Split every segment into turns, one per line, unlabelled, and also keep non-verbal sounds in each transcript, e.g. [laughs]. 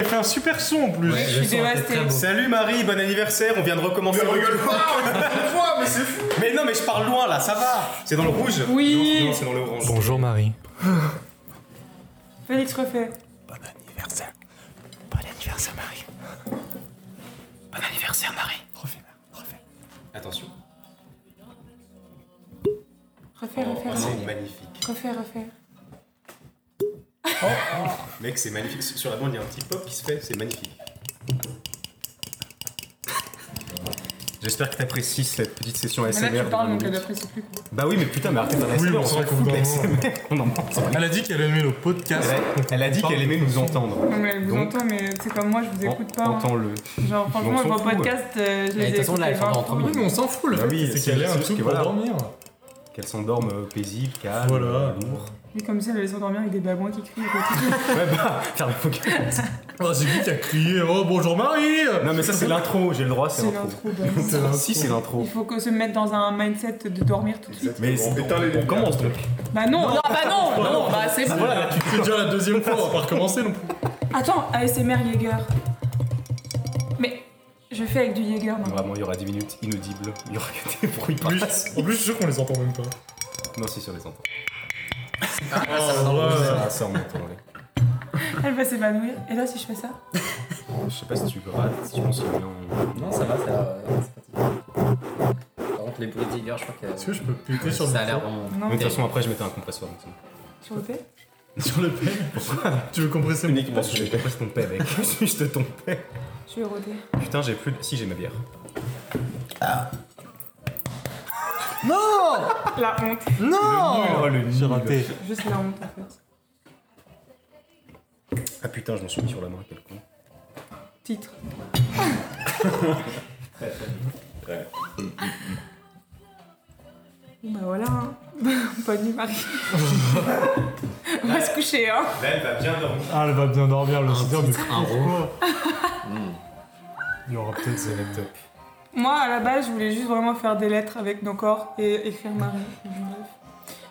fait un super son en plus.
Ouais,
je
le
suis
son était
dévastée.
très beau.
Salut Marie, bon anniversaire, on vient de recommencer.
Mais rigole
ah,
pas, on est une fois, mais c'est fou.
Mais non, mais je parle loin là, ça va. C'est dans le rouge
Oui.
Non, c'est dans le orange.
Bonjour Marie.
Félix refait.
Bon anniversaire. Bon anniversaire Marie. Bon anniversaire Marie. Refais, refais.
Attention.
Refais,
Oh,
refais, refais.
c'est magnifique.
Refais, refais.
Mec, c'est magnifique. Sur la bande, il y a un petit pop qui se fait, c'est magnifique. J'espère que t'apprécies cette petite session
Mais
ASMR.
là, tu
de
parles, donc
Manu.
d'apprécie plus. quoi.
Bah oui, mais putain, mais arrêtez d'en
Oui,
ASMR,
on s'en
s'en
fout
fout
d'un moment.
d'ASMR. On en parle.
Elle a dit qu'elle aimait le podcast.
Elle a- Elle a dit qu'elle aimait nous entendre.
Non, mais elle vous
Donc,
entend, mais c'est comme moi, je vous écoute pas. hein.
Entends-le.
Genre,
Mais on
franchement,
s'en
vos
fout, ouais.
podcasts, euh, je les ai
Mais de toute façon, là,
écoutés
elle s'endort
20
en trois
fois.
minutes.
Oui, mais on s'en fout, le
Bah
fait,
oui,
c'est
c'est-
qu'elle ait
c'est
un
juste
truc
que
pour
voilà.
dormir.
Qu'elle s'endorme euh, paisible, calme, euh,
Voilà.
lourd.
Mais comme ça, elle va les s'endormir avec des babouins qui crient. quoi.
Ouais, bah, faire le focus.
Oh, c'est qui qui a crié Oh, bonjour Marie
Non, mais ça, c'est l'intro, j'ai le droit, c'est
C'est
l'intro.
l'intro. bah.
C'est l'intro.
Si, c'est l'intro.
Il faut que se mettre dans un mindset de dormir tout de suite.
Mais
Bon,
c'est-
éteins les
on,
lumières.
commence donc.
Bah non, non, bah non, non, bah c'est bon.
Voilà, tu fais déjà la deuxième fois, on va pas recommencer non plus.
Attends, ASMR Jaeger. Mais je fais avec du Jaeger maintenant.
Vraiment, il y aura 10 minutes inaudibles. Il y aura que des bruits
En
par
plus, en plus, je suis sûr qu'on les entend même pas.
Non, si, sur les entend.
Oh, Ouais.
Ah, ça, on entend, ouais.
Elle va s'évanouir. Et là, si je fais ça
Je sais pas si tu grattes, si je pense que bien.
Non, ça va, ça va. Euh, c'est pas tout. Par contre, les bruits de Digger, je crois que.
Est-ce que je peux péter sur le
Ça a l'air
micro
vraiment.
Non,
Mais de toute façon, après, je mettais un compresseur. donc c'est-
sur le P
Sur le P Tu veux compresser mon
Uniquement si je compresse ton paix, mec. Si je te tombe.
Je vais roter.
Putain, j'ai plus. de- Si, j'ai ma bière.
Non
La honte,
Non
Oh, le nul.
J'ai raté.
juste la honte en fait.
Ah putain, je m'en suis mis sur la main, quel con.
Titre. Bon, Bah voilà, hein. [laughs] bonne nuit Marie. On va se coucher, hein.
Là, elle va bien dormir.
Ah, elle va bien dormir, elle va se dire, mais
titre, un
pourquoi [laughs] Il y aura peut-être des laptops.
Moi, à la base, je voulais juste vraiment faire des lettres avec nos corps et écrire Marie. Bref.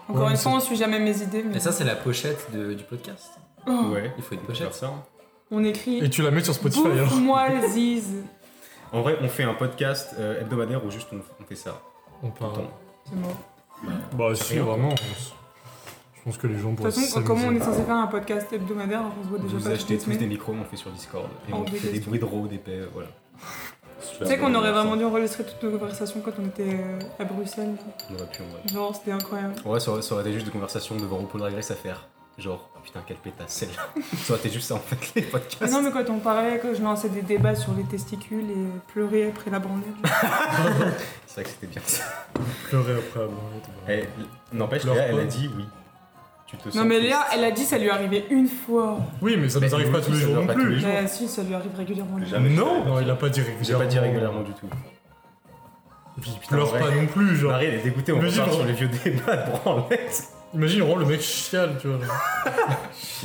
Encore
Ouais,
une
mais
fois, on suit jamais mes idées, mais
Mais ça, c'est la pochette de- du podcast.
Oh,
Ouais.
Il faut une
On peut faire
pochette.
ça. hein.
on
Et
écrit.
tu la mets sur Spotify alors
Bouffe-moi le ziz.
En vrai, on fait un podcast euh, hebdomadaire où juste on, on fait ça.
On parle.
C'est mort.
Bah, si, vraiment. on s- Je pense que les
De
gens
toute
pourraient
façon,
s'amuser.
comment on est censé faire un podcast hebdomadaire alors qu'on se voit déjà
Vous
pas
achetez
toutes les
tous des
semaines
micros, on fait sur Discord. Et
En
on fait des
dégustation.
bruits de rôle, des paix, voilà.
Tu sais qu'on aurait vraiment dû enregistrer toutes nos conversations quand on était euh, à Bruxelles.
On aurait pu, en vrai.
Genre, c'était incroyable.
Ah,
Ouais, ça aurait, ça aurait été juste des conversations devant RuPaul Drag Race à faire. Genre, oh putain, quelle pétasse
[laughs]
celle-là. ça aurait été juste ça en fait, les
Mais
podcasts.
non, mais quand on parlait, quand je lançais des débats sur les testicules et pleurer après la
[laughs]
branlette.
C'est vrai que c'était bien ça.
pleurer après avoir
Eh, N'empêche,
Leur
Léa, elle a
pote.
dit oui. Tu te sens.
non, mais
triste.
Léa, elle a dit ça lui arrivait une fois.
Oui, mais ça nous
Mais
arrive
oui,
pas tous les
ça
jours
doit
non
pas tous les
plus.
jours.
Bah, si, ça lui arrive régulièrement. lui.
Jamais.
Non Non, il a pas dit
J'ai
régulièrement.
pas dit régulièrement du tout.
Et puis il
Putain,
pleure
ouais.
pas non plus, genre.
Marie, elle est dégoûtée, on
Imagine,
repart
on-
sur les vieux débats de branlette.
Imagine, vraiment, le mec chiale, tu vois. genre.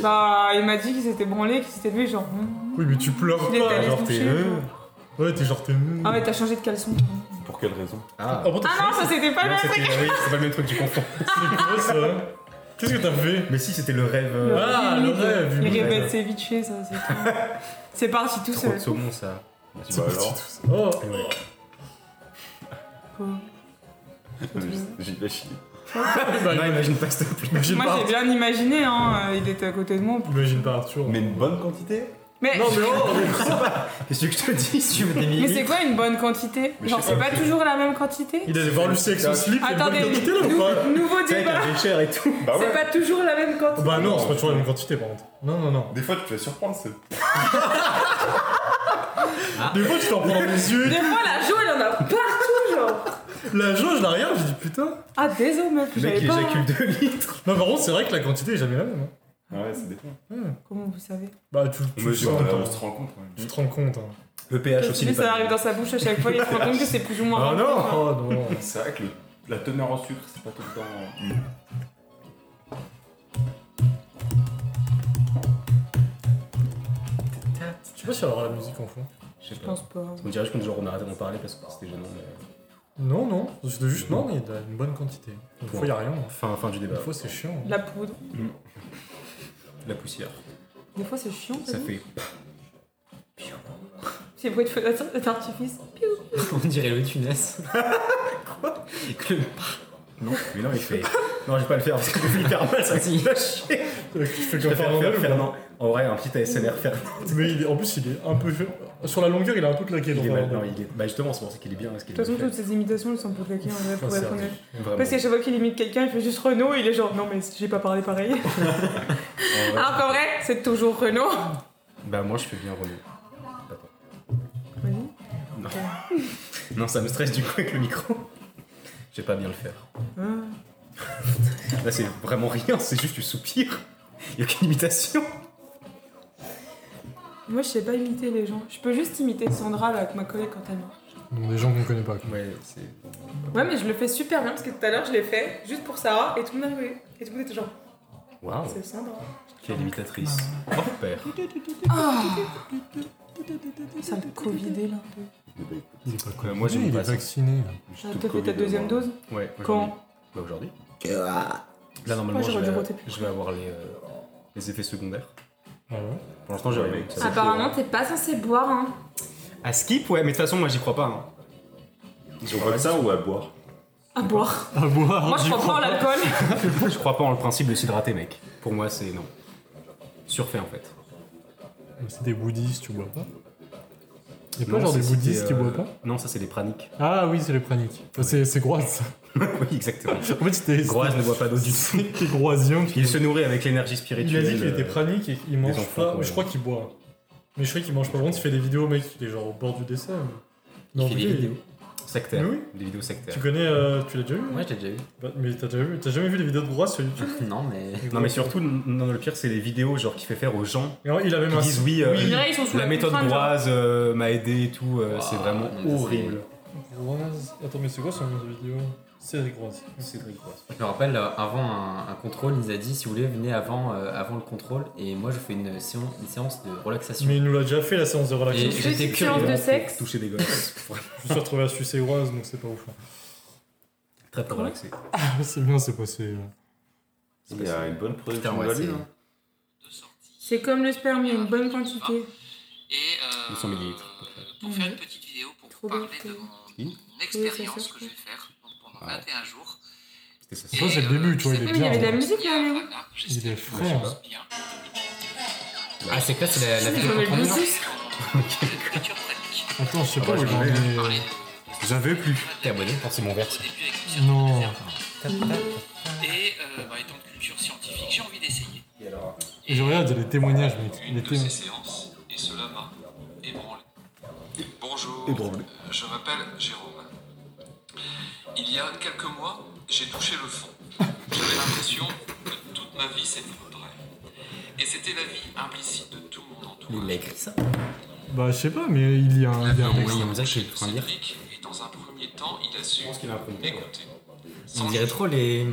Bah, il m'a dit qu'il s'était branlé, qu'il s'était levé, genre. hum.
Oui, mais tu pleures
Il est
pas,
allé se
genre t'es.
coucher. quoi.
Ouais, t'es genre t'es.
Ah, mais t'as changé de caleçon.
Pour quelle raison
Ah,
Ah bon, t'as
Ah non, ça c'était pas le
non,
même
c'était- ah
truc.
oui, c'est pas le même truc, tu confonds.
fait quoi ça Qu'est-ce que t'as fait
Mais si, c'était le rêve. euh,
Ah, le rêve,
Il
oui.
rêvait de ceviche, ça, c'est tout. C'est parti tout
Trop
seul.
de saumon, ça.
Bah alors
Oh
Et ouais.
Quoi.
J'y vais chier.
bah,
Non, imagine pas, s'il te plaît.
Imagine
Moi
pas.
j'ai bien imaginé, hein, euh, il était à côté de moi.
Imagine pas Arthur.
Mais une bonne quantité
Mais,
Non, mais oh
Qu'est-ce que je te dis si tu veux des
mais c'est quoi une bonne quantité
Mais je
Genre
sais
c'est
pas,
pas toujours la même quantité
Il allait voir Lucie avec son slip, il y a une bonne
Attendez,
quantité là ou pas
nou- nouveau
Avec
débat,
un cher et tout.
Bah
c'est
ouais.
pas toujours la même quantité.
Bah non, c'est pas toujours la même quantité par contre. Non, non, non.
Des fois, tu vas surprendre, c'est.
Des fois, tu t'en prends dans les yeux.
Des fois la joie elle en a partout genre.
La jauge, je la regarde, je dis putain.
Ah désolé meuf,
Le mec,
j'avais
il
pas.
éjacule
hein.
2 litres.
Non, par contre, c'est vrai que la quantité est jamais la même. hein.
Ouais, c'est des fois.
Comment vous savez
Bah, tu, tu,
Mais
le
j'ai-
sens,
on
hein.
se rend compte. ouais.
tu te rends compte. Hein.
[laughs] Le pH aussi,
Parce que
il est
ça
pas.
arrive dans sa bouche à chaque fois, il se rend compte que c'est plus ou moins. hein.
Ah
rentré,
non
quoi.
Oh non
[laughs] C'est vrai que le- la teneur en sucre, c'est pas tout le temps. euh,
Je sais pas si elle aura la musique en fond.
Je sais
Je
pas.
pense pas.
On dirait qu'on genre, on a arrêté d'en parler parce que c'était gênant. mais- euh,
Non, non, c'était juste non, mais il y a une bonne quantité. Une fois, il y a rien. hein.
Fin, fin du débat.
Une fois,
[laughs]
c'est chiant.
La poudre.
La poussière.
Des fois c'est chiant.
Ça [laughs]
t'as vu
fait.
Ces bruits de feu d'art- d'artifice. Piou.
[laughs] On dirait le
[laughs]
Tunès. Quoi Que le
Non, mais non, il fait. Non, je vais pas le faire parce que je vais hyper mal, ça [laughs]
Si.
va chier.
Tu fais
Je
comme
préfère
Fernando.
faire Fernand. En vrai, un petit ASMR Fernand.
Mais il est- en plus, il est un peu. Sur la longueur, il a un peu claqué.
Il est
dans
mal.
Fernando.
Non, il est... Bah, justement, c'est pour ça qu'il est bien parce
De
qu'il
toute
est
façon,
bien
toutes ces imitations, elles sont pour quelqu'un, en vrai,
fait.
pour
Ouais,
être
c'est vrai.
honnête.
Vraiment.
Parce qu'à chaque fois qu'il imite quelqu'un, il fait juste Renault, il est genre non, mais j'ai pas parlé pareil.
En vrai,
[laughs] Alors qu'en vrai, c'est toujours Renault.
Bah, moi, je fais bien Renaud. Attends.
Vas-y.
Non, ça me stresse du coup avec le micro. Je vais pas bien le faire.
Ah.
Là, c'est vraiment rien, c'est juste tu soupires. Il a aucune imitation.
Moi, je sais pas imiter les gens. Je peux juste imiter Sandra, là, avec ma collègue quand elle marche.
Donc, des gens qu'on connaît pas. quoi.
Ouais, c'est.
Ouais, mais je le fais super bien parce que tout à l'heure, je l'ai fait juste pour Sarah et tout le monde a rigolé. Et tout le monde était genre,
Waouh,
c'est Sandra.
quelle imitatrice. Hors pair.
Ça me covidait là.
Eh ben,
Il est pas
Euh, moi, j'ai
confiné,
une
il est
passe.
vacciné. hein.
Juste
Ah,
T'as
le
fait
Covid,
ta deuxième
euh,
dose
Ouais. aujourd'hui.
Quand
Bah, aujourd'hui. Là, normalement,
Moi,
je
j'aurais dû voter
vais,
pour
je vais avoir les, euh, les effets secondaires.
Ah ouais
Pour l'instant, j'ai rien. Ça, c'est
Apparemment, t'es pas censé boire, hein.
chaud. À skip, ouais, mais de toute façon, moi, j'y crois pas. hein. [laughs]
Ils ont pas que ça ou à boire
À boire.
À boire
Moi, je prends pas en l'alcool.
Je crois pas en le principe de s'hydrater, mec. Pour moi, c'est non. Surfait, en fait.
C'est des bouddhistes, tu bois pas Y'a
Non,
pas genre des
ça, c'était,
bouddhistes qui
euh,
boivent pas
Non, ça, c'est les praniques. [laughs]
Ah oui, c'est les praniques. Enfin, C'est c'est Groise. [laughs]
oui, exactement.
En fait, c'était.
Groise ne boit pas d'eau du tout.
[laughs] C'est les Groisiens qui-
Il se nourrit avec l'énergie spirituelle.
Il a dit qu'il était
euh,
pranique et qu'il mange
enfants,
pas.
quoi.
Mais je crois qu'il boit. Mais je crois qu'il mange pas. Par contre, il fait des vidéos, mec. Il est genre au bord du dessert. mais- Non,
fait
en
des
vrai,
vidéos.
Sectaire.
Mais oui.
Des vidéos sectaires.
Tu connais. euh, tu l'as déjà vu
Moi, je l'ai déjà vu.
Bah, Mais t'as déjà vu T'as jamais vu les vidéos de Groise sur YouTube
[laughs] Non, mais.
Non, mais surtout, n- non, le pire, c'est les vidéos genre qu'il fait faire aux gens
Et alors, il a même
qui
un.
disent oui, euh,
Oui.
Là, ils sont sous
la méthode
contrainte, hein. genre.
Groise euh, m'a aidé et tout. euh, c'est
Ah,
vraiment
non, mais ça, c'est-
horrible.
Groise. Attends, mais c'est quoi son nom de vidéo Cédric Groise.
Cédric Groise.
Je me rappelle, euh, avant un, un contrôle, il nous a dit si vous voulez, venez avant, euh, avant le contrôle. Et moi, je fais une séance, une séance de relaxation.
Mais il nous l'a déjà fait la séance de relaxation.
Et
Je
j'étais
Petite séance
curieux.
de sexe.
Toucher des gosses. [laughs]
me suis retrouvé à sucer Groise, donc c'est pas ouf. hein.
Très très relaxé.
Ah, [laughs] c'est bien, c'est passé. euh.
Il y a une bonne
Putain,
production
ouais,
de
c'est-
value. hein.
C'est comme le sperme, il y a une bonne quantité.
Et euh,
200 millilitres, à peu près.
pour faire une petite vidéo pour
Trop
parler
bien,
de
trop
mon,
Oui.
mon expérience
ça,
que
ça.
je vais faire donc, pendant 21 jours. euh,
C'était ça.
Ça, c'est le début, tu vois, il est
Mais il y
bien.
avait de la
hein.
musique là, mais oui.
Voilà, j'espère
Il est
que
frais.
je
hein.
pense bien.
Ah, c'est que là, c'est la, la vidéo
j'avais
qu'on prend
vu
dedans.
ça.
C'est une culture pratique.
Attends, je sais
Ah
pas
bah,
où
j'en
j'en
ai,
ai.
J'avais plus.
T'es abonné pour c'est mon verre.
Au
ça.
début, avec une
Non.
Et euh, bah, étant de culture scientifique, j'ai envie d'essayer.
Et je regarde, il y a des témoignages, mec. Il y a des témoignages.
séances, et cela m'a ébranlé. Bonjour, euh,
Ébranlé.
je m'appelle Jérôme. Il y a quelques mois, j'ai touché le fond. J'avais l'impression que toute ma vie s'effondrait. Et c'était la vie implicite de tout mon
Mais Il a
entourage.
écrit ça.
Bah, je sais pas, mais il y a un. il y a un
Non,
texte.
oui, on dirait que je suis en train de lire.
Cédric, et dans un premier temps, il a su
qu'il a un compte.
m'écouter.
On
Sans
dirait trop les,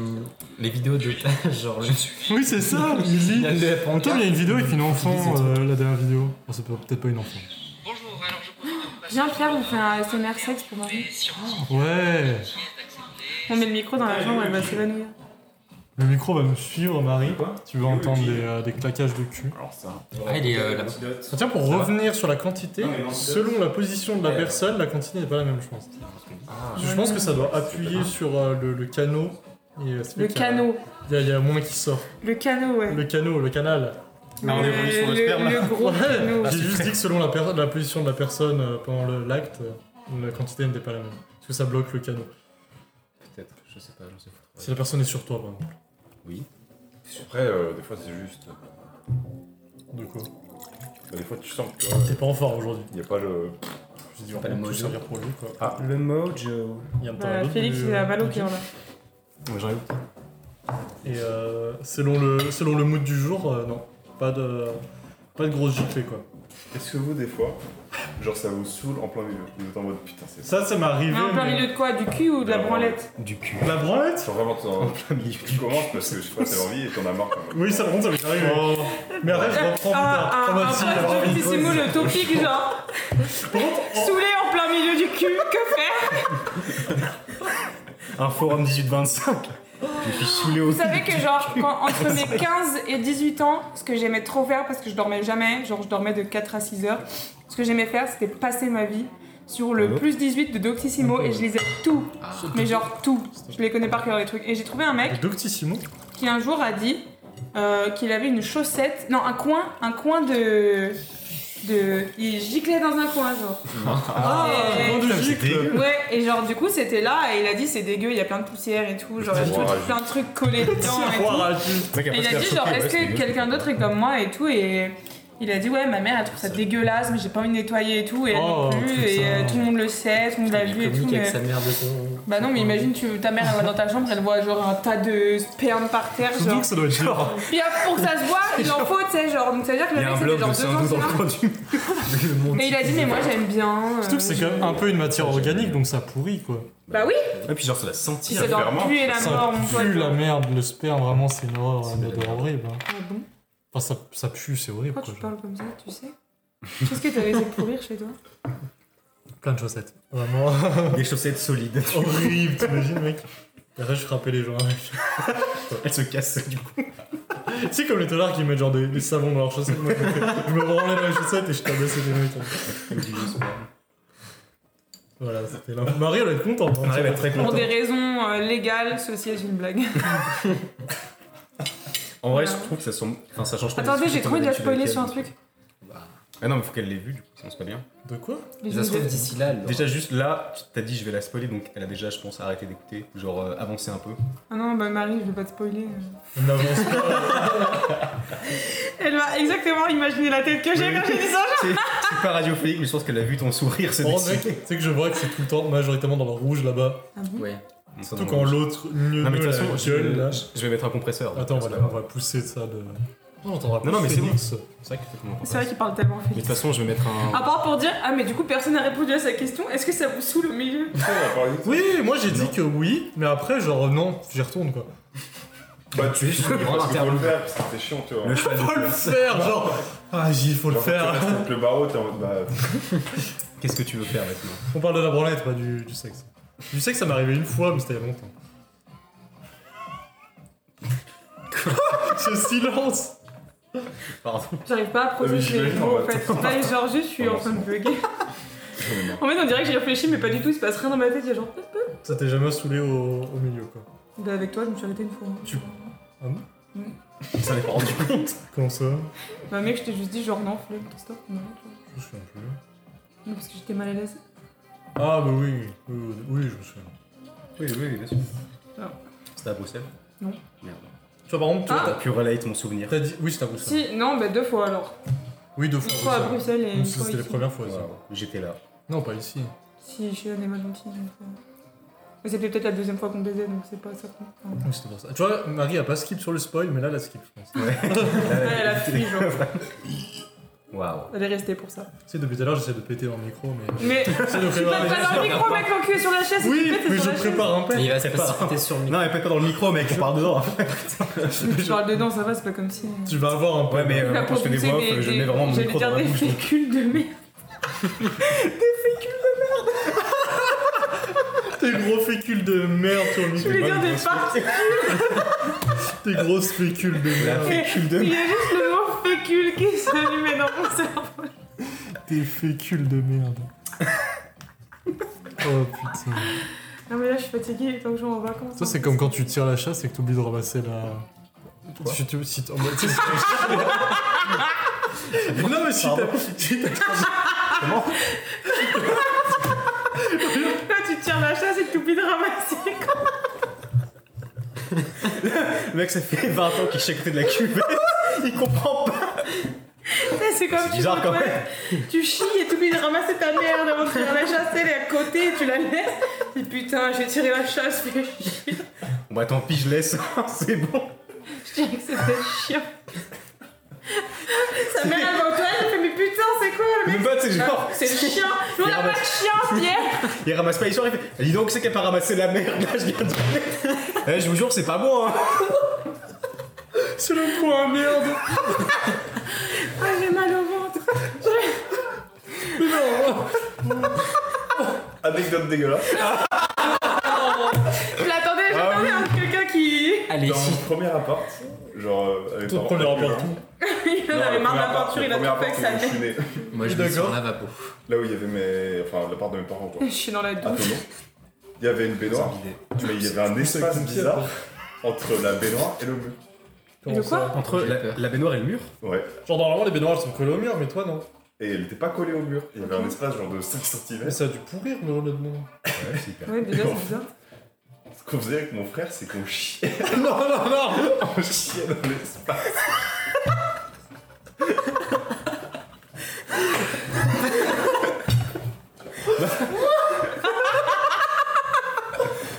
les vidéos de [laughs] genre le.
Oui, c'est ça, il lit.
la- la
En même temps, il y a une vidéo avec une
Il lit
enfant,
des
euh, la dernière vidéo. Bon, c'est pas- peut-être pas une enfant.
Bonjour, alors je continue à vous passer
Viens, Pierre, on fait un ASMR sexe pour moi.
les sciences
Ouais
qui est acceptée.
On met le micro dans la chambre, elle va s'évanouir.
Le micro va nous suivre, Marie.
Quoi
Tu vas entendre des, euh, des claquages de cul.
Alors ça.
Ah, il est euh, là-bas.
Ah, tiens, pour revenir sur la quantité,
Non, mais non, c'est-
selon la position de la personne, la quantité n'est pas la même, je pense.
Ah.
Je pense que ça doit appuyer sur euh, le, le canot. et, euh, ça fait
Le
qu'il y a-
canot.
Il y, a- il y a moins qui sort.
Le canot, ouais.
Le canot, le canal.
Là, on évolue sur le sperme,
Le gros canot.
[laughs]
Ah,
Ouais, J'ai juste dit que selon la, per- la position de la personne euh, pendant le- l'acte, euh, la quantité n'était pas la même. Parce que ça bloque le canot.
Peut-être, je sais pas, j'en sais pas.
Si la personne est sur toi, par exemple.
Après, euh, des fois, c'est juste.
De quoi
Des fois, tu sens que. euh,
T'es pas en forme aujourd'hui.
Il n'y a pas le.
Je dis, on
Pas le
peut tout
mojo.
servir pour lui, quoi.
Ah, le mojo.
Il y a un temps
Voilà, Bah,
à l'autre euh,
Félix,
du-
il a mal au
du-
cœur là.
J'en ai
Et euh, selon, le, selon le mood du jour, euh, non. Pas de, pas de grosse giclée, quoi.
Est-ce que vous, des fois, genre, ça vous saoule en plein milieu Vous êtes en mode putain, c'est.
Ça, ça m'est arrivé.
Mais en plein
mais-
milieu de quoi Du cul ou de la
Non.
branlette
du cul.
La branlette
Genre, vraiment, t'es en plein milieu. Tu commences parce que je sais pas, t'as envie et t'en as marre quand même.
Oui, ça, par contre, ça m'est arrivé. Mais arrête, je reprends plus tard.
Ah, un,
Prends ma
un
fille,
poste
elle aura envie de
Doctissimo,
poser.
le topic, genre. Saoulé en plein milieu du cul, que faire
Un forum 18-25. Je me suis saoulé au
Vous savez que genre quand-
[laughs]
entre mes 15 et 18 ans, ce que j'aimais trop faire parce que je dormais jamais, genre je dormais de 4 à 6 heures, ce que j'aimais faire c'était passer ma vie sur le
Allô
plus 18 de Doctissimo et je lisais tout,
Ah,
mais genre tout, je les connais par cœur les trucs. Et j'ai trouvé un mec
Le Ah, Doctissimo
qui un jour a dit euh, qu'il avait une chaussette, non un coin, un coin de... de il giclait dans un coin genre.
Ah,
Et-
le coin de gicle
Ouais, et genre du coup c'était là et il a dit c'est dégueu, il y a plein de poussière et tout, genre il y a tout- plein de trucs collés dedans et tout.
Tiroir à jus.
mec
Et il a dit genre est-ce que quelqu'un d'autre est comme moi et tout et il a dit ouais ma mère elle trouve ça dégueulasse mais j'ai pas envie de nettoyer et tout et elle non
Oh, tout
plus et
ça.
euh, tout le monde le sait, tout le monde l'a
Il
vu et tout
communique
mais...
avec sa mère de son.
Bah non mais imagine tu, ta mère elle va dans ta chambre elle voit genre un tas de sperme par terre
Surtout
genre
que ça doit être genre.
puis après, pour que ça se voit il en faut tu sais genre donc ça veut dire que
Il
le
y a
mec
un
c'était
blog
genre
de
deux
Saint-Doux dans le
ans
coin du.
[laughs]
[laughs]
Le monde.
et il a dit mais moi j'aime bien euh,
Surtout que c'est quand même un peu une matière organique donc ça pourrit quoi.
bah oui
Et puis genre, ça la
puis
sentir.
c'est dans
clairement,
le cul et la
Ça
mort mon pote.
pue la merde, le sperme vraiment c'est une horreur,
C'est
une
de la
odeur
merde.
horrible. hein.
Ah bon
Enfin ça, ça pue, c'est horrible
Pourquoi
quoi.
tu
genre.
parles comme ça, tu sais Qu'est-ce que t'as laissé pourrir chez toi
Plein de chaussettes. Vraiment
Des chaussettes solides. [laughs]
horrible, t'imagines mec Et après je frappais les gens avec.
Elle se casse du coup.
C'est comme les tolards qui mettent genre des, des savons dans leurs chaussettes. Moi, je, me- je me branlais dans les chaussettes et je tabassais des mecs. hein. Voilà, c'était là. Marie, elle va être contente. hein.
On arrive à être très
Pour
content.
des raisons euh, légales, ceci est une blague.
En vrai, je trouve que ça, sont... enfin, ça change pas.
Ah Attendez, j'ai trop envie de la
d'habitude
spoiler
avec
sur un
elle.
truc.
Ah non, mais faut qu'elle l'ait vue du coup, sinon c'est pas bien.
De quoi
[laughs] Les
Ça se trouve
idées.
d'ici là. elle
Déjà, juste là, tu t'as dit je vais la spoiler donc elle a déjà, je pense, arrêté d'écouter. Genre, euh, avancer un peu.
Ah non, bah Marie, je vais pas te spoiler.
On avance pas.
Elle va exactement imaginer la tête que j'ai
Oui.
quand j'ai dit ça.
C'est c'est pas radiophonique, mais je pense qu'elle a vu ton sourire se
Oh mec, tu
dessiner.
sais que je vois que c'est tout le temps majoritairement dans le rouge là-bas.
l'aura. Ouais.
Surtout quand l'autre mieux
Non, mais de
la
toute façon,
gueule là.
je, je vais mettre un compresseur.
Attends,
C'est
voilà,
pas
on
grave.
va pousser ça de. Non, on t'entendra
Non, non, mais c'est
Phoenix.
C'est vrai que c'est comment on
C'est vrai
passe.
qu'il parle tellement
Mais de
fini.
toute façon, je vais mettre un.
À part pour dire, ah mais du coup personne n'a répondu à sa question, est-ce que ça vous saoule au milieu
On va parler de ça.
Oui, moi j'ai dit que oui, mais après, genre non, j'y retourne quoi.
Bah, tu es juste
Grand
parce qu'il faut
interlude.
le faire, parce que c'était chiant, tu vois.
Le cheval de
Faut le
course.
faire, genre. Ah, j'y faut le
Genre, quand
faire.
tu restes avec le barreau, t'es en mode bah.
Qu'est-ce que tu veux faire maintenant
On parle de la branlette, pas du, du sexe. Du sexe, ça m'est arrivé une fois, mais c'était il y a longtemps. Ce silence
Pardon.
J'arrive pas à
Ah,
processer
mais
les
je
mots en
vais-
fait. Là, genre juste, je suis en train de bugger. En fait, on dirait que j'ai réfléchi, mais pas du tout, il se passe rien dans ma tête, il y a genre...
Ça t'est jamais saoulé au, au milieu, quoi.
Bah avec toi, je me suis arrêtée une fois.
Ah bon
Ça n'est pas rendu compte.
Comment ça
Bah mec, je t'ai juste dit genre non, flemme, stop, non.
Je me souviens plus.
Non, parce que j'étais mal à l'aise.
Ah bah oui, oui, oui, oui, je me souviens.
Oui, oui, oui, bien sûr.
Ah.
C'était à Bruxelles
Tu vois, par contre, toi,
Ah
T'as pu relater mon souvenir.
t'as- t'as dit... Oui, c'était à Bruxelles.
Si, non, bah deux fois alors.
Oui, deux
Une fois
fois.
à
Bruxelles.
Bruxelles et une
Donc,
fois
C'était les
ici.
premières fois, ça.
Voilà, J'étais là.
Non, pas ici.
Si, je suis allée mal gentille une fois. euh. Mais c'était peut-être la deuxième fois qu'on baisait, donc c'est pas ça. qu'on- Enfin,
Oui, c'était pour ça. Tu vois, Marie a pas skip sur le spoil, mais là, elle a skip, je pense.
ouais, elle a fui, genre.
Waouh.
Elle est restée pour ça.
Tu sais, depuis tout à l'heure, j'essaie de péter dans le micro, mais...
Mais
J'essaie de
tu
préparer-
passes pas dans le micro, mec, l'enculé sur la chaise.
Oui,
tu pètes, c'est
mais
sur
je
la chaise.
prépare un peu.
Mais il va se
C'est pas-
précipiter sur le
Non, mais pète pas dans le micro, mec, on parle dedans.
Mais tu parles dedans, ça va, c'est pas comme si. euh,
Tu vas avoir un peu...
Ouais, mais
Il
euh,
va
quand je fais des
propulser
voix, off, je mets vraiment mon
j'allais
micro
dire
dans la
des
bouche.
fécules de merde.
Tes gros fécules de merde sur le
Je voulais
micro.
dire des particules.
Tes grosses fécules de merde.
Cul de
Il y a juste le mot fécule qui se met dans mon cerveau.
Tes fécules de merde. Oh putain.
Non, mais là, je suis fatiguée, il est temps que je vais en vacances.
Ça, c'est comme quand tu tires la chasse et que t'oublies de ramasser la. Si tu. Si t'en- bah, tu sais, si t'as- non, mais si t'as. Si t'as-
Là, tu tires la chasse et que t'oublies de ramasser.
Mec, ça fait 20 ans qu'il chie à côté de la cuvette. [laughs] Il comprend pas.
Eh, C'est comme tu
bizarre
fais
quand
quoi Tu chies et t'oublies de ramasser ta merde avant de faire la chasse, elle est à côté, tu la laisses. Et putain, j'ai tiré la chasse, fais chier.
Bon, bah tant pis, je laisse. [laughs] C'est bon.
Je dirais que c'était chiant. Sa mère, elle va au toilette, elle fait Mais putain, c'est quoi le mec
Même pas, tu sais,
Ah,
genre,
C'est le chien Mais on n'a pas de chien, Pierre
il ramasse pas, il sort, il fait Dis donc, c'est qu'elle a pas ramassé la merde, là, je viens de. Eh, je vous jure, c'est pas bon, hein.
C'est le point, merde.
Ah, j'ai mal au ventre
Anecdote dégueulasse.
Ah Je l'attendais, j'attendais un- hein, quelqu'un qui.
premier appart, genre euh, avec
Ton
parents
premier
inclus,
apport.
hein.
Il en
Non,
avait
le
marre de la
premier appart,
peinture,
le
il a tout
premier
fait
appart
avec sa
où je suis
tête.
né.
Moi, je vais sur
D'accord.
un lavabo.
Là où il y avait mes. Enfin, l'appart de mes parents, quoi.
Je suis dans la
À
douche.
Toulon. Il y avait une
Ils ont
baignoire,
bidé.
mais il y avait un espace bizarre entre la baignoire et le mur.
Comment
De quoi
ça
Entre
J'ai
la,
peur.
la baignoire et le mur
Ouais.
Genre, normalement, les baignoires elles sont collées au mur, mais toi, non.
Et elle était pas collée au mur. Il y avait un espace genre de 5 cm.
Mais ça a dû pourrir le relais de monde.
Ouais, c'est hyper.
Ouais, déjà, c'est bizarre.
Ce qu'on faisait avec mon frère, c'est qu'on chiait.
non, non, non
On chiait dans l'espace.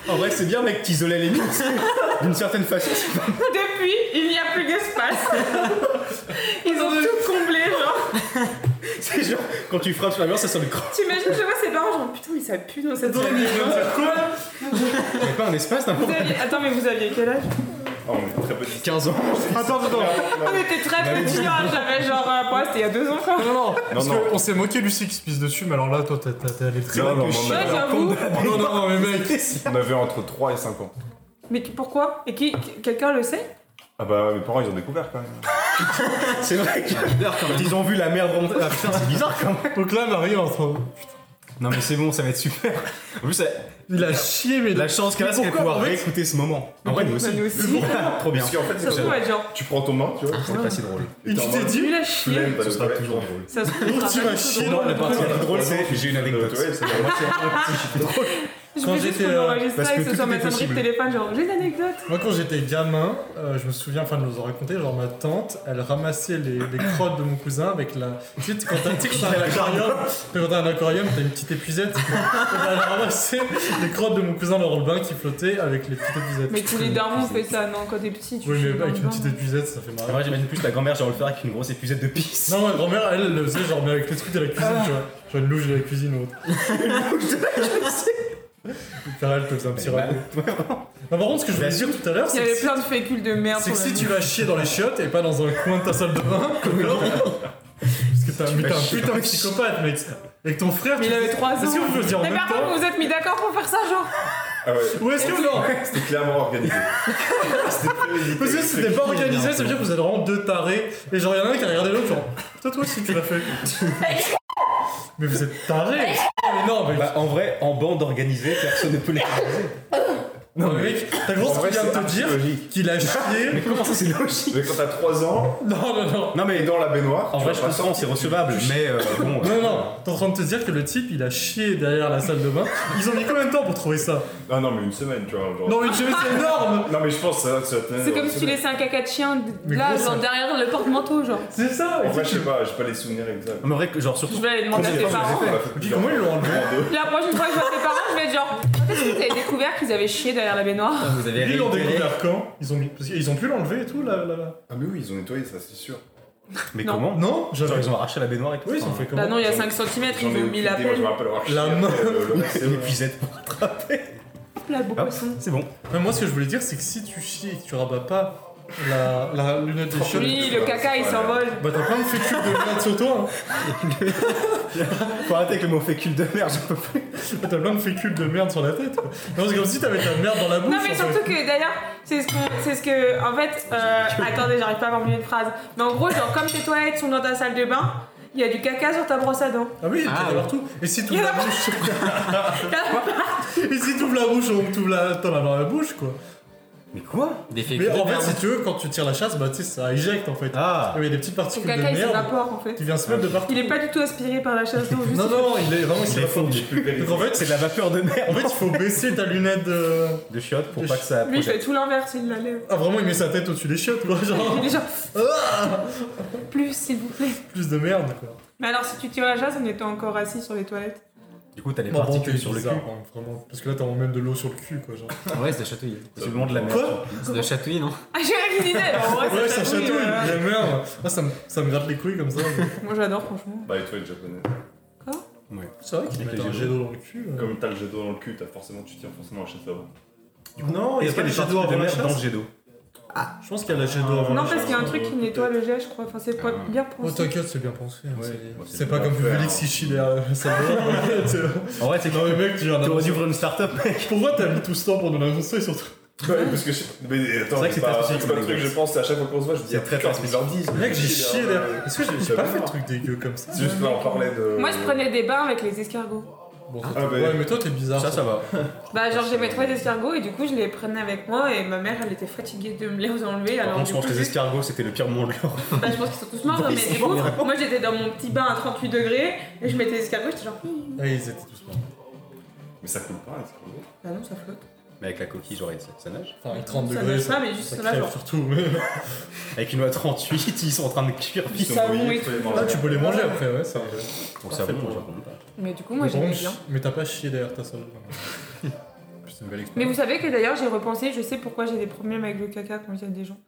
En vrai, c'est bien, mec, t'isolais les murs [laughs] d'une certaine façon.
Depuis, il n'y a plus [laughs] d'espace. Ils ont tout comblé, genre.
C'est genre, quand tu frappes sur la mur, ça sort du creux.
T'imagines, je vois ses parents, genre putain, mais ça pue dans cette salle.
Il y a pas un espace,
Vous
n'importe
aviez- Attends, mais vous aviez quel âge
Ah, on était très petits.
15 ans.
Attends, attends,
On était très petits, hein, j'avais genre. euh, Pour moi, c'était il y a deux ans, quoi.
non, non, Parce
non.
qu'on s'est moqué du Lucie qui se pisse dessus, mais alors là, toi, t'as- t'as- t'es allé très loin.
Non, non, on
Ouais,
avait,
j'avoue.
non, non, non, mais mec
on avait entre 3 et 5 ans.
Mais qui- pourquoi Et qui qui- Quelqu'un le sait
Ah bah mes parents ils ont découvert quand même.
C'est vrai que quand ils ont vu la merde remonter. Ah putain, c'est bizarre quand même.
Donc là, Marie, en train.
Non, mais c'est bon, ça va être super. En plus, elle-
Il a chié, mais.
la chance qu'elle a, c'est qu'elle va pouvoir réécouter ce moment. En vrai, nous aussi. [laughs]
Nous aussi.
Trop bien.
Parce qu'en fait
Ça se trouve, être genre.
tu prends ton main, tu vois.
C'est pas si drôle.
Et tu bah, t'es
Tu l'as chié.
flemme,
Ce sera toujours drôle.
Ça se trouve, il
Tu
sera
vas
pas
chier
drôle.
dans la
partie la plus drôle, c'est j'ai une
anecdote.
Je
Quand
veux juste
j'étais,
qu'on
euh,
enregistre
parce
ça et
que
que ce
tout
soit ma
était
sonnerie de
possible.
téléphone, genre j'ai une anecdote.
Moi, quand j'étais gamin, euh, je me souviens, enfin, de nous en raconter, genre ma tante, elle ramassait les, les crottes de mon cousin avec la. Tu sais, quand t'as
[laughs]
tu sais, quand t'as un aquarium, quand t'as un aquarium, t'as une petite épuisette. Elle ramassait les crottes de mon cousin dans le bain qui flottaient avec les petites épuisettes.
Mais tous les darons fait ça, non Quand t'es petit, tu
Oui,
chies
mais bah,
dans
avec
le
une
bain.
petite épuisette, ça fait
En
marrer.
vrai, j'imagine plus la grand-mère, genre le faire avec une grosse épuisette de pisse.
Non, ma grand-mère, elle, elle le faisait genre mais avec les trucs de la cuisine, tu vois. Genre une louche de la cuisine ou autre. une louche
[laughs]
de la cuisine Faire elle te faisait un petit
Elle est
rappel. Non, par contre, ce que je
Bah,
voulais dire tout à l'heure,
Il y
c'est que,
avait
si-
plein de fécules de merde.
c'est que
sur la
si tu
nuit.
vas chier dans les chiottes et pas dans un coin de ta salle de bain, comme là. Parce que t'as mais t'es un putain de psychopathe, mec. Avec ton frère,
Mais
tu-
il avait 3 ans.
Est-ce qu'on peut le dire en
Mais
même
par contre,
temps
vous vous êtes mis d'accord pour faire ça, genre
Ah ouais,
Ou est-ce que non
c'était clairement organisé. C'était prémédité.
Parce que si c'était pas organisé, ça veut dire que vous êtes vraiment deux tarés. Et genre, il y en a un qui a regardé l'autre, genre, toi, toi aussi, tu
[laughs]
l'as fait. mais vous êtes tarés Mais non, mais.
Bah, en vrai, en bande organisée, personne ne peut les organiser.
Non, mais mec, t'as gros
En
ce
vrai,
qu'il vient
c'est
de te dire
archéologique.
qu'il a
Mais
chié.
comment ça, c'est logique
Mais quand t'as 3 ans,
Non, non,
Non,
non.
t'es
mais
dans la baignoire.
en
tu
vrai,
vas
je
pas
comprends, c'est recevable, mais euh, bon. euh,
Non, non, t'es en train de te dire que le type il a chié derrière la salle de bain. Ils ont mis combien de temps pour trouver ça
sortir. Ah non, mais une semaine, tu vois. genre.
Non, mais tu sais, c'est énorme
Non, mais je pense que ça, ça tenait
C'est
dans
comme
une
si tu
semaine.
laissais un caca de chien d-
Mais
là,
gros, ça-
genre derrière le porte-manteau, genre.
C'est ça
En vrai, je sais pas, j'ai pas les souvenirs exacts.
Non, mais en vrai, que, genre,
Je
surtout.
vais aller demander à tes parents.
On l'a fait
Dis
plusieurs
comment ils l'ont enlevé
fois. En deux.
La prochaine fois que je vois tes parents, je vais être genre. Quand est-ce que vous avez découvert qu'ils avaient chié derrière la baignoire
Ah, Vous avez
Ils l'ont
réitéré.
découvert quand Ils ont mis. Parce qu'ils ont pu l'enlever et tout là, là, là.
Ah, mais oui, ils ont nettoyé, ça, c'est sûr.
Mais
Non.
comment
Non
Genre,
J'avais.
ils ont arraché la baignoire et tout.
Oui, ils ont fait comment
Bah non, il y a 5 cm, ils
J'en ai
ont mis
aucune
la
idée, moi, je me
pelle.
rappelle avoir
La
chié
main.
après le- le maximum.
Épuisette pour attraper.
La beau
Ah,
poisson.
C'est bon.
Mais moi, ce que je voulais dire, c'est que si tu chies et que tu rabats pas la, la lunette des chiottes.
Oui, le caca il
Ouais.
s'envole.
Bah t'as plein de fécule de merde sur toi. hein.
Faut arrêter avec le mot fécule de merde, j'en peux plus.
hein. T'as plein de fécule de merde sur la tête. quoi. Non, c'est comme si t'avais ta merde dans la bouche.
Non, mais
en fait.
surtout que d'ailleurs, c'est ce, qu'on- c'est ce que. En fait, euh, attendez, j'arrive pas à formuler une phrase. Mais en gros, genre, comme tes toilettes sont dans ta salle de bain, il y a du caca sur ta brosse à dents.
Ah oui, il y
Ah,
en a
ouais.
partout. Et si tu
Il y
ouvres
en
la
a [laughs]
bouche. [laughs] Et si tu ouvres la bouche, on t'ouvre la. T'en as dans la bouche, quoi.
Mais quoi
Des
Mais
fécules.
en
de
fait,
merde.
si tu veux, quand tu tires la chasse, bah tu sais, ça éjecte en fait.
Ah
Et oui, des petites
Ton
particules de
caca il
merde
s'évapore en fait.
qui viennent se mettre de partout.
Il est pas du tout aspiré par la chasse d'eau. juste-
Non, non, il est vraiment.
Il est fondu.
Donc en fait,
C'est de la vapeur de merde.
en fait, il faut baisser ta lunette de.
De chiottes pour
De
pas que ça.
Lui, il fait tout l'inverse, il la lève.
Ah, vraiment, il met sa tête au-dessus des chiottes, quoi. Genre,
Il est genre. [laughs] Plus, s'il vous plaît.
plus de merde, quoi.
Mais alors, si tu tires la chasse, on était encore assis sur les toilettes.
Du coup, t'as les
Bon, bon,
particules
t'es
sur le cul.
bizarre, hein, vraiment. Parce que là, t'as même de l'eau sur le cul, quoi. Genre.
Ouais, c'est de la chatouille.
C'est le moment de la merde.
Quoi
C'est de la chatouille, non
Ah, j'ai rien idée. alors, en vrai,
Ouais, Ah, ça
chatouille,
chatouille,
euh,
la merde. Ah, ça me, ça me gratte les couilles comme ça. mais-
Moi, j'adore, franchement.
Bah, les toilettes japonaises.
C'est vrai qu'ils
Avec
mettent
les
un
jets
jet d'eau dans le cul. euh.
Comme t'as le jet d'eau dans le cul, t'as forcément, tu tires forcément un château [laughs] avant.
Non, il y a
Est-ce
pas
qu'il y
des
a des jets d'eau
particules de
avant la
merde dans le
chasse
jet d'eau. Ah.
Je pense qu'il y a la jet d'eau avant.
Non,
la
parce qu'il y a un
chasse.
truc qui nettoie le jet, je crois. Enfin, c'est pas bien
Oh,
pensé.
t'inquiète, c'est bien pensé. hein, c'est-
Bon, c'est
C'est pas
bien
comme euh,
fait,
hein.
Félix qui chie derrière
[laughs]
la salle de bain.
En vrai, c'est
Non, mais mec, tu viens
T'aurais dû ouvrir une start-up, mec.
Pourquoi t'as mis tout ce temps pour nous l'annoncer surtout
Bah oui, parce que je... Mais attends,
C'est vrai que
c'est
c'est
pas,
très
c'est
spécifique,
pas le
les
truc,
gosses.
je pense, à chaque fois qu'on se voit, je me dis,
C'est
ah,
très,
putain,
très
ils leur disent.
Mec, j'ai chié
euh,
là. Est-ce que j'ai- j'ai
ça
pas
va
fait de
voir.
hein.
truc dégueu comme ça
C'est
Ah,
juste qu'on en parlait de.
Moi, je prenais des bains avec les escargots.
Bon,
Ah, bah,
Ouais, mais toi, t'es bizarre.
Ça, ça va.
Bah, genre, j'aimais trop les escargots et du coup, je les prenais avec moi et ma mère, elle était fatiguée de me les enlever.
Par
Alors,
contre, je
du
pense
coup,
que les
juste-
escargots, c'était le pire monde.
bah, je pense qu'ils sont tous morts, mais du coup, moi, j'étais dans mon petit bain à 38 degrés et je mettais les escargots, j'étais genre, Hum,
Ah, ils étaient tous morts.
Mais ça coule pas, c'est cool.
bah non, ça flotte.
Mais avec la coquille, genre, ça, ça nage.
Enfin, avec 30
Ça
degrés.
nage pas, mais juste
ça
là,
crève
genre.
surtout.
Avec une loi 38, ils sont en train de cuire.
Ils sont
savon
mouillés,
et
tu peux les
Là,
manger.
tu peux les manger après, ouais, ça.
Bon, ça bon, je raconte pas.
Mais du coup, moi,
Mais par
j'aimais
contre,
bien.
Mais t'as pas chié derrière ta salle.
C'est une belle
Mais
expérience.
vous savez que d'ailleurs, j'ai repensé, je sais pourquoi j'ai des problèmes avec le caca quand il y a des gens.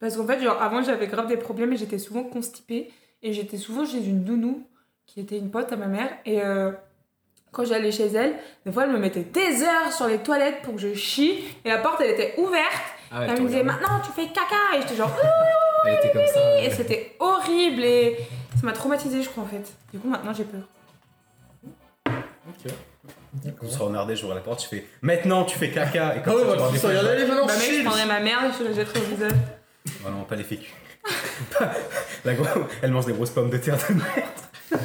Parce qu'en fait, genre, avant, j'avais grave des problèmes et j'étais souvent constipée. Et j'étais souvent chez une nounou qui était une pote à ma mère. Et euh, quand j'allais chez elle, des fois, elle me mettait des heures sur les toilettes pour que je chie. Et la porte, elle était ouverte.
Ah ouais,
elle
t'en
me disait,
regardes.
maintenant, tu fais caca. Et j'étais genre,
Elle était comme ça.
et c'était horrible. Et ça m'a traumatisée, je crois, en fait. Du coup, maintenant, j'ai peur.
On sera en Ardèche, j'ouvre la porte, je fais Maintenant, tu fais caca. Et
Ah
comme
ouais,
ça, tu
bah,
auras des
tous
fois,
regardez les
Bah,
venants,
mec, je
chier
prendrais ma mère et je la jetterais au visage.
Vraiment pas les fécus. [laughs] la gros- Elle mange des grosses pommes de terre de mer.
J'avais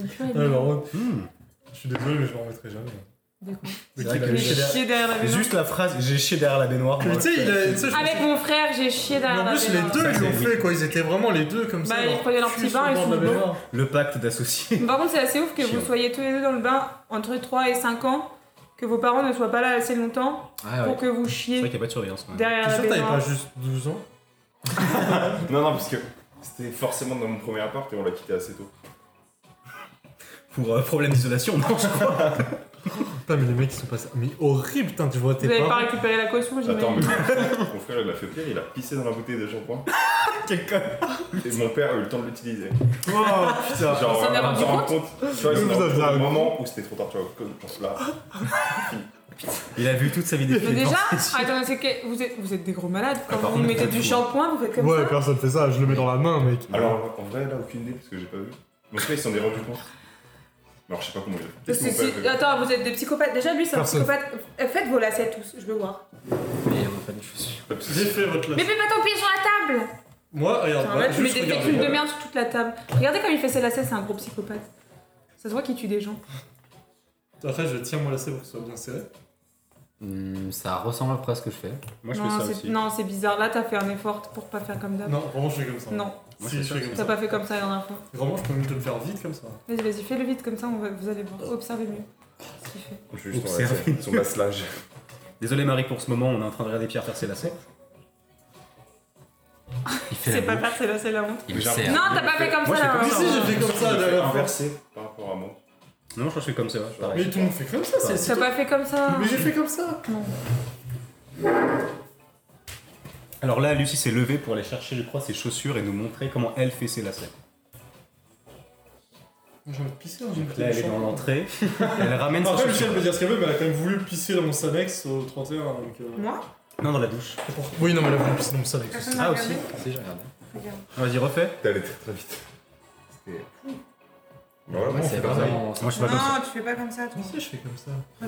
une purée de
Ah,
merde.
Alors,
Hmm.
je suis désolé, mais je m'en remettrai jamais.
De quoi
Mais
vrai
qu'il
que
J'ai
a chié derrière.
chié derrière la maison.
Juste la phrase J'ai chié derrière la baignoire.
Mais tu sais, il a. tu sais, je
Avec mon frère, j'ai chié
Mais
derrière
en
la
plus, les
baignoire.
deux,
Ça,
ils
c'est
l'ont
oui.
fait, quoi. Ils étaient vraiment les deux comme ça.
Bah, ils
genre,
prenaient leur petit
cul sur
bain,
le
ils
bord de
sont Euh,
la baignoire.
Le pacte d'associés.
Par contre, c'est assez ouf que vous
Chiant.
soyez tous les deux dans le bain entre 3 et 5 ans, que vos parents ne soient pas là assez longtemps
Ah ouais.
pour que vous
C'est vrai
chiez
qu'il n'y a pas de surveillance. ouais.
derrière
T'es
la
sûr que t'avais pas
baignoire.
juste 12 ans
Non, non, parce que c'était forcément dans mon premier appart et on l'a quitté assez tôt.
Pour euh, problème d'isolation, non, je crois.
Putain, mais les mecs, ils sont passés. Mais horrible, putain, tu vois tes
Vous avez pas
parents.
récupéré la caution,
Attends,
j'imagine.
mais [laughs] mon frère, il a fait pire, il a pissé dans la bouteille de shampoing. Et mon père a eu le temps de l'utiliser.
Oh putain.
Genre,
s'en est
euh,
rendu
on s'en compte. Tu vois, il
Vous
s'en est
vous
rendu
avez
compte au
un
moment où c'était trop tard, tu vois, comme comme là.
Il a vu toute sa vie des [laughs]
Mais déjà, attendez, c'est que vous êtes, vous êtes des gros malades.
Ah,
Quand
par
vous
contre,
mettez du
tout.
shampoing, vous faites comme ça.
personne fait ça, je le mets dans la main, mec.
Alors, en vrai, là, aucune idée, parce que j'ai pas vu. Mon frère, il s'en est rendu compte. Alors, je sais pas comment il a fait. Peut-être
Parce
que
que
mon
si-
père a fait.
Attends, vous êtes des psychopathes. Déjà, lui, c'est un
Personne.
psychopathe. Euh, Faites vos lacets tous, je veux voir.
Mais on n'a pas de chaussures.
euh,
Pas de soucis.
J'ai fait votre
Mais
lacet.
fais pas ton pied sur la
Ah,
table
Moi, regarde,
Enfin,
bah,
là, tu mets
juste
des
regarde.
pétules de merde sur toute la table. Regardez comme il fait ses lacets, c'est un gros psychopathe. Ça se voit qu'il tue des gens.
Après, je tiens mon lacet pour que ce soit bien serré.
Hmm, ça ressemble à peu près à ce que je fais.
Moi, je fais
Non,
ça
c'est-
aussi.
non, c'est bizarre. Là, t'as fait un effort pour pas faire comme d'hab.
Ah. Non, vraiment, je fais comme ça.
Non,
Moi,
Si,
je
je
fais
fais
ça.
comme ça.
t'as pas fait comme ça la dernière fois.
Vraiment, je peux même te le faire vite comme ça.
Vas-y, vas-y, fais-le vite comme ça, on va, vous allez voir. Observez mieux ce qu'il fait.
Je vais juste en
Observe.
laisser son masselage.
Désolé, Marie, pour ce moment, on est en train de regarder Pierre faire ses lacets.
Il fait
C'est
la
pas
bouffe,
faire, c'est là, c'est la honte.
il me
J'ai
sert.
Non, t'as pas fait comme
Moi,
ça
je fais
là.
comme
Mais si, j'ai fait comme ça, d'ailleurs.
Inversé par rapport à moi.
Non, je crois que je fais comme ça, pareil.
Mais tout le monde fait comme ça, c'est.
T'as
c'est-
pas fait comme ça.
Mais j'ai fait comme ça.
Alors là, Lucie s'est levée pour aller chercher, je crois, ses chaussures et nous montrer comment elle fait ses lacets.
J'ai envie de pisser dans une
Là, elle est dans l'entrée, elle ramène ses
Après, Michel
chaussures.
peut dire ce qu'elle veut, mais elle a quand même voulu pisser dans mon Sanex au 31. Donc, euh...
Moi
Non, dans la douche.
Oui, non, mais elle a voulu pisser dans mon Sanex.
Personne n'a
Ah, aussi
regardé
Si, j'ai regardé.
Vas-y, refais.
T'es allé très très vite. C'était. Voilà,
Ouais,
on
c'est
fait comme Ah, ça.
vraiment.
Moi, je fais pas comme ça.
tu fais pas comme ça, toi.
Si, je fais comme ça.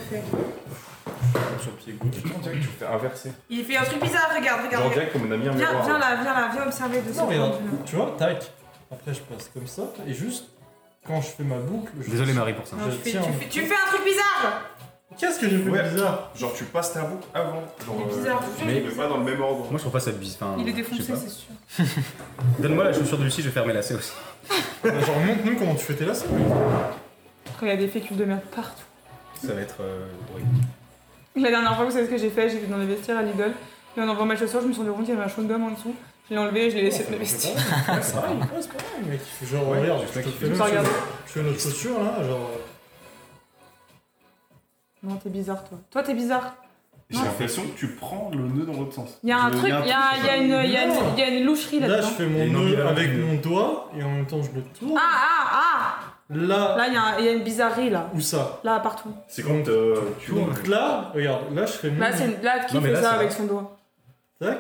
Sur le pied gauche. On dirait que tu fais inversé.
Il fait un truc bizarre, regarde,
Genre, on
regarde.
dirait que mon ami un
Viens,
miroir.
viens là, viens là, viens observer de ce
Non,
point de
regarde,
vue.
tu vois, tac. Après, je passe comme ça, et juste, quand je fais ma boucle. Je...
Désolé, Marie, pour ça.
Non,
Je
tu fais,
tiens.
tu, fais, tu fais un truc bizarre
Qu'est-ce que j'ai fait
Ouais.
bizarre
Genre, tu passes ta boucle avant. Genre,
C'est bizarre.
euh, Mais mais pas dans le même ordre.
Moi, je trouve pas ça bizarre. Enfin,
Il est
je sais
défoncé,
pas.
c'est sûr.
Donne-moi la chaussure de Lucie, je vais faire mes lacets aussi.
Bah, Genre, montre-nous comment tu fais tes lacets.
Après, il y a des fécules de merde partout.
Ça va être. euh, horrible.
La dernière fois, vous savez ce que j'ai fait J'étais dans les vestiaires à Lidl. Et en enlevant ma chaussure, je me suis rendu compte qu'il y avait un chewing-gum en dessous. Je l'ai enlevé et je l'ai laissé dans le vestiaire. [laughs]
Ouais, c'est pareil, ouais, c'est pareil, mec. Genre, regarde, je te fais même
Pas
chose.
regarder.
Je fais une autre chaussure, là, genre.
Non, t'es bizarre, toi. Toi, t'es bizarre.
J'ai l'impression que tu prends le nœud dans l'autre sens.
Il y a un truc, il y a, il y a une- il y a une- il y a une loucherie
Là,
là-dedans.
je fais
Il y a
mon
une
nœud
ambivalence
avec
du nœud.
mon doigt, et en même temps, je le tourne.
Ah, ah, ah
Là,
Là, il y a un- il y, a une bizarrerie là.
ou ça.
Là, partout.
C'est quand euh, tu vois.
Donc là, regarde, là, je fais mon.
Là, c'est une- là qui
Non, mais
fait
là,
ça
ça
avec
va.
son doigt
Tac.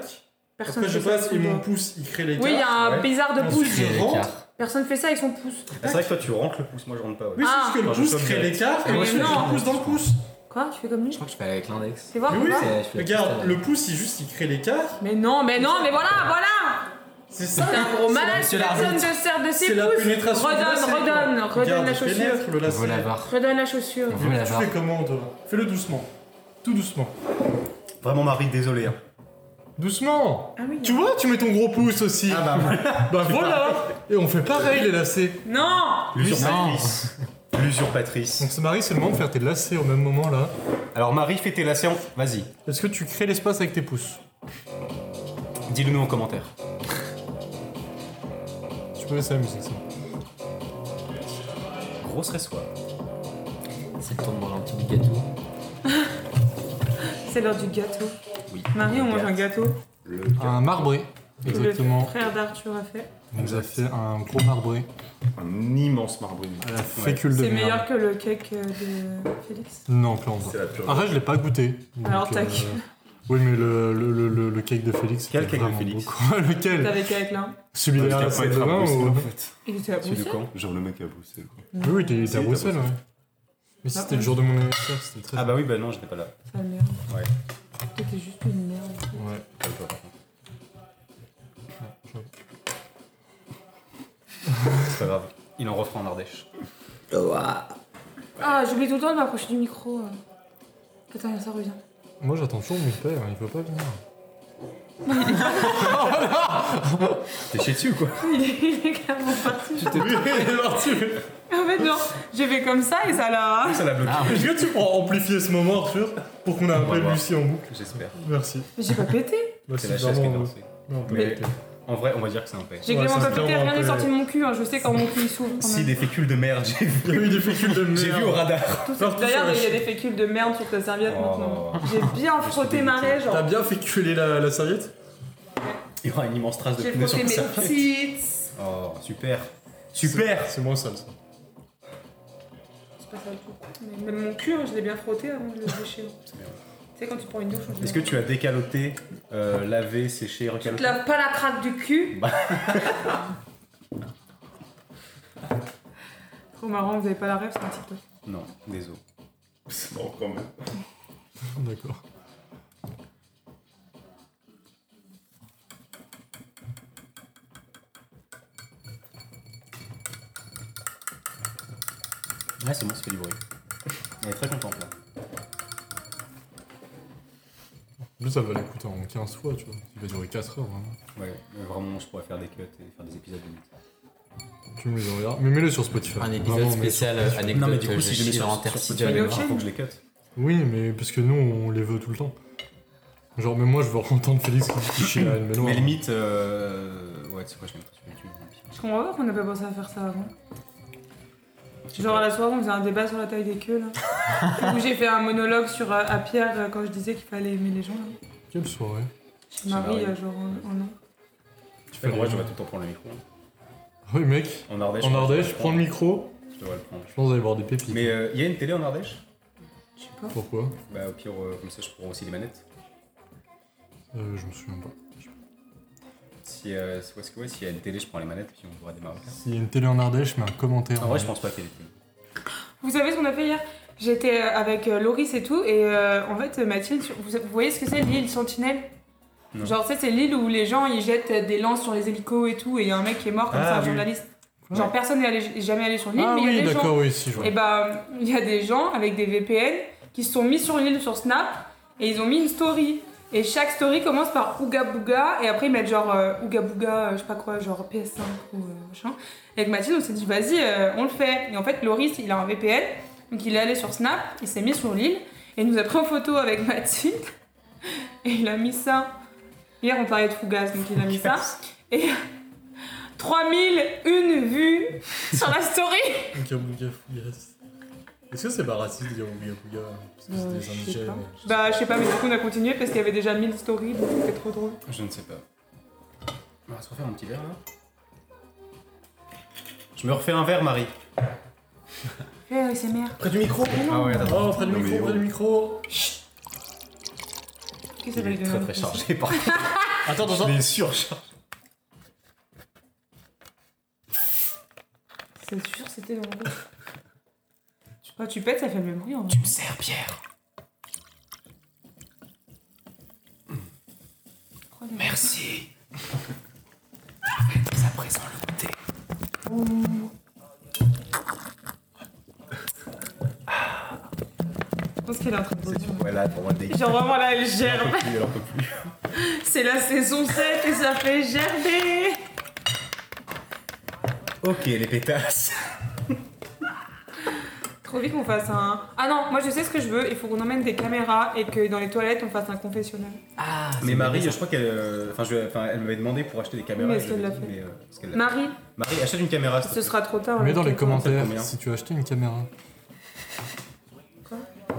Personne
Après, je
fait ça avec
passe,
son
et mon
doigt.
pouce, il crée les
Oui, il y a un
Ouais.
bizarre de
Ensuite,
pouce.
je rentre.
Personne fait ça avec son pouce.
Ah, C'est vrai que toi, tu rentres le pouce, moi, je rentre pas. ouais.
Oui, c'est
Ah.
juste que le
Enfin, je
pouce
somme
crée
direct.
l'écart et
Mais
moi je mets
non.
le pouce dans le pouce.
Quoi Tu fais comme
Je
lui
crois que je fais avec l'index.
C'est voir
Mais
tu
oui,
vois
C'est- je fais
Regarde,
avec-
le pouce, il juste, il crée l'écart.
Mais non, mais non, mais voilà, voilà
C'est ça.
T'es un gros
C'est la-
malade,
c'est la-
personne ne se sert de ses
C'est la
pouces
pénétration. du lacet,
Redonne,
quoi.
redonne, redonne
Regarde,
la chaussure
pénètre le
On
lacet.
veut la barre.
Redonne la chaussure
On veut la
Tu
barre.
fais comment, toi Fais-le doucement. Tout doucement.
Vraiment, Marie, désolé. hein.
Doucement
Ah oui
Tu vois, tu mets ton gros pouce aussi.
Ah bah, voilà.
[laughs] Bah voilà Et on fait pareil, les lacets. Ah,
Non
L'usurpatrice. [laughs] L'usurpatrice.
Donc ce mari se demande de faire tes lacets au même moment là.
Alors, Marie, fais tes lacets en- Vas-y,
Est-ce que tu crées l'espace avec tes pouces
dis-le nous en commentaire.
Tu peux laisser la musique, ça.
Grosse résoie.
Ça tourne dans un petit bout de gâteau.
C'est l'heure du gâteau.
Oui.
Marie, on mange un gâteau.
Le
Un marbré.
Le
Exactement.
frère d'Arthur a fait.
On nous a fait un gros marbré
un immense marbre.
à la fécule de
C'est
merde.
meilleur que le cake euh, de Félix.
Non, Clandre.
C'est la pure.
Ah.
Arrête, je l'ai pas goûté. Donc, euh,
Alors, tac.
Oui, mais le, le, le, le- le cake de Félix.
Quel
c'était
cake de
vraiment
Félix
beau, quoi. [laughs] Lequel
T'avais qu'avec l'un.
Celui derrière la salle de bain ou...
Il était à
C'est du
Bruxelles.
camp, genre le mec à Bruxelles. quoi.
Oui, Ah oui, t'es-
Si,
t'es à
t'as
Bruxelles, Ah ouais.
Bruxelles.
Mais si c'était le jour de mon anniversaire, c'était très...
Ah bah oui, bah non, j'étais pas là.
Ça merde.
Ouais.
T'étais juste une merde.
Ouais.
C'est pas grave. Il en refera en Ardèche.
Ah, j'oublie tout le temps de m'approcher du micro. euh. Putain, ça revient. [laughs]
Moi, j'attends toujours mon père, il peut pas venir.
T'es chié dessus ou quoi
Il est, il est carrément parti.
[laughs] Oui, il est parti.
En fait, non, j'ai fait comme ça et ça l'a.
Ça l'a bloqué.
Est-ce que tu pourras amplifier ce moment, Arthur, pour qu'on
va
appelle
voir.
Lucie en boucle
J'espère.
Merci.
Mais j'ai pas pété.
Bah,
C'est la chaise qui est
vraiment-
dansée.
Non,
[laughs] Mais en vrai, on va dire que c'est un pêche.
J'ai
Ouais,
clairement
ça,
pas
c'est
pété,
clairement
rien n'est
un peu-
sorti de mon cul. hein. Je sais quand mon cul il s'ouvre. quand
Si
même.
des fécules de merde, j'ai vu.
Il y a eu des fécules de merde.
J'ai vu au radar.
Tout ça-
partout sur
D'ailleurs,
la
il y a des fécules de merde sur ta serviette maintenant.
Oh.
J'ai bien frotté ma raie, genre.
T'as bien fait culer la, la serviette
Il y aura une immense trace de
J'ai
pneus sur le
frotté mes
serviette.
petites.
Oh, super. Super
C'est moins sale, ça.
C'est pas ça le tout. Mais même mon cul, hein, je l'ai bien frotté avant de le sécher. Tu sais, quand tu prends une douche, on
Est-ce que tu as décaloté, euh, lavé, séché,
Tu te
recaloté
laves pas la craque du cul
Bah.
[laughs] Trop marrant, vous avez pas la rêve, c'est un TikTok.
Non, désolé.
C'est marrant quand même.
D'accord.
Ouais, c'est bon, ça fait du bruit. Elle est très contente là.
Lui, ça va l'écouter en 15 fois, tu vois. Il va durer 4 heures, vraiment.
Ouais, mais vraiment, je pourrais faire des cuts et faire des épisodes de mythes.
Tu me les regardes. Mais mets-le sur Spotify.
Un
Vraiment,
épisode
mets-le sur-
spécial euh, anecdote.
Non, mais du coup,
je
si je
chie
les mets
sur
sur
Intercity,
Intercity,
allez
il
voir.
faut que je les cut.
Oui, mais parce que nous, on les veut tout le temps. Genre, mais moi, je veux [laughs] entendre Félix qui qui chie à une baignoire.
Mais limite, euh... ouais, tu sais quoi, je mets pas sur YouTube. et puis-
Je comprends pas qu'on n'a pas pensé à faire ça avant.
Je sais
Genre à
pas.
la soirée, on faisait un débat sur la taille des queues là. où j'ai fait un monologue sur, euh, à Pierre euh, quand je disais qu'il fallait aimer les gens. Là.
Quelle soirée.
Chez Marie,
Marie.
euh, genre en, en an.
Tu
Ouais, Moi, je vais tout le temps prendre le micro.
Ah Oui, mec.
En Ardèche.
En
je
Ardèche,
devrais
prends le micro.
Je devrais le prendre.
Je pense d'aller boire des pépites.
Mais euh, il y a une télé en Ardèche
Je sais pas.
Pourquoi
Bah, au pire, euh, comme ça, je prends aussi les manettes.
euh, Je me souviens pas.
Si, euh, c'est- parce que ouais, s'il y a une télé, je prends les manettes, puis on pourra démarrer.
S'il y a une télé en Ardèche, mets un commentaire.
En vrai, je pense pas qu'il y ait des télé.
Vous savez ce qu'on a fait hier J'étais euh, avec euh, Loris et tout, et euh, en fait, euh, Mathilde, vous, vous voyez ce que c'est l'île Sentinelle
Non.
Genre, ça, c'est l'île où les gens ils jettent euh, des lances sur les hélicos et tout, et il y a un mec qui est mort comme
Ah,
ça, un
oui.
journaliste. Genre, personne n'est allé- jamais allé sur l'île,
Ah
mais il y a
oui,
des gens.
d'accord, oui, si, je vois.
Et bah, il y a des gens avec des VPN qui se sont mis sur une île sur Snap et ils ont mis une story. Et chaque story commence par Ouga Bouga et après ils mettent genre euh, Ouga Bouga, euh, je sais pas quoi, genre PS5 ou euh, machin. Et avec Mathilde, on s'est dit, vas-y, euh, on le fait. Et en fait, Loris, il a un VPN, donc il est allé sur Snap, il s'est mis sur l'île et il nous a pris en photo avec Mathilde. [laughs] Et il a mis ça. Hier, on parlait de Fougas, donc il a mis ça. Et 3001 vues sur la story.
Ouga Bouga Fougas. Est-ce que c'est pas raciste de dire Ouga Bouga Parce que
Euh,
c'est des
je sais
indigènes.
pas.
mais je sais
Bah, je sais pas, mais du coup, on a continué parce qu'il y avait déjà 1000 stories, donc c'était trop drôle.
Je ne sais pas. On va se refaire un petit verre là. Je me refais un verre, Marie.
Eh, c'est merde.
Près du micro Ah ouais,
pas.
attends.
Oh, près du
Non, mais
micro,
oh.
près du micro
Qu'est-ce
Il
que ça
est
va
très
donner
très chargé par
[laughs]
contre.
Attends, attends,
Il
attends.
est surchargé.
C'est sûr, c'était dans le rouge. Je sais pas, tu pètes, ça fait le même bruit en vrai.
Tu me sers, Pierre
Merci. Je vais dès à présent le goûter.
Oh. Je pense qu'elle est en train de bosser.
Voilà, pour moi, dès
Genre vraiment là, elle gerbe.
qu'il en peut plus.
[laughs] C'est la saison 7 et ça fait gerber.
Ok, les pétasses.
Trop vite qu'on fasse un. Ah non, moi je sais ce que je veux. Il faut qu'on emmène des caméras et que dans les toilettes on fasse un confessionnal.
Ah,
Mais Marie, je crois qu'elle euh, enfin, je- enfin, elle m'avait demandé pour acheter des caméras.
Mais
et
est-ce
je lui ai
qu'elle l'a
dit,
fait
mais, euh, est-ce qu'elle l'a fait
Marie,
Marie, achète une caméra. s'il te
ce
plaît.
sera trop tard.
Mets dans les
commentaires
commentaires
combien
si tu as acheté une
[laughs]
caméra.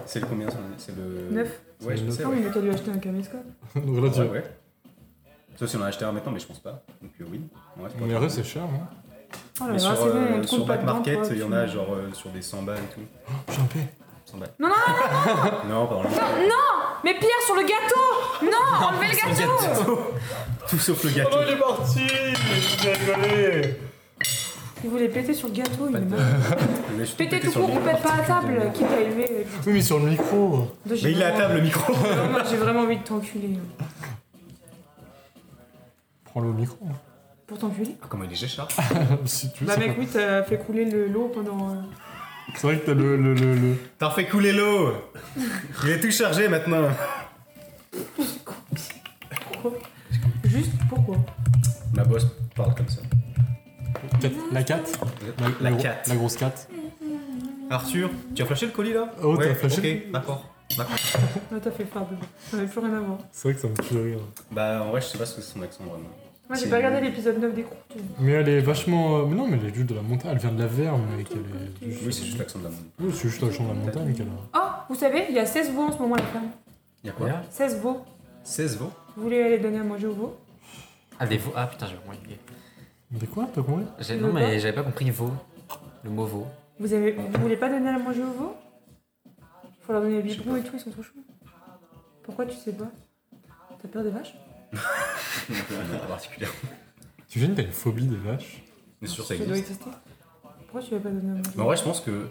C'est le combien son- C'est le.
9.
Ouais, je
C'est le
pensais,
Non,
ouais.
Ah mais qu'à lui acheter un caméscope.
Donc là, tu-
Ouais, ouais. Sauf si on en a acheté un maintenant, mais je pense pas. Donc euh, oui. Ouais, c'est pas
On est
grave.
heureux, c'est cher, hein.
Oh là
Mais
là,
sur,
c'est bon, on
euh,
te
sur
compte pas
Black
dedans,
Market,
toi,
il y
tu-
en a genre euh, sur des 100 balles et tout.
Je suis un paix.
100 balles.
Non, non,
Non, pardon.
Mais Pierre, sur le gâteau Non, enlevez le gâteau
Tout sauf le gâteau.
il est parti J'ai rigolé
Il voulait péter sur le gâteau, il est marre.
Je vais juste
Péter
péter
tout
sur le
court, on
micro.
pète pas à table, quitte à élever.
Oui, mais sur le micro.
Mais il est à table le micro.
J'ai vraiment envie de t'enculer.
Prends-le au micro.
hein. [laughs]
Pour t'enculer
Ah, [laughs] comment il est géchard
si tu veux.
Bah
c'est
mec, oui, t'as fait couler le lot pendant... euh,
pas- C'est vrai que t'as le. le, le, le-
T'as fait couler l'eau Il est tout chargé maintenant
Pourquoi Juste pourquoi
Ma boss parle comme ça.
Quatre- La 4
La cat.
La grosse 4.
Arthur, tu as flashé le colis là
Oh, t'as flashé
Ok, d'accord. D'accord.
Là, t'as fait fable. Ça n'avait plus rien à voir.
C'est vrai que ça me fait rire.
Bah, en vrai, je sais pas ce que c'est son accent vraiment.
Moi, j'ai
C'est-
pas regardé l'épisode 9 des croûtes.
Mais elle est vachement. euh, Mais non, mais elle est juste de la montagne. Elle vient de la Verne, mec. Elle est...
Oui, c'est juste l'accent de la montagne.
Oui, c'est juste la chambre de la montagne qu'elle a.
Oh, vous savez, il y a 16 veaux en ce moment, les femmes.
Y'a quoi
16 veaux.
16 veaux
Vous voulez aller donner à manger aux veaux
Ah, des veaux. Ah putain, j'ai vraiment oublié.
Des quoi T'as compris
J'ai-
Le
Non,
quoi
mais j'avais pas compris veau. Le mot veau.
vous, avez... vous voulez pas donner à manger aux veaux Faut leur donner des bibelots et tout, ils sont trop chauds. Pourquoi tu sais pas T'as peur des vaches
En [laughs] particulier.
Tu viens t'as une phobie des vaches
Mais sûr, ça
Ça doit
existe.
exister. Pourquoi tu vas pas donner à manger
Mais Bah, en vrai, je pense que.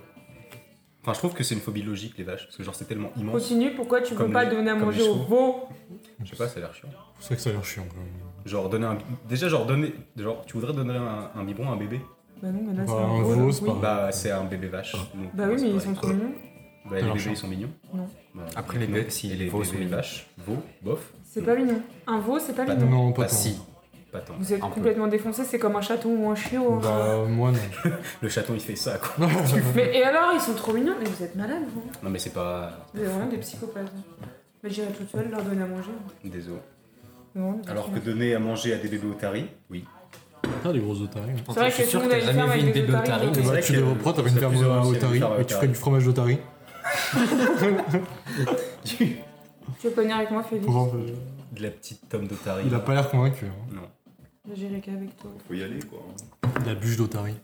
Enfin, je trouve que c'est une phobie logique, les vaches. Parce que, genre, c'est tellement immense.
Continue, pourquoi tu veux
Comme
pas
les-
donner à
comme les
manger aux
chevaux.
veaux
Je sais pas, ça a l'air chiant.
C'est vrai que ça a l'air chiant quand même.
Genre, donner un. Déjà, genre, donner. Genre, tu voudrais donner un, un biberon à un bébé
Bah non, mais là,
Bah,
c'est
un veau,
un veau. donc
c'est
oui.
pas-
Bah, c'est un bébé vache. donc,
Bah
ouais,
oui,
c'est
mais ils
pareil.
sont trop mignons.
Bah, les
Alors,
bébés,
chiant.
ils sont mignons.
Non.
Bah,
Après, les bébés, si,
Et
les
les
veaux sont
bébés
mignons.
vaches, veaux, bof.
C'est pas mignon. Un veau, c'est pas
Bah,
mignon.
Ah Non, pas
Pas
tant.
si. Pas tant.
Vous êtes
Un peu.
complètement défoncé, c'est comme un chaton ou un chiot. hein.
Bah, moi [laughs] non.
Le chaton, il fait ça, quoi.
Ah,
Mais et alors, ils sont trop mignons, mais vous êtes malades, vous.
Non, mais c'est pas.
Vous êtes vraiment des psychopathes. Mais j'irai toute seule leur donner à manger.
Désolé.
Non, des
Alors que
psychopathes.
donner à manger à des bébés otaries, oui.
T'as des gros otaries.
Pourtant,
vrai
je suis
que
sûr
tout
que
le monde
t'as
a une ferme
jamais vu une
avec des
bébé
otaries.
otarie.
Et
C'est
Eh bah,
vrai
tu
que
devrais prendre, t'avais une
ça
ferme
fait plusieurs
à
années,
otarie
une ferme à
et tu
otarie.
fais du fromage d'otarie.
Tu veux pas venir avec moi, Félix
Bon, euh,
De la petite tome d'otarie.
Il a pas l'air convaincu. hein.
Non.
Là, J'irai qu'avec toi.
Faut y aller, quoi.
La bûche d'otarie.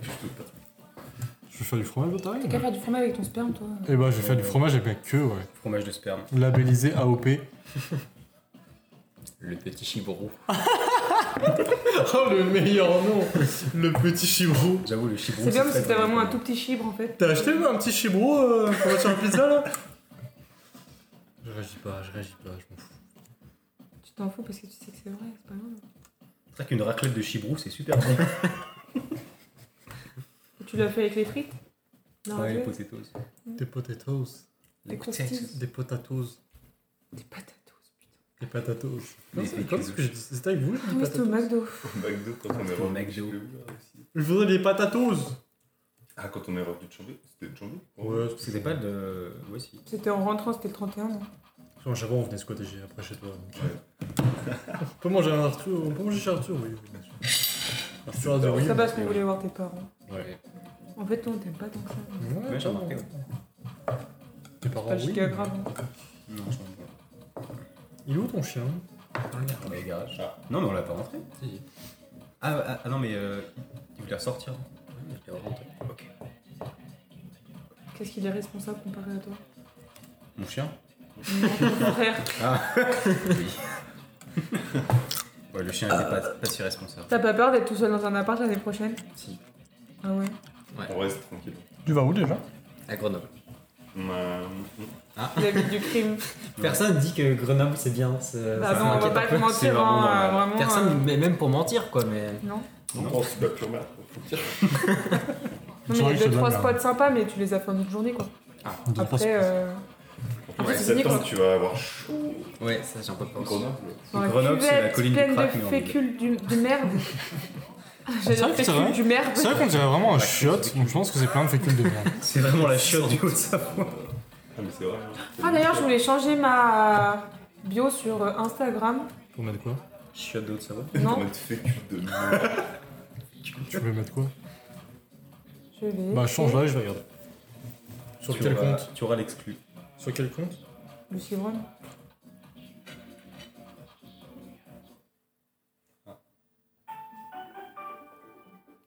Je vais faire du fromage d'otarie
T'as qu'à faire du fromage avec ton sperme, toi.
Euh,
Et bah, je vais faire du fromage avec ma queue, ouais.
Fromage de sperme.
Labellisé AOP.
Le petit chibrou.
Oh, le meilleur nom Le petit chibrou
J'avoue, le chibrou.
C'est bien parce que
très
t'as
bon.
vraiment un tout petit chibre en fait.
T'as acheté un petit chibrou euh, pour mettre sur la pizza, là
Je réagis pas, je réagis pas, je m'en fous.
Tu t'en fous parce que tu sais que c'est vrai, c'est pas grave.
C'est vrai qu'une raclette de chibrou, c'est super bon.
Et tu l'as fait avec les frites Non,
Ouais, les
avec
potatoes.
Des potatoes.
Ah, les croustilles.
Des potatoes.
Des patatos, putain. Ah
Des patatos.
Des
Non, c'est comme ce que j'ai dit. C'était avec vous, j'ai dit
Oui, c'était au
patatos.
McDo.
Au McDo, quand
Ah,
on est
Au
revenu.
McDo.
je sais plus où, là, aussi.
Je voudrais des patatos
Ah, quand on est revenu de Chambé, c'était de Chambé
Ouais,
C'était pas de. Ouais, si.
C'était en rentrant, c'était le 31. non
Parce qu'à chaque fois, on venait squatter chez- après chez toi. donc, euh, on peut manger un Arthur, on peut manger chez Arthur, oui. oui, bien sûr. Arthur a dit oui.
Ça parce qu'on voulait voir tes parents.
Ouais.
En fait, toi, on t'aime pas tant que ça.
Ouais, j'ai remarqué. ouais.
Tes
Pas
parents, Oh oui.
giga grave. hein.
Non, je comprends
Il est où ton chien
pas. Dans le garage. Non, mais on l'a pas rentré.
Si.
Ah, ah, ah non, mais euh, il voulait ressortir. Il voulait rentrer. Ok.
Qu'est-ce qu'il est responsable comparé à toi
Mon chien
Mon frère,
Ouais, le chien était pas, pas si responsable.
t'as pas peur d'être tout seul dans un appart l'année prochaine
Si.
Ah ouais
On reste tranquille.
Tu vas où déjà
À Grenoble.
Euh,
la vie du crime.
Personne dit que Grenoble c'est bien. c'est-
Bah
ça
non, on
m'inquiète
va pas
un
te
peu.
mentir,
C'est vraiment
hein,
normal.
euh, vraiment,
Personne,
euh,
mais même pour mentir quoi, mais.
Non.
on pense que la pure merde, faut le dire.
Non, mais
J'aurais
il y
eu ce
a deux, trois
mal-là.
spots sympas, mais tu les as fait en une journée, quoi.
Deux, trois
Après, euh,
En
Ouais, c'est
septembre,
fini,
tu vas avoir
Ah,
chaud
Ouais, ça j'ai un peu
à
peur.
Grenoble.
dans la
Grenoble, c'est la
cuvette
colline du
pleine
crack, mais
de
en ville.
fécule du,
[laughs]
du merde. J'ai
C'est vrai
la
que c'est vrai.
fécule du merde.
C'est vrai qu'on dirait vraiment un chiotte, donc je pense que c'est plein de fécule de merde.
C'est vraiment la chiotte du Haut-de-Savoie.
Ah, mais c'est vrai. hein.
Ah d'ailleurs, je voulais changer ma bio sur euh, Instagram.
Pour mettre quoi
Chiotte de Haute-Savoie
En
Non, Ah,
mode fécule de merde.
Tu veux mettre quoi
je vais.
Bah change là et je vais regarder.
Sur
Tu
quel
auras-
compte
Tu auras l'exclu.
Sur quel compte
Le Chevron.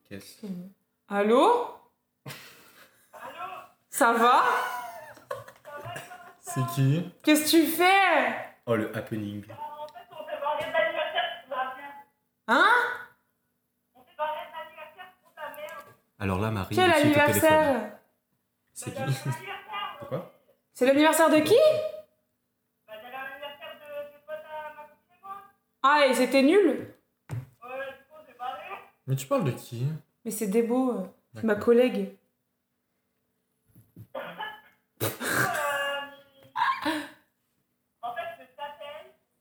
Qu'est-ce
Allô Allô Ça va
C'est qui
Qu'est-ce que tu fais
Oh, le happening.
Hein
Alors là, Marie,
Quel
il est sur ton téléphone.
anniversaire
C'est qui Pourquoi
C'est l'anniversaire de qui Bah, Ah, et c'était nul
Mais tu parles de qui
Mais c'est Débo, euh, c'est ma collègue.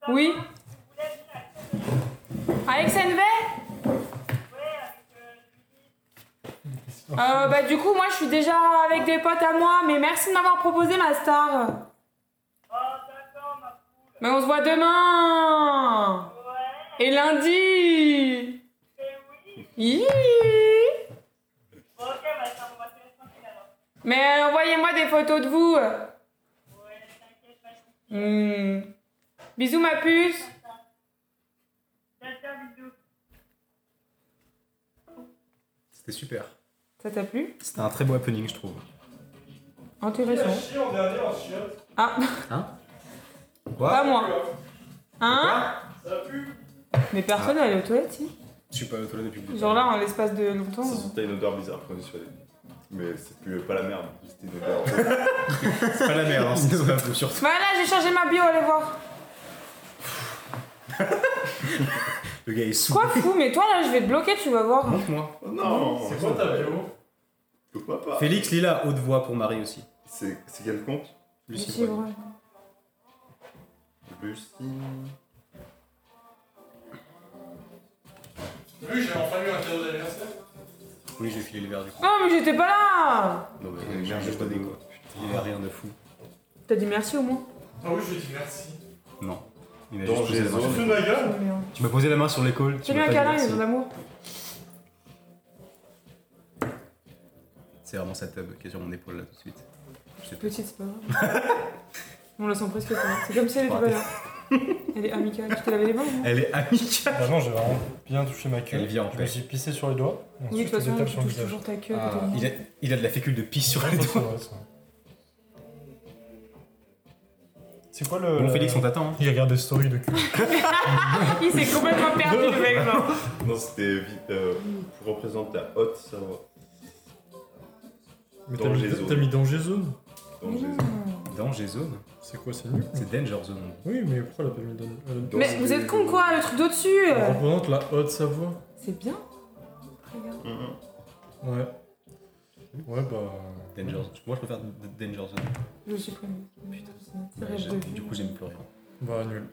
Oui Avec Senvey Euh, bah du coup moi je suis déjà avec des potes à moi mais merci de m'avoir proposé ma star. Mais on se voit demain Et lundi Hi. Mais envoyez-moi des photos de vous Hmm. Bisous ma puce
C'était super.
Ça t'a plu
C'était un très beau happening, je trouve.
Intéressant. Ah, pas moi. Hein Mais personne n'est allé aux toilettes, si.
Je suis pas allé aux toilettes depuis le début.
Genre là, en l'espace de longtemps.
Ça sentait une odeur bizarre quand je suis allé. Mais c'est plus pas la merde, c'était
[laughs]
une odeur.
C'est pas la merde, hein, c'est pas vous surtout.
Voilà, Bah j'ai changé ma bio, allez voir.
Le gars est sous.
Quoi fou, mais toi là, je vais te bloquer, tu vas voir.
Montre-moi.
Oh non
C'est quoi ta bio
Pourquoi pas
Félix, Lila, haute voix pour Marie aussi.
C'est c'est quel compte
Je
Lucie,
suis
quoi.
vraie.
Lucine.
Oui, j'ai enfin eu un cadeau d'anniversaire.
Oui, je vais filer le verre du coup.
Oh, mais j'étais pas là
Non mais
J'ai
merde,
juste
pas
donné,
de
quoi. Il n'y a rien de fou.
T'as dit merci au moins
Ah oui, je lui ai dit merci.
Non. Il m'a
Danger
juste posé la main sur
zone.
Fais
l'épaule.
de ma gueule
Oh, Merde.
Tu m'as posé la main sur l'épaule. tu
Fais-lui
m'as
un
pas dit
câlin, il
merci.
est dans l'amour.
C'est vraiment sa tub qui est sur mon épaule là tout de suite. Je sais pas.
Petite, c'est pas grave.
[laughs]
On la sent presque pas. C'est comme si elle était pas là. Elle est amicale. Tu te lavais les mains non
Elle est amicale.
Bah non, j'ai vraiment bien touché ma queue.
Elle vient, en
Je
fait.
me suis pissé sur les doigts. et
Eh,
Oui, de
ensuite,
toute
je les
façon,
tape
tu
sur le
touches
visage.
toujours ta queue.
Ah,
quand t'es
il, a, il a de la fécule de pisse sur les
Ouais, c'est
doigts.
vrai, ça. C'est quoi le.
Bon, Félix, on t'attend. hein.
Il regarde des stories de cul.
mort. Ah, Il s'est complètement perdu, le
[laughs]
mec. genre.
Non, c'était vite euh, pour représenter la haute Savoie.
Mais t'as
Danger
mis,
zone.
t'as mis danger zone
Danger
Mm,
zone.
Danger Zone
C'est quoi, c'est nul
C'est Danger Zone.
Oui, mais pourquoi elle a pas mis danger elle a-
Dans
Mais euh, vous êtes con quoi, le truc d'au-dessus
Elle représente la Haute-Savoie.
C'est bien.
mm.
Regarde.
Mhm.
Ouais. Ouais, bah.
Danger Zone. Moi, je préfère D- Danger Zone.
Je le supprime. Putain, c'est un
Ouais,
rêve de
j'aime-
vie.
du coup, j'aime plus rien.
Bah, nul.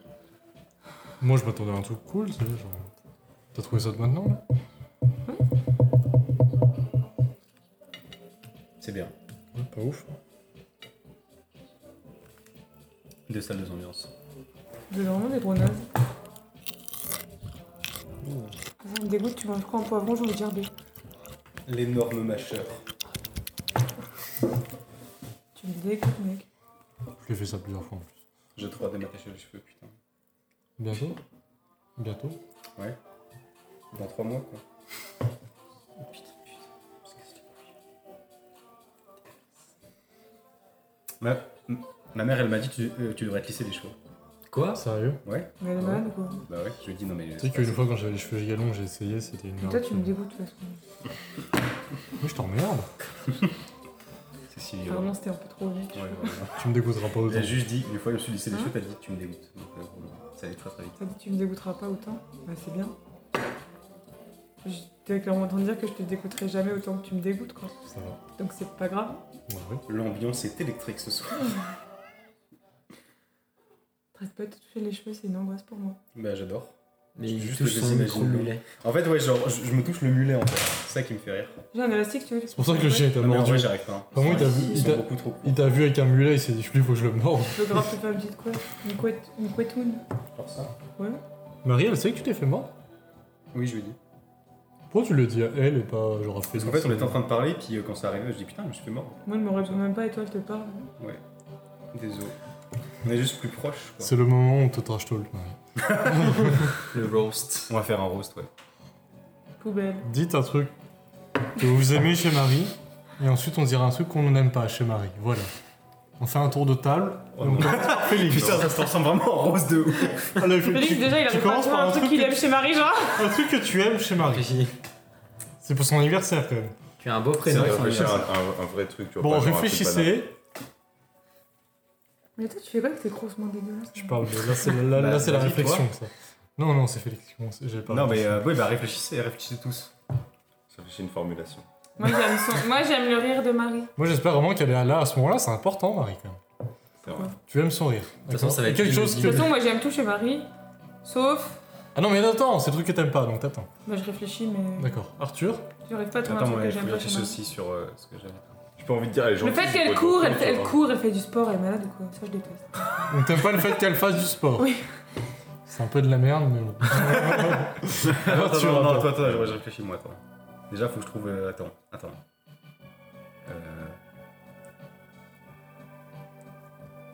Moi, je m'attendais à un truc cool, tu sais, genre. T'as trouvé ça de maintenant là
C'est bien.
Ouais, Pas ouf.
Deux salles, deux ambiances.
J'ai vraiment des grenades. Ça me dégoûte, tu manges quoi en poivron, j'ai envie de gerber.
L'énorme mâcheur.
Tu me dégoûtes, mec.
Je l'ai fait ça plusieurs fois en plus.
J'ai trop hâte de m'attacher les cheveux, putain.
Bientôt Bientôt
Dans trois mois, quoi.
Oh,
Ma, m- ma mère, elle m'a dit tu, euh, tu devrais te lisser les cheveux.
Quoi
Sérieux
Ouais
Mais elle est malade, quoi.
Bah ouais, je lui ai dit non mais.
Tu sais qu'une fois quand j'avais les cheveux giga longs, j'ai essayé, c'était une
Mais
merde.
toi, tu me dégoûtes, de toute façon.
Moi je t'emmerde.
C'est si violent.
Pardon, c'était un peu trop honnête.
Ouais, ouais, ouais.
Tu me dégoûteras pas
Il a
autant.
juste dit, une fois, je me suis laissé les
Hein
cheveux, t'as dit, tu me dégoûtes. Donc, euh, voilà. ça allait très très vite.
T'as dit tu me dégoûteras pas autant Bah c'est bien. J'étais clairement en train de dire que je te dégoûterai jamais autant que tu me dégoûtes quoi.
Ça va.
Donc c'est pas grave.
Ouais, ouais.
L'ambiance est électrique ce soir.
Traite pas de toucher les cheveux, c'est une angoisse pour moi.
bah, j'adore.
Mais
Juste
il
que
touche
je
son
les
micro
imagine.
mulet.
En fait, ouais, genre, je, je me touche le mulet en fait. C'est ça qui me fait rire.
J'ai un élastique, tu veux
C'est pour ça que le chien t'a
Non, mais en vrai,
mordu.
j'arrive pas. hein.
Vraiment, il t'a vu-
Ils
il
sont
t'a-
beaucoup trop courts.
il t'a vu avec un mulet, il s'est dit, je lui, faut que je le morde.
Je peux grave te faire une petite couette. Une couette, une couettoune.
Genre ça.
Ouais.
Marie, elle sait que tu t'es fait mordre
Oui, je lui dis.
Pourquoi tu le dis à elle et pas genre à
Parce qu'en fait, on était en train de parler, puis euh, quand c'est arrivé, je dis putain, je me suis fait mort.
Moi elle me répond même pas et toi elle te parle.
Désolé. On est juste plus proches, quoi.
C'est le moment où on te trash talk, Marie.
Le roast. On va faire un roast, ouais.
Poubelle.
Dites un truc que vous aimez chez Marie, et ensuite on dira un truc qu'on n'aime pas chez Marie. Voilà. On fait un tour de table.
Oh
Donc,
[laughs]
Félix.
Putain, ça se ressemble vraiment en rose de ouf.
Ah, là, tu-
Félix
tu-
déjà il
tu
arrive pas à
commences
trouver
par
un truc qu'il
que-
aime chez Marie genre.
un truc que tu aimes chez Marie. C'est pour son anniversaire quand même.
Bah,
Tu as un beau
C'est
prénom. son
réfléchir à
anniversaire.
un, un- un vrai truc, tu vois.
Bon,
pas genre un truc banal.
réfléchissez.
Mais toi tu fais quoi que t'es grossement dégueulasse
Je parle de. Là, c'est la, là,
Bah,
c'est la
vas-y,
réflexion, ça. Non, non, c'est Félix qui commence. J'ai pas
Non, mais
réfléchi.
euh, oui, bah réfléchissez, réfléchissez tous.
Réfléchis une formulation.
Moi j'aime son... Moi j'aime le rire de Marie.
Moi, j'espère vraiment qu'elle est là à ce moment-là. C'est important, Marie, quand même.
C'est vrai.
Tu aimes son rire.
toute façon,
D'accord.
ça va être
quelque chose
De toute
que.
façon moi j'aime tout chez Marie. Sauf.
Ah non, mais attends, c'est le truc que t'aimes pas, donc t'attends.
Moi je réfléchis mais.
D'accord. Arthur
J'arrive pas à trouver un
Attends,
truc
ouais,
que
je
j'aime pas chez
réfléchis
Marie.
aussi sur euh, ce que j'avais.
J'ai pas envie de dire les gens.
Le fait qu'elle court, elle, elle court, elle fait du sport, elle est malade ou quoi Ça, je déteste.
Donc t'aimes pas le fait qu'elle fasse du sport
Oui.
C'est un peu de la merde,
[laughs]
mais bon.
Attends,
Arthur,
non, non,
attends.
attends, attends, je réfléchis, moi, attends. Déjà, faut que je trouve. euh, attends, attends. Euh,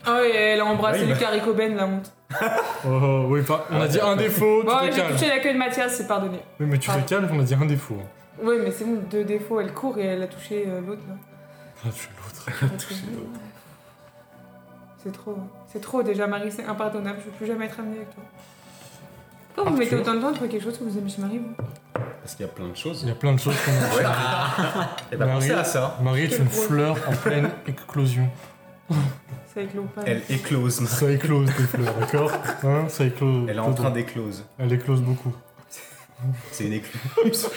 Ah ouais, elle a embrassé
Oui, bah.
Lucas Ricoben, la honte.
Oh, oh, oui, pas-
Ah,
on a dit un défaut, tu
Bon,
te
j'ai
calmes.
touché la queue de Mathias, c'est pardonné.
Oui, mais tu te
Ah.
calmes, on a dit un défaut. hein.
Ouais, mais c'est bon, deux défauts, elle court et elle a touché euh, l'autre, là.
Ah, tu es l'autre.
C'est trop, hein. c'est trop déjà, Marie, c'est impardonnable, je veux plus jamais être amenée avec toi. Pourquoi vous
Arthur.
mettez autant de temps entre quelque chose que vous aimez chez Marie vous
Parce qu'il y a plein de
Il y
choses.
a plein de choses qu'on a dit.
Elle va
Marie-
penser à ça.
Marie est
Quel
une
gros.
fleur en pleine éclosion.
C'est avec l'eau, pas
Elle éclose. Marie.
Ça éclose des fleurs, d'accord hein, Ça éclose.
Elle est en train d'éclose.
Elle éclose beaucoup. [laughs]
C'est une écluse.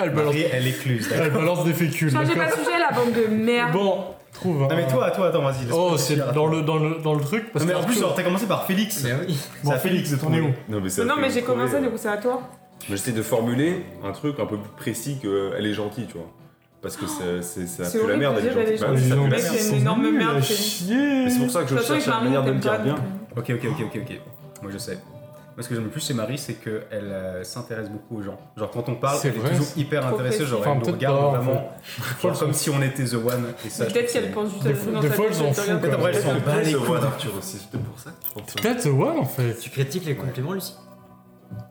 elle, balance,
Marie, elle écluse, d'accord.
elle balance des fécules,
Changez pas
d'accord
de sujet, la bande de merde.
Bon, trouve un.
Non, mais toi, toi, attends, vas-y. laisse-moi
Oh, c'est
réfléchir, attends.
dans le, dans, le, dans le truc parce
Non, mais
que
en plus,
Arthur-
genre, t'as commencé par Félix.
Mais oui.
C'est
Bon,
à Félix
Félix,
de
t'en es où
trouver.
hein. Non, mais,
Mais
c'est
non, mais j'ai commencé, du
Mais
coup, c'est à toi.
j'essaie de formuler un truc un peu plus précis que elle est gentille, tu vois. Parce que c'est- c'est ça
C'est
pue la
horrible
merde,
de
elle est
dire elle est
gentille. Bah
Mais
gentille.
oui, ça
disons,
pue la
Mec,
merde.
c'est une
sont
énorme
nuls à
merde, c'est-
chier.
Mais c'est pour ça que
De
je
toute façon,
cherche
avec
la
Marie,
manière
on
de le
t'aime pas.
dire bien.
donc,
Ok, ok, ok, ok, ok. Moi je sais. Moi ce que j'aime le plus chez Marie, c'est qu'elle s'intéresse beaucoup aux gens. Genre quand on parle,
C'est
elle
vrai,
est toujours
c'est-
hyper
Trop
intéressée, genre
précis. Enfin,
elle nous
peut-être
regarde
pas, en
vraiment
Faut
[laughs]
le
genre, comme si on était The One. Et
euh,
ça, je trouve
Peut-être
que
qu'elle
c'est-
pense juste à
Des
la
fois-
chose dans
des
sa tête,
fois, elles en
elle te regarde
font.
comme
Après,
ça,
elles s'en
elle te
battent.
regarde.
C'est
les
le voix
couilles.
d'Arthur aussi, c'était pour ça que je pense.
Peut-être ouais en fait.
Tu critiques les compliments, Lucie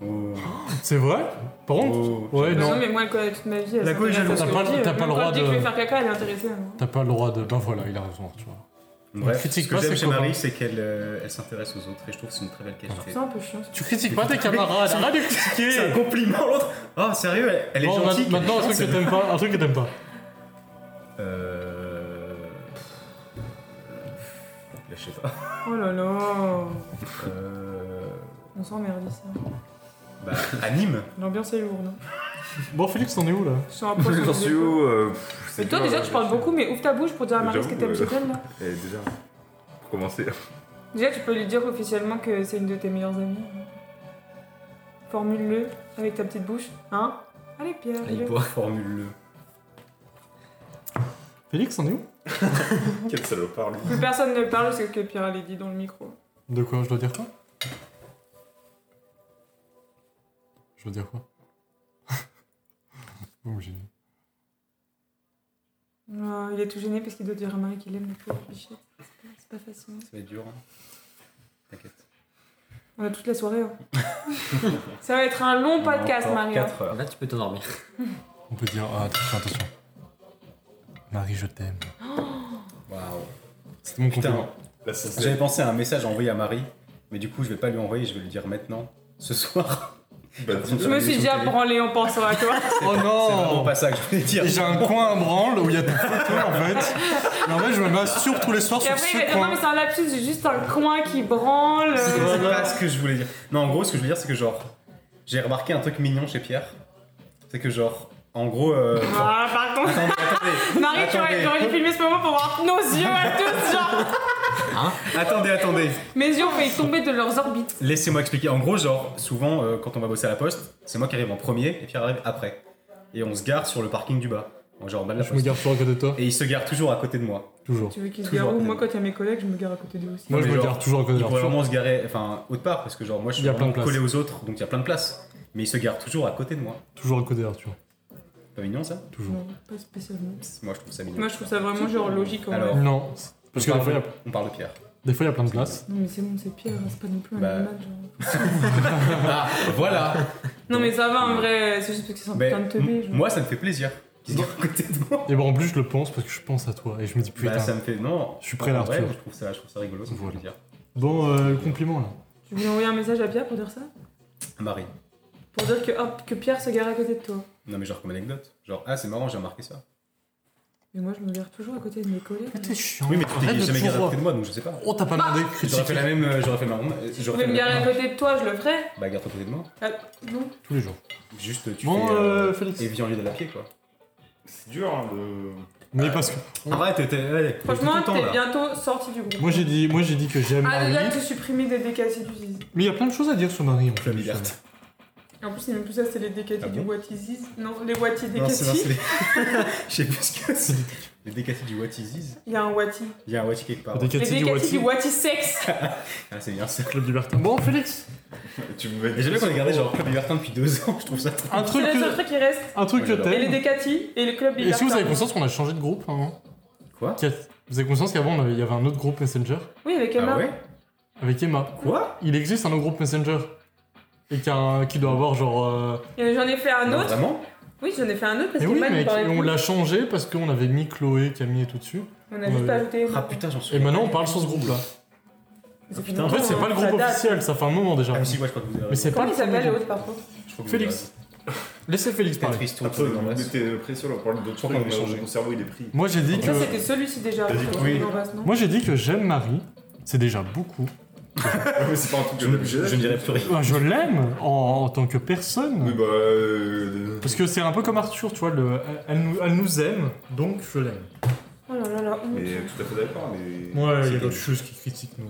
Oh.
C'est vrai Par contre,
Oh.
ouais
Non,
non,
mais moi, elle connaît toute ma vie.
La couille,
j'ai
j'avoue,
t'as pas- t'as pas le droit
Quand je dis que
de-
je vais faire caca, elle est intéressée. hein.
t'as pas le droit de. Bah voilà, il a raison, tu vois.
Bref,
critique
ce que
pas,
j'aime
c'est
chez
comment
Marie, c'est qu'elle euh, elle s'intéresse aux autres et je trouve que c'est une très belle qualité.
C'est un peu chiant. ça.
Tu critiques pas tes camarades, arrête de
C'est un
critiquer
compliment l'autre Oh sérieux, elle, elle est
Bon,
gentille.
ma- maintenant un
quelle
truc que
chance.
t'aimes pas, un truc que t'aimes pas.
Euh. Je sais pas.
Oh là là.
Euh.
On s'emmerde ici.
Bah,
[laughs]
anime
L'ambiance est lourde. hein.
Bon Félix, t'en es où là
Je suis un [laughs] poisson.
J'en suis où euh,
Mais toi, déjà, tu parles beaucoup, oh. mais euh. ouvre ta bouche pour dire à Marie ce que t'aimes
J'avoue,
chez elle. là.
Eh, déjà, pour commencer.
Déjà, tu peux lui dire officiellement que c'est une de tes meilleures amies. Formule-le avec ta petite bouche. Hein Allez, Pierre.
Ah, il
le-
boit.
formule-le.
Félix, t'en es où
[laughs] Quel salopard, lui.
Plus personne ne [laughs] parle, c'est ce que Pierre allait dit dans le micro.
De quoi Je dois dire quoi Je dois dire quoi [laughs] Vous me gênez.
Non, il est tout gêné parce qu'il doit dire à Marie qu'il aime le pauvre bichette. C'est pas facile.
Ça va être dur. hein. T'inquiète.
On a toute la
[laughs]
soirée. hein. Ça va être un long podcast, Marie. hein.
4 heures.
Là, tu peux t'endormir. [laughs]
On peut dire, ah, attention, attention. Marie, je t'aime.
Waouh.
C'était mon
Putain,
compliment.
La sensation.
j'avais pensé à un message à envoyer à Marie, mais du coup, je vais pas lui envoyer, je vais lui dire maintenant, ce soir. [laughs]
Bah, dis
Je me suis déjà branlé en pensant à toi.
Oh
C'est vraiment
non
pas ça que je voulais dire.
Et J'ai un coin à branle où il y a ta photo en fait. Et en fait, je me masturbe tous les soirs
Et
sur
après, il va
ce
dire, non, mais
coin.
c'est un lapsus, j'ai juste un coin qui branle.
C'est
euh,
pas ce que je voulais dire. Non, en gros, ce que je veux dire, c'est que genre, j'ai remarqué un truc mignon chez Pierre. C'est que genre, en gros. euh, genre-
Ah, par contre,
Attendez, attendez,
Marie, tu aurais,
Attendez.
tu aurais dû filmer ce moment pour voir nos yeux à tous, genre.
attendez, attendez.
Mes yeux ont failli tomber de leurs orbites.
Laissez-moi expliquer. En gros, genre, souvent, euh, quand on va bosser à la poste, c'est moi qui arrive en premier et Pierre arrive après. Et on se gare sur le parking du bas. Donc, Genre en bas de la
Je me
poste.
garde toujours à côté de toi,
Et il se gare toujours à côté de moi.
toujours.
Tu veux qu'ils se
Toujours
garent où
après.
Moi, quand il y a mes collègues, je me gare à côté d'eux aussi.
Moi, je
mais
me
genre,
garde toujours à côté
Il
de
pourrait
toi.
vraiment se garer, enfin, autre part, parce que genre, moi, je
Il y
suis
a plein de
vraiment collé
places.
aux autres, donc il y a plein de places. Mais il se gare toujours à côté de moi.
Toujours à côté d'Arthur.
Pas mignon, ça
Toujours.
Non, pas spécialement.
Moi, je trouve ça mignon.
Moi, je trouve ça vraiment genre logique en vrai.
Alors,
Non. Parce que
on
des
parle,
fois, il y a-
on parle de Pierre.
des fois, il y a plein de glaces.
Non, mais c'est bon, c'est pire, c'est pas non plus un
Bah.
animal. Genre.
Ah, voilà
[laughs] Non, mais ça va en vrai, c'est juste parce que c'est un
Mais
putain de teubé.
m-
Genre.
moi, ça me fait plaisir qu'ils soient à côté de moi.
Et bon, en plus, je le pense parce que je pense à toi et je me dis putain.
Bah, ça me fait. Non.
Je suis prêt,
en vrai,
Arthur.
Je trouve ça, je trouve ça rigolo, ça me fait
Voilà.
plaisir.
Bon, euh, le compliment là.
Tu voulais envoyer un message à Pierre pour dire ça
Marie.
Pour dire que, hop, que Pierre se gare à côté de toi.
Non, mais genre comme anecdote. Genre, ah, c'est marrant, j'ai remarqué ça.
Mais moi, je me gare toujours à côté de mes collègues.
T'es chiant.
Oui, mais tu
Arrête
t'es
de
jamais
tout
garé à
voir.
côté de moi, donc je sais pas.
Oh, t'as
Bah,
pas demandé.
J'aurais fait la même. euh, J'aurais fait ma ronde. euh,
Je
J'aurais
vais
fait
me
la
garer à
même.
côté de toi, je le ferai.
Bah, garde-toi à côté de moi.
Ah, non.
Tous les jours.
Juste, tu
Bon,
fais.
euh,
euh,
Félix.
Et viens lui de la pied, quoi.
C'est dur hein,
[laughs]
de.
Mais parce que
En vrai, t'étais. ouais, t'étais tout
Franchement,
le temps,
t'es
là.
bientôt sorti du groupe.
moi j'ai dit, moi j'ai dit que j'aime
Ah,
Marie.
là, tu supprimer des décassés du zizi.
Mais il y a plein de choses à dire sur Marie. En
Club
plus.
Hilbert.
En plus, c'est même plus ça, c'est les décassés
Ah
du
bon
What Is This. Non, les What Is
Non, c'est non, c'est
décassés.
les. [laughs] Je sais plus ce que c'est. Les décassés du What Is Is.
Il y a un What Is.
Il y a un What Is quelque part.
Le
ouais.
Les
décaté du
décassés du
Wati.
What Is
[laughs]
Sex.
Ah, c'est bien ça.
Club du Bertin. Bon, Félix.
Tu me mets
Et j'aime bien qu'on ait gardé genre Club Libertin depuis deux ans, je trouve ça trop.
Un
C'est
truc
le seul
que,
truc qui reste.
un truc
Moi,
que
j'adore.
Et les
t'aimes.
décatis et le club
Est-ce que vous
libertin.
avez conscience qu'on a changé de groupe avant
Quoi
Vous avez conscience qu'avant on avait- il y avait un autre groupe Messenger
Oui, avec
Ah
Emma.
ouais
avec Emma.
Quoi
Il existe un autre groupe Messenger et qui, a un- qui doit avoir genre. euh,
Et J'en ai fait un
Non,
autre.
Vraiment
Oui, j'en ai fait un autre parce
Mais Ah oui,
qu'Emma nous
mec,
parlait
et on
plus.
l'a changé parce qu'on avait mis Chloé, Camille et tout dessus.
On a juste
Ouais.
pas ajouté
Ah
Emma.
putain, j'en suis.
Et maintenant on parle sur ce groupe-là.
putain,
En fait, c'est pas le groupe
Ça date.
officiel, ça fait un moment déjà.
Ah, mais si, ouais, je crois que vous avez
Mais c'est pas
Comment
le
il
premier
s'appelle l'autre
groupe.
par contre
Je crois que vous avez raison.
Félix. Laissez Félix parler.
Patrice, tout le
Après,
monde est
vous
dans la-
mettez pression, là, on parle d'autres
crois
trucs,
qu'on a
mais
changé.
mon cerveau il
[laughs]
est pris.
Moi j'ai dit
Ça,
que
c'était celui-ci déjà.
Vas-y,
Attends,
oui.
on l'embrasse, non
moi j'ai dit que j'aime Marie, c'est déjà beaucoup.
Mais c'est pas un truc que j'aime.
Je je ne dirais plus rien.
Euh, Je l'aime en, en tant que personne.
Oui, bah. euh,
Parce que c'est un peu comme Arthur, tu vois, le, elle- elle, nous, elle nous aime, donc je l'aime.
Oh là là là. honte.
Mais tout à fait d'accord, mais.
Ouais,
C'est
il y a
comme-
d'autres choses qui critiquent nos.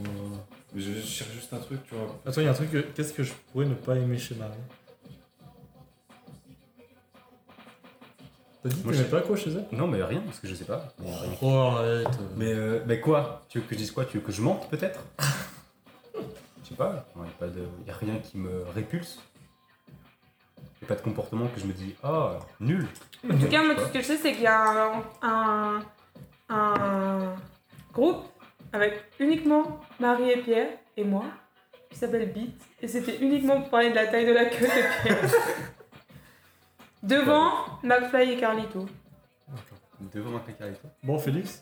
Mais Je cherche juste un truc, tu vois.
Attends, il y a un truc, que- qu'est-ce que je pourrais ne pas aimer chez Marie T'as dit que
Moi, je
t'aimais
sais.
pas quoi chez elle
Non, mais rien, parce que je sais pas. Mais rien.
Oh arrête.
Mais, euh, mais quoi Tu veux que je dise quoi Tu veux que je mente [laughs] peut-être Je sais pas, il n'y a rien qui me répulse. Y a pas de comportement que je me dis, ah, nul.
En tout cas, moi, tout ce que je sais, c'est qu'il y a un, un, un groupe avec uniquement Marie et Pierre et moi qui s'appelle Beat. Et c'était uniquement pour parler de la taille de la queue de
[laughs]
Pierre. Devant McFly et Carlito.
Devant ma précarité. [laughs]
Bon Félix.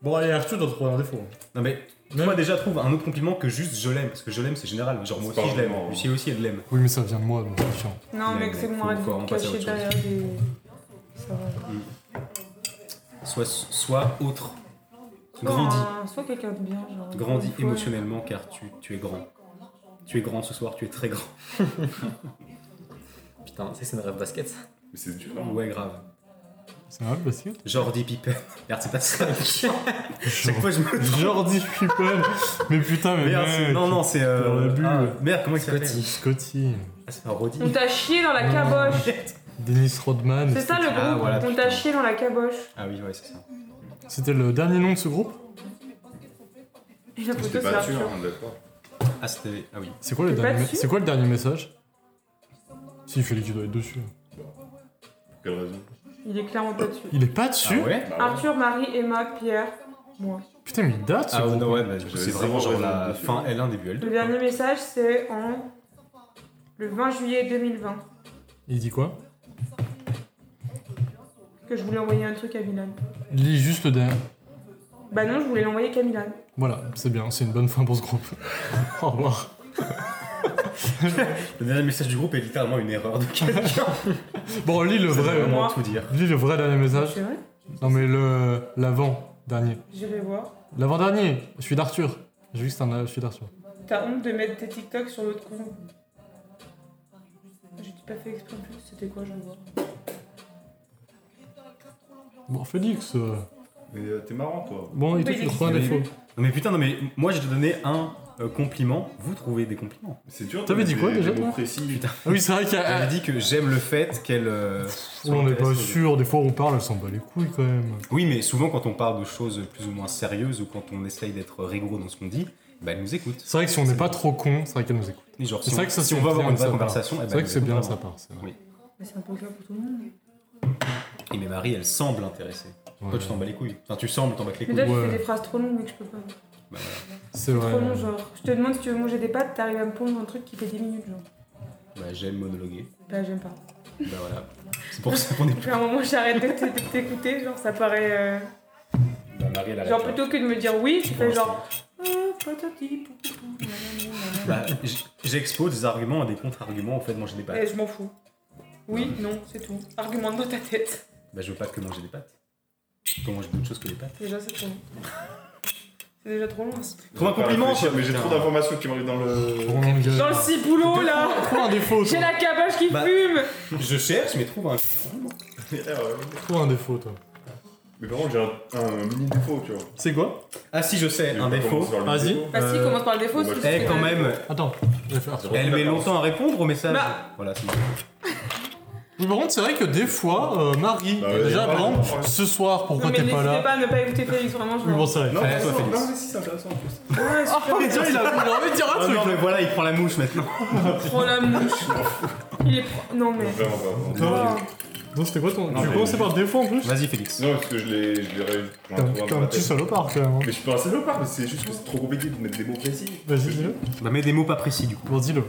Bon allez Arthur doit trouver un défaut.
Non mais, toi déjà trouve un autre compliment que juste je l'aime, parce que je l'aime c'est général. Genre moi
C'est
aussi
pas
je l'aime,
vraiment-
Lucie aussi elle l'aime.
Oui mais ça vient de moi donc c'est chiant.
Non,
Mais
mec, c'est
mec,
bon,
faut-
arrête
faut
de
vraiment
vous
passer à
cacher
autre
derrière des. Ça va.
Soit, soit autre. Grandis.
Soit un- Soit euh, quelqu'un de bien, genre.
Grandis
Ouais.
émotionnellement car tu, tu es grand. Tu es grand ce soir, tu es très grand.
Putain, c'est que c'est une rêve basket. ça.
Mais c'est dur. hein.
Ouais, grave.
C'est bah, mal parce que.
Jordi Pippen. [laughs] Merde, c'est pas ça. Chaque fois, je me.
[laughs] Jordi Pippen. Mais putain mais
Merde, c'est-
mec.
non, non, c'est.
Dans la
Euh...
bulle.
ah, merde, comment il s'appelle
Scotty. Scotty.
Ah, c'est un Roddy.
On t'a chié dans la caboche.
Dennis Rodman.
C'est ça le groupe.
Ah, voilà,
On
putain.
t'a chié dans la caboche.
Ah oui, ouais, c'est ça.
C'était le dernier nom de ce groupe
Et la photo,
J'étais
c'est
battu,
Arthur.
hein, d'accord.
Ah, c'était. Ah oui.
C'est quoi, le
T'es pas
dernier...
dessus
c'est quoi le dernier message Si, Félix, il doit être dessus.
Pour quelle raison
Il est clairement pas dessus.
Il est pas dessus
Ah ouais
Bah,
Arthur, Marie, Emma, Pierre, moi.
Putain, mais il date ce
Ah ouais,
groupe.
non, ouais, bah, du coup,
J'avais
c'est vraiment
zéro
genre la
raison dessus.
fin L1 début L2.
Le dernier message, c'est en le 20 juillet 2020
Il dit quoi
que je voulais envoyer un truc à Milan.
Lis juste le dernier.
Bah non, je voulais l'envoyer qu'à Milan.
[laughs]
Voilà, c'est bien, c'est une bonne fin pour ce groupe. Au revoir.
Le dernier message du groupe est littéralement une erreur de quelqu'un.
Bon, lis le
Ça veut
vrai.
vraiment
moi.
tout dire.
Lis le vrai dernier message.
C'est vrai
Non, mais le. L'avant dernier.
Je vais voir.
L'avant-dernier, je suis d'Arthur. J'ai vu que c'était un je suis d'Arthur.
T'as honte de mettre tes TikTok sur l'autre compte J'ai pas fait exprès en plus, c'était quoi, j'en vois
Bon, Félix. euh,
Mais euh, t'es marrant, toi.
Bon, il te
Oui, il
il te trouve un
existe.
défaut.
Non mais putain, non mais moi j'ai donné un euh, compliment, vous trouvez des compliments.
C'est dur. de
T'avais dit
mettre
quoi,
des-
déjà,
des
toi
mots précis.
Ah oui, c'est vrai qu'il y a.
Euh.
J'avais dit que j'aime le fait qu'elle... euh, soit
on n'est pas
intéressée.
sûr, des fois on parle, elle s'en bat les couilles quand même.
Oui mais souvent quand on parle de choses plus ou moins sérieuses ou quand on essaye d'être rigoureux dans ce qu'on dit, bah elle nous écoute.
C'est vrai que si on n'est pas trop con, c'est vrai qu'elle nous écoute.
Et genre,
C'est
si on,
vrai que ça,
si
c'est
on veut
bien
avoir une
de sa
vraie
part.
conversation, eh ben,
C'est vrai
elle
que
nous
c'est bien de
écoute
sa
vraiment.
part. c'est vrai.
Oui.
Mais c'est un peu le cas pour tout le monde. hein.
hein. Et mais Marie, elle semble intéressée.
Ouais.
Toi tu t'en bats les couilles. Enfin tu sembles t'en bats les
Mais
couilles.
toi,
Ouais.
tu fais des phrases trop longues, mais que je peux pas.
C'est vrai.
Trop long, genre. Je te demande si tu veux manger des pâtes, t'arrives à me pondre un truc qui fait 10 minutes, genre.
Bah j'aime monologuer.
Bah, j'aime pas.
Bah
[laughs]
voilà. C'est pour ça qu'on est...
Puis à un moment, j'arrête de t- de t'écouter, genre, ça paraît. euh,
Bah Marie, elle a la
Genre,
classe.
plutôt que de me dire oui, tu fais
penses.
genre. Oh, patati, poupou, nanana, nanana.
Bah, j- j'expose des arguments à des contre-arguments au fait de manger
Bah.
des pâtes.
Eh, je m'en fous. Oui, non, c'est tout. Argumente dans ta tête.
Bah je veux pas que manger des pâtes. Je peux manger d'autres choses que des pâtes.
Déjà, c'est trop long. C'est déjà trop long.
Trouve un
Faut pas
compliment
réfléchir, Mais j'ai
putain.
trop d'informations qui m'arrivent dans le. [laughs]
Trop longue gueule.
Dans le ciboulot, là
Trouve un défaut,
J'ai
toi.
la cabage qui
Bah.
fume
[laughs] Je cherche mais trouve un...
Trouve un défaut, toi.
Mais par contre, j'ai un, un mini défaut, tu vois.
C'est quoi
Ah si je sais, un défaut.
Vas-y.
Bah, si, commence par le défaut,
bon, bah,
si
Eh
je-
quand même,
Attends, je vais faire Arthur.
elle met longtemps à répondre au message.
Bah.
Voilà, c'est bon.
Mais par contre, c'est vrai que des fois, euh, Marie,
Bah ouais,
déjà,
ouais.
par exemple, ce soir,
Non,
pourquoi
mais
t'es
n'hésitez
pas là
pas à ne pas écouter Félix, vraiment, je
Mais bon,
m'en
c'est vrai.
Non,
Ouais,
mais
toi,
non,
Ah, Félix.
mais si, c'est intéressant en
[laughs]
plus.
Ah, mais tiens, il a il a envie de dire un
Ah
truc.
non mais voilà, il prend la mouche maintenant.
prends la mouche. Il est pro- Non, mais.
Non,
Bah,
vraiment pas. vraiment.
Non. Donc, c'était quoi ton.
Non,
Tu
mais-
commençais par défaut en plus
Vas-y Félix.
Non, parce que je l'ai je l'ai réussi. J'en ai
T'es un-
trouvé un
t'es
dans
un
ma
petit
tête.
salopard quand même. hein.
Mais je suis pas un salopard, mais c'est juste que c'est trop compliqué de mettre des mots précis.
Vas-y, dis-le.
Bah mets des mots pas précis du coup.
Bon, dis-le.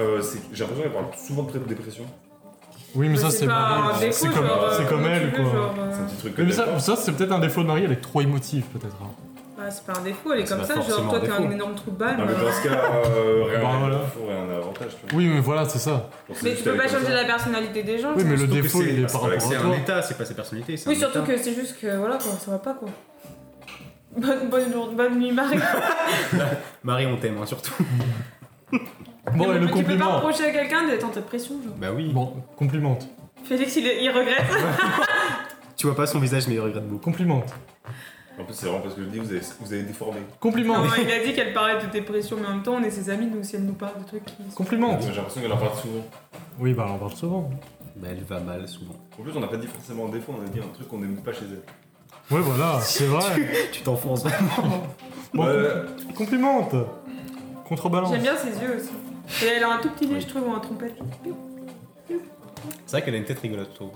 Euh, c'est- J'ai l'impression qu'elle parle souvent de traite de dépression.
Oui, mais ça, c'est
pas
Marie.
un défaut,
C'est comme,
genre,
c'est
euh,
comme
comment
elle,
tu veux,
quoi.
genre, euh,
C'est un petit truc que
Mais
t'aimes pas.
ça, ça, c'est peut-être un défaut de Marie, elle est trop émotive, peut-être. hein.
Bah, c'est pas un défaut, elle est
C'est
comme
pas
ça, genre,
forcément
toi,
un
t'es un
défaut.
énorme trou de balle.
Non, mais
mais-
dans ce cas,
[laughs]
euh, rien,
Bah, voilà.
faut rien avantage, tu vois.
Oui, mais voilà, c'est ça.
Genre, c'est
Mais tu
juste
peux pas
avec
changer
ça.
la personnalité des gens.
Oui, mais le
Surtout que
défaut,
c'est-
il est
c'est
par
vrai
rapport à
que
C'est
toi.
un état, c'est pas sa personnalité. c'est
Oui,
un
surtout
état.
que c'est juste que voilà quoi, ça va pas quoi. [laughs] Bonne, bonne, journée- bonne nuit Marie.
Marie, on t'aime hein, surtout.
Bon, et le
Tu peux pas
compliment.
reprocher à quelqu'un d'être en tête pression, genre.
[laughs] Bah oui.
Bon, complimente.
Félix, il, est- il
[laughs]
regrette.
Tu vois pas son visage mais il regrette beaucoup.
Complimente.
En plus, c'est vraiment parce que je dis, vous avez, vous avez déformé.
Complimente.
Non, il a dit qu'elle parlait de dépression, mais en même temps, on est ses amis, donc si elle nous parle de trucs qui.
Complimente.
J'ai l'impression qu'elle en parle souvent.
Oui, bah, on en parle souvent.
Bah elle va mal souvent.
En plus, on n'a pas dit forcément un défaut, on a dit un truc qu'on n'aime pas chez elle.
Ouais, voilà, c'est vrai.
Tu t'enfonces. [laughs]
Bon,
Euh,
[laughs] Complimente. Contrebalance.
J'aime bien ses yeux aussi. Et elle a un tout petit nez, je trouve, ou un trompette.
C'est vrai qu'elle a une tête rigolote, [laughs] je trouve.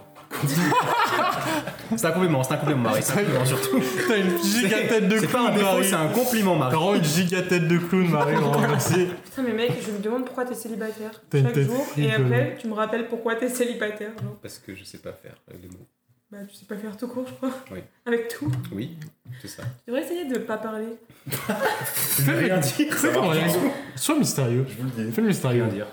c'est un compliment, c'est un compliment, Marie. C'est un compliment surtout.
T'as une giga tête de
C'est pas un
clown,
défaut,
Marie.
c'est un compliment,
T'as
Marie.
vraiment une giga tête de clown, Marie. vraiment, Merci.
Putain, mais mec, je me demande pourquoi t'es célibataire
T'as une
chaque
tête
jour, et
rigolote.
après, tu me rappelles pourquoi t'es célibataire. Genre,
Parce que je sais pas faire avec les mots.
bah, tu sais pas faire tout court, je crois.
Oui.
Avec tout.
Oui, c'est ça.
Tu devrais essayer de pas parler.
Fais rien dire. C'est qu'on a- Sois mystérieux.
je vous le dis.
Fais le mystérieux.
dire.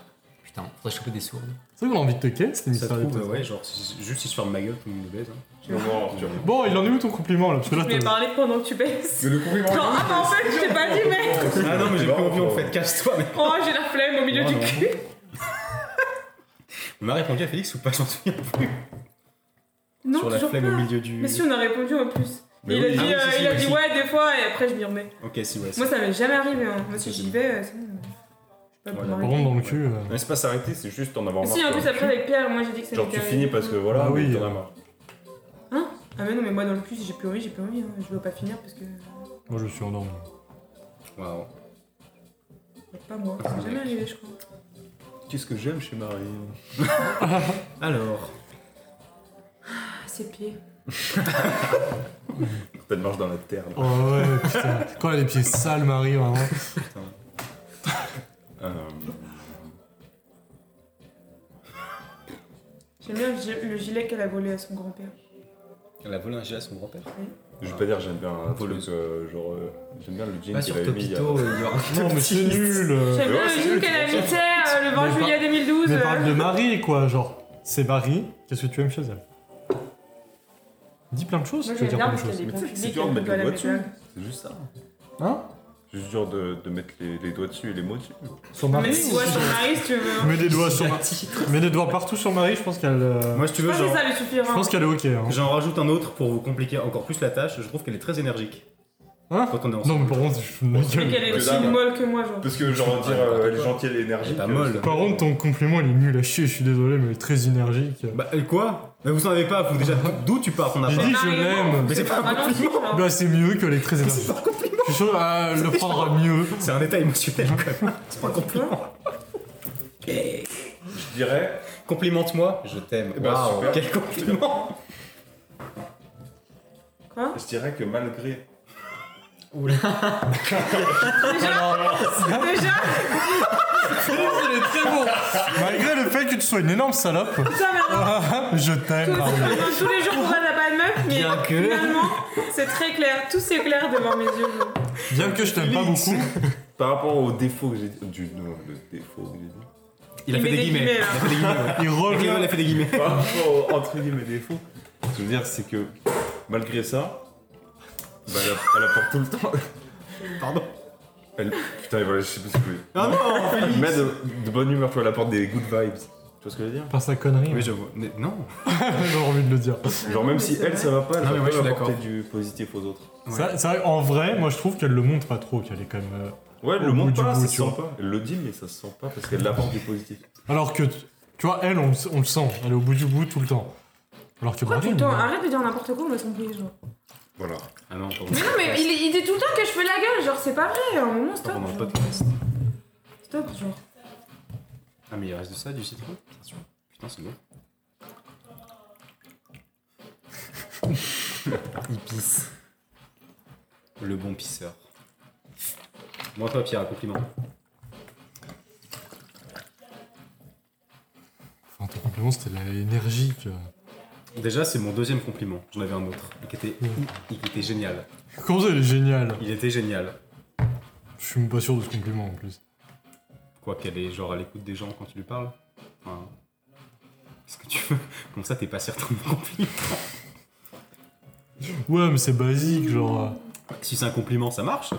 Putain, faudrait choper des sourdes.
C'est vrai qu'on a envie de te ken, c'était
Ça se
mystérieux.
trouve, euh, ouais, genre, si- juste si je ferme ma gueule, tout le monde me baise. hein.
Non, non, Arthur.
Bon, il en est où ton compliment là Parce que là,
Je voulais
t'as-
parler pendant que tu baisses.
[laughs]
Mais le compliment.
Genre, ah, mais en fait, je t'ai pas dit, mec.
Ah non, mais j'ai
pas
plus envie en fait, casse-toi. Mais...
Oh, j'ai la flemme au milieu
Oh,
du
non.
cul.
On a répondu à Félix ou pas, j'en souviens plus.
Non,
Sur la
toujours
flemme
pas.
au milieu du.
Mais si on a répondu en plus.
Mais
il a
oui.
dit,
Ah oui,
euh,
si, si,
il a
oui,
dit
si.
ouais des fois et après je m'y remets.
Ok, si, ouais.
Moi ça m'est jamais arrivé. Hein. Moi si
Ça,
j'y
c'est
vais, euh, c'est bon. euh, Je sais
Voilà.
pas pour
Par
m'arrêter.
contre, dans le cul. euh,
Mais c'est pas s'arrêter, c'est juste en avoir
Mais
marre.
Si en
quoi.
plus après avec Pierre, moi j'ai dit que c'était.
Genre, tu finis parce que voilà,
Ah oui,
t'en
euh.
as marre.
Ah mais non mais moi dans le cul si j'ai plus envie, j'ai plus envie. hein. Je veux pas finir parce que.
Moi, je suis endormi.
Waouh.
Pas moi. C'est jamais arrivé je crois.
Qu'est-ce que j'aime chez Marie
Alors,
Ah ses pieds.
T'as de marche dans la terre. là.
Oh ouais, putain. Quand elle a les pieds sales, Marie, vraiment.
Euh,
J'aime bien le gi- le gilet qu'elle a volé à son grand-père.
Elle a volé un gilet à son grand-père.
Je vais pas dire j'aime bien un truc,
Voleuse.
euh, genre, euh, j'aime bien le jean
Pas
qu'il
sur
avait mis. euh, il y a-
Topito, il y aura
[laughs] Non, mais c'est nul. euh.
J'aime
Mais
bien
ouais,
le
c'est
jean
nul,
qu'elle a
c'est
mis, tu sais, euh, le 20
Mais par-
juillet 2012.
Mais
euh,
parle de Marie, quoi. Genre, c'est Marie, qu'est-ce que tu aimes chez elle Dis plein de choses,
Moi
tu peux
j'aime
dire
bien
plein de
parce qu'il y a
choses.
des bons
Mais tu sais que c'est
publics
dur de
euh,
mettre
dans
les
la
doigts dessus.
méthode.
C'est juste ça.
Hein
C'est juste dur de, de mettre les, les doigts dessus et les mots dessus.
Sur
Mais
Marie
si tu vois ton mari, si tu veux.
Mets des doigts sur Mets des doigts partout sur Marie, je pense qu'elle. euh,
Moi, si tu
Je
veux,
pense que
genre,
ça lui suffira.
Je pense qu'elle est ok. hein.
j'en rajoute un autre pour vous compliquer encore plus la tâche. Je trouve qu'elle est très énergique.
Hein
Quand on est
Non,
ensemble.
mais par contre, je me
Mais qu'elle est
Que
aussi
dalle.
molle que moi, genre.
Parce que, genre, dire euh, elle est gentille, elle est
Elle est
énergique.
pas
euh,
molle.
Par contre, ton compliment, il est nul à chier, je suis désolé, mais il est très énergique.
Bah, elle, quoi Bah, vous savez pas, vous déjà, d'où tu pars, on n'a
Il
pas.
dit je l'aime.
Mais c'est pas un
Ah non, si,
compliment.
genre.
Bah, c'est mieux que les très énergique. Je suis sûr, ah, elle le prendra mieux.
C'est un détail émotionnel, quand même. C'est pas un compliment.
Je dirais.
Complimente-moi, je t'aime.
Eh ben,
Waouh,
super.
quel compliment
Je dirais que malgré.
Ah,
Déjà,
Il est très beau. Malgré le fait que tu sois une énorme salope, [laughs]
putain, mais non,
ah, je
tout-
t'aime, Marie.
tout- tous les jours pourquoi t'as pas de meuf, mais
Bien que-
finalement, c'est très clair. Tout s'éclaire devant mes yeux. genre.
Bien que je t'aime pas beaucoup.
Par rapport au défaut que j'ai dit. Du nom, le défaut que j'ai dit.
Il a
Il
fait
met
des
des
guillemets.
guillemets, hein.
Il
là.
a fait des guillemets. ouais.
Il
Clément,
revient.
il a fait des [laughs] guillemets.
Par rapport au, entre guillemets défaut, ce que je veux dire, c'est que malgré ça, bah, elle, elle apporte tout le temps.
Pardon.
Elle- Putain, voilà, je sais pas ce que je voulais.
Ah non
Elle met de, de bonne humeur, tu vois, elle apporte des good vibes. Tu vois ce que je veux dire
Par sa connerie,
Mais je vois. mais non
j'ai envie de le dire.
Genre, même
mais
si
c'est
elle,
vrai.
ça va pas, elle
Non, mais moi,
va
je
quand
suis
même apporter
d'accord.
du positif aux autres.
Ça- C'est vrai, en vrai, moi je trouve qu'elle le montre pas trop, qu'elle est quand même. euh,
Ouais, elle
Au
le
bout
montre
du
pas,
bout,
ça se
tu
sent
vois.
pas. Elle le dit, mais ça se sent pas parce qu'elle apporte du positif.
Alors que, tu tu vois, elle, on, le s- on le sent, elle est au bout du bout tout le temps. Alors que
Pourquoi tout
Marie,
le temps
non.
Arrête de dire n'importe quoi, on va tomber, genre.
Voilà.
Ah non, pardon.
Mais non, mais il, il dit tout le temps que je fais la gueule, genre, c'est pas vrai. À un moment,
Pas
stop.
pendant le
genre.
podcast.
Stop, genre.
Ah, mais il reste de ça, du citron Putain, c'est bon. [laughs] il pisse. Le bon pisseur. Bon, toi, Pierre, un compliment.
Enfin, ton compliment, c'était la- énergique. euh.
Déjà, c'est mon deuxième compliment. J'en avais un autre. Il était, il était génial.
Comment ça, elle est géniale
Il était génial.
Je suis même pas sûr de ce compliment en plus.
Quoi qu'elle est genre à l'écoute des gens quand tu lui parles. Enfin, ce que tu veux. [laughs] Comme ça, t'es pas certain de mon compliment.
Ouais, mais c'est basique, genre. euh.
Si c'est un compliment, ça marche.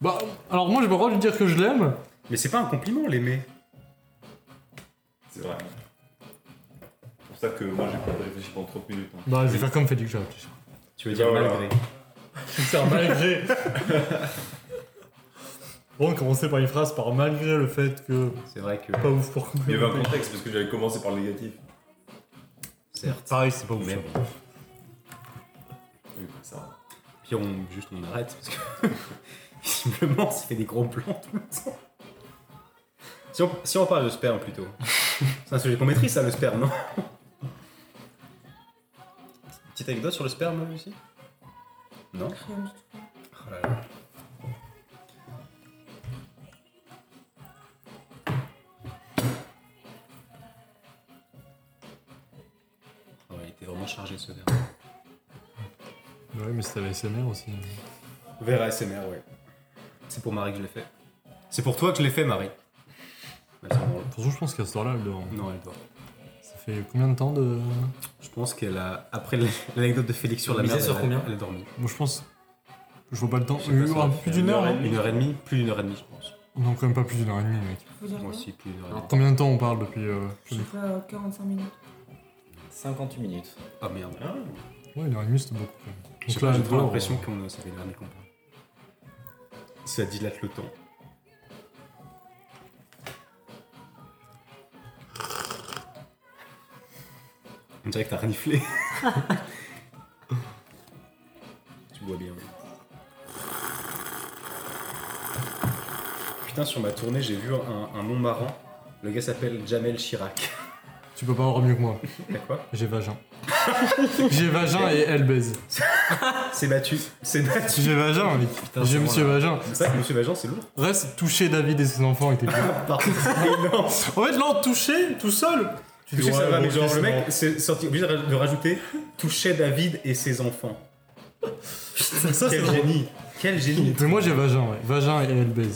Bah, alors moi, j'ai pas le droit de lui dire que je l'aime.
Mais c'est pas un compliment, l'aimer.
C'est vrai. C'est pour ça que moi, j'ai pas réfléchi pendant 30 minutes. hein.
Bah, je vais faire comme Félix, j'ai réfléchi.
Tu veux dire
Voilà.
malgré.
Putain, [laughs] malgré. bon, commencer par une phrase par malgré le fait que.
C'est vrai que,
Pas ouf pour
Mais il y avait un
complimenter.
contexte parce que j'avais commencé par le négatif.
certes.
Pareil, c'est pas ouf.
Mais
ça.
bon.
Oui, ça.
Puis on, juste on arrête parce que [laughs] visiblement ça fait des gros plans tout le temps. Si on, si on parle de sperme [laughs] plutôt. C'est un sujet qu'on maîtrise ça le sperme, non Petite anecdote sur le sperme aussi Non Oh là là. Ouais, il était vraiment chargé ce verre.
Ouais, mais c'était la SMR aussi.
Vers ASMR, ouais. C'est pour Marie que je l'ai fait. Bah, C'est pour toi que je l'ai fait, Marie. Elle s'en branle.
Pourtant, je pense qu'à ce temps-là, elle dort.
Non, elle dort.
Ça fait combien de temps de.
Je pense qu'elle a, après l- l'anecdote de Félix sur la
Misez
merde,
sur
elle, a-
combien
elle a dormi.
Moi, je pense. Je vois pas le temps.
Je sais pas, ça
Euh,
va
plus
faire
d'une heure,
et-
hein
Une heure et demie Plus d'une heure et demie, Ah je pense.
Non, quand même pas plus d'une heure et demie, Ah, mec.
Faut dire
Moi
quoi
aussi, plus d'une heure et
Alors,
demie.
combien de temps on parle depuis. Euh...
Je sais pas, 45 minutes.
58 minutes.
Ah merde.
Ouais, une heure et demie, c'était beaucoup. quand même. Donc
J'ai pas, j'ai trop
dehors,
l'impression qu'on ça fait une heure et demie qu'on parle. Ça dilate le temps. On dirait que t'as reniflé. [laughs] tu bois bien. Putain, sur ma tournée, j'ai vu un, un nom marrant. Le gars s'appelle Jamel Chirac.
euh, Tu peux pas avoir mieux que moi.
T'as quoi
J'ai vagin. [laughs] J'ai vagin et elle baise.
C'est battu. C'est battu.
J'ai vagin, mec.
Putain, c'est
J'ai monsieur
vraiment
vagin.
C'est vrai que Monsieur Vagin, c'est lourd.
Reste toucher David et ses enfants
[laughs]
était bien.
Par contre, c'est énorme.
En fait, là, toucher tout seul.
Tu sais que ça
Ouais,
va,
bon,
mais genre
ok,
le
c'est
mec, c'est sorti obligé de raj- de rajouter touchait David et ses enfants.
Ça, c'est
Quel
drôle.
génie Quel génie
Mais moi, j'ai vagin, ouais. Vagin et Elbez.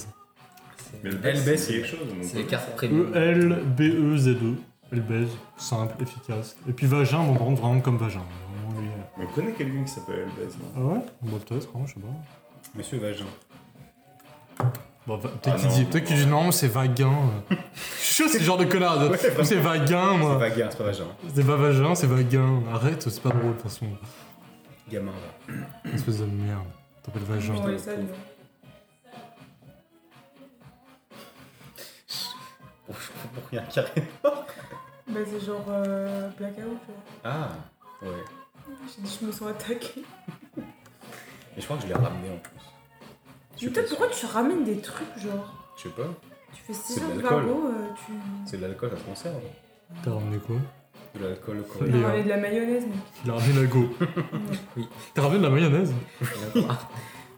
Mais le
Elle
best,
baisse.
c'est quelque chose. mon
C'est les
pote.
cartes
E
premium.
E-L-B-E-Z-E. Elbez. Simple, efficace. Et puis vagin, bon, par contre, vraiment comme vagin. Vraiment, lui, euh,
Mais On connaît quelqu'un qui s'appelle Elbez, non
Ah ouais Bah, peut-être, hein, je sais pas.
Monsieur Vagin.
Bon, va-
Ah
peut-être qu'il
non.
dit, peut-être qu'il dit non, mais c'est vaguin. euh. [laughs] Je suis sûr, c'est le genre de connard. de- c'est vaguin,
C'est
moi.
pas gars, c'est pas Vagin.
C'est pas vagin, c'est vaguin. Arrête, c'est pas drôle, de toute façon.
Gamin, là.
Espèce de merde. T'appelles vagin.
Bon, allez, salut.
Pour, Oh, pour rien carré.
Bah, c'est genre euh, blackout. quoi.
Ah, ouais.
J'ai dit, je me sens attaquée.
Mais je crois que je l'ai ramené en plus. Je suis
Mais toi,
pas sûr.
pourquoi tu ramènes des trucs, genre
Je sais pas.
Tu fais
C'est
6
de
ans de
l'alcool.
barreau, euh, tu.
C'est de l'alcool, ça se conserve.
T'as ramené quoi
De l'alcool
Les-
coréen.
Non, elle est de la mayonnaise, mec.
Il a ramené la go.
Oui.
T'as ramené de la mayonnaise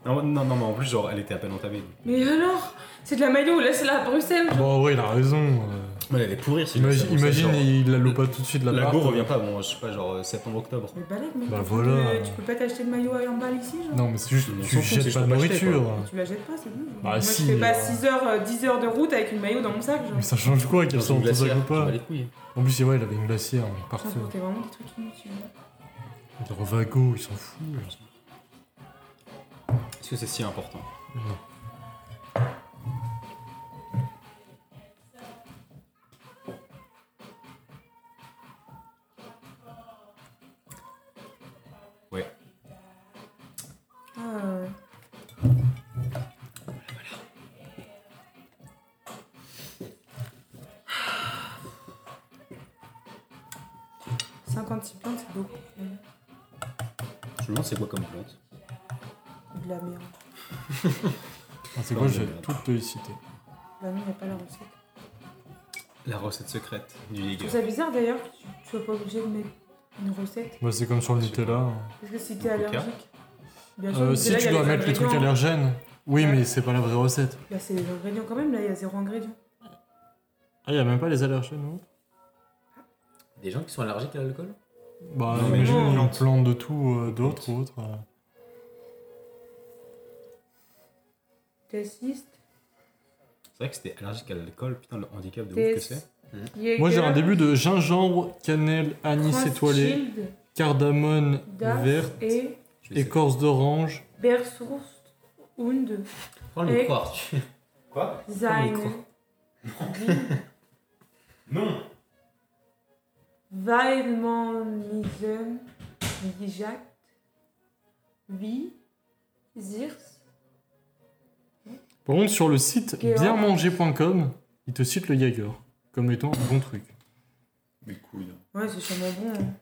Non, non, non, mais en plus, genre, elle était à peine entamée.
Mais alors C'est de la mayo, là, c'est la Bruxelles.
Bon, ouais, il a raison. euh.
Mais elle allait pourrir si
Imagine, imagine, il la loupe pas tout de suite la
La
barre. euh,
go revient pas, bon, je sais pas, genre euh, septembre-octobre.
Mais balade, mec.
Bah
tu
voilà.
peux- Tu peux pas t'acheter de maillot à Yambal ici, genre
Non, mais c'est juste,
On s'en
tu
fout, c'est
jettes pas de
juste pour l'acheter,
nourriture.
quoi.
Tu la jettes pas, c'est bon.
Bah,
Moi,
si,
je fais pas
euh.
6 heures, euh, 10 heures de route avec une maillot dans mon sac, genre.
Mais ça change quoi qu'il
Dans
ressorte
une
dans sac
glacière,
ou
tu
pas
vas les couilles.
En plus, ouais, il avait une glacière, mais
Putain,
parfait.
t'es vraiment des trucs inutiles.
Il est vago, il s'en fout.
Est-ce que c'est si important Ouais.
Ah, ouais. Ah. Cinquante-six plantes, c'est beaucoup.
Je me demande c'est quoi comme plante.
De la merde.
Ah, c'est quoi, je vais toutes te les citer.
Bah non, il n'y a pas la recette.
La recette secrète du
Je
Jäger.
trouve ça bizarre d'ailleurs que tu, tu sois pas obligé de mettre une recette.
Bah, c'est comme sur le Nutella. hein.
Parce que si t'es
Coca.
allergique. Bien
Euh,
le
si
Nutella,
tu
il y a
dois
des
mettre les trucs
ingrédients.
allergènes, oui, mais c'est pas la vraie recette.
Bah c'est les ingrédients quand même, là il y a zéro ingrédient.
Ah, y a même pas les allergènes, non
Des gens qui sont allergiques à l'alcool
Bah,
Non, mais
imagine,
non.
il en plante de tout, euh, d'autres ou autres. euh.
T'assistes.
C'est vrai que c'était allergique à l'alcool, putain, le handicap de ouf
T'es-
que c'est.
Moi, j'ai un début de gingembre, cannelle, anis étoilé, cardamone
Das
verte,
et
Je vais
écorce d'orange,
Bersucht und
Prends le
Et-
croire, tu.
seine
Non
Weidmannisen Gijat wie Zirs.
Par contre, sur le site
Georg.
bienmanger.com, il te cite le Jaeger comme étant un bon truc.
Mes couilles.
Ouais, c'est sûrement bon. hein.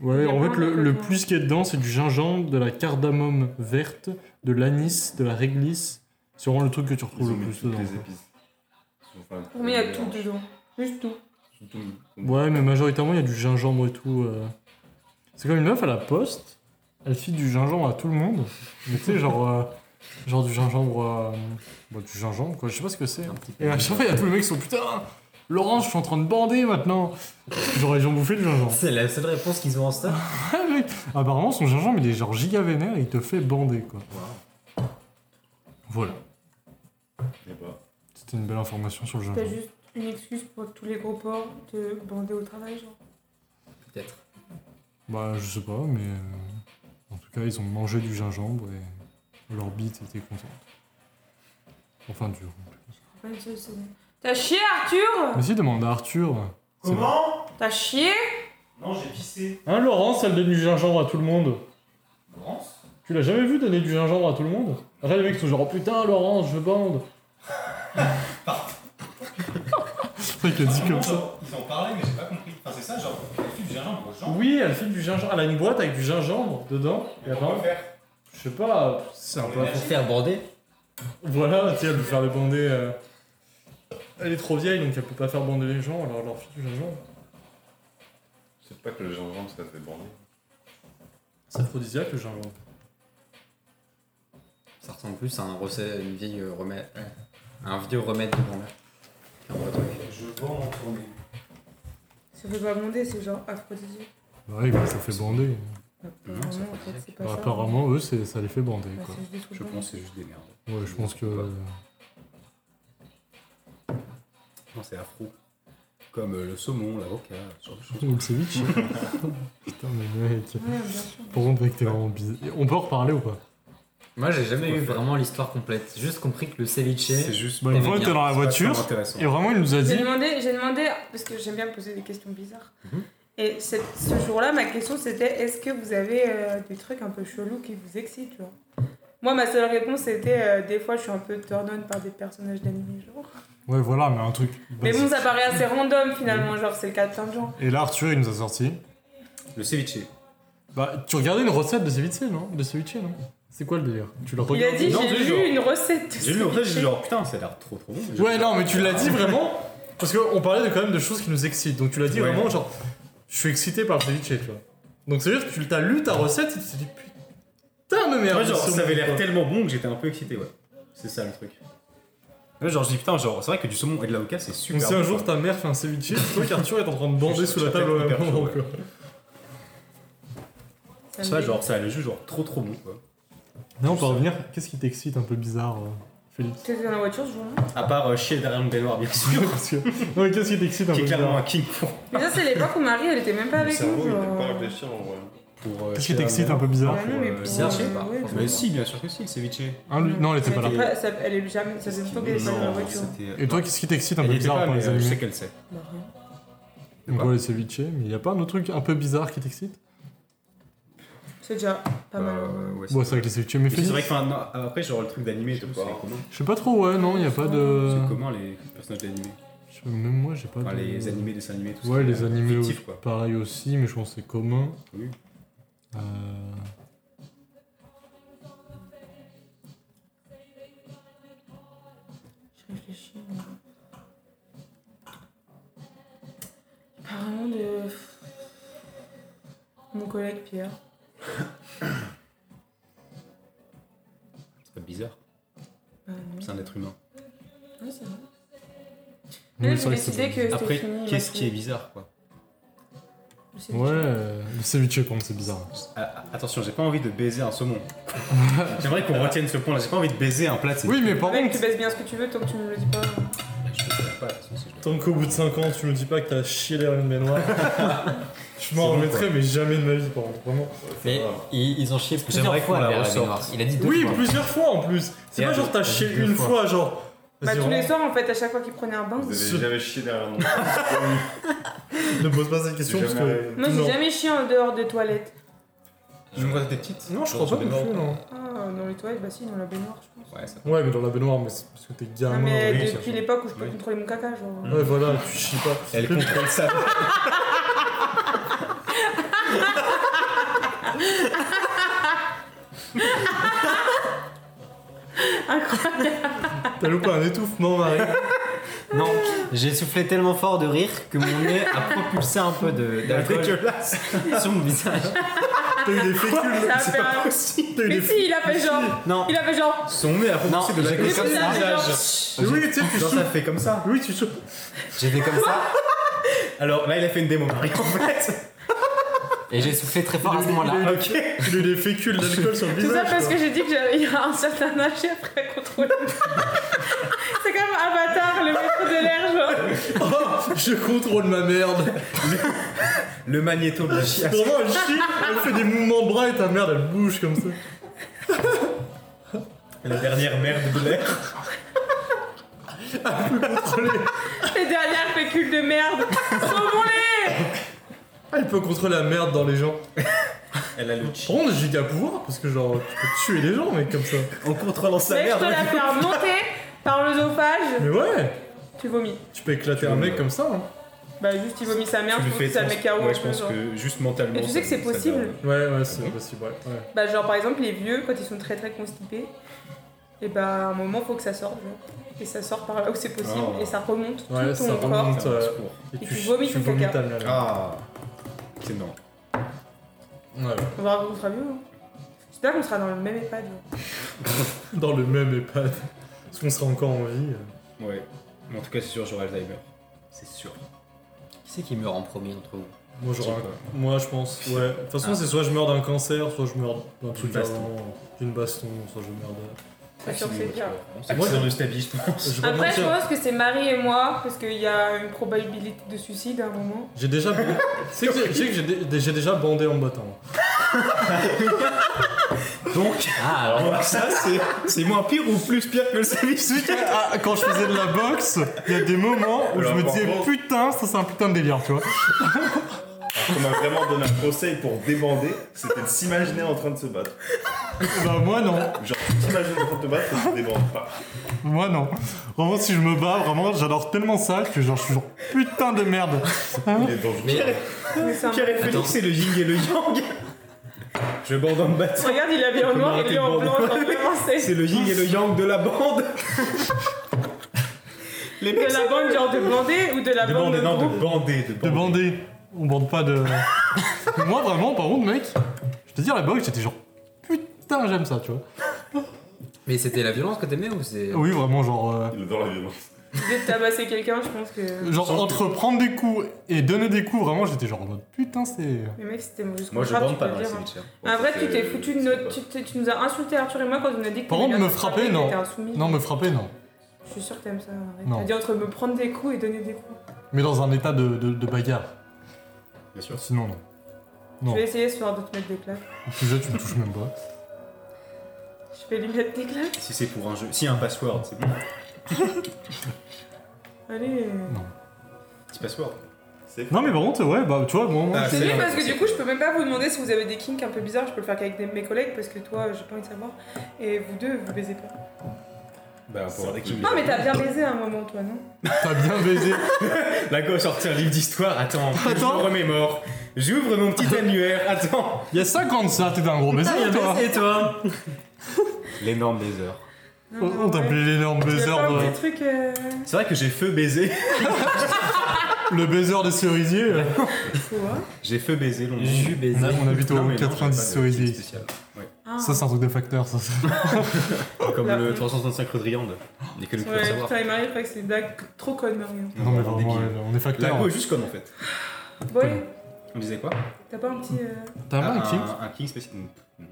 Ouais,
Il y a
en
plein
fait, le,
d'autres
le
choses. hein.
plus qu'il y a dedans, c'est du gingembre, de la cardamome verte, de l'anis, de la réglisse. C'est vraiment le truc que tu
Ils
retrouves
ont
le
mis
plus
toutes
dedans.
les
quoi.
épices. Ils ont fait un
Pour moi, il y a tout
mélange.
dedans. Juste tout.
Tout, tout, tout.
Ouais, mais majoritairement, il y a du gingembre et tout. euh. C'est comme une meuf à la poste, elle file du gingembre à tout le monde. Mais tu sais, genre, euh, genre du gingembre. euh, bon, du gingembre, quoi, je sais pas ce que c'est. hein.
Un petit peu.
Et à chaque fois, il y a tous les mecs qui sont putain, Laurent, je suis en train de bander maintenant. Genre, ils ont bouffé du gingembre.
C'est la seule réponse qu'ils ont en stock.
Ah, mec. Apparemment, son gingembre, il est genre giga vénère et il te fait bander, quoi. Voilà.
Je sais pas.
C'était une belle information sur le
T'as
gingembre.
juste une excuse pour tous les gros porcs de bander au travail, genre.
Peut-être.
Bah, je sais pas, mais... euh, En tout cas, ils ont mangé du gingembre et leur bite était contente. Enfin, dur.
Pas une seule seconde. T'as chié, Arthur
Mais si, demande à Arthur.
T'as chié
Non, j'ai pissé.
Hein, Laurence, elle donne du gingembre à tout le monde.
Laurence
Tu l'as jamais vu donner du gingembre à tout le monde Après, les mecs sont genre, oh, putain, Laurence, je bande. C'est qu'il dit comme ça.
Ils en parlaient, mais j'ai pas compris. Enfin, c'est ça, genre, elle file du gingembre aux gens.
Oui, elle file du gingembre. Elle a une boîte avec du gingembre dedans.
On
Et
va
apparemment,
faire.
je sais pas, c'est un peu...
Pour faire bander,
Voilà, tu sais, elle veut faire les bander. euh, Elle est trop vieille, donc elle peut pas faire bander les gens, alors elle leur file du gingembre.
Je sais pas que le gingembre, ça fait bander.
C'est aphrodisiaque, le gingembre.
ça ressemble plus à un, recette- une vieille euh, remède, euh, un vieux remède de grand-mère. qu'un vrai truc.
Je vends en tournée.
Ça fait pas bonder, c'est genre aphrodisiaque.
Ouais, mais ça fait bander.
Apparemment, en fait, c'est pas
Bah,
ça.
apparemment, eux, c'est- ça les fait bander,
Bah,
quoi.
ça se dit tout le
Je
temps.
pense que c'est juste des merdes.
Ouais, je pense que. euh,
Non, c'est afro. Comme euh, le saumon, l'avocat, ce genre de choses.
Ou le ceviche.
[laughs]
Putain, mais mec.
Ouais, bien sûr.
Par contre, mec, t'es vraiment bizarre. On peut en reparler ou pas
Moi, j'ai jamais eu vraiment l'histoire complète. J'ai juste compris que le ceviche.
C'est juste.
Bah,
Eh
une
ben,
fois, on
bien,
était dans la
c'est pas
voiture,
très intéressant.
et vraiment, il nous a
J'ai
dit.
demandé, j'ai demandé, parce que j'aime bien me poser des questions bizarres. Et ce, ce jour-là, ma question c'était est-ce que vous avez euh, des trucs un peu chelous qui vous excitent tu vois Moi, ma seule réponse c'était euh, des fois je suis un peu turn on par des personnages d'animés, genre.
Ouais, voilà, mais un truc.
Mais bon,
basique.
ça paraît assez random finalement, genre c'est le cas de plein de gens.
Et là, Arthur, il nous a sorti.
Le ceviche.
Bah, tu regardais une recette de ceviche, non De ceviche, non C'est quoi le délire Tu l'as
Il a
regardé
dit
non,
j'ai
c'est
vu
genre-
une recette. de
J'ai lu, en fait,
ceviche.
j'ai dit genre putain, ça a l'air trop trop bon. mais
Ouais,
j'ai-
non, mais tu l'as dit vraiment. Parce qu'on parlait de, quand même de choses qui nous excitent. Donc tu l'as dit
Ouais.
vraiment, genre, je suis excité par le ceviche, tu vois. Donc c'est veut dire que tu t'as lu ta recette et tu t'es dit, putain de merde.
Ouais, genre,
ce
ça avait
monde,
l'air
quoi.
tellement bon que j'étais un peu excité, ouais. C'est ça le truc. Ouais, genre, je dis putain, genre, c'est vrai que du saumon et de l'avocat, c'est
Donc
super.
si un
bon,
jour
quoi.
ta mère fait un ceviche, toi qu'Arthur est en train de
Je
bander
suis
sous la
sûr
table
que
au même euh.
hyper
moment,
chaud, ouais.
quoi.
Ça me
Ça,
dit-
genre, ça a le jus, genre, trop trop bon, quoi.
Là, on peut revenir. Qu'est-ce qui t'excite un peu bizarre, euh, Félix
T'étais dans la voiture ce jour-là
À part euh, chier derrière une baignoire, bien
[laughs]
sûr,
Parce que- Non, mais qu'est-ce qui t'excite un
qui
peu
est clairement un
bizarre
king pour.
Mais ça, c'est l'époque où Marie elle était même pas
Le
avec nous.
cerveau, il
genre.
n'aime pas réfléchir en vrai.
pour, euh,
Qu'est-ce
chier
qui t'excite
derrière
un peu bizarre
Ouais, Ah non, mais
euh,
pour-
bizarre, je sais
pas.
ouais,
une baignoire. Mais si, bien sûr que si, le ceviche.
Hein, lui- Non, elle était pas là.
Elle était pas- ça- Elle est jamais. Ça faisait longtemps qu'elle était pas dans la
Non,
voiture.
c'était.
Et toi, qu'est-ce qui t'excite un
Elle
peu
y était
bizarre
pas,
pour
mais
les
euh, je sais
animés
qu'elle sait.
Bah, rien.
Donc ouais, les ceviches, mais il y a pas un autre truc un peu bizarre qui t'excite
C'est déjà pas mal. hein.
Euh, ouais,
Bon, c'est vrai que les ceviches, mais
Mais C'est
Félix,
vrai que, enfin, non, après, genre, le truc d'animé et tout, c'est commun.
je sais pas trop, ouais, non, il y a pas de.
C'est commun, les personnages d'animé.
Je sais- Même moi, j'ai pas
Enfin,
de.
les animés, dessins animés, tout ça.
Ouais, les animés,
Fictif,
oui,
quoi.
pareil aussi, mais je pense que c'est commun.
Oui.
Euh,
Je réfléchis. mais- Pas vraiment de. Mon collègue Pierre.
C'est pas bizarre.
Bah, non.
C'est un être humain.
Ouais, c'est vrai.
oui,
Mais
c'est
vous
vrai que c'est
décidez que
commun.
c'était
Après,
fini,
qu'est-ce
ma
qui est
fille.
bizarre, quoi
C'est
Ouais,
bizarre.
euh, les ceviches, par contre, c'est bizarre.
Ah, Attention, j'ai pas envie de baiser un
[laughs]
saumon. J'aimerais qu'on retienne ce point-là. J'ai pas envie de baiser un plat. de
Oui, mais par
Mec,
contre,
tu baisses bien ce que tu veux tant que tu me le dis pas. Bah,
Je le ferai pas, de toute façon, si je le
Tant qu'au bout de 5 ans, tu me dis pas que t'as chié derrière une
[laughs]
baignoire. Je m'en
C'est bon,
remettrai, mais jamais de ma vie, par contre, vraiment.
Mais ils, ils ont chié plusieurs
J'aimerais
fois
qu'on la
derrière la
ressorte.
baignoire. Il a dit deux
Oui,
fois.
plusieurs fois en plus. C'est
Et
pas
à
genre
deux-
t'as chié
deux
une
fois.
fois, genre.
Bah,
Vas-y,
tous les
rentre.
soirs, en fait, à chaque fois qu'il prenait un bain.
Vous
Ce-
avez jamais chié derrière mon
Ne pose pas cette question
C'est
parce
jamais
que.
arrivé.
Moi, j'ai
non.
jamais chié en dehors des toilettes.
dis. Même quand t'étais petite
non, je crois pas non plus, non.
Ah, dans les toilettes, bah si, dans la baignoire, je pense.
Ouais, ça.
Ouais, mais dans la baignoire, mais c'est parce que t'es
Non,
gamin.
mais
ouais.
depuis l'époque où je peux
Oui.
contrôler mon caca, genre.
Ouais, voilà, tu chies pas.
Elle contrôle ça.
T'as loupé un
[laughs]
étouffement, Marie.
Non, j'ai soufflé tellement fort de rire que mon nez a propulsé un peu de- d'alcool
dégueulasse.
sur mon visage.
T'as eu des fécules.
Ça a fait un-
T'as eu
Mais
des
si, il a fait genre.
Non,
Il a fait genre.
Son nez a
non,
propulsé de
j'ai
l'alcool
fait
sur
comme
son
là, mais
ça.
genre-
visage.
fécules. Oui, tu sais, tu
Genre, ça
souffles.
fait comme ça.
Oui, tu souffles.
J'ai fait comme ça
Alors là, il a fait une démo, Marie, en fait.
et j'ai soufflé très fort à ce
Il a eu-
moment-là.
il a eu-
Ok.
[laughs] Il a eu des fécules d'alcool sur le
Tout ça
visage.
parce
quoi.
que j'ai dit qu'il y a un certain âge et après contrôler. [laughs] C'est comme Avatar, le maître de l'air, genre.
Oh, je contrôle ma merde.
Le magnéto de la chiasse.
Vraiment, elle chie, elle fait des mouvements de bras et ta merde, elle bouge comme ça.
La dernière merde de l'air.
Les dernières fécules de merde. Sauvons-les
Elle peut contrôler la merde dans les gens.
Elle a le chi.
Par contre, j'ai qu'à pouvoir parce que genre, tu peux tuer les gens, mec, comme ça.
En contrôlant [laughs] sa
Mec, je
merde.
peux la faire monter par l'œsophage.
Mais ouais,
Tu vomis.
tu peux éclater un mec comme ça. Hein.
Bah, juste il vomit sa merde,
Tu
je
lui
pense que
fais
ça le met KO.
Ouais,
un
je
peu,
pense
genre.
que juste mentalement.
Et tu sais
ça-
que c'est
ça
possible.
doit-
Ouais, ouais, c'est possible, ouais. ouais.
Bah, genre par exemple, les vieux, quand ils sont très très constipés, et bah à un moment, faut que ça sorte. genre. Et ça sort par là où c'est possible,
Ah.
et ça remonte tout
Ouais,
ton
ça
corps.
remonte.
Ça
euh,
secours.
Et tu vomis ton caca.
ta merde.
Ah. C'est non.
Ouais, ouais.
On verra qu'on sera vieux. hein. J'espère qu'on sera dans le même EHPAD. genre.
Dans le même EHPAD. Est-ce qu'on sera encore en vie euh.
Ouais. Mais en tout cas, c'est sûr, j'aurai Alzheimer. C'est sûr.
Qui c'est qui meurt en premier entre vous
Moi, j'aurais un- Moi, je pense. Ouais. De toute
Ah.
façon, c'est soit je meurs d'un cancer, soit je meurs d'un truc
D'une baston.
avant, d'une baston, soit je meurs de.
Pas sûr que c'est bien.
Accident
de stabilise,
[laughs]
je pense.
Je vais pas
Après, je
mentir,
pense que c'est Marie et moi, parce qu'il y a une probabilité de suicide à un moment.
J'ai déjà. tu sais que j'ai- tu sais que j'ai dé- j'ai déjà bandé en me battant.
Donc,
Ah, alors
ça, c'est- c'est moins pire ou plus pire que le service
Ah, quand je faisais de la boxe, il y a des moments où je
Alors,
me
par
disais
contre-
putain, ça c'est un putain de délire, tu vois.
On m'a vraiment donné un conseil pour débander, c'était de s'imaginer en train de se battre.
Bah, moi non.
Genre, tu t'imagines en train de te battre et tu débandes pas.
Moi non. Vraiment, si je me bats, vraiment, j'adore tellement ça que genre, je suis genre putain de merde.
Il est dangereux.
Mais
Mais c'est un-
Ah, Pierre et Félix, c'est le yin et le yang. Je bande en me battre.
Regarde, il est habillé en noir et lui en blanc, genre vraiment, c'est
C'est le yin et le yang de la bande. Les
de
mecs,
la bande genre de bandés ou de la bande de groupe.
bander, de
De bander. On bande pas de. [laughs] Mais Moi vraiment, par contre, mec, je te dis à la boxe, j'étais genre putain, j'aime ça, tu vois.
Mais c'était la violence que t'aimais ou c'est.
Oui, vraiment, genre. euh,
Il adore la violence.
de tabasser quelqu'un, je pense que.
Genre, entre prendre des coups et donner des coups, vraiment, j'étais genre en mode putain, c'est.
Mais mec, c'était juste
Moi, je
grave,
bande
tu
pas
peux
dans les
le dire, hein.
cimetières.
En vrai, tu
C'était-
t'es foutu de
c'est
notre. Tu, t'es- tu nous as insulté Arthur et moi quand on a dit que.
Par
t'aimais
contre,
bien
me
te
frapper,
que
non.
t'étais insoumis.
Non, me frapper, non.
Je suis sûre que t'aimes ça. arrête.
Non.
T'as dit entre me prendre des coups et donner des coups.
Mais dans un état de, de, de bagarre.
Bien sûr.
Sinon, non.
Je
Non.
vais essayer ce soir de te mettre des claques.
Déjà, tu me touches même pas.
Je vais lui mettre des claques.
Si c'est pour un jeu, si un password, c'est bon.
Allez.
Petit password.
C'est
Non, mais par contre, ouais, bah, tu vois, bon.
Ah,
moi,
C'est
c'est
nul
vrai,
parce que
c'est
du coup, je peux même pas vous demander si vous avez des kinks un peu bizarres. Je peux le faire qu'avec des- mes collègues parce que toi, j'ai pas envie de savoir. Et vous deux, vous baisez pas.
Bah,
pour les
Non, mais t'as bien baisé à un moment, toi, non
T'as bien baisé.
La go sortir un livre d'histoire, attends, je me remémore. J'ouvre mon petit annuaire, attends.
Il y a 50 ça, t'étais un gros baiser, toi.
Et toi L'énorme baiser.
Non, non,
On
ouais.
t'appelait l'énorme
Tu veux
baiser
pas un
de...
petit truc. euh,
C'est vrai que j'ai feu baiser.
Le baiser des cerisiers. euh.
fou, hein
J'ai feu baiser longtemps.
Jus baiser.
Ah, On habite
Non,
au
mais non, j'ai
90
pas de
cerisiers.
truc
ici.
spécial.
Ah.
Ça, c'est un truc de facteur, ça. c'est-
Comme
Là.
le 365 rue de Riande. Il n'y a que nous qui le
Ah. Ouais,
savoir.
putain, et Marie, je crois que c'est une blague trop conne, Marion.
Non, mais
on est
vraiment,
débile.
ouais, on est
La
facteur.
go est juste conne en fait.
Boy,
On disait quoi
t'as pas un petit. euh,
T'as mal,
un,
Kim
un king spécial. Non.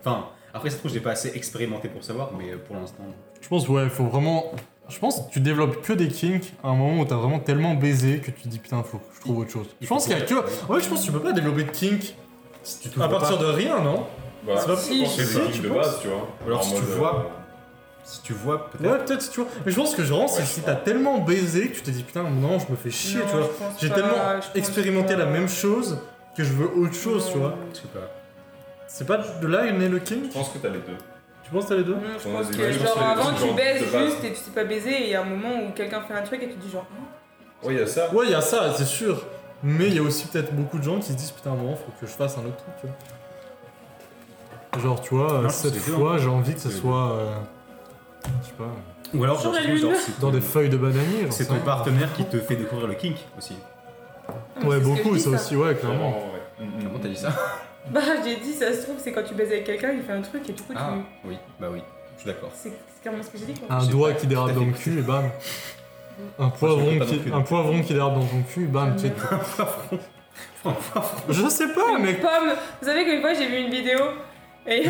Enfin, après ça se trouve, je l'ai pas assez expérimenté pour savoir, mais euh, pour l'instant.
Je pense, ouais, faut vraiment. Je pense que tu développes que des kinks à un moment où t'as vraiment tellement baisé que tu te dis putain, faut que je trouve autre chose. Je pense qu'il y a que. Ouais, je pense que tu peux pas développer de kink
Si tu
À
t'ouvres
partir
pas,
de rien, non
Bah,
C'est pas possible.
C'est
Si,
des
tu
lignes de
penses
base, tu vois.
Ou alors,
En
si tu
mode, euh,
vois, si tu vois peut-être.
Ouais, peut-être, tu vois. Mais je pense que genre, c'est
Ouais,
si
je
t'as tellement baisé que tu te dis putain, non, je me fais chier,
non,
tu vois.
je pense
J'ai
pas,
tellement
je pense
expérimenté
pas.
la même chose que je veux autre chose, tu vois.
Je sais pas.
C'est pas de là est né le kink
Je pense que t'as les deux.
Tu penses que t'as les deux
Non, je
On a
pense
des
que
images
genre
sur les
avant
gens
tu
de
baises
base.
juste et tu sais pas baiser et il y a un moment où quelqu'un fait un truc et tu dis genre Ah,
Ouais, il y a ça.
Ouais, il y a ça, c'est sûr. Mais il y a aussi peut-être beaucoup de gens qui se disent putain, bon, faut que je fasse un autre truc, tu vois. Genre, tu vois, euh,
Non,
cette
c'est dur,
fois, j'ai envie que ce
C'est
soit. euh, je sais pas.
Ou alors,
Sur
genre,
la
si tu-
lune.
genre, c'est
Dans
ton-
des feuilles de bananier, j'en
C'est
sais
ton
rien.
partenaire qui te fait découvrir le kink aussi.
mais
Ouais,
c'est ce que
beaucoup,
je dis,
ça aussi, ouais, clairement.
Vraiment, ouais.
Comment t'as dit ça
Bah j'ai dit ça se trouve c'est quand tu baises avec quelqu'un il fait un truc et du coup tu.
Ah, oui, bah oui, je suis d'accord.
C'est c'est clairement ce que j'ai dit quoi.
Un
J'ai
doigt
pas
qui dérape
tout à
dans
fait
le cul et bam. Un
connais
poivron,
pas non
qui,
plus,
un
donc.
poivron qui dérape dans ton cul, bam, tu sais. Je sais
Ah,
pas, mec.
Oh, Pomme Vous savez qu'une fois j'ai vu une vidéo
[laughs]
et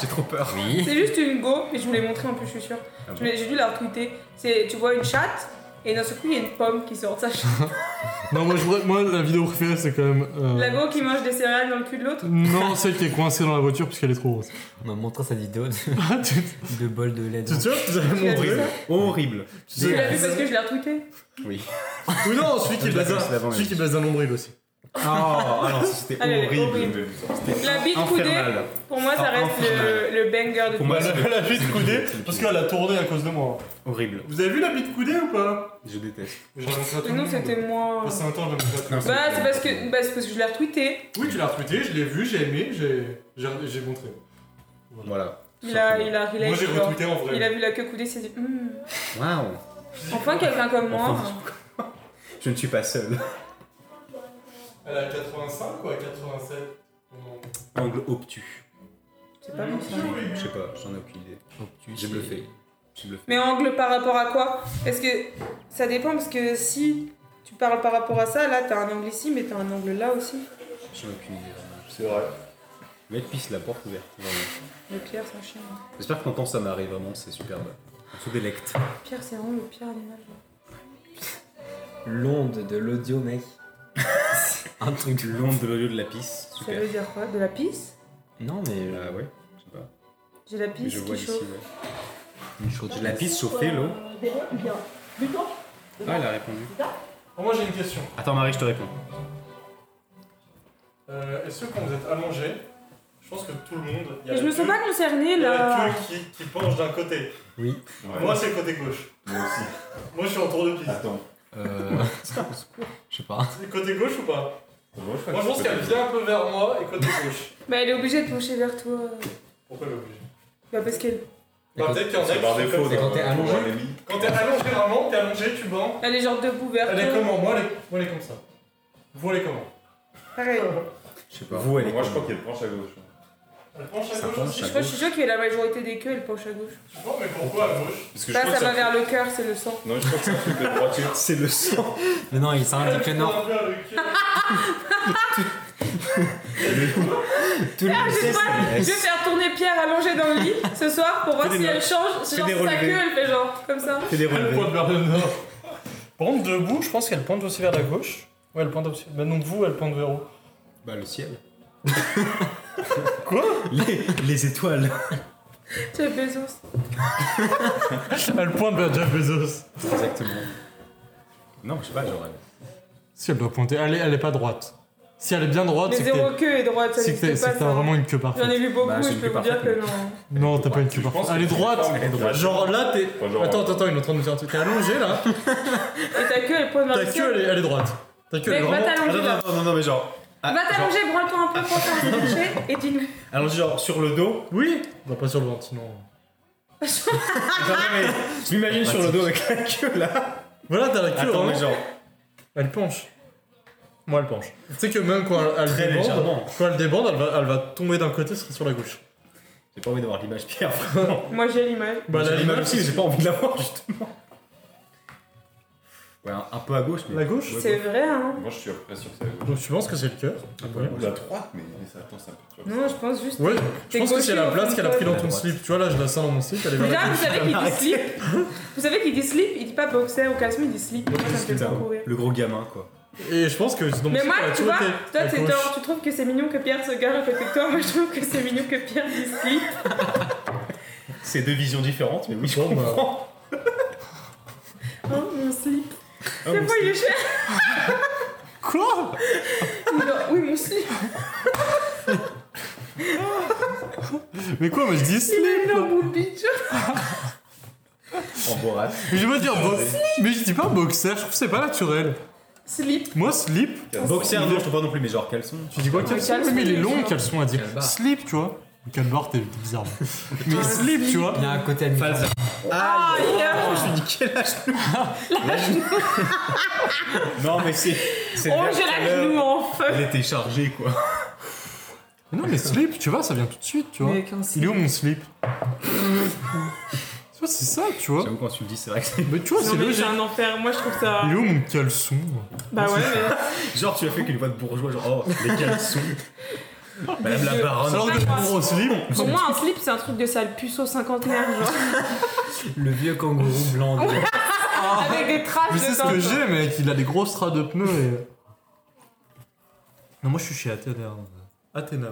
J'ai trop peur.
Oui.
c'est juste une go et je vous l'ai montré en plus je suis sûre.
Ah
Je
bon
l'ai- J'ai dû la retweeter. C'est tu vois une chatte et d'un seul coup il y a une pomme qui sort de sa chatte.
Non, moi, je voudrais- moi, la vidéo préférée, c'est quand même. euh,
La go qui mange des céréales dans le cul de l'autre.
Non, celle qui est coincée dans la voiture parce qu'elle est trop
[laughs]
grosse.
On m'a montré sa [laughs] vidéo de,
Ah, tu
de bol de lait.
tu te souviens que vous avez
Tu l'as vu
montré
ça
Horrible.
Tu
Tu
sais-
l'as vu parce que je l'ai retweeté.
Oui.
Ou non, celui qui
Je
baise
l'ai vu, c'est l'avant,
un- celui
oui.
qui baise un
[laughs]
nombril aussi.
Ah, ah non, c'était
Elle, elle est
horrible.
horrible. La bite coudée,
Infernal.
pour moi ça
Ah,
reste le, le banger de
Pour moi,
tout.
c'est le-
la bite coudée
c'est le
parce
pire.
qu'elle a tourné à cause de moi.
Horrible.
Vous avez vu la bite coudée ou pas
Je déteste.
J'ai montré à tout le
Non,
monde.
c'était
Ah,
moi.
Passé un temps, j'ai montré à tout le monde.
Bah, c'est parce que, bah, c'est parce que je l'ai retweeté.
Oui, tu l'as retweeté, je l'ai vu, j'ai aimé, j'ai- j'ai j'ai montré.
Voilà.
Il a, il a, il a,
Moi, j'ai
genre,
retweeté en
il a
vrai.
vu la queue coudée, il s'est dit, Hmm,
Waouh.
enfin quelqu'un comme moi.
Je ne suis pas seul.
Elle a 85 ou à 87
Angle obtus.
C'est pas bon ça.
Je sais pas, j'en ai aucune idée. J'ai bluffé. J'ai bluffé.
Mais angle par rapport à quoi Est-ce que ça dépend parce que si
Tu parles par rapport à ça, là t'as un angle ici, mais t'as un angle là aussi.
J'en ai aucune idée. vraiment.
C'est vrai.
Le mec pisse la porte ouverte. vraiment.
Le Pierre, hein. c'est un chien.
J'espère que t'entends ça m'arrive vraiment, c'est superbe. On se délecte.
Pierre, c'est vraiment le pire animal.
L'onde de l'audio, mec. un truc de l'onde.
L'onde de l'audio de la pisse,
Ça
super.
veut dire quoi De la pisse
Non, mais euh,
Ah ouais, je sais pas.
J'ai la
Mais je
pisse
vois
qui
ici,
chauffe.
ouais.
une chose.
De la pisse chauffée, l'eau. Ah, elle a répondu.
Oh, moi j'ai une question.
Attends, Marie, je te réponds.
Euh, Est-ce que quand vous êtes allongé, je pense que tout le monde. il y a
Et je
la
me sens
queue-
pas concernée
il y a
là.
la queue qui, qui penche d'un côté.
Oui.
Ouais.
Moi c'est le côté gauche.
Moi aussi.
Moi je suis en tour de piste.
[laughs] Attends.
Euh. Je sais pas.
C'est Côté gauche ou pas
Moi,
Moi je pense qu'elle vient un peu vers moi et côté gauche.
Bah, elle est obligée de pencher vers toi.
Pourquoi elle est obligée
Bah, parce qu'elle
Bah, peut-être qu'il y en a
C'est
qui
par
sont
défaut.
comme ça.
quand
dans-
t'es
dans
allongé.
les lits.
Quand t'es allongé vraiment, t'es allongé, tu bandes.
elle est genre debout vers
Elle est
toi.
comment moi elle est... moi elle est comme ça. Vous elle est [laughs] comment
Pareil.
Je sais pas. Vous, elle est.
Moi, je crois qu'elle penche à gauche.
Elle penche à
Ça
gauche
penche
aussi
à
Je crois que je suis sûre qu'il y a la majorité des queues, elle penche à gauche.
Non mais pourquoi à gauche
Parce que je
Là,
crois
ça
que
va
ça-
vers le cœur, c'est le sang.
Non, je crois que c'est un truc de [laughs] droitier.
C'est le sang.
Mais non, il s'arrête
Elle
au
fait
créneau.
un peu avec elle.
Tout le monde sait
Je vais faire tourner Pierre allongée dans le lit ce soir pour voir
Fais
si
des
elle change.
Fais
Genre,
des
si sa
relevés.
queue, elle fait genre comme ça.
C'est des
Elle
relevés.
pointe vers le nord. Par contre, debout, je pense qu'elle pointe aussi vers la gauche. Ouais, elle pointe aussi. Bah, donc vous, elle pointe vers où
Bah, le [laughs] ciel.
Quoi
les, les étoiles.
Tu Bezos.
Oh,
Elle pointe vers Jeff Bezos.
Exactement. Non, je sais pas, genre. elle-
Si elle doit pointer, elle est, elle est pas droite. Si elle est bien droite,
Mais
c'est que t'es-
zéro queue est droite, ça
c'est
n'existe
que t'es-
pas.
c'est que
ça.
t'as vraiment une queue parfaite.
J'en ai vu beaucoup,
Bah, c'est
je
une
peux
queue
vous dire
parfaite,
que non.
Non, t'as pas une queue parfaite. Elle est droite.
Elle est droite.
Genre là, t'es.
Enfin, genre,
euh,
Attends, attends, attends, une autre une autre- T'es allongé là.
Et ta queue, elle pointe vers
Ta
le
queue,
ciel.
elle est, elle est droite. Ta queue, elle est
Mec, va
vraiment. Ah,
t'allonger là.
non, non, mais genre. Ah,
Va t'allonger, branle-toi un peu, prends ton
[laughs]
coucher et dis-nous.
Alors, genre, sur le dos.
Oui. Bah, pas sur le ventre, sinon.
Non, non, mais je m'imagine sur le dos avec la hein. queue là.
Voilà, t'as la queue
Attends, mais
vraiment.
genre.
Elle penche. Moi, elle penche. Tu sais que même quand elle, elle
Très
débande,
légèrement.
quand elle débande, elle va, elle va tomber d'un côté, ce sera sur la gauche.
J'ai pas envie d'avoir l'image Pierre, vraiment.
Moi, j'ai l'image.
Bah,
j'ai
la,
l'image aussi, mais j'ai pas envie de l'avoir, justement. Ouais, un, un peu à gauche, mais.
la gauche.
Ouais,
C'est vrai, hein.
Moi, je suis après sûr que c'est à gauche.
Donc, tu penses que c'est le cœur Ouais.
Ou la droite, mais mais ça, attends, ça perturbe.
Non, je pense juste.
Ouais, je
T'es
pense que
gaucher
c'est la
ou
place qu'elle a pris dans ton
droite
slip. Tu vois, là, je la sens dans mon slip, elle est vers la
Déjà, vous
gauche.
savez qu'il dit slip. Vous savez qu'il dit slip, il dit pas boxer ou casse il dit slip. Moi, ça me fait
Putain,
trop rire.
le gros gamin, quoi.
Et je pense que c'est dans mon
Mais
slip,
moi,
elle a
euh, tu
tout
vois,
été
toi,
à
t'es
gauche.
tort. Tu trouves que c'est mignon que Pierre se gare à côté de toi. Moi, je trouve que c'est mignon que Pierre dit slip.
C'est deux visions différentes, mais oui, je
Bon, bah.
comprends.
Hein, mon slip. Oh,
Ah,
C'est
bon,
quoi, il est cher
Quoi
Non, Oui, mon [laughs] slip.
Mais quoi, mais je dis
Il
slip
est venu au bout de bitch.
c'est- En bourrate.
Mais je vais pas dire boxer. Mais je dis pas boxer, je trouve que c'est pas naturel.
Slip.
Moi, slip.
Boxer, non, je trouve pas non plus, mais genre caleçon.
Tu dis quoi, caleçon
caleçon,
Oui, Mais il est long,
caleçon.
caleçon à dire.
Calbar.
Slip, tu vois. Calbar, t'es
[laughs]
bizarre. Mais slip, tu vois.
Il y a un côté amical.
Ah, il est
Je suis dit, quel âge Non, mais c'est. c'est
Oh,
le
j'ai
tout à
la
l'heure.
genou en feu.
Elle était chargée, quoi.
Mais non, mais slip, tu vois, ça vient tout de suite, tu vois. Il est où mon slip [laughs] Tu vois, c'est ça, tu vois.
J'avoue, quand tu le dis, c'est vrai que c'est.
Mais tu vois,
Non,
c'est
mais c'est
logique.
un enfer. Moi, je trouve ça.
Il est où mon caleçon
Bah ouais, mais.
Genre, tu as fait qu'une voix de bourgeois, genre, oh, les caleçons. Madame la
Dieu.
baronne.
Alors que je prends au slip.
Pour moi, un slip, c'est un truc de sale puceau cinquantenaire, genre.
Le vieux kangourou blanc. de-
Avec des traces
Mais
de
Ah c'est ce que j'ai, mec. Il a des grosses traces de pneus et. Non, moi je suis chez euh, Athéna. Athéna.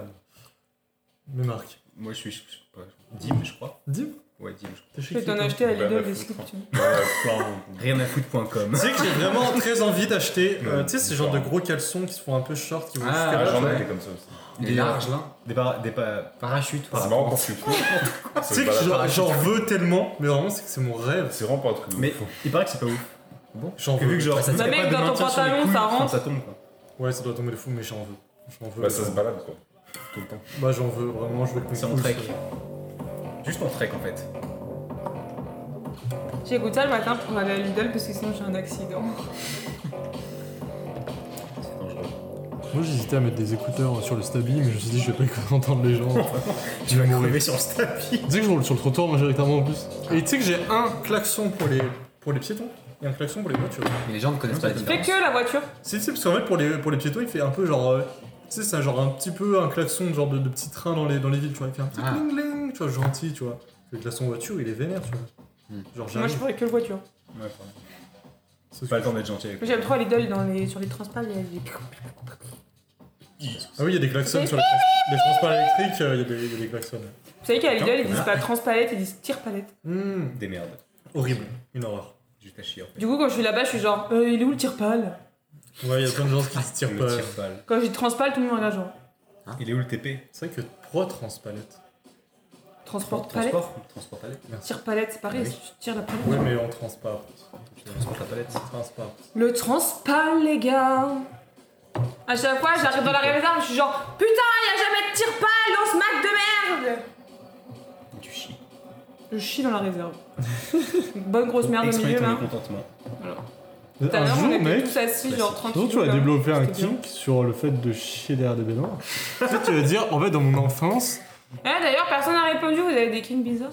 Mais Marc.
Moi, je suis. Je sais pas, Dim, je crois.
Dim
Ouais, Dim, je crois.
T'es chez
Je vais
qui,
t'en
toi
acheter à
Bah,
Lidl
bah,
des
faut
slips, tu vois.
Ouais, plein.
Rien à foutre.com.
Tu sais que j'ai vraiment très envie d'acheter. euh, tu sais, ces genres de gros caleçons qui se font un peu short, qui vont
Ah,
jusqu'à
Ah,
là.
j'en ai
ouais.
des comme ça aussi.
Il est large là.
Des par... Des pa...
Parachute.
C'est marrant parce que. [laughs]
Tu
C'est
sais
pas
que
la-
j'en- j'en veux tellement, mais vraiment, c'est que c'est mon rêve.
C'est vraiment pas un truc de
Mais
fou.
il paraît que c'est pas ouf.
J'en
Que vu
veux.
que genre.
Bah, ça
t'es
mec,
capable de
dans ton
maintenir sur les
pantalon,
couilles,
ça
enfin,
rentre.
Ça tombe, quoi.
Ouais, ça doit tomber de fou, mais j'en veux. J'en veux.
Bah, ça se balade quoi. Tout le temps.
Bah, j'en veux, vraiment, je veux euh. que mes
C'est en
couilles
trek.
soient-
Juste en trek, en fait.
J'écoute ça le matin pour aller à Lidl parce que sinon j'ai un accident.
C'est dangereux.
Moi, j'hésitais à mettre des écouteurs sur le stabi, mais je me suis dit, je vais pas entendre les gens.
Tu vas crever sur le tapis.
Tu sais que je roule sur le trottoir majoritairement en plus. Et tu sais que j'ai un klaxon pour les, pour les piétons. et un klaxon pour les voitures.
Mais les gens ne connaissent pas la
Fais
différence.
que la voiture.
Si, si, parce qu'en fait, pour les, pour les piétons, il fait un peu genre. euh, tu sais, c'est un genre un petit peu un klaxon genre de, de petit train dans les, dans les villes, tu vois. Il fait un petit
Ah.
cling cling, tu vois, gentil, tu vois. Le klaxon voiture, il est vénère, tu vois.
Hmm.
Genre,
Moi, je
j'arrive.
ferais que voiture.
Ouais, pardon.
Sauf
Pas
que-
le temps d'être gentil avec
J'aime trop les dolls dans les, sur les transports. Il y a des...
Ah oui, il y a des klaxons sur les, trans- les transports électriques, euh, il y a des- il y, a des klaxons.
Vous savez qu'à Lidl, ils disent pas transpalette, ils disent tire-palette.
Hmm,
Des merdes.
horrible, une horreur.
Juste à chier. en fait.
Du coup, quand je suis là-bas, je suis genre, euh, il est où le tire-pal
Ouais, il y a plein de gens qui se tirent
Le
pas.
tire-balle.
Quand je dis transpal, tout le monde regarde genre,
Il est où le TP
C'est vrai que pro transpalette.
transporte-palette.
Transport Transport palette.
Tire-palette, c'est pareil,
Oui.
si tu tires la palette.
Ouais, mais en transport.
Tu transportes la palette.
Transport.
Le transpal, les gars. À chaque fois, j'arrive dans la réserve, je suis genre, putain, il y a jamais de tire-pal dans ce Mac de merde
Et Tu chies.
Je chie dans
[laughs]
la réserve. Bonne grosse merde au
Exprimer
milieu, hein.
ton
là.
mécontentement.
Tout à
Euh, Un
l'heure, on
jour,
était
mec,
tous assis, genre tranquille.
sinon tu vas développer un kink sur le fait de chier derrière des
[laughs]
baignoires. tu sais, tu vas dire, en fait, dans mon enfance,
Eh, d'ailleurs, personne n'a répondu, vous avez des kinks bizarres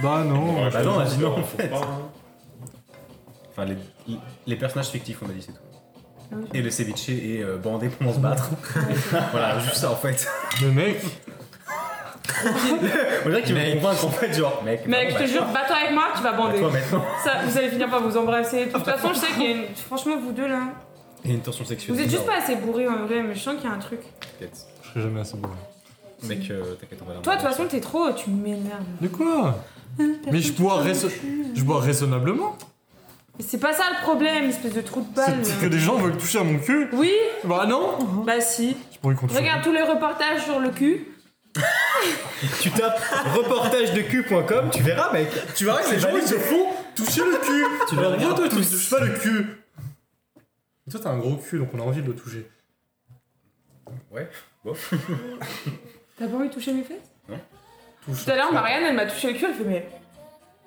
bah non.
Ouais,
bah non,
je-
dis non, en
faut
fait.
pas, hein.
Enfin, les, les personnages fictifs, on a dit, c'est tout.
Ah oui. Ah
Et le ceviche et euh, bandé pendant se
[laughs]
battre. [laughs] voilà, juste ça en fait.
Le mec,
On dirait qu'il me convaincre en fait, genre, mec.
Ah,
Mec, je
bah,
te jure, bats-toi avec moi, tu vas
bah,
bander.
Toi maintenant.
Ça, vous allez finir par vous embrasser. De toute façon, je sais qu'il y a une. Franchement, vous deux là.
Il y a une tension sexuelle.
Vous êtes juste pas assez bourrés en vrai, mais je sens qu'il y a un truc.
T'inquiète.
je serai jamais assez bon.
Mec, euh, t'inquiète, on va
Toi, de toute façon, t'es trop. Tu m'énerves.
De
Hein,
quoi Mais je bois, raison- je bois raisonnablement.
Mais c'est pas ça le problème, espèce de trou de balle.
C'est que
là.
des gens veulent toucher à mon cul.
Oui,
Bah non
bah si.
Je pourrais continuer.
Regarde tous les reportages sur le cul.
Tu
[laughs]
tapes reportagedecu.com, tu verras, mec.
Tu vois que les gens ils se font toucher le cul Tu vas rien toi tu me touches pas le cul Mais Toi t'as un gros cul donc on a envie de le toucher.
T'as pas envie de toucher mes fesses
Touche.
Tout à l'heure, Marianne, elle m'a touché le cul, elle fait mais.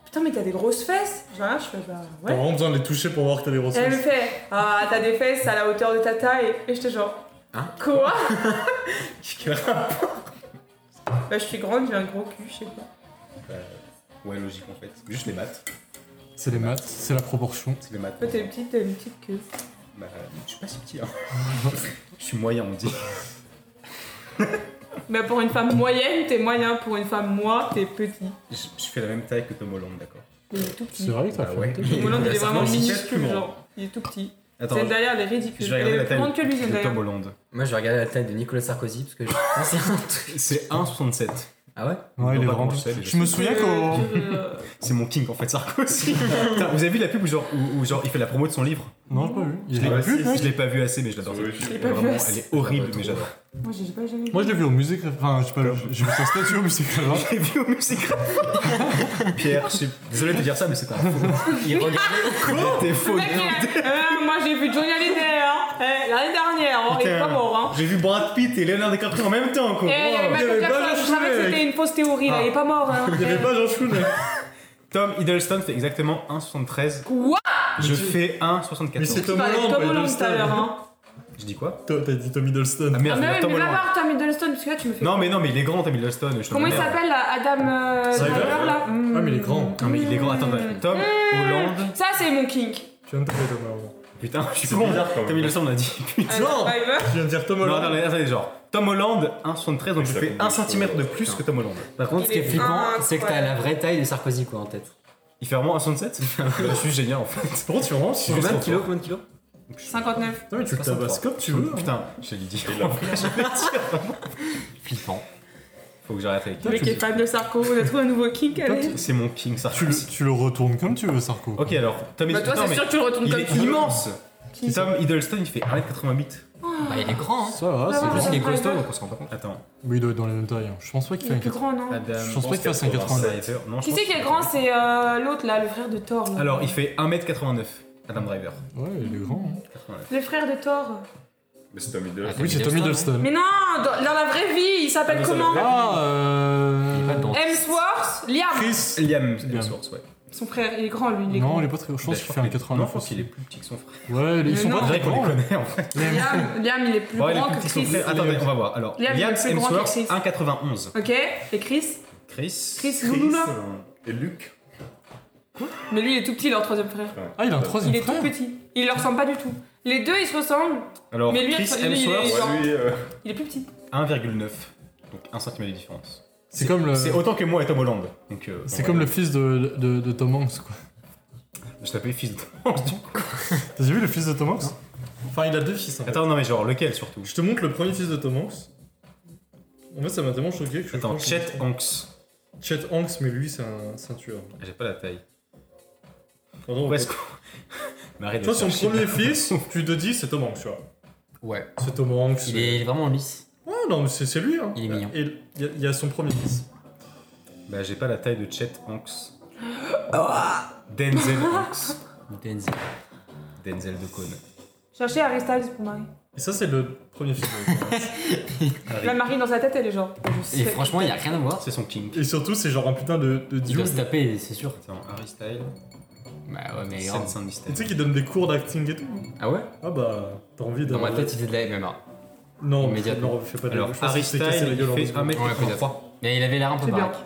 Putain, mais t'as des grosses fesses Genre, je fais bah
T'as
ouais.
vraiment besoin de les toucher pour voir que t'as des grosses
Elle me
fesses.
fait Ah, t'as des fesses à la hauteur de ta taille. Et j'étais genre
Hein
Quoi Bah, je suis grande, j'ai un gros cul, je sais pas.
Ouais, logique en fait. Juste les maths.
C'est les maths, c'est la proportion.
C'est les maths.
Toi, t'es une petite, t'as une petite queue.
Bah, je suis pas si petit, hein.
[laughs]
Je suis moyen, on dit.
Mais Bah, pour une femme moyenne, t'es moyen. Pour une femme moi, t'es petit.
Je, je fais la même taille que Tom Holland, d'accord.
Il est tout petit.
C'est vrai que t'as
Bah
fait
ouais.
un truc.
Tom Holland, il est
Certainement,
vraiment
c'est
minuscule,
tellement.
genre. Il est tout petit.
Attends, je,
Zendaya, elle est
je vais
ridicule. Elle
regarder
est
la
plus grande que lui,
taille de
Zendaya.
Tom Holland.
Moi, je vais regarder la taille de Nicolas Sarkozy parce que je [laughs] pense à un truc.
C'est 1,67.
Ah ouais
Ouais, il
Non,
est
pas
vraiment.
comment je sais, déjà.
Je me souviens
Que-
qu'au.
que, euh,
C'est mon king en fait,
[laughs]
Sarkozy. Putain, vous avez vu la pub où genre, où- où genre il fait la promo de son livre
Non, j'ai pas vu. Il est
Je l'ai
Ah
pas
plus,
vu,
mec.
je l'ai pas vu assez, mais je l'adore.
Ouais,
cette pub.
je-
l'ai pas vu
Vraiment,
assez.
Elle est horrible, mais j'adore.
Moi, j'ai pas jamais vu.
Moi, je l'ai vu au musée. Enfin, je sais pas, j'ai vu sa statue au musée. Grégoire.
J'ai vu au musique.
[laughs]
Pierre, je suis désolé de dire ça, mais c'est un faux. Il regardait. T'es
Le
faux.
mec, il a- Euh, moi, j'ai vu Johnny Hallyday, hein. Eh, L'année dernière, hein. Il est pas mort, hein.
J'ai vu Brad Pitt et Leonardo DiCaprio en même temps,
Eh,
quoi.
il y avait
il
Michael
avait pas
Jackson, je
Jean
savais que
Choulet.
c'était une fausse théorie, là. Il est pas mort, hein.
Il y avait
Eh.
pas Jean Chou mais.
Tom Hiddleston fait exactement 1,73.
Quoi
Je
Mais tu-
fais
Mais c'est
1,74.
Tom
Parlait de
Holland,
Tom
pas
Holland tout à l'heure,
Hiddleston.
hein.
Je dis quoi
Toi, T'as dit Tom Hiddleston.
Ah
Ah,
merde,
mais
il y a
ouais,
Tom
mais va
Holland.
voir Tom Hiddleston, parce que là, tu me fais.
Non, mais non, mais il est grand, Tom Hiddleston. je te
Comment il
merde.
s'appelle, là, Adam euh,
Driver.
Driver, là Hmm.
Ah, mais il est grand.
Non, mais il est grand. Attends, Tom Holland.
Ça, c'est mon kink.
Tu viens de taper Tom Holland.
Putain, je suis
C'est
con.
bizarre, quand même.
Tom Hiddleston, on a
[laughs]
dit. Putain.
Adam Driver.
Tu viens de dire Tom
Non,
Holland.
attendez, attendez, genre. Tom Holland, 1,73, donc je
Ça
fais
combine
1
sur-
cm de plus que Tom Holland.
Par contre, ce
Il
qui est
est
flippant, c'est que t'as
incroyable.
la vraie taille de Sarkozy quoi en tête.
Il fait vraiment
[laughs]
1,67 Je suis génial en fait.
Par contre, tu vraiment. tu-
Combien de kilos Combien de kilos
59.
Non, mais tu le
63.
tabasses comme tu veux. hein.
Putain, je l'ai dit.
Il l'a
Flippant.
Faut que j'arrête avec
Le mec est fan de Sarko, on a trouvé un nouveau kink, allez.
C'est mon king, ça.
Tu le, tu le retournes comme tu veux, Sarko.
Ok, alors, Tom
Bah, toi,
Hiddleston,
c'est
mais
sûr que tu le retournes
il
comme
est
tu veux.
immense
Qui
Tom Hiddleston, il fait 1m88.
Bah, il est grand, hein.
Ça va,
Ça
c'est bon.
va.
En plus, il est
Driver.
costaud, donc on se rend pas compte.
Attends,
Oui, il doit être dans les mêmes tailles. hein. Je pense pas qu'il
Il
fait
est
un
plus grand, non
Adam.
Je pense pas qu'il fasse un
87. Non, je
Qui
pense
c'est qui
qu'il
est grand C'est euh, l'autre, là, le frère de Thor. là.
Alors, il fait 1m89, Adam Driver.
Ouais, il est grand. hein.
89.
Le frère de Thor.
Mais c'est Tom
Ah,
Hiddleston.
Oui, c'est Tom
Hiddleston,
Hiddleston.
Mais non, dans, dans la vraie vie, il s'appelle comment
Ah,
Il est pas dedans.
euh.
Hemsworth Liam
Chris
Liam
Liam.
Hemsworth, ouais.
Son frère, il est grand, lui, il est
Non,
grand.
il est pas très. Je pense
Bah,
qu'il fait un
qu'il est- Non, je
89.
pense qu'il est plus petit que son frère.
Ouais, ils sont
Mais
pas
non.
très
Vrai qu'on
grands.
les connaît en fait.
Liam, Liam, il est plus
Ouais, les
grand
plus
que
petits sont
Chris.
frères. Attendez, on va voir. Alors,
Liam,
Liam
c'est grand
Hemsworth,
que Chris.
1,91.
Ok, et Chris
Chris. euh,
Chris Louloula.
Et Luc
Mais lui, il est tout petit, leur troisième frère.
Ah, il a un troisième
Il est tout
frère
petit. Il leur ressemble pas du tout. Les deux, ils se ressemblent.
Alors,
Mais lui,
Chris
il- il-
Hemsworth,
il-
Ouais, lui, euh,
Il est plus petit.
1,9. Donc 1 cm de différence.
C'est comme le.
C'est autant que moi et Tom Holland. Donc, euh,
C'est
bon,
comme
ouais.
le fils de, de, de Tom Hanks, quoi.
Je t'appelle fils de Tom, du coup.
T'as vu le fils de Tom Hanks
Enfin, il a deux
hein.
fils. en fait.
Attends, non mais genre lequel surtout
Je te montre le premier fils de Tom Hanks. En fait, ça m'a tellement choqué que je
Attends,
pense que-
Chet Hanks.
Chet Hanks, mais lui, c'est un, c'est un tueur.
J'ai pas la taille. Où
Pardon, en
est-ce
fait.
qu'on. [laughs] Mais arrête de
Toi, son
chercher.
premier fils, tu te dis, c'est Tom Hanks, tu vois.
Ouais.
C'est Tom Hanks.
Il est vraiment lisse.
Ouais, non, mais c'est c'est lui. Hein.
Il est mignon.
Et il y, a- il y a son premier fils.
Bah, j'ai pas la taille de Chet Hanks.
Ah
Denzel
[laughs]
Hanks.
Denzel.
Denzel de Cône.
Cherchez Harry Styles pour Marie.
Et ça, c'est le premier fils de Tom Hanks.
La Marie, dans sa tête, elle est genre. Je sais.
Et franchement, il n'y a rien à voir.
C'est son king.
Et surtout, c'est genre un putain de, de
Il doit se
dude.
taper, c'est sûr.
Attends, Harry Style.
Bah ouais, mais grave.
Sense
Et Tu sais qu'il donne des cours d'acting et tout.
Ah ouais
Ah bah, t'as envie de.
Dans ma tête, il faisait de la MMA.
Non,
immédiatement.
non, fais pas de
Alors,
je pense
Harry
qu'il s'est
Style,
cassé la
il
gueule en deux
fait
secondes.
1 m
Ouais, peut-être. Mais il avait l'air un peu
C'est bien.
baraque.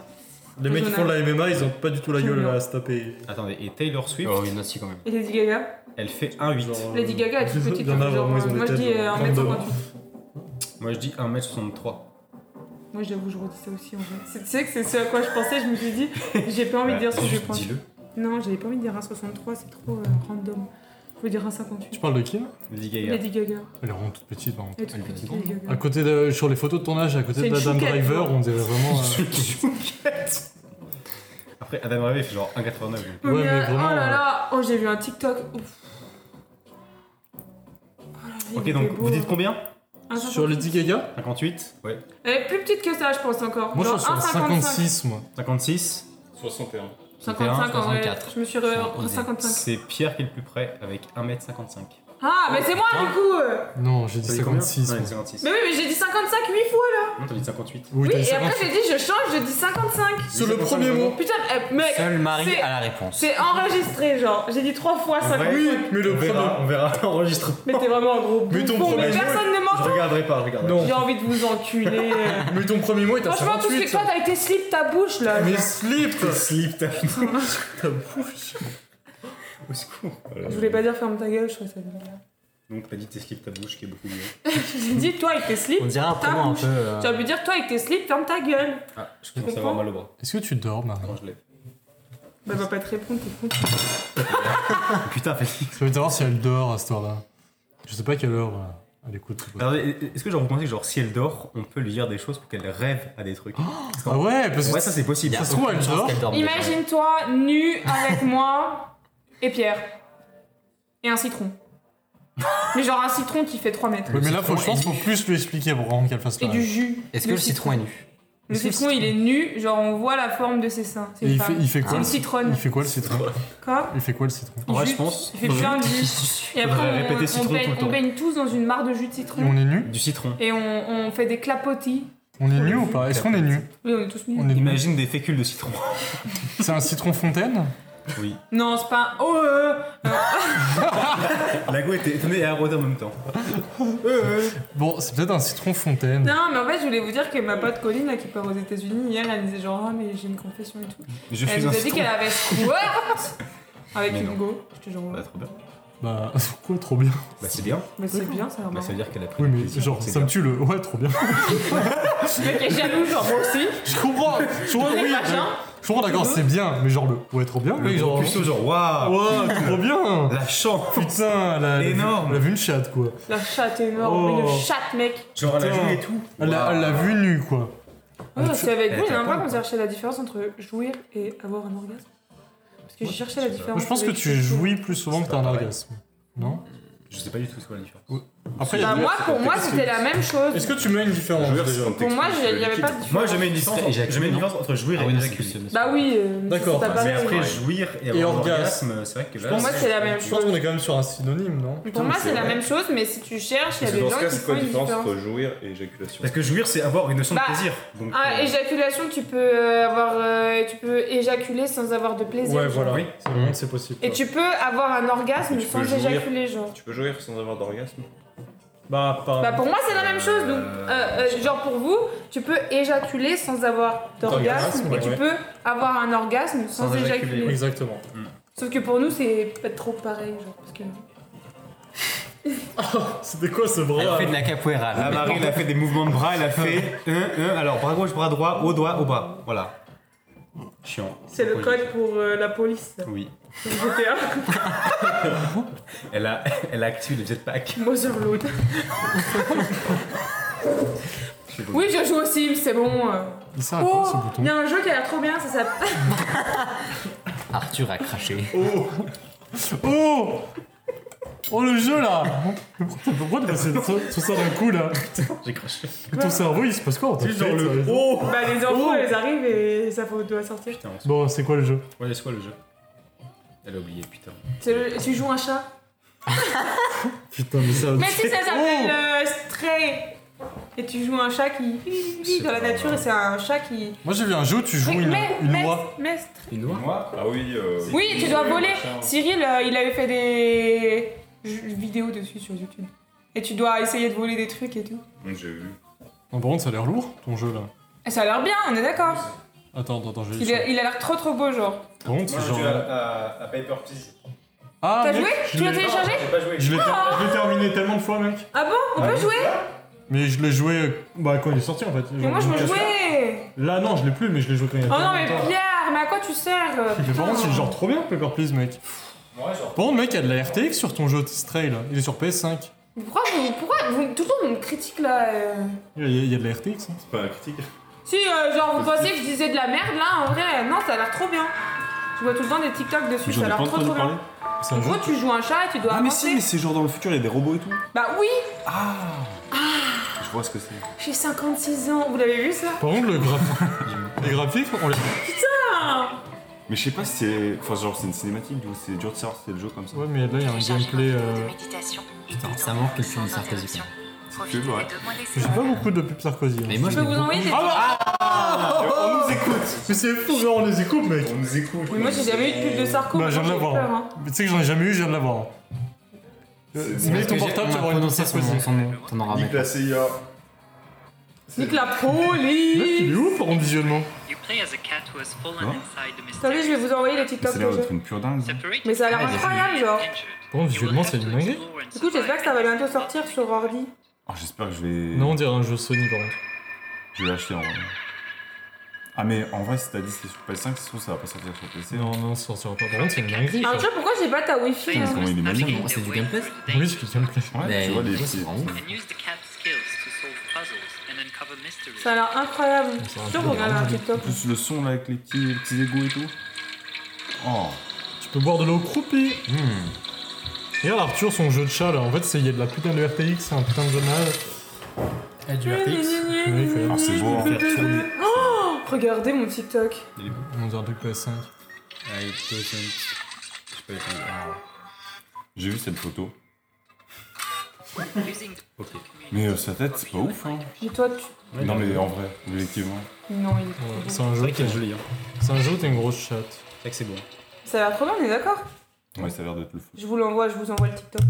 Les mecs qui font de la MMA, ils ont pas du tout la
C'est
gueule
bien.
à se taper.
Attendez, et Taylor Swift,
Oh, il y en a aussi quand même.
Et Lady Gaga
elle fait 1,8.
Genre,
Lady
euh,
Gaga, elle est toute petite.
[laughs]
hein,
Il y en a
genre,
vraiment, ils ont
moi,
des
je
têtes
dis
de
euh, 1m58.
32.
Moi je dis 1m63.
Moi, j'avoue, je redis ça aussi en vrai. C'est- Tu sais que c'est ce à quoi je pensais, je me suis dit, j'ai pas envie de dire ce que je
juste
pense.
dis-le.
Non, j'avais pas envie de dire 1,63, c'est trop euh, random. Je veux dire 1,58.
Tu parles de qui là
Lady Gaga. [laughs]
Lady Gaga.
Elle est vraiment toute petite, par contre.
Elle est toute
Elle est
petite,
grande.
Lady
À
Ah,
Gaga.
côté de, sur les photos de tournage, à côté
C'est
de
une
Adam
chouquette,
Driver,
quoi.
on dirait vraiment.
[laughs]
euh,
Après, Adam Ravé fait genre 1,89. donc.
Oh,
Ouais,
mais-
mais vraiment,
oh là
euh,
là, oh j'ai vu un TikTok. Ouf. Oh là là, il
Ok,
était
donc
beau,
vous
hein.
dites combien
Un
sur Lady Gaga
58 Ouais.
Elle est plus petite que ça, je pense encore.
Moi, je
Genre
suis sur
1,55.
56, moi.
56.
61.
55 en vrai.
64.
Je me suis
Je suis
re...
imposé.
55.
C'est Pierre qui est le plus près avec 1m55.
Ah, mais c'est moi
Hein
du coup euh.
Non, j'ai dit
T'as dit combien
56.
Ouais,
moi.
56.
Mais oui, mais j'ai dit 55 8 fois là
Non, t'as dit 58.
Oui,
Oui,
t'as dit
et après
56.
j'ai dit je change, je dis 55
Sur le premier mot.
Putain, eh, mec,
Seule Marie
c'est-
a la réponse.
c'est enregistré genre, j'ai dit 3 fois 55.
Oui, mais le
On verra,
premier.
on verra, on enregistre.
Mais t'es vraiment un gros
Mais ton
bouffon,
premier
mais
mot-
personne ne
Je
m'entend
regarderai pas, je regarderai.
Non.
J'ai envie de vous enculer
[laughs]
euh.
Mais ton premier mot est à
Franchement, tout ce que
58.
toi t'as été slip ta bouche là
Mais
genre.
slip
Slip, ta
Ta bouche
Au secours.
Je voulais pas dire ferme ta gueule, je trouvais ça bizarre.
Donc t'as dit tes slips, ta bouche qui est beaucoup mieux.
[laughs] J'ai dit, toi avec tes slips,
On dirait un
ta
pronom un
bouche.
peu.
hein.
euh,
tu as pu dire, toi avec tes slips, ferme ta gueule.
Ah, je
commence à avoir
mal au bras
Est-ce que tu dors, Marie
quand je l'ai.
Bah, elle va pas te répondre, t'es con.
Oh, Putain, Félix.
Je veux savoir si elle dort à cette heure-là. Je sais pas à quelle heure euh, elle écoute. ce podcast.
Attendez, est-ce que genre vous pensez que genre si elle dort, on peut lui dire des choses pour qu'elle rêve à des trucs
Ah ouais, parce que
Ouais, ça c'est possible.
y a
ça se trouve,
aucune
elle
chance
dort.
qu'elle dorme déjà.
Imagine-toi nu avec moi et Pierre. Et un citron. Mais genre un citron qui fait 3 mètres.
Ouais, mais là,
Le
faut, je
citron
pense
est
faut
nu.
plus lui expliquer pour vraiment qu'elle fasse
Et
la
du jus.
Est-ce que le citron est nu
Le
Est-ce que le
citron, il est nu, genre on voit la forme de ses seins. C'est
Et
une
il fait,
femme.
il fait
C'est
quoi
une
le citron
citronne.
Il fait quoi le citron
Quoi
Il fait quoi le citron
En vrai,
Jus.
je pense
Il fait plein de jus. Et après,
Faudrait
on-
répéter
on,
citron tout
baigne,
le temps.
on baigne tous dans une mare de jus de
Et
citron.
on est nu
du citron.
Et on, on fait des clapotis.
On est nu ou pas Est-ce qu'on est nu
Oui, on est tous nus.
On est nu.
Imagine des fécules de citron.
C'est un citron fontaine
Oui.
Non, c'est pas. un Oh, euh,
La go était étonnée et arrosée en même temps.
Bon, c'est peut-être un citron fontaine.
Non, mais en fait, je voulais vous dire que ma pote Colline, là, qui part aux États-Unis hier, elle me disait genre, ah, mais j'ai une confession et tout.
Je
elle
suis
nous
un
a dit
citron.
qu'elle avait squirt avec
Mais non.
Hugo. Je te jure, ouais.
Bah, trop bien.
Bah, [laughs] quoi, trop bien.
Bah, c'est bien.
mais c'est bien, ça va.
Bah, ça veut dire qu'elle a pris
Oui,
du
mais
plaisir,
genre,
c'est
ça me
bien.
tue le. Ouais, trop bien. [laughs]
Le mec est jaloux, genre, moi aussi.
Je comprends Je comprends,
Les
oui,
machins.
je comprends, d'accord, c'est bien, mais genre le. Ouais, trop bien,
Le
mec, genre.
gros
Ouais,
puceau, genre, euh, waouh
trop bien
[laughs] La chance
Putain, elle a, elle a vu-
Énorme.
elle a vu une chatte, quoi.
La chatte énorme,
Oh.
une chatte, mec.
Genre, elle a
Putain.
joué et tout.
Elle l'a elle l'a vue nue, quoi.
Ouais, parce qu'avec
Elle
vous, il y
t'a
en a un
pas,
pas qu'on cherchait la différence entre jouir et avoir un orgasme. Parce que j'ai cherché la différence.
Moi, je pense que
avec-
tu jouis plus souvent
C'est
que t'as un
pas pareil.
orgasme. Non
Je sais pas du tout c'est quoi la différence.
Après, il y a
Bah,
des-
moi, pour moi, c'était la même chose.
Est-ce que tu mets une différence
Joueur,
déjà
c'est un
Pour moi,
texte,
il n'y avait
euh, liquide.
pas de différence.
Moi, je mets une différence,
Serait éjaculé,
je mets une
non
différence entre jouir
Ah
et
oui, non,
éjaculer.
c'est-
Bah oui, euh, mais
D'accord.
c'est pas
Mais
pareil.
après, jouir et avoir
Et
un
orgasme.
orgasme, c'est vrai que là.
Pour moi, c'est la même
Je pense
chose.
qu'on est quand même sur un synonyme, non
Pour moi, c'est la même chose, mais si tu cherches, il y a
Parce que
des
dans
gens
ce cas,
qui
c'est
font
quoi la
une
différence
différence.
entre jouir et éjaculation
Parce que jouir, c'est avoir une notion
Bah,
de plaisir. Donc,
Ah,
euh,
éjaculation, tu peux euh, avoir, euh, tu peux éjaculer sans avoir de plaisir.
Ouais,
genre.
voilà.
Oui.
C'est vraiment que c'est possible.
Et
quoi.
tu peux avoir un orgasme
Et tu
sans
peux jouir.
éjaculer, genre.
Tu peux jouir sans avoir d'orgasme Bah, pas.
Bah pour moi c'est la même chose. Donc euh, euh, genre pour vous, tu peux éjaculer sans avoir d'orgasme
D'orgasme,
et tu
ouais.
peux avoir un orgasme sans,
Sans
éjaculer.
éjaculer.
Exactement.
Sauf que pour nous c'est pas trop pareil genre parce que
C'était quoi ce
Elle
bras
fait Bah, de Ah, la capoeira.
La
là.
Ah, bah, Marie, elle a fait des mouvements de bras, elle a [laughs] fait un, un. Alors, bras gauche, bras droit, haut, doigt, haut, bas. Voilà. Chiant.
C'est le
Pourquoi
code pour euh, la
[laughs]
police. là.
j'ai- Oui.
Dans GTA.
Elle a, [laughs] elle a activé le jetpack. [laughs]
Motherload. oui je joue au Sims c'est bon. euh.
Il sert à quoi
Oh
ce bouton
il y a un jeu qui a l'air trop bien ça s'appelle.
Arthur a craché.
Oh Oh le jeu là Pourquoi t'as passé tout tout ça d'un coup là
J'ai craché.
Et Ton cerveau il se passe quoi en
C'est genre le haut
Oh.
Bah, les infos, elles arrivent et ça faut- doit sortir.
Putain, on se-
Bon c'est quoi le jeu
Ouais, laisse-moi le jeu. Elle a oublié, putain.
C'est le- Tu joues un chat.
Putain mais ça...
Mais si ça s'appelle euh, Stray. Et tu joues un chat qui vit dans la nature et c'est un chat qui.
Moi j'ai vu un jeu où tu joues
Mais-
une,
mais-
une
mais-
oie.
mais Stray-
Une noix
Moi Ah oui. euh,
Oui, tu dois voler. Cyril, euh, il avait fait des jeux- vidéos dessus sur YouTube. Et tu dois essayer de voler des trucs et tout.
J'ai vu.
Non par contre ça a l'air lourd ton jeu là.
Et ça a l'air bien, on est d'accord.
Attends, attends, attends, je vais
Il a il a l'air trop trop beau, genre.
Par contre, c'est genre...
à, Paper Please.
Ah,
T'as
mec,
joué
je
Tu l'as
l'ai-
téléchargé
J'ai pas joué.
Je l'ai je l'ai terminé tellement de fois, mec.
Ah bon On peut jouer
Mais je l'ai joué euh, bah, quand il est sorti en fait.
Mais
Genre,
moi je veux
Dreamcast.
jouer
Là non, je l'ai plus, mais je l'ai joué quand il y a
Oh non,
très
mais
longtemps.
Pierre, mais à quoi tu sers euh,
Mais par
putain
contre, c'est genre trop bien Paper Please, mec. Par contre, mec, il y a de la RTX sur ton jeu Stray là. Il est sur PS5.
Pourquoi vous. Pourquoi vous. Tout le temps, on me critique là. euh.
Il y a, il y a de la RTX. hein.
C'est pas la critique.
Si, euh, genre, vous pensez que je disais de la merde là, en vrai, non, ça a l'air trop bien. Je vois tout le temps des TikTok dessus, ça Ah, a l'air trop trop bien.
C'est
En
un jeu.
gros, tu joues un chat et tu dois
Ah, mais si,
avancer.
mais c'est genre dans le futur, il y a des robots et tout.
Bah oui,
Je vois ce que c'est.
j'ai 56 ans. Vous l'avez vu ça
Par contre, le graph... [laughs] les graphiques, on les.
Mais je sais pas si c'est. Enfin, genre, c'est une cinématique, du coup, c'est dur de savoir si c'est le jeu comme ça.
Ouais, mais là, il y a un gameplay. euh,
Putain, ça manque le film Sarkozy. quoi.
C'est vrai.
J'ai pas beaucoup de pubs Sarkozy. hein.
Mais moi,
Je
je
peux
l'ai
vous
beaucoup.
envoyer des.
on Oh, nous écoute
Mais c'est fou, genre, on les écoute, mec.
On nous écoute
Oui, moi, j'ai jamais eu de pub de Sarko.
Bah, je viens de
j'ai
l'avoir.
peur, hein.
Mais Tu sais que j'en ai jamais eu, je viens de l'avoir. hein. Euh,
C'est-
Mets
Parce que
ton
j'ai-
portable, tu
on
vas
a
avoir une
prononcé son nom,
Sarkozy.
son nom. T'en auras
Nique Ah, la CIA.
Nique la
Mec, il est
police
ouf en visuellement.
Attendez, je vais vous envoyer les TikTok
C'est l'air
que
d'être
j'ai.
une pure dingue. hein.
Mais ça a l'air incroyable, genre.
Bon, visuellement, c'est une dinguerie.
Du coup, j'espère que ça va bientôt sortir sur ordi.
Oh, j'espère que je vais.
Non, on dirait un jeu Sony par contre.
Je vais l'acheter en vrai. Ah, mais en vrai, si t'as dit que c'est sur PS5, ça se trouve, ça va pas sortir sur hein. PC.
Non, non, ça sortira pas. Par contre, c'est une dinguerie.
Alors, Ah, tu vois, pourquoi j'ai pas ta wifi
Putain,
hein
comment il est magnifique.
C'est du gameplay
Oui, c'est le gameplay.
Ouais,
Mais
tu vois les
pourquoi c'est
petits.
vraiment ouf
Ça a l'air incroyable. Je suis sûre qu'on regarde un TikTok.
Plus le son là avec les petits, les petits égouts et tout. Oh,
Tu peux boire de l'eau croupie. Regarde Arthur, son jeu de chat là. En fait, c'est- il y a de la putain de RTX, c'est un putain de jeu de mal.
Elle du RTX.
Oui, il
Ah,
faut-
c'est beau. hein.
Oh, regardez mon TikTok.
On dirait un truc PS5.
hein.
J'ai vu cette photo. Mais euh, sa tête, c'est pas ouf. Hein.
Mais toi, tu.
Non, mais en vrai, objectivement.
Non, il est trop
Ouais,
beau.
C'est un jeu qui
C'est joli, hein.
C'est un jeu où t'es une grosse chatte.
C'est vrai que c'est bon.
Ça a l'air trop bien, on est d'accord
Ouais, ça a l'air d'être le fou.
Je vous l'envoie, je vous envoie le TikTok.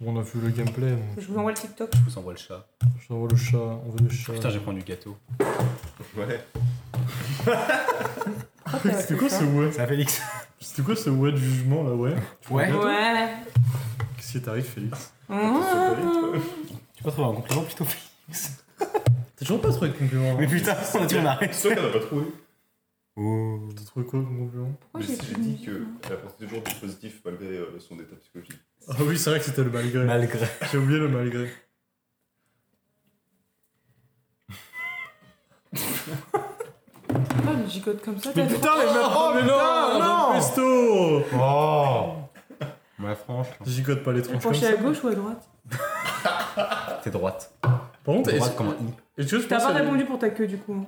Bon, on a vu le gameplay. donc
Je vous envoie le TikTok.
Je vous envoie le chat.
Je t'envoie le chat. On veut le chat.
Putain, j'ai prendre du gâteau.
Ouais.
[laughs] C'était quoi ce ouais
C'est à Félix.
C'était quoi ce ouais de jugement là, ouais
Ouais.
Ouais.
Qu'est-ce qui t'arrive, Félix
Mmh.
Tu peux trouver un compliment plutôt
T'as toujours pas trouvé de compliment. hein
putain, on a dit on arrête.
C'est vrai qu'elle a pas trouvé.
T'as trouvé quoi comme compliment
Pourquoi j'ai plus de musique,
elle apportait toujours du positif malgré euh, son état psychologique.
Ah oui, c'est vrai que c'était le malgré.
Malgré.
J'ai oublié le malgré.
Pourquoi elle me gigote comme ça t'as
mais même pas mais non, non Pesto
Oh Ouais, franche.
Gigote pas les tronches comme
Penché
ça.
à gauche ou à droite
T'es droite.
Par contre, est-ce-
Droite comme un i.
est-ce que je
T'as
pense
pas
à-
répondu pour ta queue du coup.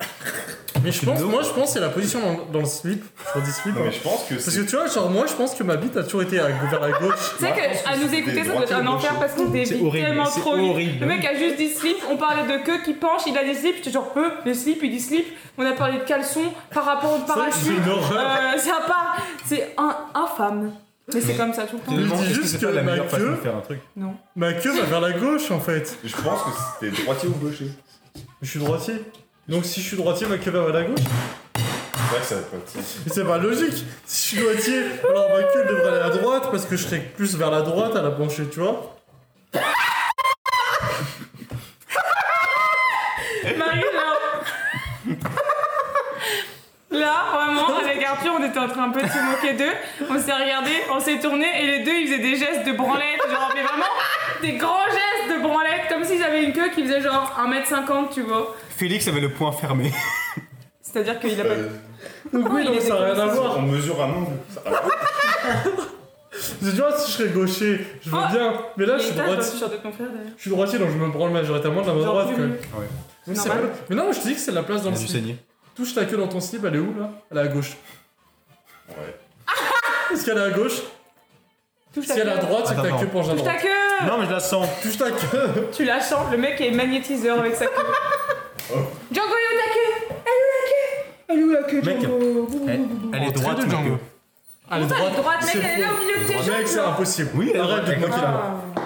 Mais je pense, moi je pense que c'est la position dans, dans le slip, sur des slips.
Non, mais
hein.
je pense que
Parce que
c'est.
tu vois, genre moi je pense que ma bite a toujours été à- vers la
[laughs]
gauche.
Tu sais que à nous écouter, ça doit être un enfer parce qu'on
C'est
débite
horrible,
tellement
c'est
trop vite.
horrible.
Le mec a juste dit slip, on parlait de queue qui penche, il a des slips, j'étais genre peu, le slip, il dit slip. On a parlé de caleçon par rapport au
C'est vrai que c'est
parachute.
une horreur.
Euh, ça part, c'est un infâme. Mais c'est comme ça tout le temps.
Il
Finalement,
dit
est-ce que
juste
c'est
que
pas la
ma
meilleure façon de
queue-
faire un truc
Non.
Ma queue va vers la gauche en fait.
Je pense que c'était droitier ou gaucher.
Je suis droitier. Donc si je suis droitier, ma queue va vers la gauche.
C'est vrai que ça va pas être-
Mais c'est pas logique. Si je suis droitier, alors ma queue devrait aller à droite parce que je serais plus vers la droite à la pencher, tu vois.
Marie, là. Là, vraiment, avec Arthur, on était en train un peu de se moquer d'eux. On s'est regardés, on s'est tournés et les deux, ils faisaient des gestes de branlette. Genre, mais vraiment, des grands gestes de branlette, comme s'ils avaient une queue qui faisait genre 1m50, tu vois.
Félix avait le point [laughs] fermé.
C'est-à-dire qu'il a pas.
Euh,
Donc oui,
Ah, il
non,
est
ça n'a rien à voir.
On mesure un angle. Ça va pas.
Tu vois, si je serais gaucher, je veux
Oh.
bien. Mais là, je
Il
suis
est tard dans le
droitier.
t-shirt de ton frère, d'ailleurs.
Je suis droitier, donc je me branle majoritairement de la main
Genre,
droite.
plus
Quand même.
mieux.
Mais, c'est
normal.
pas- mais non, je te dis que c'est la place dans le
du
slip.
saigner.
Touche ta queue dans ton slip, elle est où là Elle est à gauche.
Ouais.
[laughs] Est-ce qu'elle est à gauche
Touche ta
Si elle est à
queue.
droite, c'est que ta
Attends,
queue penche à
Touche ta
droite.
queue
Non, mais je la sens.
Touche ta queue
Tu la sens, le mec est magnétiseur avec sa queue.
Oh.
Django, il est ta queue Elle est où la queue Elle est où la
Mec,
queue, Django
elle, elle est
Entrée
droite,
de
ma
Django.
queue.
Allez,
Pourtant, elle est droite, mec,
c'est
elle est là
faux.
au milieu de tes jambes.
Mec, c'est
genre.
impossible.
Oui, elle est
Arrête de te
droite.
moquer là.
Ah.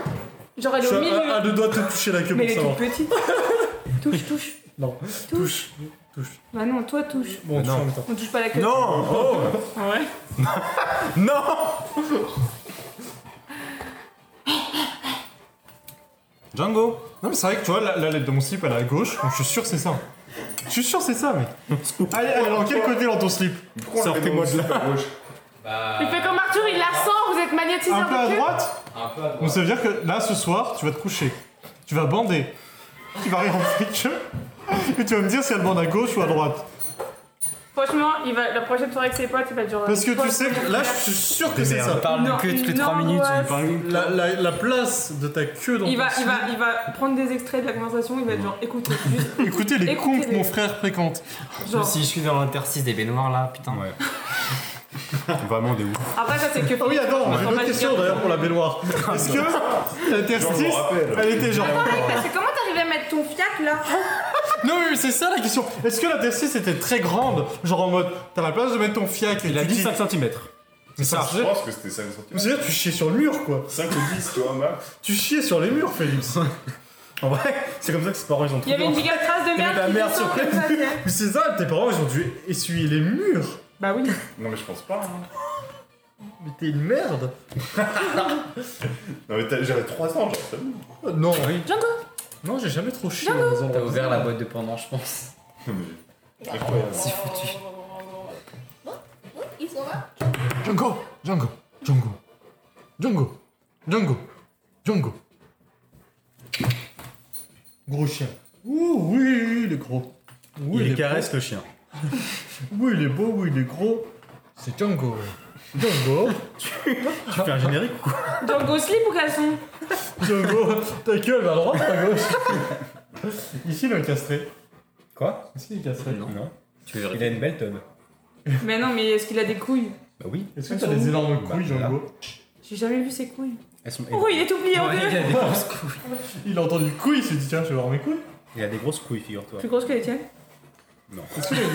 Genre, elle
Je
est
suis
au
à, à
milieu.
deux doigts de te toucher la queue
Mais
pour
elle est toute
savoir.
petite. [laughs] touche, touche,
Non,
touche.
touche. Touche.
Bah non, toi, touche.
Bon,
Mais
touche
non.
en même temps.
On touche pas la queue.
Non oh,
Ah ouais.
Non Django
Non, mais c'est vrai que tu vois, là, là, l'aide de mon slip, elle est à gauche. Donc, je suis sûr, que c'est ça. Je suis sûr, que c'est ça, mec. Allez, elle est dans quel côté dans ton slip
Pourquoi on le fait
Sortez-moi
dans
de
le slip à gauche
Il fait comme Arthur, il la sent, vous êtes magnétiseur
Un peu à
de queue.
droite
Un peu à droite.
Donc, ça veut dire que là, ce soir, tu vas te coucher. Tu vas bander. Tu vas réenlever la queue. Et tu vas me dire si elle bande à gauche ou à droite.
Franchement, il va, la prochaine soirée avec ses potes, il va dire.
Parce que tu sais que là, je suis sûr que c'est ça.
Ah,
parle
que toutes les 3 minutes, on parle.
La, la, la place de ta queue dans
Il
ton
va, il,
slip.
va, il va prendre des extraits de la conversation, il va être genre écoutez, juste
Écoutez les
Écoutez
cons que
les-
mon frère fréquente.
genre.
Si je suis dans l'interstice des baignoires là, putain.
Ouais. Vraiment des ouf.
Après, ça c'est que.
Ah oui, attends,
On
j'ai une
s'en bat
autre question
les
d'ailleurs pour la baignoire. Est-ce que
Je
l'interstice,
m'en rappelle.
elle était genre.
Attends, mec, parce que comment t'arrives à mettre ton fiac là
[laughs] Non, mais c'est ça la question. Est-ce que l'interstice était très grande Genre en mode, t'as la place de mettre ton fiac et
Il a
tu
dit
dis.
5 cm.
Mais ça,
Je pense que c'était 5 cm.
C'est-à-dire, tu chiais sur le mur quoi.
5 ou 10, tu vois, max.
Tu chiais sur les murs, Félix.
En vrai, c'est comme ça que ses parents ils ont
Il y avait
trouvé.
une giga trace de
y avait
merde.
de la
qui
merde
descend hein.
sur le
comme ça, tu sais.
Mais c'est ça, tes parents ils ont dû essuyer les murs.
Bah oui.
Non, mais je pense pas. hein.
Mais t'es une merde.
Non, mais t'as- j'avais 3 ans, genre, t'as vu
Euh, Non,
Django
non, j'ai jamais trop chié dans les endroits.
T'as ouvert la boîte de pendant, je pense.
Non, mais. Incroyable.
C'est foutu.
Django, Django, Django, Django, Django, Django.
Gros chien. Ouh, oui, il est gros. Oui,
Il
est
caresse le chien.
beau. Oui, il est beau, oui, il est gros. C'est Django. Django.
Tu fais un générique ou quoi
Django slip ou caleçon
Django, ta queue elle va à droite, à gauche. [laughs] Ici, il est castré.
Quoi
Ici, il est castré.
Non.
Tu veux
Il a une belle tub.
Mais non, mais est-ce qu'il a des couilles
Bah oui.
Est-ce que t'as des énormes couilles,
Bah, là.
Django
J'ai jamais vu ses couilles.
Elles sont
Oh, il est tout plié en
Il
deux
y [laughs] a des grosses couilles.
Il a entendu couilles, il s'est dit tiens, je vais voir mes couilles.
Il a des grosses couilles, figure-toi.
Plus grosses que les tiennes
Est-ce qu'il a, une-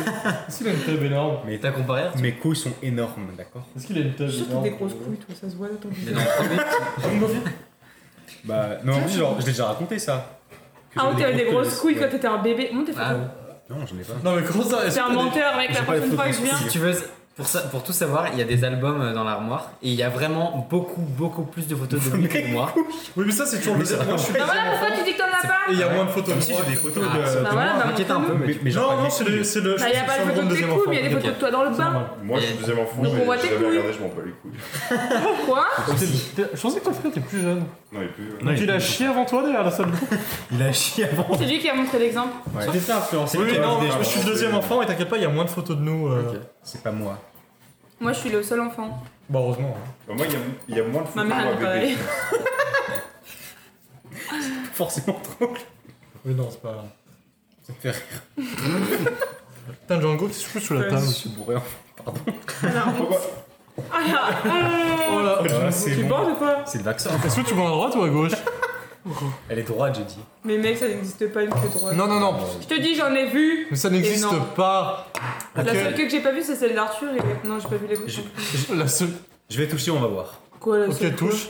est-ce qu'il a une tube énorme
Mais
T'as comparé
mes couilles sont énormes, d'accord
Est-ce qu'il a une tube
Je suis sûr que t'as
énorme
des grosses couilles, toi, ça se voit dans ton
Mais
visage.
non,
Bah non, en plus, genre, je l'ai déjà raconté ça. Que
Ah,
j'avais
ouais, t'avais des grosses couilles quand
Ouais.
t'étais un bébé. Mon t'es
Ah
fou.
oui.
Non, je n'ai pas.
Non, mais comment ça est-ce
T'es un
que t'as des-
menteur, mec,
j'ai
la
pas les
prochaine
photos
fois que je viens.
Si tu veux, pour, ça, pour tout savoir, il y a des albums euh, dans l'armoire et il y a vraiment beaucoup, beaucoup plus de photos de lui que de moi.
Oui, mais ça, c'est toujours le Moi, je suis
Bah voilà pourquoi tu dis que t'en as pas
Et il y a moins de photos
Comme
de
si
moi.
j'ai des photos
Ah,
de.
c'est
de
pas mal,
moi.
bah,
M'inquiète un peu, mais tu-
Mais genre,
Non,
pas
non,
des
c'est
couilles.
le. c'est
Bah,
le-
y a
c'est
pas
le
de photos de tes
deuxième
couilles,
enfant.
mais il y a des
ok.
photos de toi dans le bain.
Moi, je suis
Et-
deuxième enfant,
Donc, on
mais
voit
j'ai
tes
jamais
couilles.
regardé, je m'en bats les couilles.
Quoi
T'es- t'es- Je pensais que ton frère était plus jeune.
Non, il peut.
Non,
Donc il a chié avant toi derrière la salle de bain.
Il a chié avant.
C'est lui qui a montré l'exemple.
Je t'ai fait influencer.
Oui,
Oui,
non,
non,
mais
je suis le deuxième enfant et t'inquiète pas, il y a moins de photos de nous. euh,
C'est pas moi.
Moi, je suis le seul enfant.
Bah, heureusement.
Bah, Moi, il y a- il y a moins de
Ma
photos de
mère,
moi,
elle est
bébé.
[laughs] pareille.
Forcément trop.
Oui, non, c'est pas.
Ça me fait rire.
Putain, Django qui se fout sous la table.
Je suis bourré. en fait.
Pourquoi
Ah là
Oh là
Voilà,
Tu
c'est
es
bon.
bord ou quoi
C'est le vaccin.
Est-ce que tu vas à droite ou à gauche
Elle est droite, j'ai dit.
Mais mec, ça n'existe pas une queue droite.
Non, non, non.
Je te dis, j'en ai vu.
Mais ça
Et non.
n'existe pas.
La
Ok.
seule queue que j'ai pas vue, c'est celle d'Arthur. et- Non, j'ai pas vu les vôtres.
La seule.
Je vais toucher, on va voir.
Quoi, là, c'est-
Ok, touche.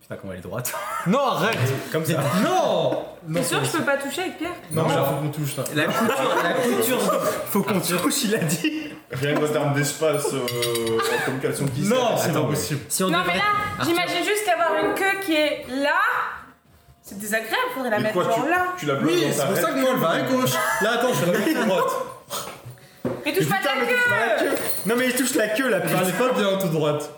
Putain, comment elle est droite.
Non, arrête
Comme ça.
Non
T'es sûr que je peux pas toucher avec Pierre
Non, mais là, faut qu'on touche là.
La couture, la couture. Faut qu'on touche, il a dit.
J'ai une grosse arme d'espace euh, comme caleçon qui
Non, c'est
Attends,
pas
mais-
possible.
Si on
Non,
devrait- Ah.
mais là,
Arthur.
j'imagine juste qu'avoir une queue qui est là, c'est désagréable, faudrait la
Et
mettre
quoi,
genre là.
tu, tu la bloques
Oui,
dans
c'est
ta
pour
raie.
ça que moi, elle va à gauche. Là, attends, je vais la mettre à droite.
Mais touche pas ta queue
Non, mais il touche la queue, la
Elle
putain.
allait pas bien tout droite.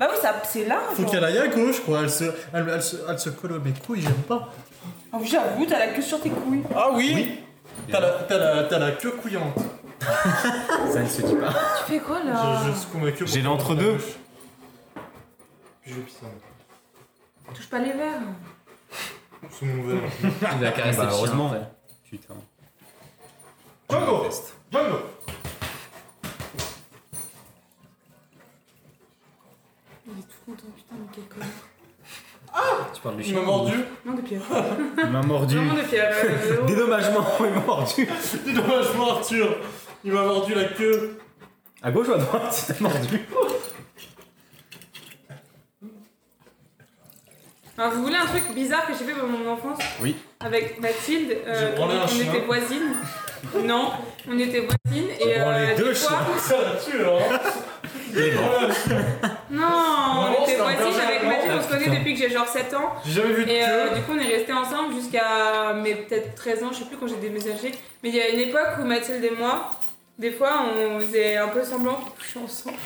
Bah oui, ça- c'est là.
Faut
genre.
qu'elle aille à gauche, quoi. Elle se, elle, elle se, elle se colle à mes couilles, j'aime pas.
Oh, J'avoue, t'as la queue sur tes couilles.
Ah oui, T'as la, t'as la- t'as la queue couillante.
Ça ne se dit pas.
Tu Ah, fais quoi là
Je, je secoue ma queue. pour
J'ai
que-
l'entre-deux.
Puis je vais pisser.
Touche pas les verres.
Sous mon verre.
Il va caresser
Bah,
le chien,
heureusement.
après.
Putain.
Django Django
Il est tout content, oh, putain, mais quel connard.
Tu parles du
Il
chien.
m'a mordu.
Non, de Pierre.
Il m'a mordu.
Vraiment de Pierre. euh,
[laughs]
Dédommagement, il m'a mordu.
C'est [laughs] dommage pour Arthur. Il m'a mordu la queue.
À gauche ou à droite Il t'a mordu.
Alors, vous voulez un truc bizarre que j'ai fait pendant mon enfance
Oui.
Avec Mathilde, euh,
J'ai
on,
branlé un chien.
était voisines. non, on était voisines et
branlé
euh,
deux
des fois,
Ça la tue, hein.
non,
Vraiment,
on était
c'est un
voisines
berger
avec
allemand.
Mathilde, on se connaît depuis que j'ai genre 7 ans.
J'ai jamais vu de
Et euh,
queue.
du coup, on est restés ensemble jusqu'à mes peut-être 13 ans, je sais plus quand j'ai déménagé. Mais il y a une époque où Mathilde et moi, des fois, on faisait un peu semblant qu'on couchait ensemble.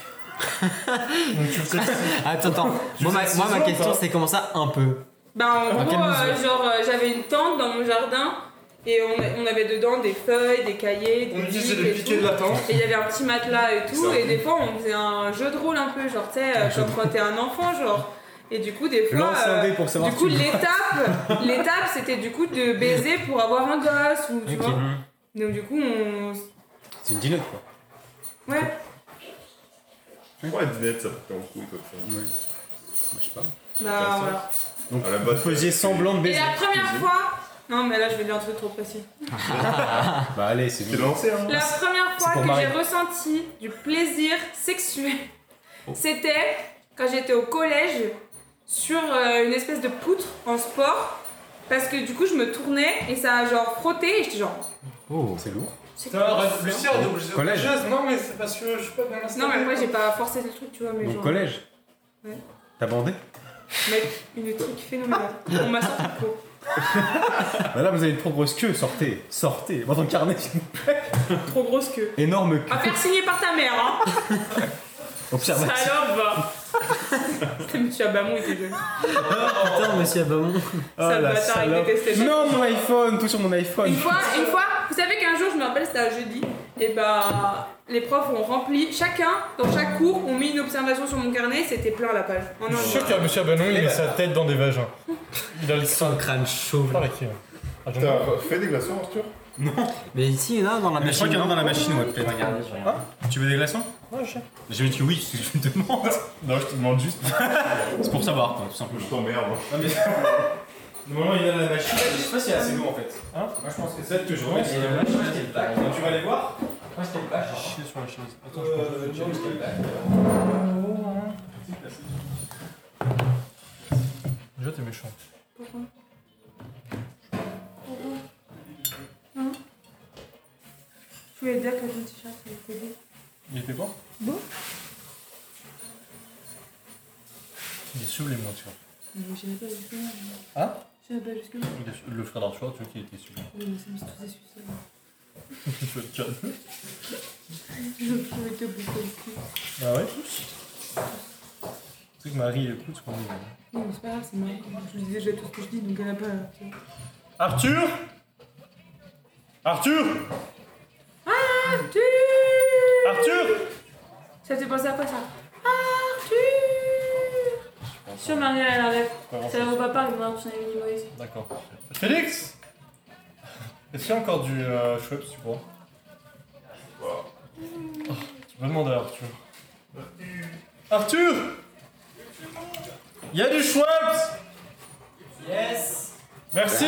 Donc tu le sais.
Attends, [laughs] attends. moi, ma, moi, ma question, c'est comment ça un peu
Ben, en
Dans
gros,
quelle
euh, genre, euh, j'avais une tente dans mon jardin et on, a- on avait dedans des feuilles, des cahiers, des
On
livres
utilisait les
et
piquets
tout.
de la tente.
Et il y avait un petit matelas et tout, et des fois on faisait un jeu de rôle un peu, genre tu sais, euh, comme quand t'es un enfant, genre. Et du coup, des fois.
Lance un
euh,
dé pour savoir
du
si
coup,
tu-
l'étape, l'étape c'était du coup de baiser pour avoir un gosse, ou tu vois. Donc, du coup, on. s-
C'est une dinote quoi.
Ouais,
Pourquoi la dinette ça fait en couille comme ça
Ouais. Bah, je sais pas. Bah,
bah voilà.
Donc,
À la
vous
base,
faisiez semblant de
Et
baiser.
la première fois. Non, mais là je vais dire un truc trop précis.
Bah, allez, c'est
C'est
bon.
lancé hein
La première
pour
fois que
Marie.
j'ai ressenti du plaisir sexuel,
Oh.
c'était quand j'étais au collège sur euh, une espèce de poutre en sport. Parce que du coup, je me tournais et ça a genre frotté et j'étais genre.
Oh, c'est lourd.
c'est
Putain,
quoi
arrête, Lucien, on est obligé de
Collège.
Juste, Non, mais Ah, c'est parce que je suis pas bien installé.
Non, mais moi j'ai pas forcé le truc, tu vois, mais
Donc,
genre.
collège.
Ouais.
T'as bandé
Mec, une truc phénoménal. On m'a sorti le pot.
Madame, Bah, vous avez une trop grosse queue, sortez, sortez. Votre carnet,
Trop grosse queue.
énorme queue.
À faire signer par ta mère, hein
[laughs] Observation.
Salope va
[laughs]
C'était monsieur Abamon, il était jeune.
Putain, monsieur Abamon.
Sale
Oh la
bâtard, il
salope.
détestait ça.
Non, mon iPhone, tout sur mon iPhone.
Une fois, une fois, vous savez qu'un jour, je me rappelle, c'était un jeudi, et bah les profs ont rempli, chacun, dans chaque cours, ont mis une observation sur mon carnet, c'était plein la page. Oh En un
Je suis
jour.
sûr qu'il y a monsieur Banon, il met sa tête dans des vagins. Il a le sang.
Son crâne chauve. là.
Par qui
T'as fait des glaçons Arthur
Mais ici, il y en a dans la
Mais je
machine.
crois qu'il y en a
non
dans la machine, ouais, peut-être. Ah,
Regardez, je regarde.
Tu veux des glaçons J'ai dit oui, c'est ce que tu me demandes.
Non, je te demande juste.
[laughs] C'est pour savoir, quoi, tout simplement.
Je t'emmerde.
Normalement, il y en a la machine, je sais pas si c'est assez lourd en fait. Hein Moi, je pense que c'est celle que je remets. Tu vas aller voir Euh,
Déjà, t'es méchant.
Je voulais dire que ton t-shirt, il était beau.
Il était bon
Bon.
Il est sublime, mon tueur.
Mais j'irai pas jusque-là.
Hein
J'irai pas jusque-là.
Il est su- Le frère d'Arthur, tu vois, qui était sublime.
Mais ça me stressait sur ça.
Tu vois, le cadre.
Je pouvais te bouffer le cul.
Ah ouais Tu sais que Marie écoute ce qu'on dit. hein.
Non, mais c'est pas grave, c'est marrant. Je lui dis déjà tout ce que je dis, donc elle a pas. tu vois.
Arthur Arthur
Arthur
Arthur
Ça te fait penser à quoi ça Arthur Sur Marie, elle enlève. C'est là où papa, il m'a son ami Moïse.
D'accord. Félix Est-ce qu'il y a encore du euh, Schweppes, tu crois Oh, Tu peux demander à Arthur. Arthur Il y a du Schweppes Yes Merci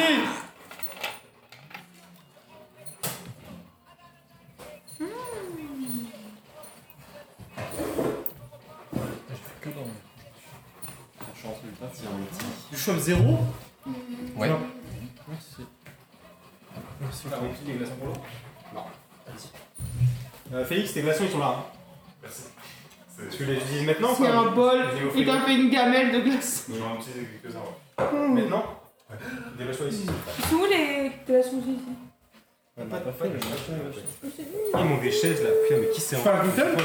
Du chaume zéro
Ouais.
Non.
Ah, on utilise des glaçons pour l'eau Euh, Félix, tes glaçons ils sont là. hein. Tu les utilises maintenant
C'est un bol,
Je vais vous
il
offrir.
t'a fait une gamelle de glace. Hmm.
J'en ai utilisé quelques-uns. ouais.
Maintenant Dépêche-toi ici.
Ils sont où les glaçons ici
Ils m'ont des chaises là. Putain, mais qui c'est
Faire un cocktail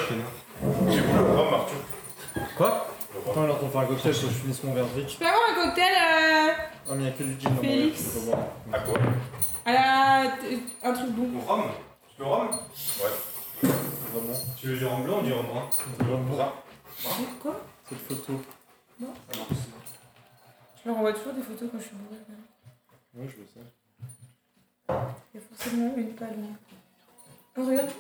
Quoi
Attends, alors on fait un cocktail, je finisse mon verre de
Je peux avoir un cocktail euh,
Non, mais il y a que du gin dans mon verre,
Félix.
faut pas boire.
À quoi
à la. euh, un truc bon
Au rhum Tu veux rhum
Vraiment.
Tu veux du rhum blanc ou du rhum brun
Vraiment.
Quoi
Cette photo.
Ah
Je leur envoie toujours des photos quand je suis bourrée. là.
Ouais, je veux ça.
Il y a forcément une pas loin. Oh, regarde.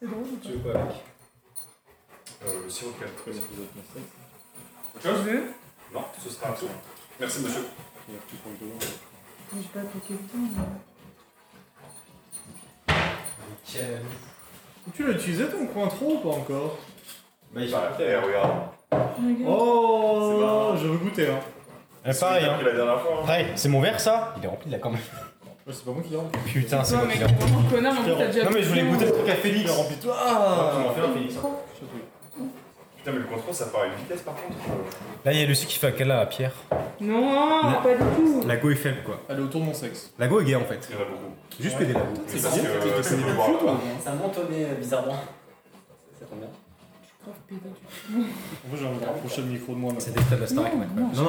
C'est drôle ou pas
Tu veux quoi avec
Euh, Le sirop de calme.
Autre chose
Je veux.
Non, ce sera un tour. Merci monsieur.
Mais j'ai pas appliqué le temps. mais-
Tu l'as utilisé ton coin trop ou pas encore
Bah, il
Bah, eh, regarde.
Regarde.
Oh,
marrant.
je veux goûter hein.
C'est pareil, hein. la dernière fois. hein.
Eh, Pareil, c'est mon verre ça Il est rempli là quand même.
Ouais, c'est pas moi qui l'ai rempli.
Putain, c'est
Toi,
bon.
mec, t'es vraiment connard, en plus, t'as déjà.
Non mais je voulais goûter le truc à Félix.
Ah.
Tu m'en fais un, Félix.
Putain, mais le contrôle, ça part à une vitesse par contre.
Là, il y a Lucie qui fait un câlin à Pierre.
Non, pas du tout.
La go est faible quoi.
Elle est autour de mon sexe.
La go est gay en fait.
Il y en a beaucoup.
Juste pédé la go.
Mais parce que euh, ça peut boire.
Ça monte au nez, euh, bizarrement. Ça tombe bien.
En fait, j'ai envie de rapprocher le micro de moi. mais-
C'est des stades de Star
Non, non,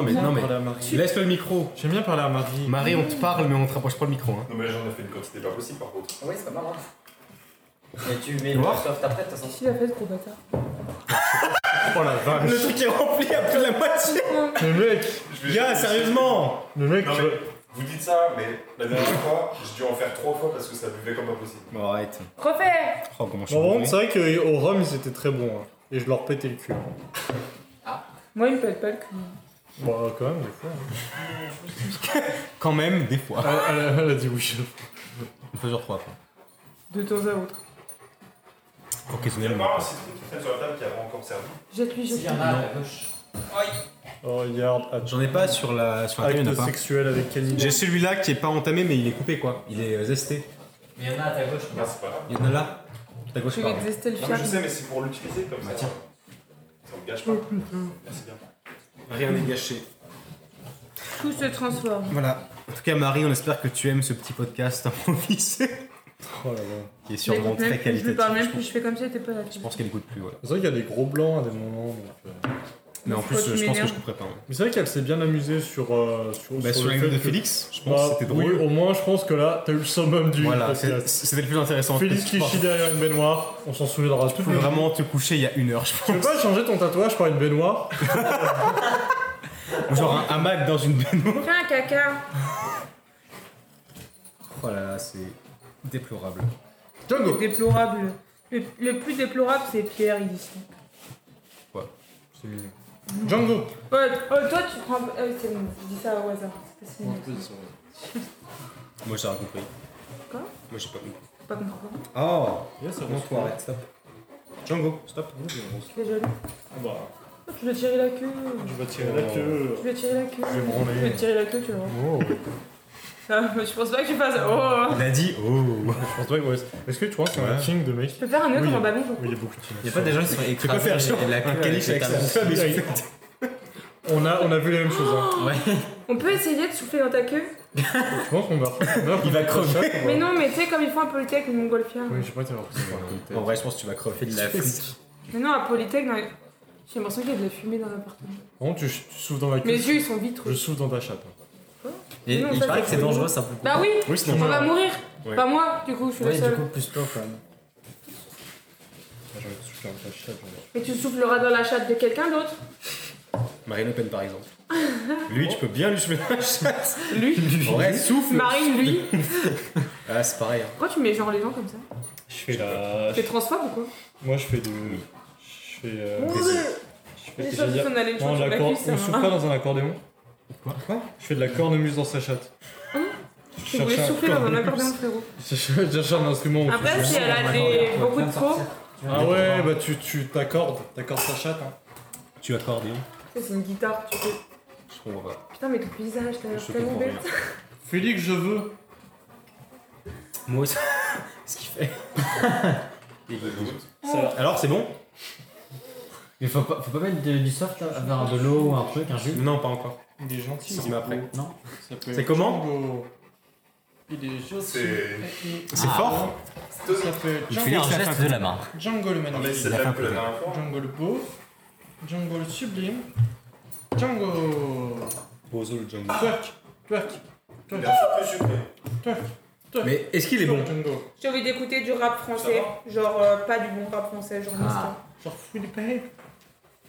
mais, non, mais.
Parler à Marie.
Laisse-le le micro.
J'aime bien parler à Marie.
Marie, on te parle, mais on te rapproche pas le micro. Hein.
Non, mais là, j'en ai fait une quantité pas possible par contre.
Oui, c'est pas mal. hein. Mais tu mets le
Noir.
soft après, de toute façon.
Tu l'as fait, ce gros bâtard.
Oh la vache. Le truc est rempli à plus de la moitié.
Le mec,
Je vais-
sérieusement
le mec,
Non, mais vous dites ça, mais la dernière fois, j'ai dû en faire trois fois parce que ça buvait comme pas possible.
Bon, arrête.
Refais
Oh, comment je suis
Bon, par contre,
bourré.
c'est vrai qu'au rhum, ils étaient très bons. hein. Et je leur pétais le cul. hein.
Moi, il me pète pas le cul.
Bah, quand même, des fois. hein.
Quand même, des
[laughs]
fois.
Elle, elle- elle a dit oui.
On fait genre trois fois.
De temps à autre.
Il y a
Occasionnellement.
pas un citron qui traîne sur la table qui a encore servi.
J'appuie,
Il y
j'appuie.
en a à la gauche.
Oh, regarde, acte
J'en ai pas sur la sur la table, il y en a pas.
sexuel avec Kenny.
J'ai celui-là qui est pas entamé mais il est coupé quoi. Il est euh, zesté.
Mais il y en a à ta gauche.
Non, c'est pas grave.
Il y en a là. Ta gauche
Je vais
pardon.
exister le
Non, mais je
fiable.
sais, mais c'est pour l'utiliser comme ça.
Bah, tiens.
Ça me gâche pas. Merci bien.
Rien n'est gâché.
Tout se transforme.
Voilà. En tout cas Marie, on espère que tu aimes ce petit podcast improvisé.
Oh là là.
Qui est
Je l'écoute
sûrement
même
très
plus, Je lui parle même
qualitatif.
plus, je fais comme si j'étais pas là.
Je pense qu'elle écoute plus voilà.
C'est vrai qu'il y a des gros blancs à des moments. donc, euh.
Mais en
Pourquoi
plus
tu
euh, je pense que
m'énerves
je couperai pas. hein.
Mais c'est vrai qu'elle s'est bien amusée sur. euh, sur,
Bah sur la
le
gueule
fait
de
que-
Félix, je
Bah,
pense que c'était
Oui,
drôle.
au moins, je pense que là, t'as eu le summum du
Voilà, c'est-
podcast.
c'était le plus intéressant.
Félix qui
Tu
chie derrière une baignoire, on s'en souviendra
peux
tout le
vraiment te coucher il y a une heure je
Tu veux
pense.
pas changer ton tatouage par une baignoire
Ou genre un hamac dans une baignoire.
Fais un caca.
Oh là là, c'est déplorable.
Django
Déplorable. Le, le plus déplorable, c'est Pierre, il dit ça.
C'est mignon.
Django
Oh, oh, toi, tu prends. Ah oui, c'est bon, je dis ça au hasard. C'est pas si mal.
Moi j'ai rien compris.
Quoi
Moi j'ai pas compris.
J'ai pas compris comment.
Oh
Yes, Mmh.
Non, toi, arrête, stop. Django, stop.
Tu l'as jaloux
Ah bah,
Oh, Tu lui as tiré la queue.
je vais tirer la queue.
Tu lui as tiré la queue.
Je vais
Tu lui as
branler.
tiré la queue, tu vois.
Oh.
Ah, mais je pense pas que tu fasses. Oh
Il a dit oh.
Je pense pas que ouais. Est-ce que tu vois c'est un
Ouais.
king de mec
Je peux faire un nœud
Oui.
comme un ballon, je
Oui, il est beaucoup king.
Il y a pas des gens qui sont
quoi
écrasés
faire, genre,
et la queue
Un
avec
caniche
les
avec sa
talons.
femme et
Ouais. On a, on a vu la même chose. Hein.
On peut essayer de souffler dans ta queue
Je pense qu'on va
Il va crever.
Mais non, mais tu sais, comme ils font à Polytech ou Montgolfière.
Oui, je sais pas, t'as l'impression.
En vrai, je pense que tu vas crever de la flic.
Mais non, à Polytech, dans les- j'ai l'impression qu'il y a de la fumée dans l'appartement.
Par contre, tu, tu souffles dans la queue.
Mes yeux, ils sont vitreux.
Je souffle dans ta chatte. hein.
Et
Non,
il
ça,
paraît que
c'est
c'est dangereux ça pour
Bah oui,
Oui,
sinon-
on va mourir.
Ouais.
Pas moi, du coup, je suis
Ouais,
la
du
seule.
coup, plus toi quand même.
J'ai envie de souffler dans ta chatte. genre.
Mais tu souffleras dans la chatte de quelqu'un d'autre.
Marine Le Pen par exemple. [laughs] Lui, tu peux bien lui souffler la chatte.
Lui
En vrai, souffle.
Marine, lui
Ah, c'est pareil. hein.
Pourquoi tu mets genre les gens comme ça
Je fais la.
T'es transphobe ou quoi
Moi, je fais du. Je fais. euh, Je fais.
J'ai
qu'est-ce que j'allais
sorti
dire
qu'on allait une
Non,
chose
de
sur
la
la
cor-
cuisse, hein.
on
ça
souffle pas dans un accordéon
Quoi Quoi
Je fais de la cornemuse dans sa chatte. Je
Tu voulais
Chercher un
souffler dans un
corps.
accordéon, frérot.
Je cherche un instrument. où tu
Après,
joues.
si elle a des... beaucoup de trop,
Ah ouais, bah tu tu- t'accordes, t'accordes ta chatte. hein.
Tu accordéon
ça c'est une guitare, tu peux.
Je comprends pas.
Putain, mais ton paysage, t'as l'air
Je
tellement
comprends rien.
bête. [laughs]
Félix, je veux.
Moi aussi. [laughs] Ce
[laughs]
qu'il fait.
Alors, c'est bon
Il faut pas, faut pas mettre de- du soft, là, vers de l'eau ou un truc, un jus.
Non, pas encore.
Il est gentil.
Si, mais après.
Non.
Ça peut
C'est
être
comment
Django. Il est gentil. Ah.
C'est-
C'est fort
Ça peut être
Il fait
Django,
un geste de la main.
Django le
Non, mais
magnifique.
c'est la même que la dernière fois.
Django le beau. Django le sublime. Django.
Bozo le jungle.
Twerk. Twerk.
Il a un peu sucré.
Mais est-ce qu'il est bon
Django.
J'ai envie d'écouter du rap français, genre euh, pas du bon rap français, genre Mista.
Genre fouille les pailles.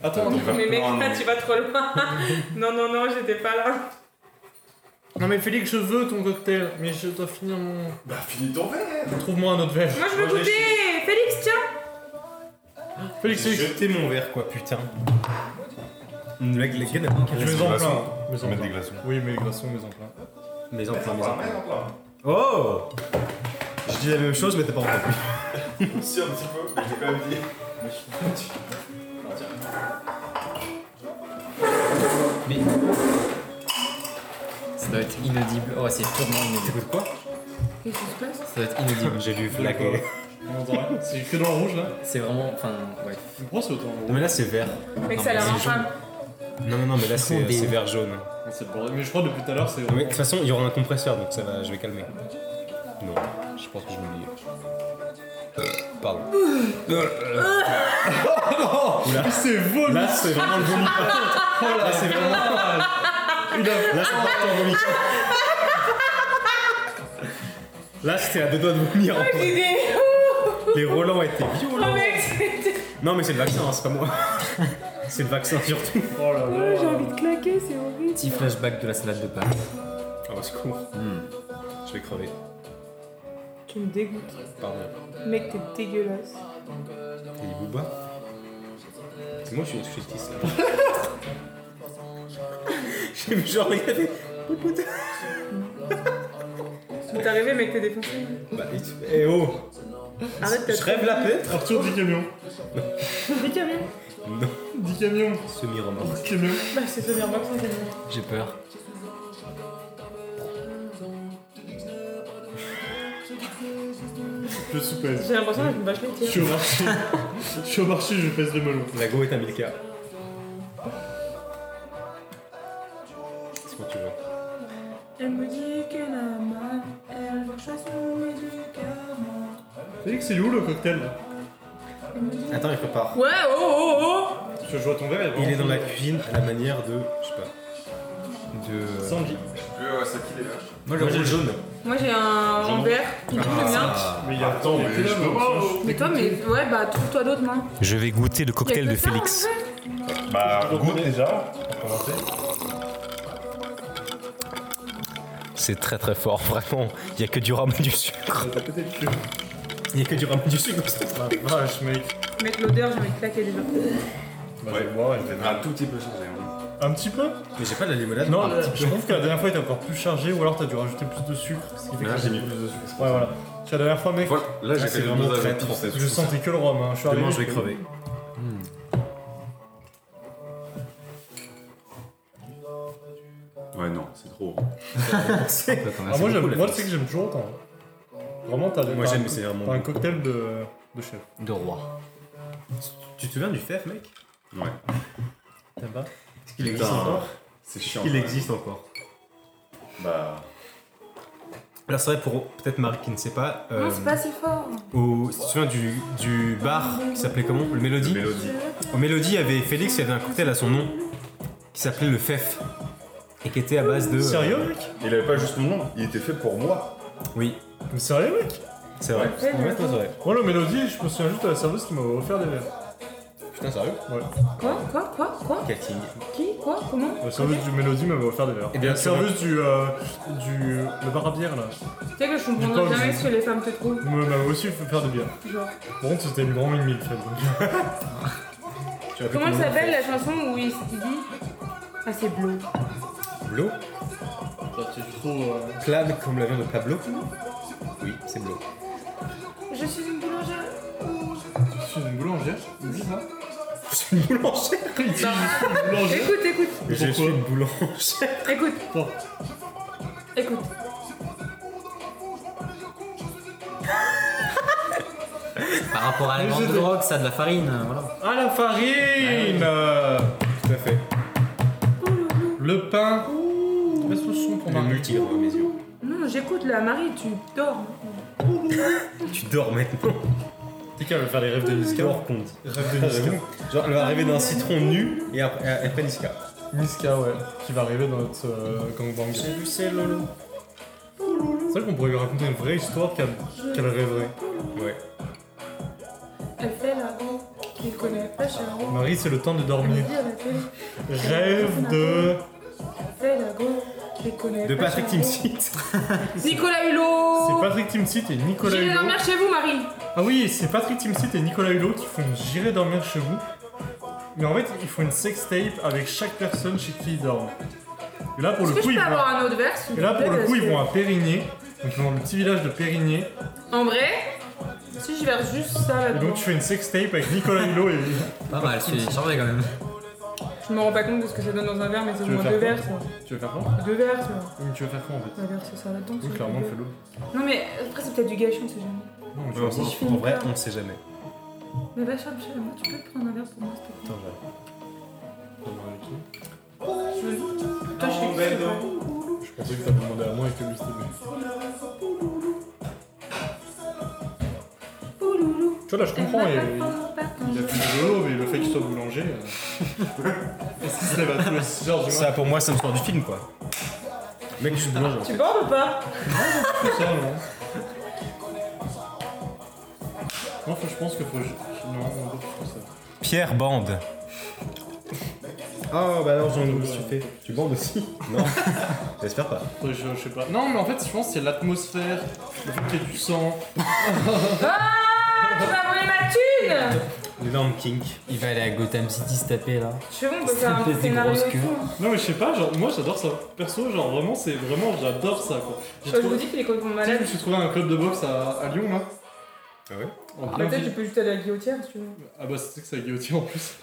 Attends, non.
Mais mec, là tu vas trop loin. non, non, non, j'étais pas là.
non mais Félix, je veux ton cocktail, mais je dois finir mon.
Bah, finis ton verre.
Trouve-moi un autre verre.
Moi je veux goûter Félix, tiens
Félix,
J'ai
Félix,
jeté mon verre, quoi, putain. Mec, les gars, d'abord,
je mets en plein. Mets
Mettre
en
des
plein.
glaçons.
Oui, mais les glaçons, mets en plein.
Mes enfants, mes enfants.
Merci
Oh Je dis la même chose, mais t'as pas entendu.
un petit peu, mais j'ai quand même dit.
Mais. Ça doit être inaudible. Oh, c'est purement inaudible.
T'écoutes quoi
Qu'est-ce qui se passe
Ça doit être inaudible.
J'ai lu flaquer.
On entend rien. C'est écrit dans le rouge là.
C'est vraiment. Enfin, ouais.
Pourquoi c'est autant
Non, mais là, c'est vert.
Mec,
Non,
ça a l'air
mais c'est
infâme.
Non, non, non, mais là,
Ils
c'est
font des-
c'est vert jaune.
C'est le bordel. Mais je crois depuis tout à l'heure c'est.
Non, mais de toute façon, il y aura un compresseur, donc ça va, je vais calmer. Non, je pense que je vais oublier. Pardon.
Ah, c'est vomi
Là, c'est vraiment le vomi. Oh Là, c'est vraiment. Là, c'est parti en vomi. Là, c'était à deux doigts de vomir.
J'ai des-
Les Roland étaient violents.
Oh mec, [laughs] c'est-
Non, mais c'est le vaccin, hein, c'est pas moi. [laughs] C'est le vaccin surtout.
Oh là là.
j'ai envie de claquer, c'est horrible.
Petit flashback de la salade de pâtes.
Ah bah, c'est cool. Je vais crever.
Tu me dégoûtes.
Pardon.
Mec, t'es dégueulasse.
Il est Booba C'est moi, je suis je suis autiste, là. [laughs] J'ai vu genre regarder.
Mais t'es arrivé, mec, t'es défoncé.
Bah, et- eh oh
Arrête,
Je rêve là peut-être
Arthur, 10 camions.
Des camions.
10 camions.
Semi-remorque.
10 camions.
Bah, c'est ça, bien, c'est bien.
J'ai peur.
Je soupèse.
J'ai l'impression que je me bâche les
Je suis
tirs.
au marché. Je suis au marché, je pèse le melon.
La go est un Milka. C'est quoi tu veux
Elle me dit qu'elle a mal, elle veut que je fasse mon médicament.
Félix, c'est où le cocktail là
Attends, il prépare.
Ouais, oh, oh, oh
Je joue à ton verre.
Il est dans la cuisine à la manière de. Je sais pas. De.
Sandy.
Euh, c'est qui les verres
Moi, le jaune.
Moi j'ai un en verre, du coup j'aime bien.
Mais il y a
Attends, mais je peux
Ah,
pas. oh.
Mais toi, mais ouais, bah trouve-toi d'autres mains.
Je vais goûter le
Cocktail de Félix.
Bah, goûte déjà.
C'est très très fort, vraiment. Il y a que du ramen du sucre. Il y a que du ramen du sucre dans cette
La vache, mec.
Mec, l'odeur, j'ai envie de claquer déjà.
Ouais,
Ouais, je
un tout petit peu changé. hein.
Un petit peu
Mais j'ai pas de la limonade.
Non, là, je trouve que la dernière fois était encore plus chargé ou alors t'as dû rajouter plus de sucre. Ce qui fait
Mais
que
là,
c'est-
j'ai mis plus de sucre.
Ouais, voilà. Tu vois, la dernière fois, mec,
Voilà, là,
Ah,
j'ai
c'est
fait le
vraiment
dosage
très
à tout,
français,
c'est
je
tout.
sentais que le rhum. Hein. Je suis
Demain,
arrivé,
je vais crever.
Ouais, non, c'est trop.
Ah, moi, j'aime, moi, tu sais que j'aime toujours autant. Vraiment, t'as,
Moi,
t'as
j'aime,
un,
mais c'est vraiment
t'as un
bon.
cocktail de, de chef.
De roi.
Tu te souviens du FF, mec
Ouais.
T'aimes pas
Est-ce qu'il existe
Putain.
encore
C'est
Est-ce
chiant.
qu'il
ouais.
existe encore
Bah,
Alors c'est vrai pour peut-être Marie qui ne sait pas, euh,
Non, c'est pas si fort.
au, si tu te souviens du, du bar qui s'appelait comment Le Mélodie
mélodie.
Au Mélodie, il y avait Félix, il y avait un cocktail à son nom qui s'appelait le FEF et qui était à base de... euh,
Sérieux, mec
Il avait pas juste mon nom, il était fait pour moi.
Oui,
Mais sérieux, mec
c'est vrai.
Ouais, mais attends.
Moi, la mélodie, je me souviens juste de la serveuse qui m'avait offert des verres.
Putain, sérieux
Ouais.
Quoi, quoi, quoi, quoi
Cutting.
Qui Quoi Comment
La serveuse du mélodie m'avait offert des verres.
Et Eh bien
la
sûr.
serveuse du. euh, du. le bar à bière, là.
Tu sais que je
J'ai pas
comprends jamais
osé.
ce que les femmes te trouvent.
Elle m'avait aussi fait faire des bières.
Genre.
Par contre, c'était une grande mine mille, fait. donc.
[laughs]
Comment elle s'appelle la chanson où il il dit Ah, c'est Blo.
Blo
Genre, tu trouves. euh,
Plane comme l'avion de Pablo Oui, c'est
[laughs]
Blo.
Je suis une boulangère.
Je suis une boulangère, il dit ça.
C'est une boulangère
Il dit, je suis une boulangère.
Écoute, écoute,
Je suis une boulangère
écoute,
Bon,
écoute.
Par rapport à la
Mais
vente
je
de
te-
drogue, ça a de la farine. euh, Voilà.
à la farine euh,
Tout à fait.
Le pain. Laisse le son pour
Le
Marie.
multi dans mes yeux.
Non, j'écoute là, Marie, tu dors.
Tu dors maintenant.
TK va faire les rêves de Niska.
Dors compte. Ah,
Rêves de Niska.
Genre, elle va arriver d'un citron nu et après, et après Niska.
Niska, ouais, qui va arriver dans notre euh, gangbang. J'ai vu c'est Lolo. C'est vrai qu'on pourrait lui raconter une vraie histoire qu'elle qu'elle rêverait.
Ouais.
Elle fait la roue qu'il connaît pas chez la roue.
Marie, c'est le temps de
Elle me
dormir.
dit à la télé,
Rêve de.
elle fait la roue qu'il connaît
De
pas chez
Patrick
la
Timsit.
roue. Nicolas
C'est
Hulot
Patrick Timsit et Nicolas
J'irai
Hulot.
dormir chez vous, Marie.
Ah oui, c'est Patrick Timsit et Nicolas Hulot qui font J'irai dormir chez vous. Mais en fait, ils font une sextape avec chaque personne chez qui ils dorment. Et là, pour
Est-ce
le
que
coup,
je
ils
peux avoir
vont,
un autre verre s'il
et
vous
là, pour
plaît,
le coup,
parce
ils
que-
vont à Périgny. Donc, ils vont dans le petit village de Périgny.
En vrai, si je verse juste ça
Et
là-dedans,
donc, tu fais une sextape avec Nicolas
[laughs]
Hulot et.
Pas mal,
[laughs]
c'est chargé quand même.
je me rends pas compte de ce que ça donne dans un verre, mais c'est au
Tu veux
moins
faire
deux
quoi
verres. quoi.
Tu veux faire quoi
Deux verres, tu vois.
Oui, mais tu veux faire quoi en fait
On va verser ça là-dedans.
Oui,
ça
clairement,
fait
fais-le.
deux. Non, mais après, c'est peut-être du gâchis, on sait jamais.
Non, mais tu
Ouais, on
vois,
Si je
sait-
fais
en
une
vrai, on
fleur.
sait jamais.
Mais va chercher, tu peux te prendre un verre pour moi, s'il te plaît.
Attends, voilà.
Toi, je suis belle,
je pensais que t'avais demandé à moi et que lui c'était lui. Tu vois, là, je comprends. et- Il a plus de lolo, mais le fait qu'il soit boulanger. euh, [laughs] Est-ce qu'il se lève à tous les [laughs] 6 heures du matin
Ça, pour moi, ça me sort du film, quoi. Mec, je suis boulanger. en
Tu
fait.
bordes ou pas
tout ça, non Moi, faut- je pense que faut. je- je- Non, on peut plus faire ça.
Pierre Bande. Ah, bah alors, j'en ai aussi fait. Tu bandes aussi Non.
[laughs]
J'espère pas.
Faudrait que Je, je sais pas. Non, mais en fait, je pense que c'est l'atmosphère, le fait qu'il y ait du sang.
Ah, Tu vas voler ma thune
L'énorme kink.
Il va aller à Gotham City se taper là.
Je sais pas, on peut faire un
Des
petit scénario
grosses
et tout.
queues.
hein.
Non, mais je sais pas, genre, moi j'adore ça. Perso, genre, vraiment, c'est vraiment, j'adore ça quoi. J'ai
Je vous
trouvé-
dis qu'il est complètement
Tu sais, je me
malade.
suis trouvé un club de boxe à, à Lyon là.
Ah ouais
En plein
Peut-être
ville.
tu peux juste aller à la guillotière si tu veux.
Ah bah c'est que c'est à Guillotière en plus.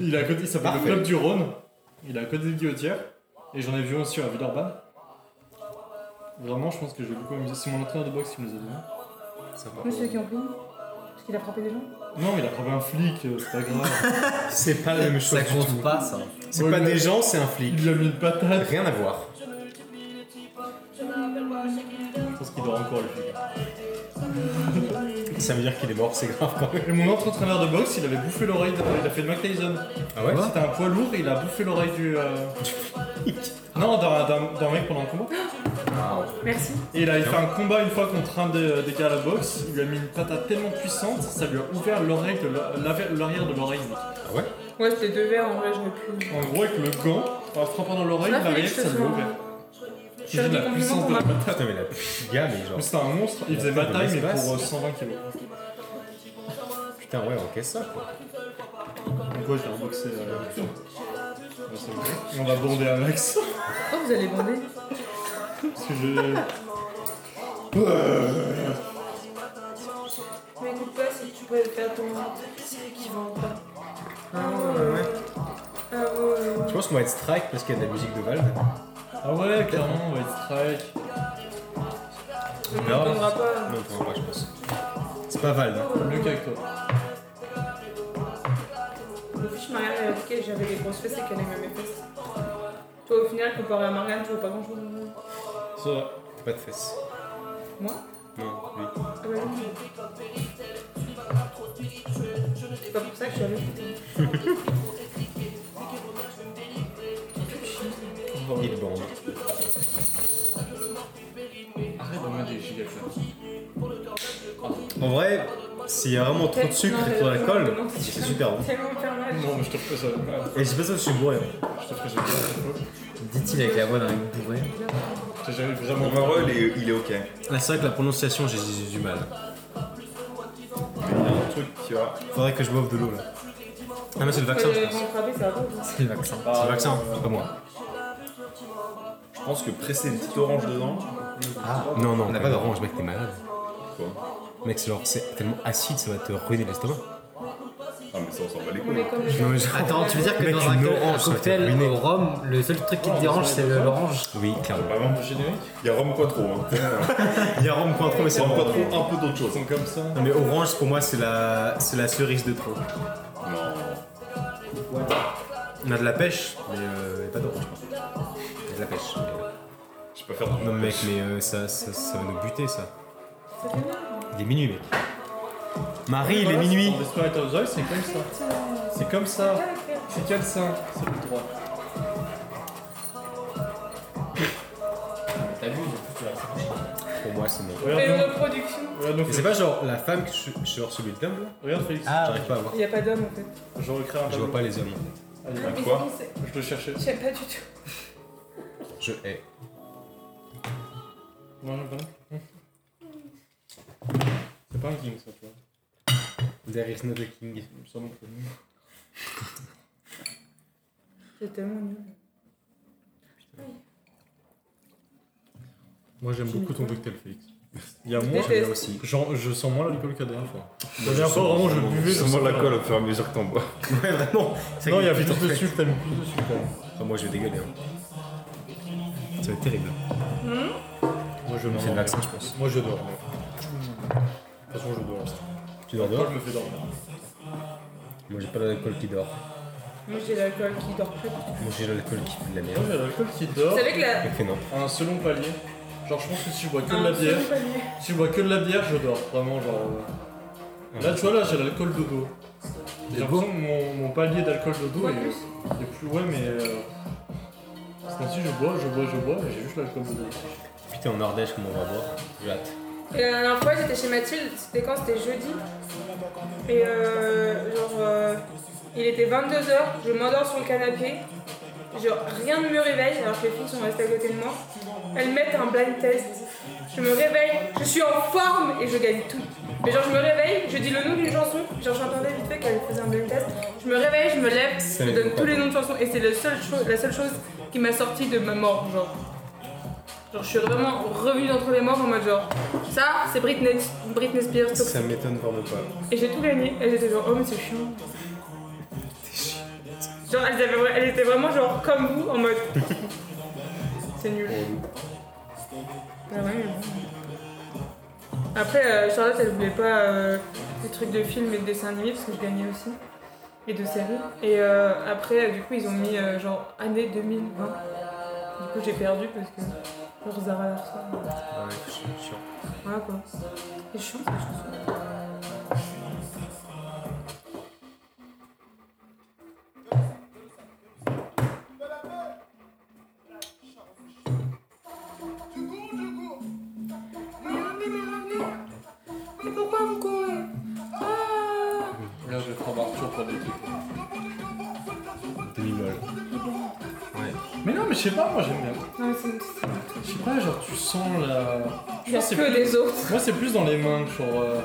il est à côté, il s'appelle le
Parfait.
club du Rhône. Il est à côté de Guillotière. Et j'en ai vu un aussi à Villeurbanne. Vraiment, je pense que je vais beaucoup amuser. C'est mon entraîneur de boxe qui me les a donnés.
Nous, c'est qui ont pris Parce qu'il a frappé des gens.
Non, il a frappé un flic, euh, c'est pas
[laughs]
grave.
C'est pas la même chose du
Ça
tout.
compte pas ça.
C'est
Ouais,
pas
mais-
des gens, c'est un flic.
il lui a mis une patate.
Rien à voir.
Je pense qu'il dort encore le flic.
Ça veut dire qu'il est mort, c'est grave quand même.
Et mon autre entraîneur de boxe, il avait bouffé l'oreille, de- il a fait de Mike Tyson.
Ah ouais
C'était un poids lourd et il a bouffé l'oreille du. euh,
Ah
non, d'un- d'un d'un mec pendant le combat.
Merci.
Et là, il fait un combat une fois contre un des, des gars à la boxe. Il lui a mis une patate tellement puissante, ça lui a ouvert l'oreille de la- l'arrière l'arrière de l'oreille. mec.
Ouais, c'était deux verres en vrai, j'aurais pu.
En gros, avec le gant, en frappant dans l'oreille,
Là, fallait
l'arrière,
que ce
ça lui
soit-
a ouvert.
Je suis
C'est
des
la
compliments
puissance
pour
de
ma
la patate.
Putain, mais la pute, gars, mais genre.
Mais C'était un monstre, il faisait
Il a fait de
bataille, mais
l'espace.
pour euh, 120 kilos.
Putain, ouais, encaisse ça, quoi.
Donc, ouais, je vais reboxer euh, la rupture. Ouais, ça me- On va bonder un max.
Oh, vous allez bander
Parce que je.
Mais écoute pas si tu pouvais faire ton. C'est qui vend pas Ah
ouais.
Ah ouais.
Je pense qu'on va être strike parce qu'il y a de la musique de Valve.
Ah ouais, clairement, on va être strike.
On
verra.
n'entendra pas.
Non, enfin, moi, je pense. C'est pas Valve. hein.
Mieux qu'avec toi.
Mon fiche Marianne elle a dit que j'avais des grosses fesses et qu'elle aimait mes fesses. Toi au final comparé à Marianne tu vois pas grand chose.
Ça va.
T'as pas de fesses.
Moi
Non, lui.
Ah bah oui. C'est pas pour ça que je suis allée.
Il bande.
Arrête de mettre des gigas
En vrai, s'il y a vraiment trop de sucre et trop d'alcool, c'est super bon.
Tellement faire mal.
Non, mais je te ferai ça. ouais,
Et je sais pas si je suis eh. bourré.
Je te ferai ça.
Dit-il avec la voix d'un mec bourré.
J'arrive vraiment.
il est, ok. Ah, c'est vrai que la prononciation, j'ai j'ai du mal. Il y a un truc, tu vois. Faudrait que je boive de l'eau, là. Ah, mais c'est le vaccin, je
Ils
pense.
vont frapper, ça va.
hein.
C'est le vaccin.
C'est le vaccin, c'est pas moi.
Je pense que presser une petite orange dedans.
Non, non,
On n'a
pas
pas
d'orange, mec, t'es malade.
Quoi
Mec, c'est genre, c'est tellement acide, ça va te ruiner l'estomac.
Ah, mais ça, on s'en bat les
On
couilles.
est comme les
Non, mais genre-
Attends, tu veux dire que
Mec,
dans
une
un, co-
orange, ça va
un
te
cocktail
ruiner.
au rhum, le seul truc qui
Oh,
te dérange, c'est le- l'orange
Oui, clairement.
Pas vraiment Il y a Rome Quattro. Hein.
Il y a rhum cointreau, mais c'est
Rome Quattro, un peu d'autre chose. comme ça.
Non, mais orange, pour moi, c'est la... c'est la cerise de trop.
Non.
On a de la pêche, mais euh, pas d'orange, je pense. Il y a de la pêche.
Je sais pas faire de
Non, mais mec, mais euh, ça, ça, ça va nous buter, ça.
Ça fait mal.
Il est minuit, mec. Marie, il est minuit.
En Desperate Housewives, c'est comme ça. C'est comme ça. C'est quel sein C'est le droit.
Pour moi, c'est non.
Et une
Regarde,
reproduction.
regarde nos
Mais c'est pas genre la femme, que je- genre celui de l'homme, là
Regarde Félix.
J'arrive pas à voir.
Il n'y a pas d'homme en fait.
Ah. Je recrée un
Je vois
tableau.
pas les hommes.
Allez,
Un quoi
je le cherchais.
J'aime pas du tout.
Je hais.
Non, non, pardon. C'est pas un king, ça, tu vois.
There is not a king.
Ça non plus.
C'est tellement nul.
Moi, j'aime beaucoup ton cocktail, Félix. Il y a moins.
Déteste.
aussi.
Genre, je sens moins l'alcool que la dernière fois. La dernière fois, vraiment, je buvais.
Je sens la colle au fur et à mesure que t'en bois.
[laughs] Ouais, vraiment. C'est
Non, il y a
vrai
plus
que-
de sucre, t'as mis plus de sucre. là.
Ah, moi, je vais dégueuler. Hein. Ça va être terrible.
Moi, je
C'est le
m'endors.
vaccin, je pense.
Moi, je dors. moi. De toute façon, je dors.
Tu dors
Moi,
dehors
je me fais dormir.
Moi, j'ai pas l'alcool qui dort.
Moi j'ai l'alcool qui dort plus.
Moi, j'ai l'alcool qui fait de la
Moi,
merde.
j'ai l'alcool qui
Vous
dort
savez que la. Ah,
Mec, fais non.
à un second palier. Genre, je pense que si je bois que de la
Un
bière,
seul panier.
si je bois que de la bière, je dors. Vraiment, genre. euh. Là, tu vois, là, j'ai l'alcool dodo. J'ai l'impression que mon, mon palier d'alcool dodo
Quoi
est,
de plus
est plus. Ouais, mais. Euh... C'est ainsi, je bois, je bois, je bois, mais j'ai juste l'alcool dodo.
Putain, en Ardèche, comment on va boire J'ai hâte.
Et la dernière fois, j'étais chez Mathilde, c'était quand C'était jeudi. Et euh, genre, euh, il était 22h, je m'endors sur le canapé. Genre, rien ne me réveille, alors que les filles sont restées à côté de moi. Elles mettent un blind test. Je me réveille, je suis en forme et je gagne tout. Mais genre, je me réveille, je dis le nom d'une chanson. Genre, j'entendais vite fait qu'elle faisait un blind test. Je me réveille, je me lève, je donne tous les noms de chansons. Et c'est la seule, cho- la seule chose qui m'a sorti de ma mort, genre. Genre, je suis vraiment revenue d'entre les morts en mode genre, ça, c'est Britney, Britney Spears, toxique.
Ça m'étonne vraiment pas.
Et j'ai tout gagné. Elles étaient genre, oh mais c'est chiant. Genre, elles, avaient- elles étaient vraiment genre comme vous, en mode. [laughs] c'est nul. Ah ouais, mais bon. Après, euh, Charlotte, elle voulait pas euh, des trucs de films et de dessins animés parce que je gagnais aussi. Et de séries. Et euh, après, euh, du coup, ils ont mis euh, genre année 2020. Du coup, j'ai perdu parce que. Genre Zara Larsson.
Ouais, je suis chiant.
Voilà quoi. C'est chiant cette chanson. Ah,
Là, je vais prendre Arthur pour des trucs.
Demi-lol.
Mais non, mais je sais pas, moi, j'aime bien.
Non, mais c'est-
Je sais pas, genre, tu sens la.
Il y a
c'est
que
plus-
des autres.
Moi, c'est plus dans les mains, que genre. euh,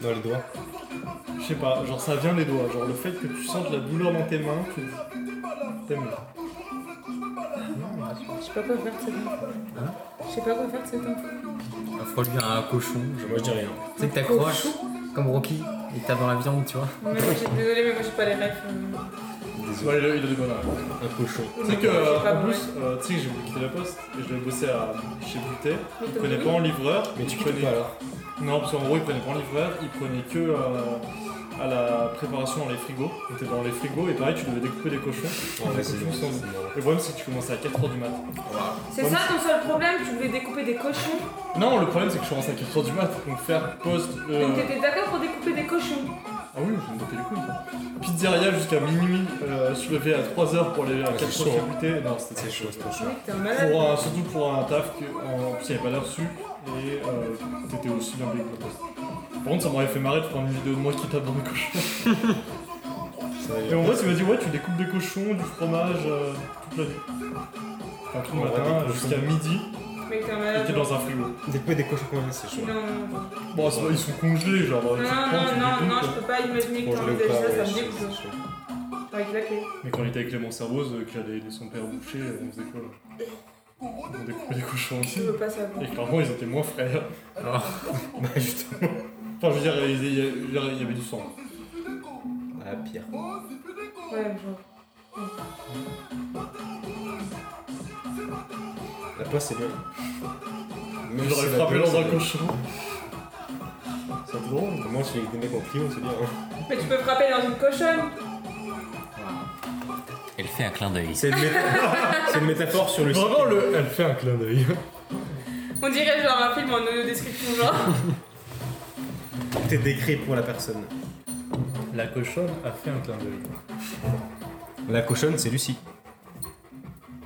Dans les doigts.
Je sais pas, genre ça vient les doigts, genre le fait que tu sentes la douleur dans tes mains, tu t'aimes.
Je sais pas quoi faire de cette info.
Hein
Je sais pas quoi faire de cette info.
Produire un cochon.
Moi, je dis rien.
Tu sais que t'accroches comme Rocky et t'as dans la viande, tu vois.
Ah
Mais moi, j'ai- Désolée, mais moi j'ai pas les rêves. euh.
Ouais, il a, il a des bonnes rêves.
Un cochon.
Tu sais que,
J'ai
euh,
pas
en
bougé.
plus, euh, tu sais que j'ai voulu quitter la poste et je devais bosser à, chez Butet.
Mais
Il
t'as
prenait
voulu
pas en livreur.
Mais tu
il
quittes
prenait-
pas alors
Non, parce qu'en gros, il prenait pas en livreur, il prenait que euh, à la préparation dans les frigos. Donc t'es dans les frigos et pareil, tu devais découper des cochons.
En vrai,
c'est
c'est
tout ensemble. Et le problème, c'est que tu commençais à 4h du mat.
C'est ça ton seul problème Tu voulais découper des cochons
Non, le problème, c'est que je commençais à 4h du mat, donc faire poste. euh,
Donc t'étais d'accord pour découper des cochons
Ah oui, je me battais les couilles. quoi. Pizzeria jusqu'à minuit, euh, se lever à 3h pour aller à 4
Ah, c'est
h
chaud.
buter. Non, c'était très chaud.
Mec, t'es un
Pour
malade.
un- surtout pour un taf que, en plus il n'y avait pas d'heure dessus et euh, t'étais aussi bien payé que le poste. Par contre, ça m'aurait fait marrer de prendre une vidéo de moi qui tape dans le cochon. et en vrai, tu m'as dit, ouais, tu découpes des cochons, du fromage, euh, toute la vie. Enfin, tout le matin jusqu'à midi,
Mec, t'es un
t'étais
malade.
dans un frigo.
Découper des cochons quand même, c'est chaud.
Non, non, non, non,
Bon, c'est pas- ils sont congelés, genre. tu prends, tu
non, non, non,
découpes, quoi.
je peux pas imaginer que
Bon, je
t'envisages
l'ai ou pas,
ça,
ouais,
ça me
c'est-
dégoûte.
c'est chaud.
Ah, Ouais, exactement.
Mais quand il était avec Clément Servoz, euh, qui allait de son père boucher, euh, on faisait quoi
Oh,
là On découpait des cochons.
Je veux pas savoir.
Et clairement, ils étaient moins frères.
Ah.
[laughs] bah, justement. Enfin, je veux dire, il y a- il y a- il y avait du sang.
Ah, pire.
Ouais, genre.
La poisse, c'est bien.
Mais
Même
j'aurais
si la
frappé
poisse,
dans un
c'est bien.
cochon.
C'est drôle. Moi, je suis avec des mecs en trio, c'est bien. hein.
Mais tu peux frapper dans une cochonne
Elle fait un clin d'œil.
C'est une,
[laughs]
méta- c'est une métaphore sur le
Vraiment, le... elle fait un clin d'œil.
On dirait genre un film en audio-description, genre.
Tout est décrit pour la personne.
La cochonne a fait un clin d'œil.
La cochonne, c'est Lucie.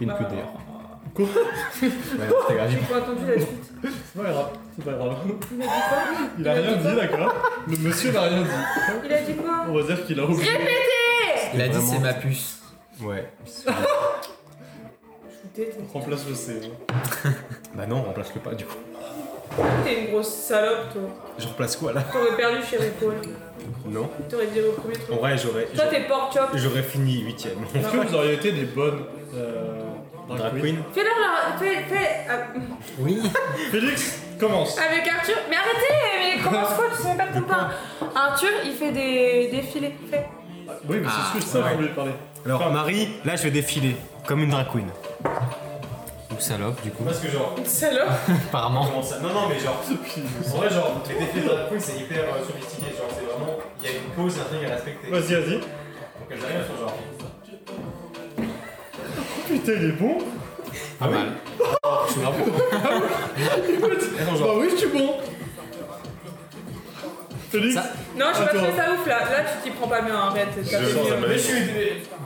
Une pute d'ailleurs.
Bah, Quoi
Ouais, c'est grave.
J'ai
[laughs]
pas entendu la suite.
C'est pas grave. C'est pas grave.
Il a dit quoi
Il a rien dit, d'accord Le monsieur n'a rien dit.
Il a dit quoi
On va dire qu'il a oublié.
Il a dit
Vraiment.
c'est ma puce.
Ouais.
Je vous déteste.
Remplace le C.
Bah non, remplace-le pas du coup.
T'es une grosse salope, toi.
Je remplace quoi là
T'aurais perdu chez Paul.
Non.
T'aurais dit au premier
En
truc.
vrai, j'aurais.
Toi, t'es pork chop.
J'aurais fini huitième.
Est-ce que vous auriez été des bonnes euh,
Drag queen
Fais-leur la. Fais. fais... ah,
Oui.
[laughs] Félix, commence.
Avec Arthur. Mais arrêtez Mais commence quoi Tu sais même pas de quoi on parle. Arthur, il fait des défilés. Fais.
Oui, mais c'est ce que je sais,
Ah, ouais.
je voulais parler.
Alors, Marie, là je vais défiler. Comme une drag queen.
Ou salope, du coup, Ah.
Parce que genre.
Une salope
apparemment.
Comment ça Non, non, mais
[laughs]
genre. En vrai, genre, les défis de drag queen, c'est hyper euh, sophistiqué. Genre, c'est vraiment. Il y a une pause, un truc à respecter. Donc,
Vas-y, vas-y.
elles arrivent, elles sont genre.
Putain, il est bon.
Ah
Pas
[laughs]
mal.
Je suis grave bon. Elles sont
Bah
genre.
oui, je suis bon. Félix,
Ça-
Non, je pas
Attends.
trouvé ça ouf là. Là, tu t'y prends pas bien, arrête. t'as
Je-
fait mieux.
Mais je suis.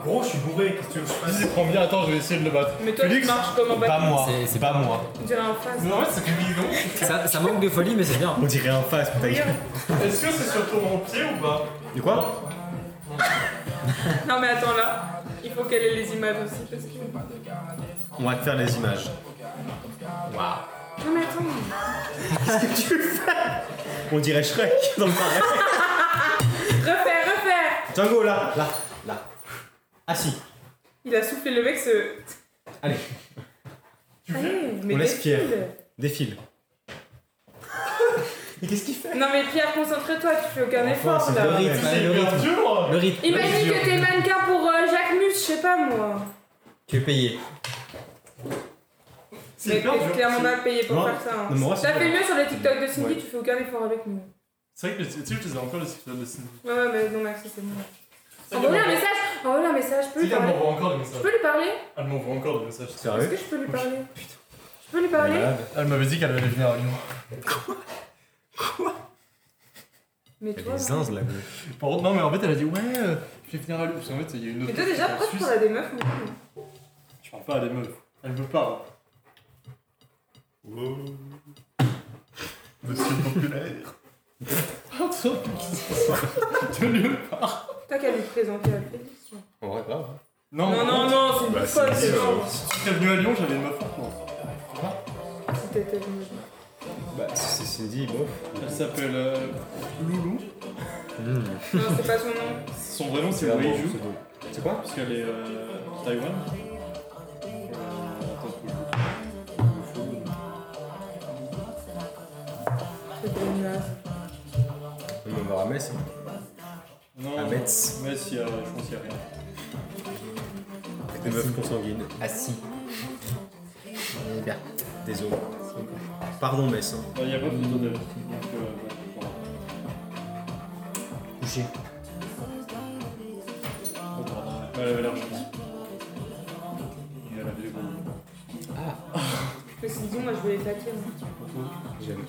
Gros, je suis bourré. Qu'est-ce que tu veux que je fasse
vas-y, prends bien. Attends, je vais essayer de le battre.
Mais toi, tu
Félix,
marches comme en
Pas
bâtiment.
moi.
C'est- c'est
pas moi.
On dirait en face.
Mais en fait, c'est que bidon.
Ça, ça manque de folie, mais c'est bien.
On dirait un face, putain.
est-ce que c'est sur ton pied ou pas
De quoi
Non, mais attends là. Il faut qu'elle ait les images aussi. Parce que...
On va te faire les images.
Non, mais attends.
On dirait Shrek dans le marais.
Refaire, refaire
Django, là, là, là. Ah, Assis.
Il a soufflé le mec ce.
Allez.
Allez, mais
On laisse
défile.
Défile. [laughs] Mais qu'est-ce qu'il fait
Non, mais Pierre, concentre-toi, tu fais aucun effort
Le
là.
bah,
rythme, le rythme.
dur
Le rythme.
Imagine que t'es mannequin pour euh, Jacques Mus, je sais pas moi.
Tu es payé.
Mais
hyper
t'es
dur.
clairement pas payé pour
Non,
faire ça. hein.
non, mais moi, c'est
T'as
pas
fait
grave.
mieux sur les TikTok de Cindy,
Ouais.
tu fais aucun effort avec nous.
C'est vrai que tu sais, je les ai encore les épisodes de cinéma.
Ouais, ouais, mais non, merci, c'est bon.
C'est
Envoie un message Envoie un message, je peux lui
Elle
parler.
m'envoie encore des
Je
messages.
peux lui parler
Elle m'envoie encore des messages.
Est-ce
Sérieux
que je peux lui parler Je peux lui parler
Elle m'avait dit qu'elle allait venir à Lyon.
Mais toi.
Les zinzes là.
Par contre, non, mais en fait, elle a dit ouais, euh, je vais venir à Lyon. Parce qu'en fait, il y a une autre.
Mais toi déjà,
meuf en
pourquoi tu
Suisse.
parles à des meufs non plus
Je parle pas à des meufs. Elle hein. me parle. Monsieur populaire. Attends, qu'est-ce que c'est De nulle part.
T'as qu'à lui présenter la playlist. toi.
En vrai, grave.
Non,
Non, non, non, c'est une folle, c'est genre.
Si t'es venu à Lyon, j'avais une meuf en France.
C'était tellement-
Bah, si c'est Cindy, bon.
Elle s'appelle euh, Loulou.
Non, c'est pas son nom.
Son vrai nom, c'est
Ah bon,
Weiju.
c'est bon. C'est quoi
Parce qu'elle est euh, Taïwan.
C'est pour une naze.
On va à Metz. hein.
Non,
À
non,
Metz.
Metz, il y a, je pense qu'il y a rien.
Des meufs consanguines.
Assis.
Désolé. Pardon, Metz. hein.
Non, Il n'y a pas de photo d'elle. Donc, euh, voilà.
Couché.
Ouais, Elle avait l'air gentille. Et elle avait des bons.
Mais Cindy, moi je veux les taquer. moi.
J'aime.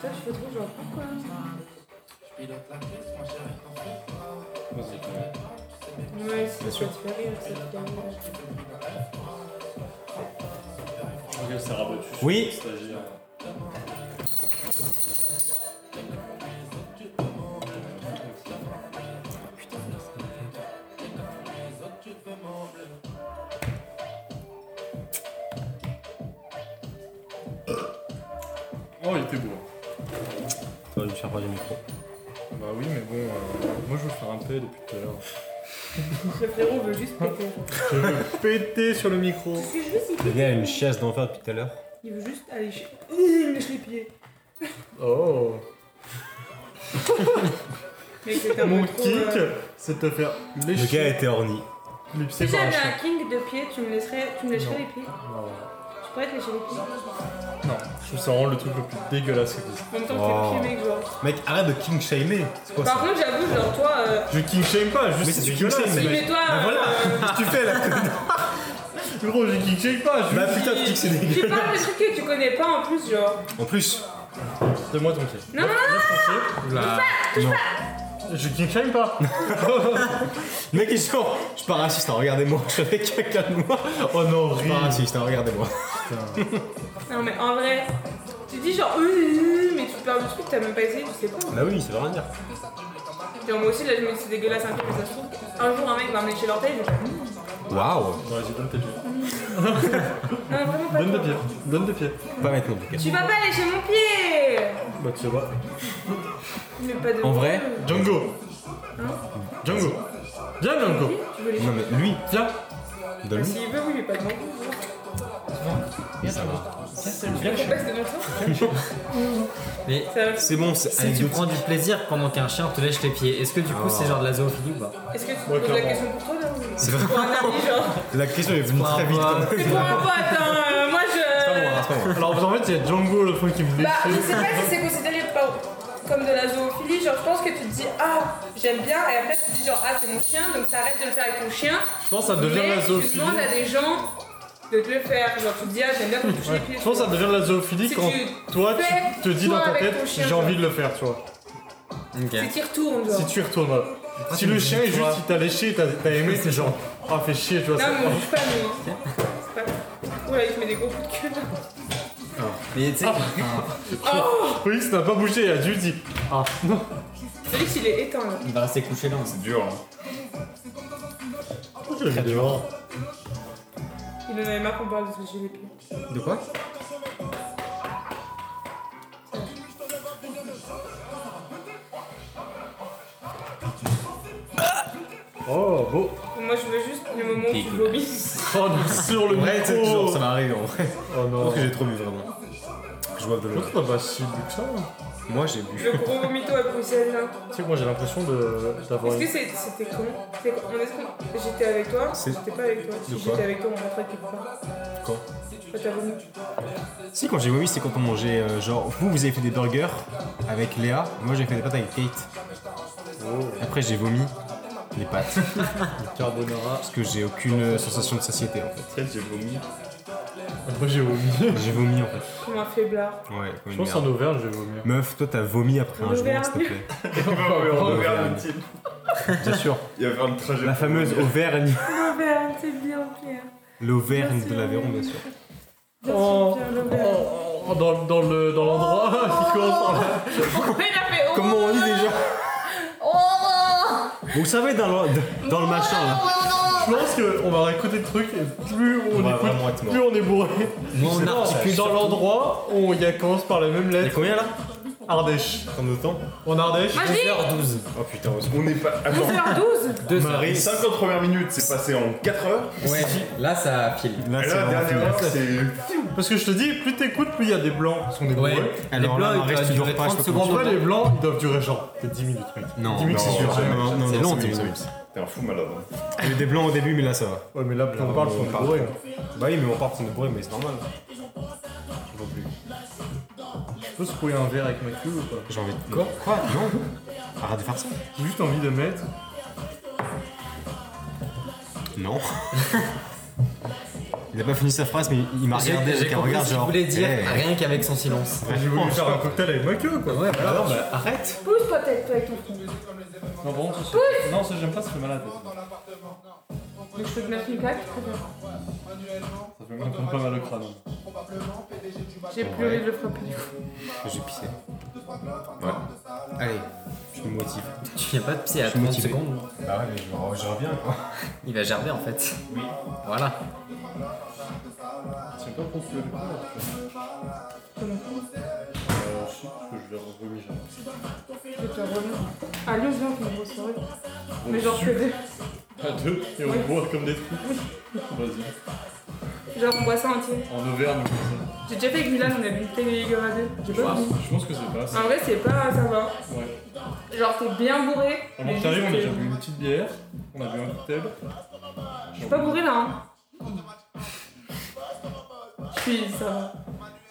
Toi, tu fais trop genre pourquoi
Vas-y,
Ouais, c'est ça te fait rire, ça te fait rire.
Regarde, ça rabattu. sur
Oui.
le stagiaire. Oh, il était beau.
T'aurais dû faire du micro.
Bah oui, mais bon, euh, moi je veux faire un peu depuis tout à l'heure.
Le frérot veut juste péter.
Je vais péter sur le micro.
Ce que je veux, c'est
Le
qu'il
gars a une chiasse d'enfer depuis tout à l'heure.
il veut juste aller chez. Il me les pieds.
Oh.
Mais c'est un
Mon
peu trop,
kick,
euh,
c'est de te faire lécher
Le gars était orni.
les
Si
pieds par un
j'avais
chien.
un king de pieds, tu me laisserais, tu me lécherais les pieds. Tu pourrais te lécher les pieds.
Non, je trouve ça vraiment le truc le plus dégueulasse qui existe.
En même temps, que t'es le pied, mec, genre.
Mec, arrête de king shamer. C'est quoi
Par
ça
contre, j'avoue, genre, toi. euh,
Je king shame pas,
Mais
juste
c'est
c'est
du
dégueulasse.
king shame,
mec.
Mais toi,
Bah voilà.
euh,
Qu'est-ce que tu fais là
[laughs] Gros, je king shame pas,
Bah
juste
putain, tu kick c'est dégueu.
tu parles de trucs que tu connais pas en plus, genre.
En plus,
donne-moi ton pied.
Non, non,
Je king shame pas.
mec, il sort. Je suis pas raciste, hein, regardez-moi. Je fais caca de moi.
Oh non,
Je suis pas
horrible.
raciste, hein, regardez-moi.
non, non, mais en vrai, tu dis genre, euh, euh, euh, mais tu parles de trucs que t'as même pas essayé, tu sais pas.
Bah oui, ça veut rien dire.
Genre, moi aussi, là, je me dis, c'est dégueulasse un peu, mais ça se trouve, un jour, un mec va me lécher l'orteil, hmm. je vais faire, non,
Waouh.
Vas-y, donne tes pieds.
[laughs] vraiment pas.
Donne tes
toi.
pieds. Donne tes pieds.
Pas maintenant, en tout cas.
Tu vas pas lécher mon pied
Bah tu sais pas.
Mais pas de.
En vrai
Django. Django. Viens Django.
Tu veux lécher
Non, mais lui,
Viens.
Bah,
donne-lui.
S'il veut, oui, mais pas de mon
Ça va.
Je comprends pas que c'est dans ça.
Mais
Ça-
C'est bon, c'est
si tu
anecdotique. Ah.
prends du plaisir pendant qu'un chien te lèche les pieds, est-ce que du coup c'est genre de la zoophilie ou pas
Est-ce que tu te
Ouais,
poses la
clairement.
question pour toi, là ou-
C'est vrai.
Pour un ami, genre.
[laughs] La question est venue
Bah,
très vite.
Ah,
quand même.
C'est pour un pote, hein, euh, moi je.
C'est pas moi.
Alors en fait, il y a Django le truc qui me
Bah, je
léchait.
sais pas si c'est considéré par- comme de la zoophilie, genre je pense que tu te dis ah j'aime bien et après tu te dis genre ah c'est mon chien donc t'arrêtes de le faire avec ton chien.
Je pense que ça devient
mais
la
Tu
zoophilie.
demandes à des gens de te le faire, genre tu te dis ah j'aime bien qu'on me touche les pieds.
Je pense que ça devient de la zoophilie
Si
quand
tu
toi
fais
tu te dis dans
toi
ta
avec ton
tête
chien,
j'ai
toi.
envie de le faire, tu vois.
Ok.
Si t'y retournes genre.
Si tu y retournes voilà. Si le chien est juste il t'a léché, t'as t'as aimé, t'es genre
bah.
ah fais chier, tu vois.
Non
ça-
mais on juge pas nous. hein. C'est pas... Oula il te met des gros coups de queue là.
Mais tu sais,
Oui, ça n'a pas bougé, il a dû dire ah non.
Félix il est éteint là.
il va rester couché là.
C'est dur. hein.
Très dur.
Il en avait marre qu'on parle de toucher les pieds.
De quoi
Oh beau.
Moi je veux juste le moment où tu vomis.
Oh non, sur le
Ouais, c'est toujours,
micro.
ça m'arrive en vrai.
Oh
Je
non.
pense que j'ai trop bu vraiment. Je bois de
Je
l'eau.
pense qu'on a pas Ah, bah, si bu que ça. hein.
Moi j'ai bu.
Le gros vomito à Bruxelles là.
Tu sais que moi j'ai l'impression de d'avoir
Est-ce que
une...
c'est- c'était con C'est con. On est con. J'étais avec toi
C'est-
J'étais pas avec toi.
De
Si
quoi
J'étais avec toi, on rentrait quelque part.
Quand
Quand t'as vomi.
Si, quand j'ai vomi, c'est quand on mangeait euh, genre. Vous, vous avez fait des burgers avec Léa, moi j'ai fait des pâtes avec Kate. Après, j'ai vomi les pâtes. [laughs] carbonara. Parce que j'ai aucune euh, sensation de satiété en fait.
Peut-être j'ai vomi.
Moi j'ai vomi.
J'ai vomi en fait.
Comme un faiblard.
Ouais, comme
Je
une
pense en
merde.
Auvergne, je vais vomir.
Meuf, toi t'as vomi après un jour,
L'Auvergne.
s'il te plaît.
Il
Bien sûr.
y avait un trajet.
La fameuse Auvergne.
L'Auvergne, c'est bien, Pierre.
L'Auvergne
Merci,
de l'Aveyron, bien sûr.
Bien sûr,
Oh,
Pierre, l'Auvergne.
oh, oh, dans, dans le dans l'endroit [laughs] qui
Oh.
commence par là.
Pourquoi il a fait oh
Comment on dit déjà
Oh
Vous savez, dans le, dans le machin là.
Je pense qu'on va réécouter le truc et plus on,
On va
écoute,
vraiment être mort.
plus on est bourré.
Moi on
C'est marrant,
articule
Dans
surtout.
l'endroit, on y a commence par la même
Il y a
lettre.
combien là
Ardèche.
En de temps
En Ardèche.
Moi je dis
12.
Oh putain, heureusement.
On n'est pas. Attends,
11h12
2
Marie,
50 premières minutes, c'est passé en 4 heures.
Ouais, là ça file.
Là,
Et
c'est
là, la
vraiment fini.
dernière heure, c'est.
Parce que je te dis, plus t'écoutes, plus il y a des blancs. Parce qu'on est
Ouais,
bourré.
Alors
les
là,
blancs
Marie,
ils
tu dors
doivent durer
pas, je
30
peux
Tu
secondes.
vois, les blancs, ils doivent durer genre peut-être 10 minutes. mec.
Non,
10 minutes,
non,
c'est sûr.
ouais.
non, non,
C'est
non,
long,
c'est
dix
bon,
minutes.
c'est
T'es un fou malade. hein.
bon. Il y a eu des blancs au début, mais là ça va.
Ouais, mais là, plus on parle, plus on est
parle.
bourré.
Bah oui, mais on part, on est bourré, mais c'est normal. Je vois plus.
Je peux se couler un verre avec ma queue ou pas
J'ai envie de. Quoi Quoi Non Arrête de faire ça.
J'ai juste envie de mettre.
Non. [laughs] Il a pas fini sa phrase, mais il m'a
J'ai-
regardé
J'ai
avec un
compris
regard
ce qu'il
genre. eh.
voulait dire
hey.
rien qu'avec son silence.
J'ai voulu faire un cocktail avec ma queue quoi. Ouais,
Ah non, bah arrête
Pousse toi tête, toi avec ton front.
Non, bon, non, ça j'aime pas, ça fait mal à la tête.
Donc je peux te mettre une plaque très bien.
Ça fait même pas mal au crâne.
J'ai plus envie de le frapper.
J'ai pissé. Allez, je me motive.
Tu viens pas de pisser à
suis
30
motivé.
secondes.
Bah ouais, mais je, reviens quoi.
Il va gerber en fait. Oui. Voilà.
C'est pas pour que le coup. Euh, je sais parce que je vais revenir.
Je te reviens. Ah, lui, je viens qu'il me grosse oreille. Mais genre que deux.
À deux, et on
Oui.
boit comme des fous. Vas-y.
Genre, on boit ça entier.
En Auvergne, comme
J'ai déjà fait avec Milan, on a bu une bouteille de liqueur à deux. J'ai pas
ça.
bu.
Je pense que c'est pas ça.
En vrai, c'est pas ça va.
Ouais.
Genre, t'es bien bourré. mais
En
juste
sérieux, on a
que-
déjà bu une petite bière, on a bu un cocktail.
Je suis pas bourré là. Hein. Je suis, ça va.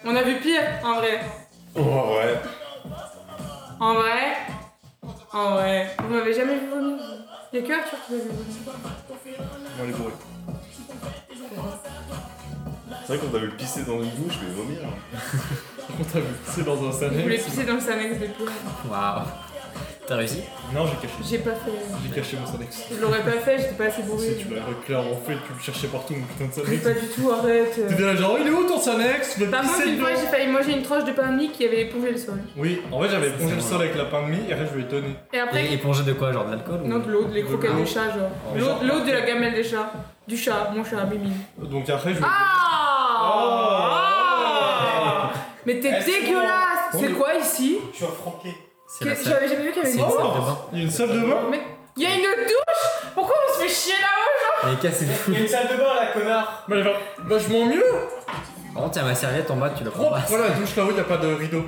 On a vu pire, en vrai.
Oh ouais.
En vrai. En vrai. Vous m'avez jamais vu vomir. Y'a que Arthur qui m'a vu vomir.
On est bourré.
C'est vrai qu'on t'a vu pisser dans une douche, mais vomir.
On t'a vu pisser dans un
Je voulais
sanet.
pisser dans le Sanex depuis.
Waouh. T'as réussi
Non, j'ai caché.
J'ai pas fait.
J'ai caché mon Sanex.
Je l'aurais pas fait, j'étais pas assez
Si
bourré.
tu l'avais clairement fait, tu le cherchais partout, mon
[laughs]
putain de
Mais
Sanex.
pas du tout, arrête.
T'étais là genre, il est où ton Sanex Je vais
Par contre,
pisser
Bah, une
dedans.
fois, j'ai failli manger une tranche de pain de mie qui avait épongé le sol.
Oui, en fait, j'avais plongé le sol avec la pain de mie et après, je lui ai donné.
Et après,
Et éponger de quoi Genre de l'alcool ou-
non, de l'eau, de les croquettes
l'eau.
du chat, genre.
Mais
L'eau-
genre-
L'eau de la gamelle des chats. Du chat, mon chat, Mimi.
Donc après, je
Ah.
lui ai
Ah Mais t'es
Est-ce qu'on-
dégueulasse
on
C'est
est-
quoi ici
Je suis affranqué.
C'est la
Que-
salle.
J'avais jamais vu qu'il y avait
C'est
une
une
douche.
salle de bain.
Il y a une salle de bain
Mais il y a une douche Pourquoi on se fait chier là-haut
Elle est cassée.
[laughs]
Il y a une salle de bain là, connard.
Bah, vachement mieux
Par contre, tiens, ma serviette en bas, tu la prends
Oh,
pas.
Voilà, la douche là-haut, y'a pas de rideau.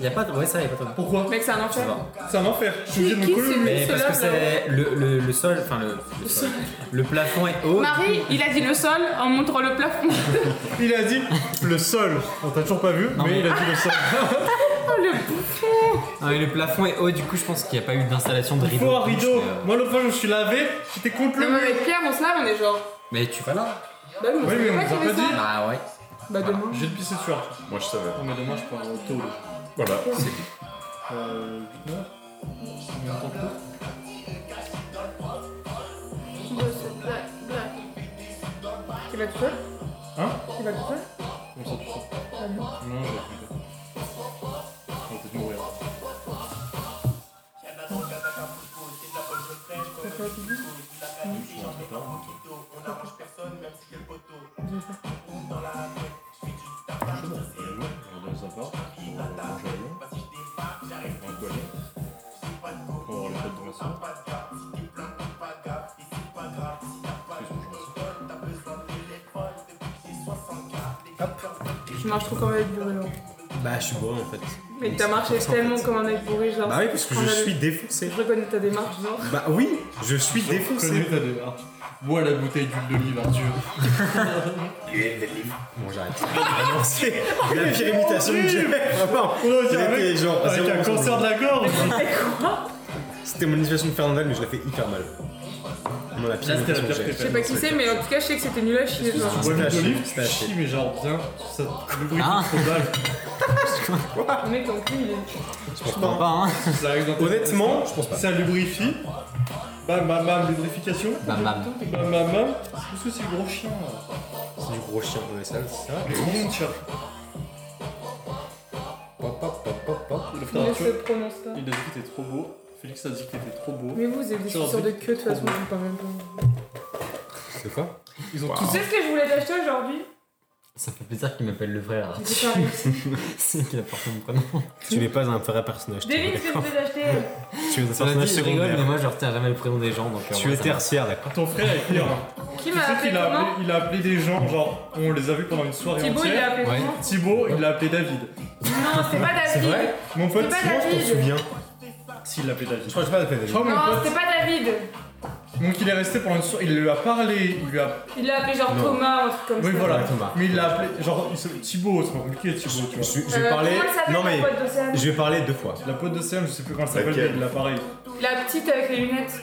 Y a pas de. Ouais, ça, y a pas de.
Pourquoi
Mec, c'est un
Ça
enfer.
va.
C'est un enfer. Je suis obligé de me
Qui- qui
coller.
c'est
mais-
Mais
se
parce que
lave,
c'est le, le, le sol, enfin le, le sol. le plafond est haut.
Marie, il a dit le sol en montrant le plafond. [laughs] Oh,
Il a dit le sol. On t'a toujours pas vu, mais
mais-
il a dit le sol.
Oh, le bouffon
Non, mais le plafond est haut, du coup je pense qu'il n'y a pas eu d'installation de
Il
rideau.
faut un rideau.
Euh,
Moi, l'autre fois, je me suis lavé, j'étais contre le
Non, mais
mur.
avec Pierre, on se lave, on est genre.
Mais tu vas là
Bah oui, on
Oui,
savait
mais on
pas
nous
qu'il y
a
avait
pas
ça.
dit.
Bah ouais.
Bah demain.
J'ai de pisser sur Arthur.
Moi je savais.
Non, mais demain, je pars au tôt.
Voilà.
Euh, 8 heures. Combien de temps court
Tu vas te faire
Hein
Tu vas te faire
On sort tout ça. Non, je vais pas. On va peut-être mourir.
Je marche trop comme un mec bourré là.
Bah, je suis bourré en fait.
Mais t'as marché tellement comme un mec bourré, genre.
Bah oui, parce que
on
je
a le-
suis défoncé.
Je reconnais ta démarche, genre.
Bah oui, je suis défoncé.
Connais ta démarche. Bois la bouteille d'huile d'olive, Arthur.
Bon,
[laughs]
j'arrête.
C'est la pire imitation que j'ai faite. Vraiment.
On a dit
Il
un
était
mec
genre à
avec un
0%.
cancer de la gorge.
C'était mon imitation de Fernandel, mais je l'ai fait hyper mal. Non, la pire
Là, c'était la
imitation que
pire
j'ai
que
faite.
Je sais pas qui c'est, mais en tout cas, je sais que c'était nul à chier, genre.
Bois l'huile
C'était à
d'olive,
chier, c'était
tu
à chier.
chies, mais genre bien. Ça te lubrifie
Ah.
trop mal.
Le mec, en cul, il est.
Je comprends pas, hein.
Ça arrive dans tes
Honnêtement, je pense pas.
Ça lubrifie. Bam, bam, bam, lubrification.
Bam bam.
Bam, bam, bam. Parce que c'est le gros chien. là.
C'est du gros chien dans les salles, c'est ça
Le gros chien.
Pop, pop, pop, pop, pop.
Le frère
Ne
Arthur,
se prononce pas.
il a dit que t'es trop beau. Félix a dit que t'étais trop beau.
Mais vous, vous êtes des
Genre
suceurs de
des-
queue, de toute façon, je vous parle même pas.
C'est quoi
Ils ont
Tu sais ce que je voulais t'acheter aujourd'hui
Ça fait plaisir qu'il m'appelle le frère.
J'ai pas réussi.
[laughs] C'est qu'il a porté mon prénom.
Tu n'es pas un vrai personnage. tu es
Devine ce que je
d'accord
voulais t'acheter.
Tu es un
Cela
personnage
dit, je rigole, mais
secondaire.
moi je retiens jamais le prénom des gens donc. euh,
Tu
ouais,
es
ça
tertiaire, d'accord
Ton frère hein. est pire.
Qui
Tu
m'a
sais
appelé
qu'il a appelé,
comment
il a appelé des gens, genre, on les a vus pendant une soirée
Thibaut, il a
entière.
appelé
Ouais.
comment
Thibaut, il l'a appelé David.
Non, c'est pas David.
vrai
Mon pote,
C'est pas
Thibaut,
David.
Souviens.
s'il l'appelait David.
crois que je vais pas
Je crois que mon
Non,
pote,
c'est pas David.
donc il est resté pendant une soirée, il lui a parlé, il lui a.
Il l'a appelé genre Thomas ou un truc comme ça.
Oui, voilà.
Ouais, Thomas.
Mais il l'a appelé, genre, il se- Thibaut, c'est pas compliqué, Thibaut, tu vois.
Je je
Euh,
vais parler.
Comment elle s'appelle
Non, mais
la pote d'Océane
je vais parler deux fois.
La pote de Sam, je sais plus comment elle s'appelle, mais
Laquelle
il l'a parlé.
La petite avec les lunettes.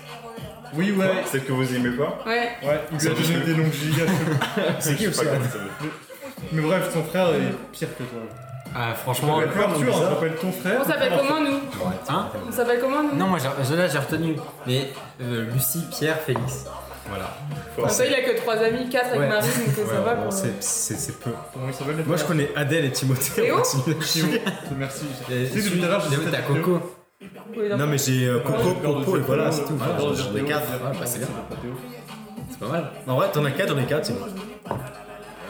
Oui, ouais.
Celle que vous aimez pas
Ouais.
Ouais, il lui a
Ça, je
donné
sais.
des longues gigas.
C'est qui
Je sais
aussi
pas
hein
comment ça s'appelle.
Mais bref, ton frère est pire que toi.
va. Ah, franchement.
T'appelles Arthur, on t'appelle ton frère.
On s'appelle comment nous
Hein
On s'appelle comment nous
Non, moi j'ai- je- là j'ai retenu. Mais euh, Lucie, Pierre, Félix.
Voilà.
Comme ça, il a que 3 amis, 4 avec
Ouais.
Marie, donc euh, ça
Ouais,
va
bon,
pour
c'est- C'est c'est peu.
Comment il s'appelle le
Moi, je
frère
connais Adèle et Timothée.
Théo
on continue à chier.
Merci. Tu
Et
sais, depuis tout à l'heure, je
Léo,
sais
t'as
pas.
Coco.
Oui,
Non, mais j'ai euh, Coco, Coco, et voilà, c'est tout.
Voilà,
Voilà,
j'en
j'en
ai
ai quatre.
quatre.
Ah, bah, c'est bien. C'est pas mal.
En vrai, t'en as quatre, j'en ai quatre, c'est bien.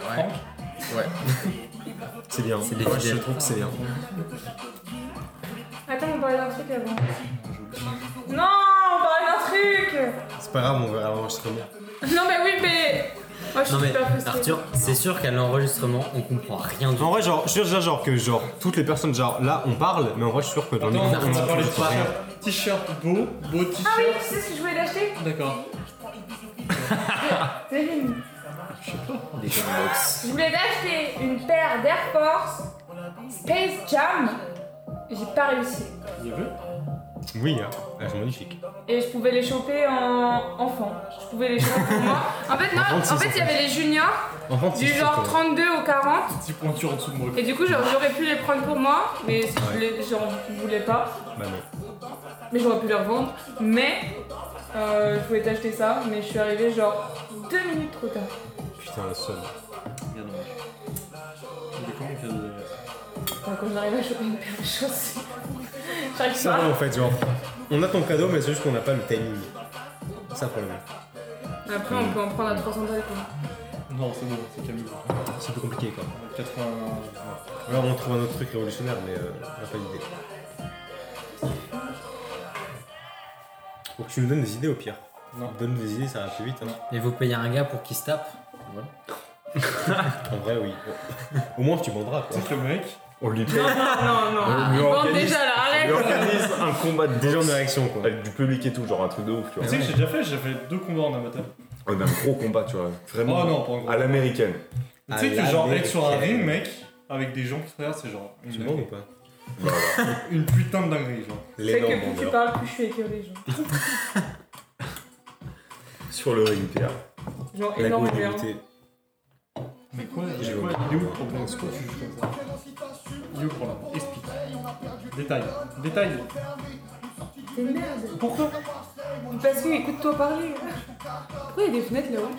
Ouais.
C'est bien.
C'est des
Ouais, Je
fidèles.
trouve que c'est bien.
Attends, on parlait d'un truc avant. Non, on parlait d'un truc truc
C'est pas grave, on verra l'enregistrement.
Non, mais oui, mais. Moi, je
Non
suis
mais
super frustrée.
Arthur, c'est sûr qu'à l'enregistrement, on comprend rien du
En vrai, genre, je suis déjà genre que genre toutes les personnes, genre là, on parle, mais en vrai, je suis sûr que dans le
Attends,
micro,
on va
on
parler de
comprend rien.
t-shirt. T-shirt beau, beau
Ah oui,
t-shirt.
tu sais ce que je voulais l'acheter
D'accord.
C'est une-
des Dropbox.
Je voulais acheter une paire d'Air Force Space Jam. J'ai pas réussi.
Oui, hein. elles sont magnifiques.
Et je pouvais les choper en enfant. Je pouvais les choper pour moi. En fait, non, en fait, il y avait les juniors
Enfin,
du genre 32 au 40.
Petit pointure en dessous de moi.
Et du coup, j'aurais j'aurais pu les prendre pour moi, mais si je les- j'en voulais pas.
Bah non.
Mais j'aurais pu les revendre. Mais euh, je voulais t'acheter ça, mais je suis arrivée genre 2 minutes trop tard.
Putain, la seule.
Bien dommage.
Enfin, quand j'arrive à choper une paire de [laughs] chaussures, j'arrive
Ça,
pas.
en fait, genre, on a ton cadeau, mais c'est juste qu'on n'a pas le timing. C'est un problème.
Après, on peut en prendre à 300 balles. quoi.
Non, c'est bon, c'est Camille.
C'est un peu compliqué, quoi.
80.
Alors, on trouve un autre truc révolutionnaire, mais euh, on n'a pas d'idée. Faut que tu nous donnes des idées au pire.
Non.
Donne-nous des idées, ça va plus vite. hein.
Et vous payez un gars pour qu'il se tape Voilà.
En vrai, oui. [laughs] Au moins, tu vendras, quoi.
C'est le mec.
On lui
Non, non, non, non.
lui
Ils vendent
organise-
déjà là, arrête.
Il organise un combat de
Déjà en
boxe
réaction, quoi.
avec du public et tout, genre un truc de ouf, tu
Tu
vois.
sais que j'ai déjà fait, j'ai fait deux combats en amateur.
On a un gros combat, tu vois. Vraiment.
Oh non, pas en gros.
À l'américaine.
Tu sais que
À
genre
la
être sur un
américaine.
ring, mec, avec des gens qui traversent, c'est genre
Tu
une,
vends ou pas
une putain de dinguerie, genre.
C'est
L'énorme
que plus tu
vendeur.
parles, plus je suis écœurée. Genre,
Sur le ring, Pierre.
genre
La
énorme merde.
globalité.
Mais quoi, il
J'ai
est quoi,
pas
il est où le problème C'est quoi tu joues comme ça Il est où le problème Explique. Détail. Détail.
C'est une merde.
Pourquoi
Parce que écoute-toi parler. Pourquoi il y a des fenêtres là-haut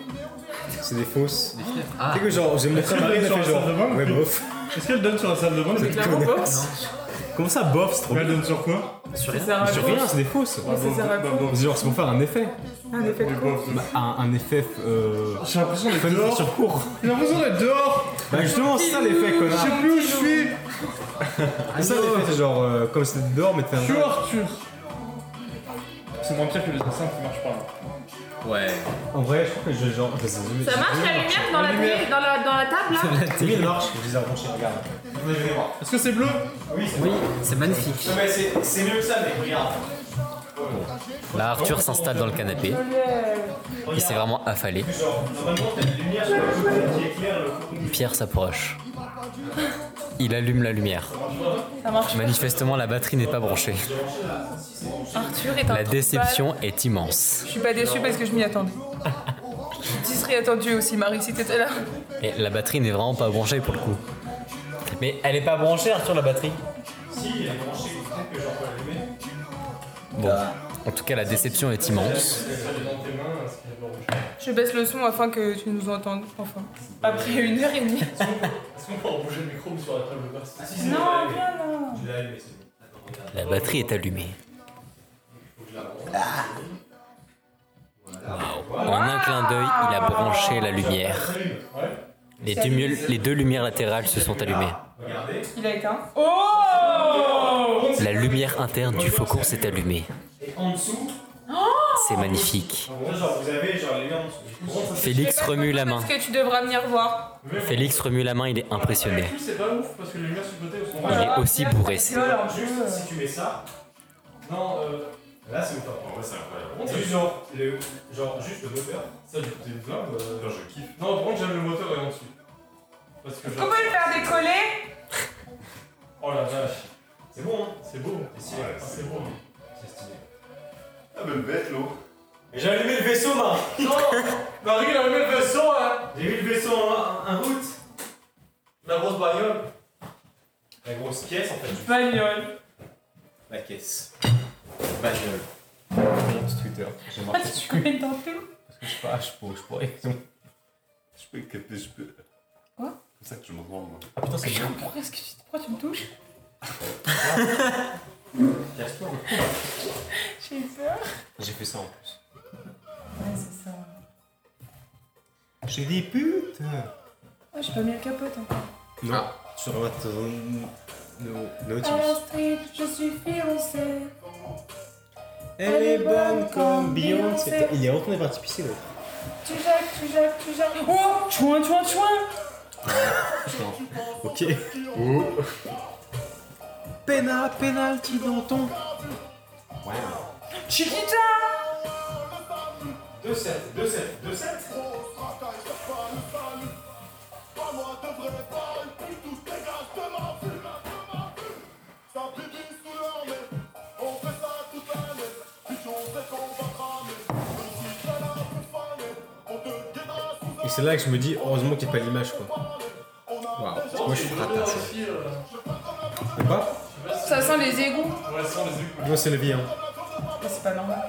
C'est des fausses.
Ah,
Tu sais que genre, j'ai
[laughs]
montré à
Est-ce
Marie, elle
qu'elle
a fait
donne sur la salle de bain
genre.
ou
Ouais,
plus
bof.
Est-ce qu'elle donne sur la salle de bain
C'est
Mais
clairement box.
Comment ça, bof C'est trop
elle donne sur quoi
sur
Ça
rien.
Ah,
sert à
Sur
quoi
rien, c'est des fausses.
Mais ça sert à quoi
C'est genre, c'est pour faire un effet.
Un effet de
Mais
quoi
bof.
Bah, un, un effet. Euh...
J'ai l'impression d'être
fun
dehors.
sur cours.
J'ai l'impression d'être dehors.
Bah, justement, c'est ça l'effet,
Je
connard.
sais plus où je suis.
C'est ça l'effet, c'est genre, euh, comme c'était dehors, mais t'es
Je suis
un.
Arthur. C'est moins pire que les dessins qui marchent pas là.
Ouais.
En vrai, je trouve que je genre. Ça
Ça marche la lumière dans la,
lumière.
télé- dans la, dans la table là
La
Oui,
télé.
elle marche, je les ai branchés, regarde.
Est-ce que c'est bleu
Oui, c'est magnifique.
mais c'est mieux que ça, mais regarde.
Là, Arthur s'installe dans le canapé.
Oh,
Il s'est vraiment affalé. Pierre s'approche. Il allume la lumière.
Ça marche.
Manifestement, la batterie n'est pas branchée.
Arthur est un
La
trou de
déception est immense.
balle. Je suis pas déçue parce que je m'y attendais. [laughs] Tu serais attendu aussi, Marie, si t'étais là.
Et la batterie n'est vraiment pas branchée pour le coup. Mais elle n'est pas branchée, Arthur, la batterie Si, elle est branchée, Bon, en tout cas, la déception est immense.
Je baisse le son afin que tu nous entendes, enfin. Après une heure et demie. Non, viens, non.
La batterie est allumée. Ah. Waouh. En un clin d'œil, il a branché la lumière. Les deux, mul- les deux lumières latérales se sont allumées.
Il a éteint. Oh
La lumière interne du faucon s'est allumée. C'est magnifique. Félix remue la main.
Parce que tu devras venir voir.
Félix remue la main, il est impressionné.
C'est pas ouf parce que les lumières sur le côté sont.
Il est aussi bourré.
Tu vois, alors, je-
tu mets ça,
Non, euh.
là c'est pas.
En vrai, c'est incroyable.
Par contre,
Juste genre, le, genre juste le moteur.
Ça, j'ai coûté une blinde. euh.
je kiffe.
Non, par contre, j'aime le moteur et en dessous. Parce que
On
genre.
peut le faire décoller
Oh la vache,
C'est bon, hein
c'est beau.
Ouais,
Ah, c'est
c'est
beau.
C'est stylé.
Ah, même bête, l'eau.
Et J'ai allumé le vaisseau, Marie.
Non Marie, elle a mis le vaisseau, hein
J'ai mis le vaisseau en, en route.
La grosse bagnole.
La grosse caisse, en fait.
Bagnole.
La caisse. Bagnole. Twitter. J'ai
Ah,
marqué
tu connais dans tout.
Je sais pas, Ah, je pourrais. Je pourrais.
Je peux capter, je peux.
Quoi
Comme ça que tu me rends, moi.
Ah putain, c'est bien.
Pourquoi est-ce que tu, pourquoi tu me touches
Casse-toi.
J'ai eu peur.
J'ai fait ça en plus.
Ouais, c'est ça.
J'ai des putes.
Oh, j'ai pas mis le capote encore.
Non. Sur un No,
À la street, je suis fiancée.
Elle est bonne comme Beyoncé. Il est retourné parti pisser l'autre.
Tu jacques, tu jacques, tu jacques. Oh Chouin, chouin, chouin
Ok. Oh. Pena, penalty dans ton.
Chiquita
2-7, 2-7, 2-7.
Et c'est là que je me dis, heureusement qu'il n'y a pas l'image quoi. Waouh, parce que moi je suis raté ça. Mais pas
Ça sent les égouts.
Non, c'est le vie, hein.
Mais c'est pas normal.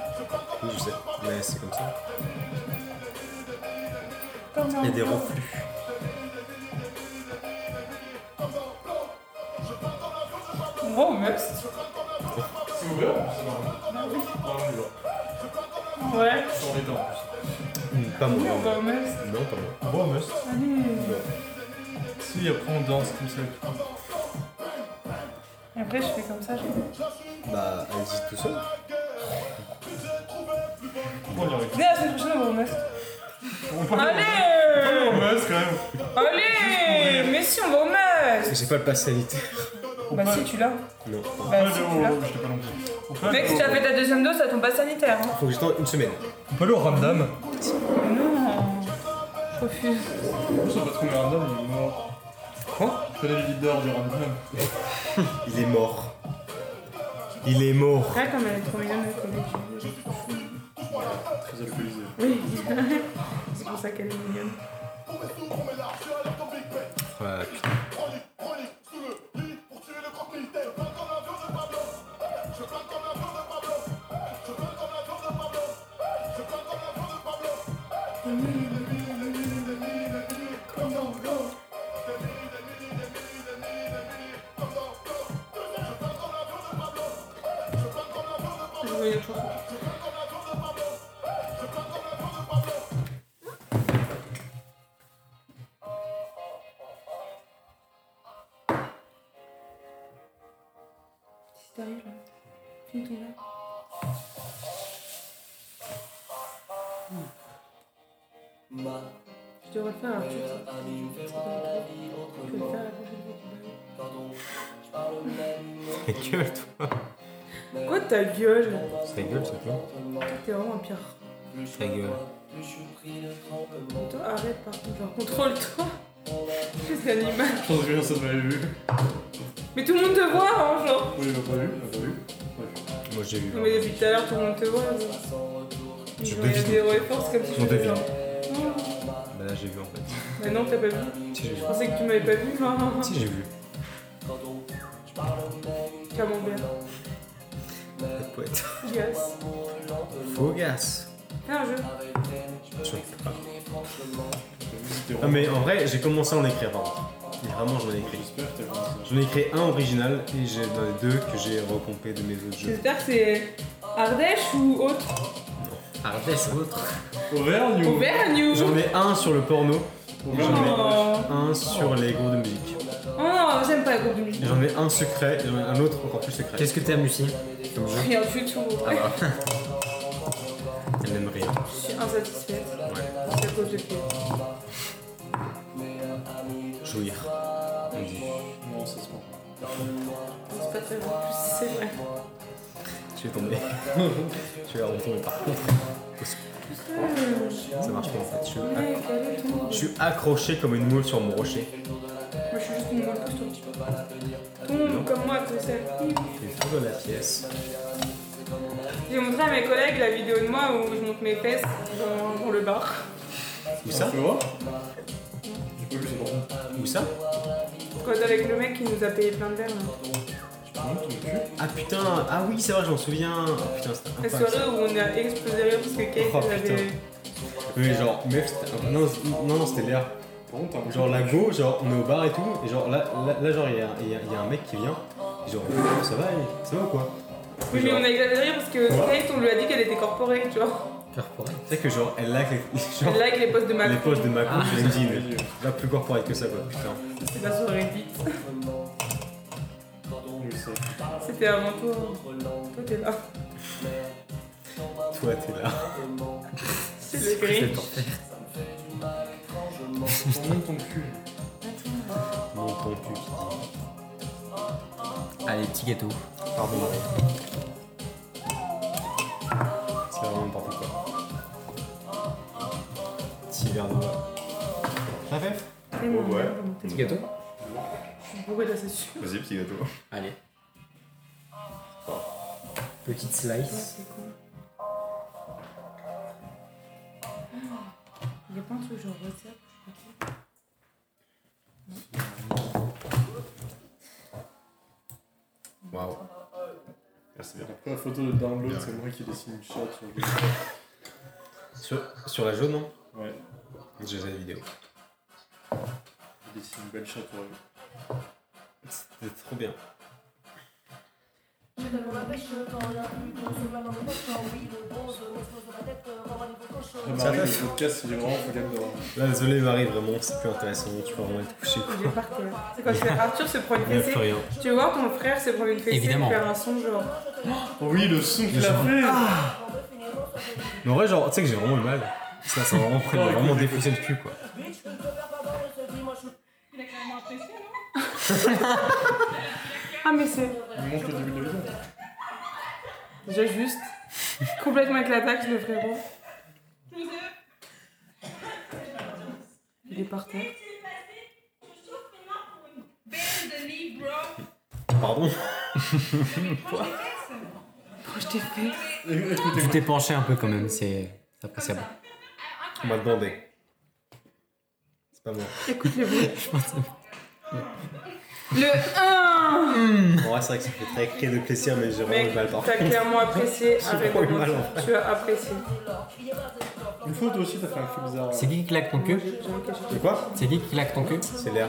Oui, je sais. Mais c'est comme ça. Il y a des reflux.
Wow, must.
C'est ouvert c'est normal.
Ah Ouais.
Sur les dents.
Hmm, Pas moi.
Oui, on
Non,
va au must.
Non, pas moi.
Bon, must.
Allez.
Si, après on danse comme ça.
Et après, je fais comme ça. Je...
Bah, elle dit tout seul.
On y arrive.
Venez la semaine prochaine, on va au must.
On peut
Allez
On must quand même.
Allez Mais si, on va au must
J'ai pas le pass sanitaire.
Bah si, tu l'as.
Non.
Bah si, tu l'as.
euh, Je t'ai pas non plus. euh, On peut
Mec, si t'as fait ta deuxième dose, ça tombe pas sanitaire. hein.
Faut que j'attende une semaine.
On peut aller au ramdam.
Non. Je refuse.
Je sais pas trop, mais ramdam il est mort. Quoi C'est le leader du ramdam.
Il est mort. Il est mort.
Ouais, comme elle est trop mignonne, hein. elle est
Très alcoolisé.
Oui. [laughs] C'est pour ça qu'elle est mignonne.
Ouais, putain.
Je voulais une chanson. Si t'arrives là, finis hein. ton verre. Je devrais faire un truc. Je vais le faire la prochaine fois que tu
Ta
vas.
gueule, toi.
Quoi ta gueule
C'est ta gueule, c'est toi.
T'es vraiment un pire.
Ta gueule.
Toi, arrête par contre, genre, contrôle-toi. [laughs] Juste animal.
Je pense que ça devait vu.
Mais tout le monde te voit, hein, genre.
Oui, il m'a pas vu, il m'a pas vu.
Moi, j'ai vu. hein.
Non, mais depuis tout à l'heure, tout le monde te voit.
Je
Je me
devine.
des force comme si
On
je faisais
devine.
genre,
Bah là, j'ai vu en fait.
oh. Mais non, t'as pas vu.
Si, j'ai vu.
Je pensais que tu m'avais pas vu, hein.
Si, j'ai vu.
Camembert.
Pas de poète.
Yes.
Faugas.
Fais un jeu.
Je sais pas. Non, Ah, mais en vrai, j'ai commencé à en écrire avant. Mais vraiment, j'en ai écrit. J'en ai écrit un original et j'ai dans les deux que j'ai repompé de mes autres jeux.
J'espère que c'est Ardèche ou autre.
Ardèche ou autre.
Auvergne ou
Auvergne ou.
J'en ai un sur le porno,
Auvergne
Oh.
un sur les groupes de musique.
oh non, j'aime pas la groupe de musique.
J'en ai un secret, et j'en ai un autre encore plus secret.
Qu'est-ce que t'aimes, Lucie
Rien du tout.
Elle n'aime rien.
Je suis insatisfaite. C'est à cause de qui
Jouir. On dit.
Non, ça se ment.
C'est pas très bon, en plus, c'est vrai.
Tu es
[laughs]
tombé. tu vas retomber par contre. Ça marche pas en fait. Je suis, acc-
Oh, Mec, elle est tout.
je suis accroché comme une moule sur mon rocher.
Moi, je suis juste une molle plus toi. Tombe comme moi, comme ça.
Tu es toujours de la pièce.
J'ai montré à mes collègues la vidéo de moi où je monte mes fesses dans, dans le bar.
Où ça
Tu vois J'ai pas vu, c'est bon.
Où ça
Quand avec le mec qui nous a payé plein de verres. hein. là.
Ah putain Ah oui, c'est vrai, je m'en souviens. Ah putain, c'était
La
incroyable.
soirée où on a explosé rire parce que Kate
Oh,
elle avait.
Oui, genre, meuf, c'était. un- Non, c'est- non, non, c'était Léa.
Par contre, t'as un
Genre, la go, genre, on est au bar et tout. Et genre, là, là, là, genre, il y a, il y a- il y a un mec qui vient. et Genre, ça va, il- ça va ou quoi
Oui, mais on a exagéré parce que Kate, on lui a dit qu'elle était corporée, tu vois.
Tu sais que genre, elle like les, [laughs] genre,
Elle like les postes de ma
les posts de Macron sur LinkedIn. Là, plus corporate que ça, quoi, putain.
C'est la soirée dite.
Oui, ça.
hein. C'était avant toi. Toi, t'es là.
toi, t'es là.
C'est le Grinch.
Tourne ton cul.
Mon ton cul qui dit.
Allez, petit gâteau.
Pardon.
C'est vraiment n'importe quoi.
Petit verre de Ça fait
Et mon
Ouais.
mec, comment t'es-
Petit gâteau
Je suis bourrée là, c'est sûr.
Vas-y, petit gâteau.
Allez. Petite slice.
C'est cool. Il y a pas un truc genre WhatsApp je sais pas
Waouh. Merci bien.
Après la photo de download, c'est moi qui dessine une chatte sur le
sur, sur la jaune, non
Ouais,
J'ai la vidéo.
je dessine une belle chatte pour elle.
C'était trop bien.
Ah, Marie, le podcast, il est vraiment focable d'avoir.
Là, désolé, Marie, vraiment, c'est plus intéressant. Tu peux vraiment être couché.
qui. Il est par terre. C'est quand c'est Arthur se prend une
Il n'y a plus
fessée.
rien.
Tu vois ton frère se prend une fessée
Évidemment.
et faire un son genre.
Oh oui, le son qu'il a fait
Mais en vrai, genre, tu sais que j'ai vraiment eu mal. Ça, ça m'a vraiment, il m'a vraiment défoncé le cul, quoi.
Ah mais c'est
Il montre le début de la vidéo.
déjà juste complètement éclataxe le frérot. Il est par terre.
Pardon
Oh, je t'ai fait.
Tu t'es penché un peu quand même, c'est c'est appréciable.
On m'a demandé. C'est pas moi.
Écoute le bruit. Le 1
En vrai, c'est vrai que ça fait très cri de plaisir, mais j'ai vraiment eu
Mec,
mal par
t'as clairement apprécié. Arrête de
vraiment mal,
mentir. Tu as apprécié.
Une fois, toi aussi, t'as fait un film bizarre.
C'est qui qui claque ton queue
C'est quoi
C'est qui qui claque ton queue
C'est l'air.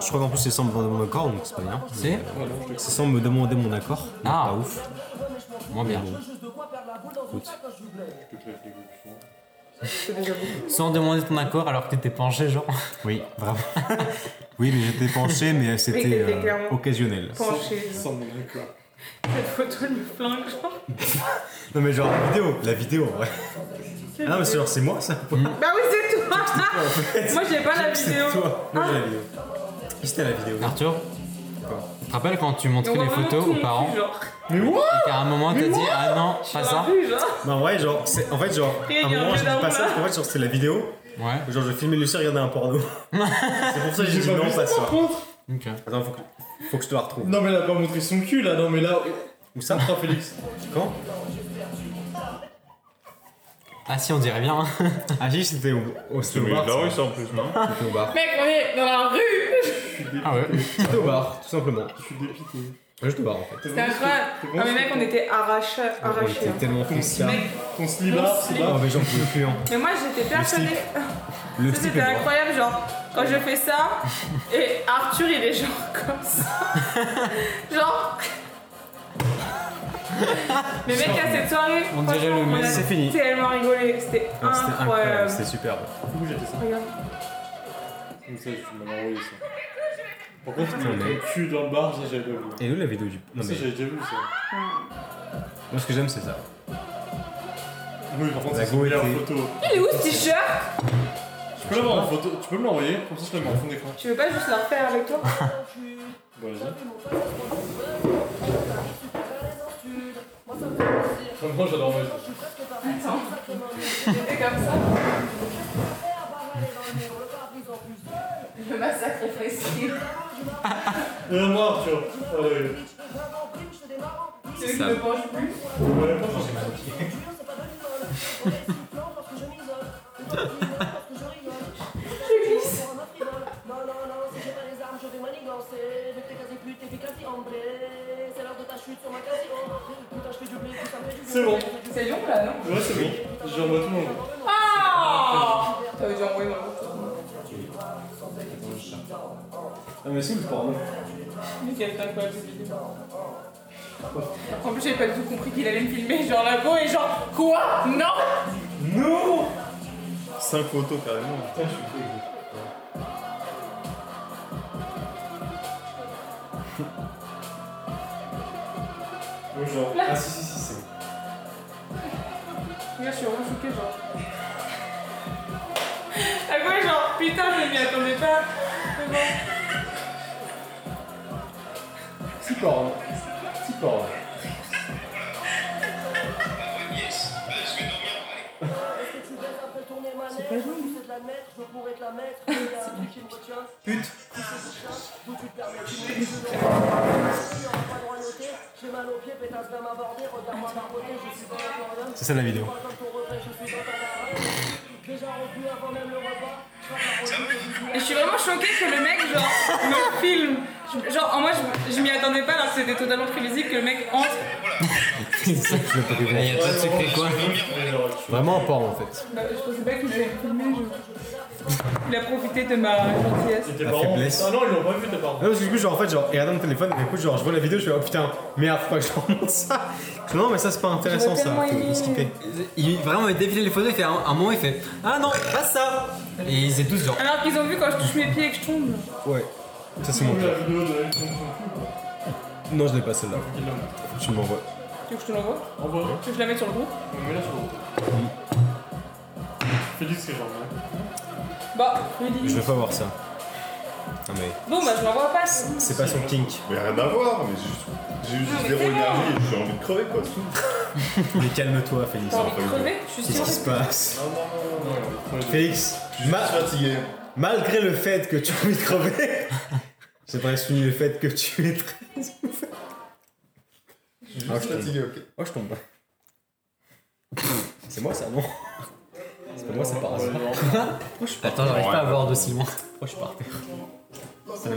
Je crois qu'en plus, c'est sans me demander mon accord, donc c'est pas bien. euh,
C'est
C'est sans me demander mon accord. donc
Ah.
pas ouf.
Moins bien.
C'est déjà beaucoup.
Sans demander ton accord alors que t'es penché, genre.
Oui, vraiment. [laughs] oui, mais j'étais penché, mais c'était
t'étais
euh,
clairement-
occasionnel.
Penché.
Sans mon accord.
Cette photo de flingue, je crois.
Non, mais genre, la vidéo, la vidéo, en vrai. Ah non, mais c'est genre, c'est moi ça
Bah oui, c'est toi Moi, j'ai pas la
[laughs]
vidéo. Ah.
C'est toi Moi, j'ai la vidéo. Qui c'était la vidéo
Arthur Tu te rappelles quand tu montrais
On voit
les
vraiment
photos
tout
aux
mon
parents
cul, genre.
et qu'à un moment t'as dit Ah non, pas
J'aurais
ça
pu, genre.
Bah, en vrai, genre, c'est- en fait, genre,
Et
à un
il y a un
moment,
jeu
j'ai dit
d'armes,
pas ça,
là.
parce qu'en fait, genre, c'est la vidéo.
Ouais,
Genre, je filmais Lucie regarder un [laughs] porno. c'est pour ça que j'ai dit
pas
non,
vu
pas ça.
ok.
Attends, faut que, faut que je te la retrouve.
Non, mais elle a pas montré son cul là, non, mais là.
Où ça
Attends, Félix.
Quand
Ah si, on dirait bien. hein.
Ah, si, c'était au, au, c'était au bar. ça.
ça en plus, non
C'était au bar.
Mec, on est dans la rue
Ah ouais
C'était au bar, tout simplement.
Je suis dépité.
Juste au bar, en fait.
C'était incroyable. Non, mais mec, on était arrachés.
On
arrachés,
était
hein.
tellement fous
Mec,
Qu'on se libère, c'est
Oh,
là.
mais j'en pouvais plus, hein.
mais moi, j'étais [laughs] persuadée.
Le
Ça,
type
C'était
est mort.
incroyable, genre, quand je fais ça, et Arthur, il est genre comme ça. genre. Mais mec, à cette soirée,
On dirait
franchement,
le
on
mec.
a
C'est fini.
tellement rigolé, c'était
Ah, C'était incroyable,
incroyable.
c'était superbe.
Du coup, j'étais ça.
Regarde.
Comme ça, je vais m'envoyer ça. Par contre, le cul dans le bar, ça, j'avais pas vu.
Et où la vidéo du. Non,
Ça,
mais
j'avais déjà vu ça.
moi, ce que j'aime, c'est ça.
Oui, par contre,
La
c'est une
go
meilleure
était-
photo.
Il est où ce t-shirt
Tu peux l'avoir en photo, tu peux me l'envoyer, comme ça, je la mets en fond d'écran.
Tu veux pas juste la refaire avec toi
[laughs] Bon, vas-y. Moi, j'adore ma vie.
J'étais comme ça. Le massacre fessier.
Et moi, Arthur. Allez.
Tu veux que je me penche plus
Ouais, moi, j'en ai marre.
Je glisse.
C'est bon.
C'est long là, non
Ouais, c'est bon. Je revois tout le monde.
Ah T'avais déjà envoyé mon photo.
Ah, mais c'est où le porno
Mais quel dingue, quoi, cette vidéo. En plus, j'avais pas du tout compris qu'il allait me filmer, genre là-bas, et genre, quoi Non
5 photos, carrément.
Oui, genre. Ah, si, si, si, c'est bon.
dire, je suis vraiment choquée, genre. À quoi, genre, putain, je m'y attendais pas. Mais bon.
Petit corps. Petit corps.
C'est pas joli. Je pourrais te la mettre, mais il y a un truc qui me retient.
Pute.
D'où tu te permets de me dire que je n'aurai pas le droit de noter. J'ai mal aux pieds, pétasse va m'aborder. Regarde-moi barboter, je suis pas l'aquarium.
C'est ça la vidéo.
Pas comme ton regret, je suis pas ta daronne. Déjà revenu avant même le repas. Je serai pas revenu, je suis
Et je suis vraiment choquée que le mec, genre, me filme. Je- Genre, en moi, je, je m'y attendais pas, alors que c'était totalement prévisible que le mec entre.
Il y a pas de secret quoi. Vraiment pas en fait.
Bah, je pensais pas qu'il avait filmé. je- Il a profité de ma gentillesse.
Tes parents
faiblesse.
Ah non, ils l'ont pas vu, tes parents.
Non, parce que du coup, genre, en fait, genre, il regarde mon téléphone, et du coup, genre, je vois la vidéo, je fais, oh putain, merde, faut pas que je remonte ça. Non, mais ça, c'est pas intéressant, ça.
J'aurais tellement
Faut
aimé.
skipper.
Il vraiment il défilait les photos, il fait un, un moment il fait Ah non, pas ça Et ils étaient tous genre
Alors qu'ils ont vu quand je touche mes pieds et que je tombe.
Ouais. Ça, c'est mon pire. Non, je l'ai pas celle-là. Tu m'envoies.
Tu veux que je te l'envoie Tu veux que je la mette sur le groupe
Félix, c'est genre. hein.
Bah, je dis.
Je veux pas voir ça. Non, mais
Bon, bah, je l'envoie pas.
c'est pas son kink.
Mais rien à voir, mais j'ai juste- j'ai
Non,
juste
mais
zéro
c'est bon.
énergie et j'ai envie de crever quoi, c'est tout.
Mais calme-toi, Félix.
T'as envie de crever Je suis
Qu'est-ce
sûre.
qui se passe
Non, non, non, non, non.
Félix,
Je
ma-
suis fatigué.
malgré le fait que tu as envie de crever, [laughs] j'aimerais souligner le fait que tu es très.
Je suis juste
Ah, je tombe.
fatigué, ok.
Oh, je tombe. c'est moi ça, non C'est pas moi, c'est pas hasard.
Attends, j'arrive pas à voir d'aussi loin.
Ça va me partir ou pas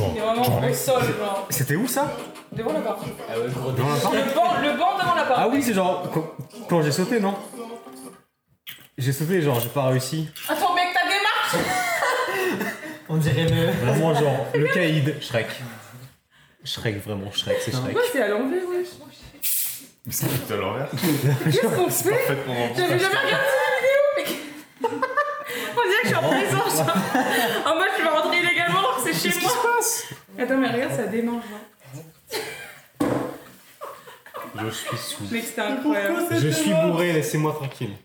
Il est vraiment au sol, genre.
C'était où ça
Devant la barre.
Dans la
Le banc, le banc devant la barre.
Ah oui, c'est genre quand, quand j'ai sauté, non J'ai sauté, genre j'ai pas réussi.
Attends, mec, t'as des marques
On dirait le.
Vraiment, genre le caïd, Shrek. Shrek, vraiment, Shrek, c'est Shrek.
Moi, c'est à l'envers, wesh.
Mais c'est tout à l'envers.
Qu'est-ce qu'on fait
Parfaitement dans le bon
J'avais jamais regardé cette vidéo, mec. On dirait que [laughs] je suis en prison, genre. En mode, je vais rentrer illégalement, alors que c'est chez moi.
passe
Attends, mais regarde, ça démange, hein. là.
Je suis sous.
Mec, c'était incroyable.
Je suis bourré, laissez-moi tranquille.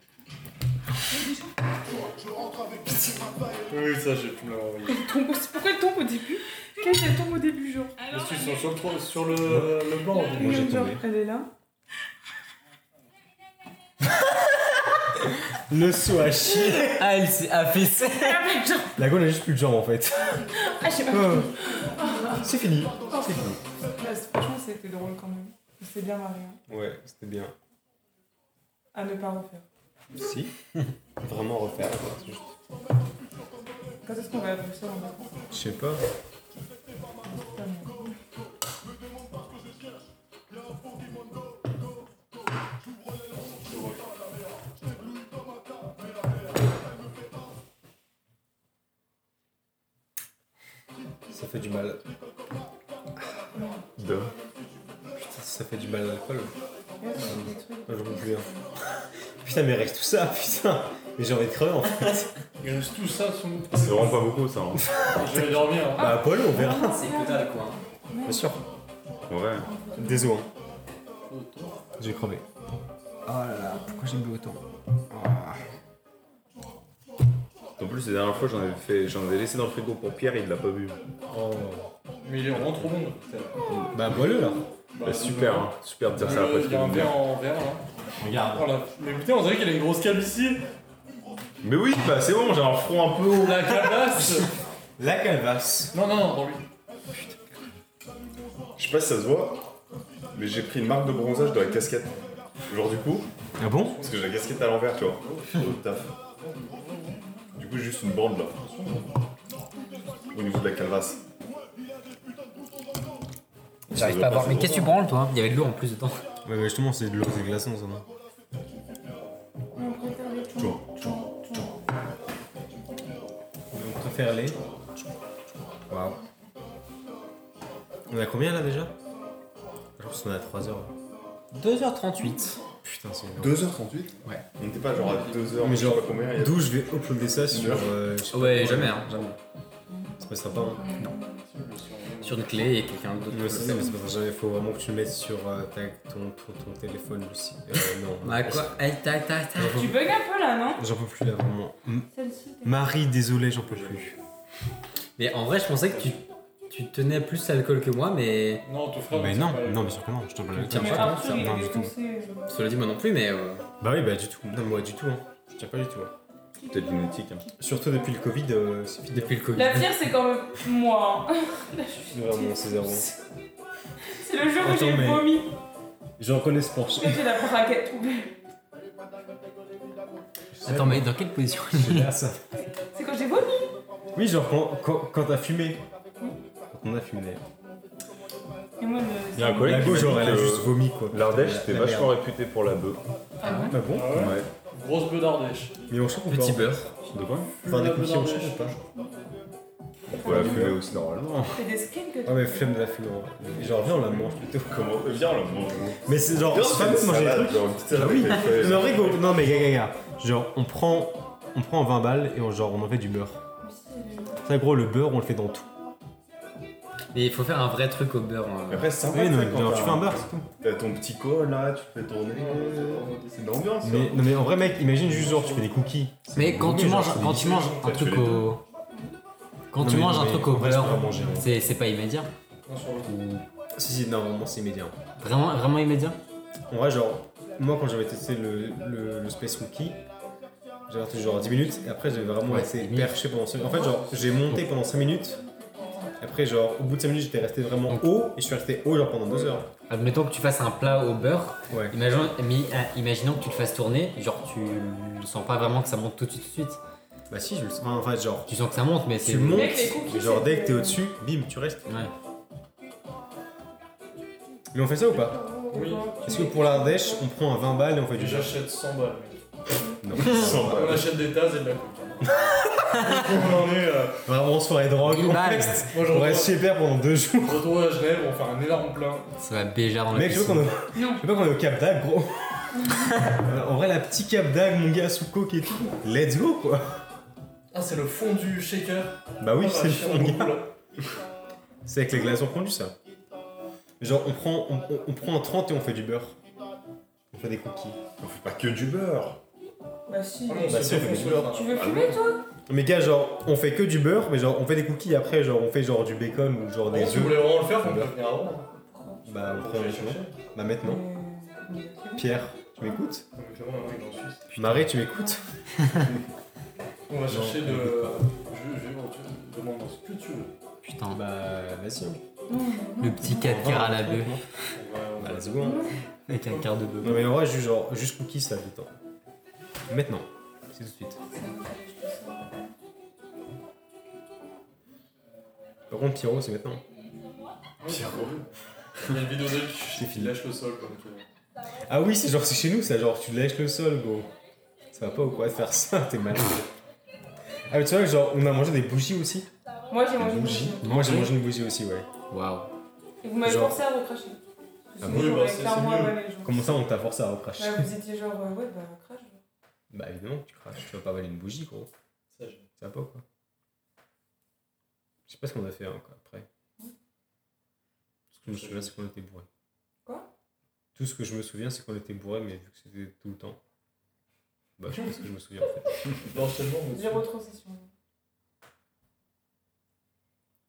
Oui, ça, j'ai pu me l'avoir envoyé.
Le tombeau, c'est- Pourquoi le tombe au début Quel est le tombe au début, genre
Parce qu'ils sont sur le, pro- sur le, le banc.
Moi, j'ai
Genre,
tombé.
Elle est là.
Le saut à chier.
Ah, elle s'est affaissée
Ah, mec, genre.
La gueule a juste plus de jambes en fait.
Ah, je sais pas.
Euh, C'est fini. C'est fini.
oh. Là, c'est- Franchement, c'était drôle quand même. On s'est bien marré. hein.
Ouais, c'était bien.
À ne pas refaire.
Si. Vraiment refaire. quoi.
Quand est-ce qu'on va à Bruxelles en vacances
Je sais pas. Ça fait du mal.
De.
Putain, ça fait du mal à l'alcool. Ah,
Regarde, j'ai des trucs.
Moi, J'en peux plus. hein. Putain, mais reste tout ça, putain. Mais j'ai envie de crever en fait.
Il reste tout ça sous nous.
C'est vraiment pas beaucoup ça. hein.
Je vais dormir. hein.
Bah, Apollo, on verra.
C'est que dalle quoi.
Bien sûr.
Ouais.
Désolé. J'ai crevé. Oh là là, pourquoi j'ai bu autant
En plus, la dernière fois, j'en avais, fait... j'en avais laissé dans le frigo pour Pierre, il l'a pas bu.
Mais il est vraiment trop bon.
Bah, bois-le là.
Bah,
Bah, super, hein. super de dire ça après ce
Il y
que
a
je viens
un
de dire.
verre en verre là.
Regarde.
Oh là, mais putain, on dirait qu'il a une grosse cale ici.
Mais oui, bah c'est bon, j'ai un front un peu haut.
La [laughs] calasse.
La calvasse.
non, non, Ah, non, dans lui.
Je sais pas si ça se voit, mais j'ai pris une marque de bronzage de la casquette. Genre du coup,
Ah bon
parce que j'ai la casquette à l'envers, tu vois. Sur le taf. Du coup, j'ai juste une bande là. Au niveau de la calvasse.
J'arrive pas à voir. Mais qu'est-ce que tu branles toi Il y avait de l'eau en plus dedans.
Ouais, mais justement, c'est de l'eau, c'est glaçant ça, non
Toujours.
On préfère les. Waouh. On a combien là déjà Je pense qu'on est à 3 heures.
2h38.
Putain, c'est énorme.
2h38
Ouais.
On n'était pas genre à 2h,
Mais
je sais pas
genre,
combien. il y a-
D'où je vais uploader ça sur.
Une heure.
euh, je sais pas
Ouais,
quoi.
jamais, hein, jamais.
C'est pas sympa. hein.
Sur une clé et quelqu'un d'autre.
Ouais, c'est ça, mais c'est pas ça. Il faut vraiment que tu le mettes sur euh, ta- ton, ton, ton téléphone aussi. Euh, non.
Bah quoi Hey, ta, ta, ta.
Tu
bugs un peu là, non
J'en peux plus là, vraiment. Mm.
Celle-ci.
Marie, désolé, j'en peux plus.
Mais en vrai, je pensais que tu, tu tenais plus à l'alcool que moi, mais.
Non, ton frère.
Mais non, non, mais sûr que non, je te parle
Tu tiens pas,
pas.
ça,
Non, du tout.
Cela dit, moi non plus, mais. euh,
Bah oui, bah du tout. Non, moi du tout, hein. Je tiens pas du tout. hein.
Peut-être lunatique. Hein.
Surtout depuis le Covid, euh, c'est fini.
Depuis le Covid.
La pire, c'est quand même moi. hein. [laughs] Là, je suis
Vraiment, c'est zéro.
C'est le jour où
Attends,
j'ai
mais-
vomi.
Je reconnais ce penchant.
Là, J'ai la braquette ouverte.
Attends, mais dans quelle position
J'ai ça.
C'est quand j'ai vomi.
Oui, genre quand, quand, quand t'as fumé. Quand on a fumé d'ailleurs.
Et moi, le-
un collègue
La
qui
gauche,
m'a dit
genre, elle a
que
juste vomi quoi.
L'Ardèche, c'était
La merde.
vachement réputé pour la bœuf.
Ah bon
Ah bon
Ouais.
Grosse bœuf d'Ardèche.
Mais on sent qu'on peut
Petit beurre.
De quoi
avoir des
Bœuf
confiants au
d'Ardèche.
ou pas
On peut la fumer aussi normalement.
C'est des skins que tu.
Ah, mais flemme de la fumer. ouais. Genre, viens, on la mange plutôt.
Comment euh, Viens, on la mange.
Mais c'est genre,
Viens, on
c'est
fait
fameux de
une
manger des
salade,
trucs.
genre une petite
Ah
salade
oui,
avec des feuilles.
non, rigole. Non, mais gars, gars, gars. Genre, on prend, on prend 20 balles et on, genre, on en fait du beurre. Ça, gros, le beurre, on le fait dans tout.
Mais il faut faire un vrai truc au beurre. hein.
Après, c'est sympa.
Oui, non,
ça, quand
genre,
t'as
tu fais un beurre, c'est tout.
T'as ton petit col là, tu te fais tourner. C'est de l'ambiance. hein.
Mais,
ça.
non, mais en vrai, mec, imagine juste, genre, tu fais des cookies. C'est
Mais
des
quand
cookies,
tu
genre,
manges,
c'est
quand tu
délicieux.
manges un
Ouais, tu
truc
les
au. Quand
Non,
tu
mais-
manges un
mais
truc au
en vrai, c'est pas
beurre,
manger, hein.
C'est c'est pas immédiat.
Si, si, non, vraiment, c'est immédiat.
Vraiment, vraiment immédiat
En vrai, genre, moi, quand j'avais testé le, le, le Space Cookie, j'avais attendu genre 10 minutes et après, j'avais vraiment
Ouais,
été
10 minutes.
perché pendant 5 minutes. En fait, genre, j'ai monté pendant 5 minutes. Après, genre, au bout de 5 minutes, j'étais resté vraiment haut et je suis resté haut, genre, pendant 2 heures.
Admettons que tu fasses un plat au beurre.
Ouais.
Imaginons, mi- ah, imaginons que tu le fasses tourner, genre tu le sens pas vraiment que ça monte tout de suite. tout de suite.
Bah, si, je le sens. En fait, genre,
Tu sens que ça monte, mais c'est.
tu montes,
Mec, les cookies,
et genre
c'est-
dès que t'es au-dessus, bim, tu restes.
Ouais.
Mais on fait ça ou pas
Oui.
Est-ce que pour l'Ardèche, on prend un 20 balles et on fait du jeu
J'achète 100 balles, mec.
[laughs]
Non.
Sans
On
balles.
achète des tasses et de la coke.
[laughs]
on en est. euh,
Vraiment, soirée drogue,
Mille
on
balles.
reste,
Moi, je
on reste
retourne,
chez père pendant 2 jours.
je retourne à Genève, on va faire un énorme plein.
Ça va béjar dans la
Mec, je veux qu'on
piscine.
est... je veux pas qu'on est au Cap d'Ag, gros. Euh, en vrai, la petite Cap d'Ag, mon gars, sous coke et tout. Let's go, quoi.
Ah, c'est le fond du shaker.
Bah oui,
Ah,
[laughs] c'est le
j'aime
fond, mon [laughs]
beaucoup,
gars.
là.
C'est avec les glaçons fondus, ça. Genre, on prend, on, on- on prend un 30 et on fait du beurre. On fait des cookies.
On fait pas que du beurre.
Bah si.
Ah non,
Bah,
c'est
si,
le
on
fond
fait
sous la main.
Tu veux fumer toi
Mais gars, genre, on fait que du beurre, mais genre, on fait des cookies après, genre, on fait genre du bacon ou genre
Par
des
Oh,
contre, Si vous
œufs.
voulez vraiment le faire, faut me prévenir avant.
Bah, on prend
J'allais
maintenant.
chercher.
Bah, maintenant. Pierre, tu m'écoutes
Non, mais c'est bon, on est en Suisse.
Marie, tu m'écoutes
On va chercher
on
de.
écoute
Je je vais je demande ce que tu veux.
Putain,
Bah, vas-y.
le petit 4 quarts à la bœuf.
On va- on
Bah,
va-
let's go. hein.
Avec un quart de bœuf.
Non, mais en vrai, juste, genre, juste cookies, ça vite. Maintenant. C'est tout de suite. Par contre, Pierrot, c'est maintenant.
Il y a une vidéo d'elle qui qui
fini.
lâche le sol comme tout.
Ah oui, c'est genre, c'est chez nous, ça, genre, tu lèches le sol, gros. Ça va pas ou quoi de faire ça, t'es malade. Ah, mais tu vois, genre, on a mangé des bougies aussi.
Moi j'ai mangé
Des
une
bougies.
bougie.
Moi, j'ai mangé une bougie aussi, ouais.
Waouh.
Et vous m'avez
Genre-
forcé à recracher.
Ah
bon, bah, c'est-
clairement
c'est mieux.
avalé, genre.
Comment ça, on t'a forcé à recracher
Ouais, vous étiez genre, euh, ouais, bah, crache.
Bah évidemment que tu craches, tu vas pas avaler une bougie gros.
Ça, je-
Ça va pas ou quoi Je sais pas ce qu'on a fait hein, quoi, après. Tout ce que je me souviens c'est qu'on était bourré.
Quoi
Tout ce que je me souviens c'est qu'on était bourré mais vu que c'était tout le temps. Bah je sais pas ce que je me souviens en fait.
[laughs] L'enchaînement, on
Zéro transition.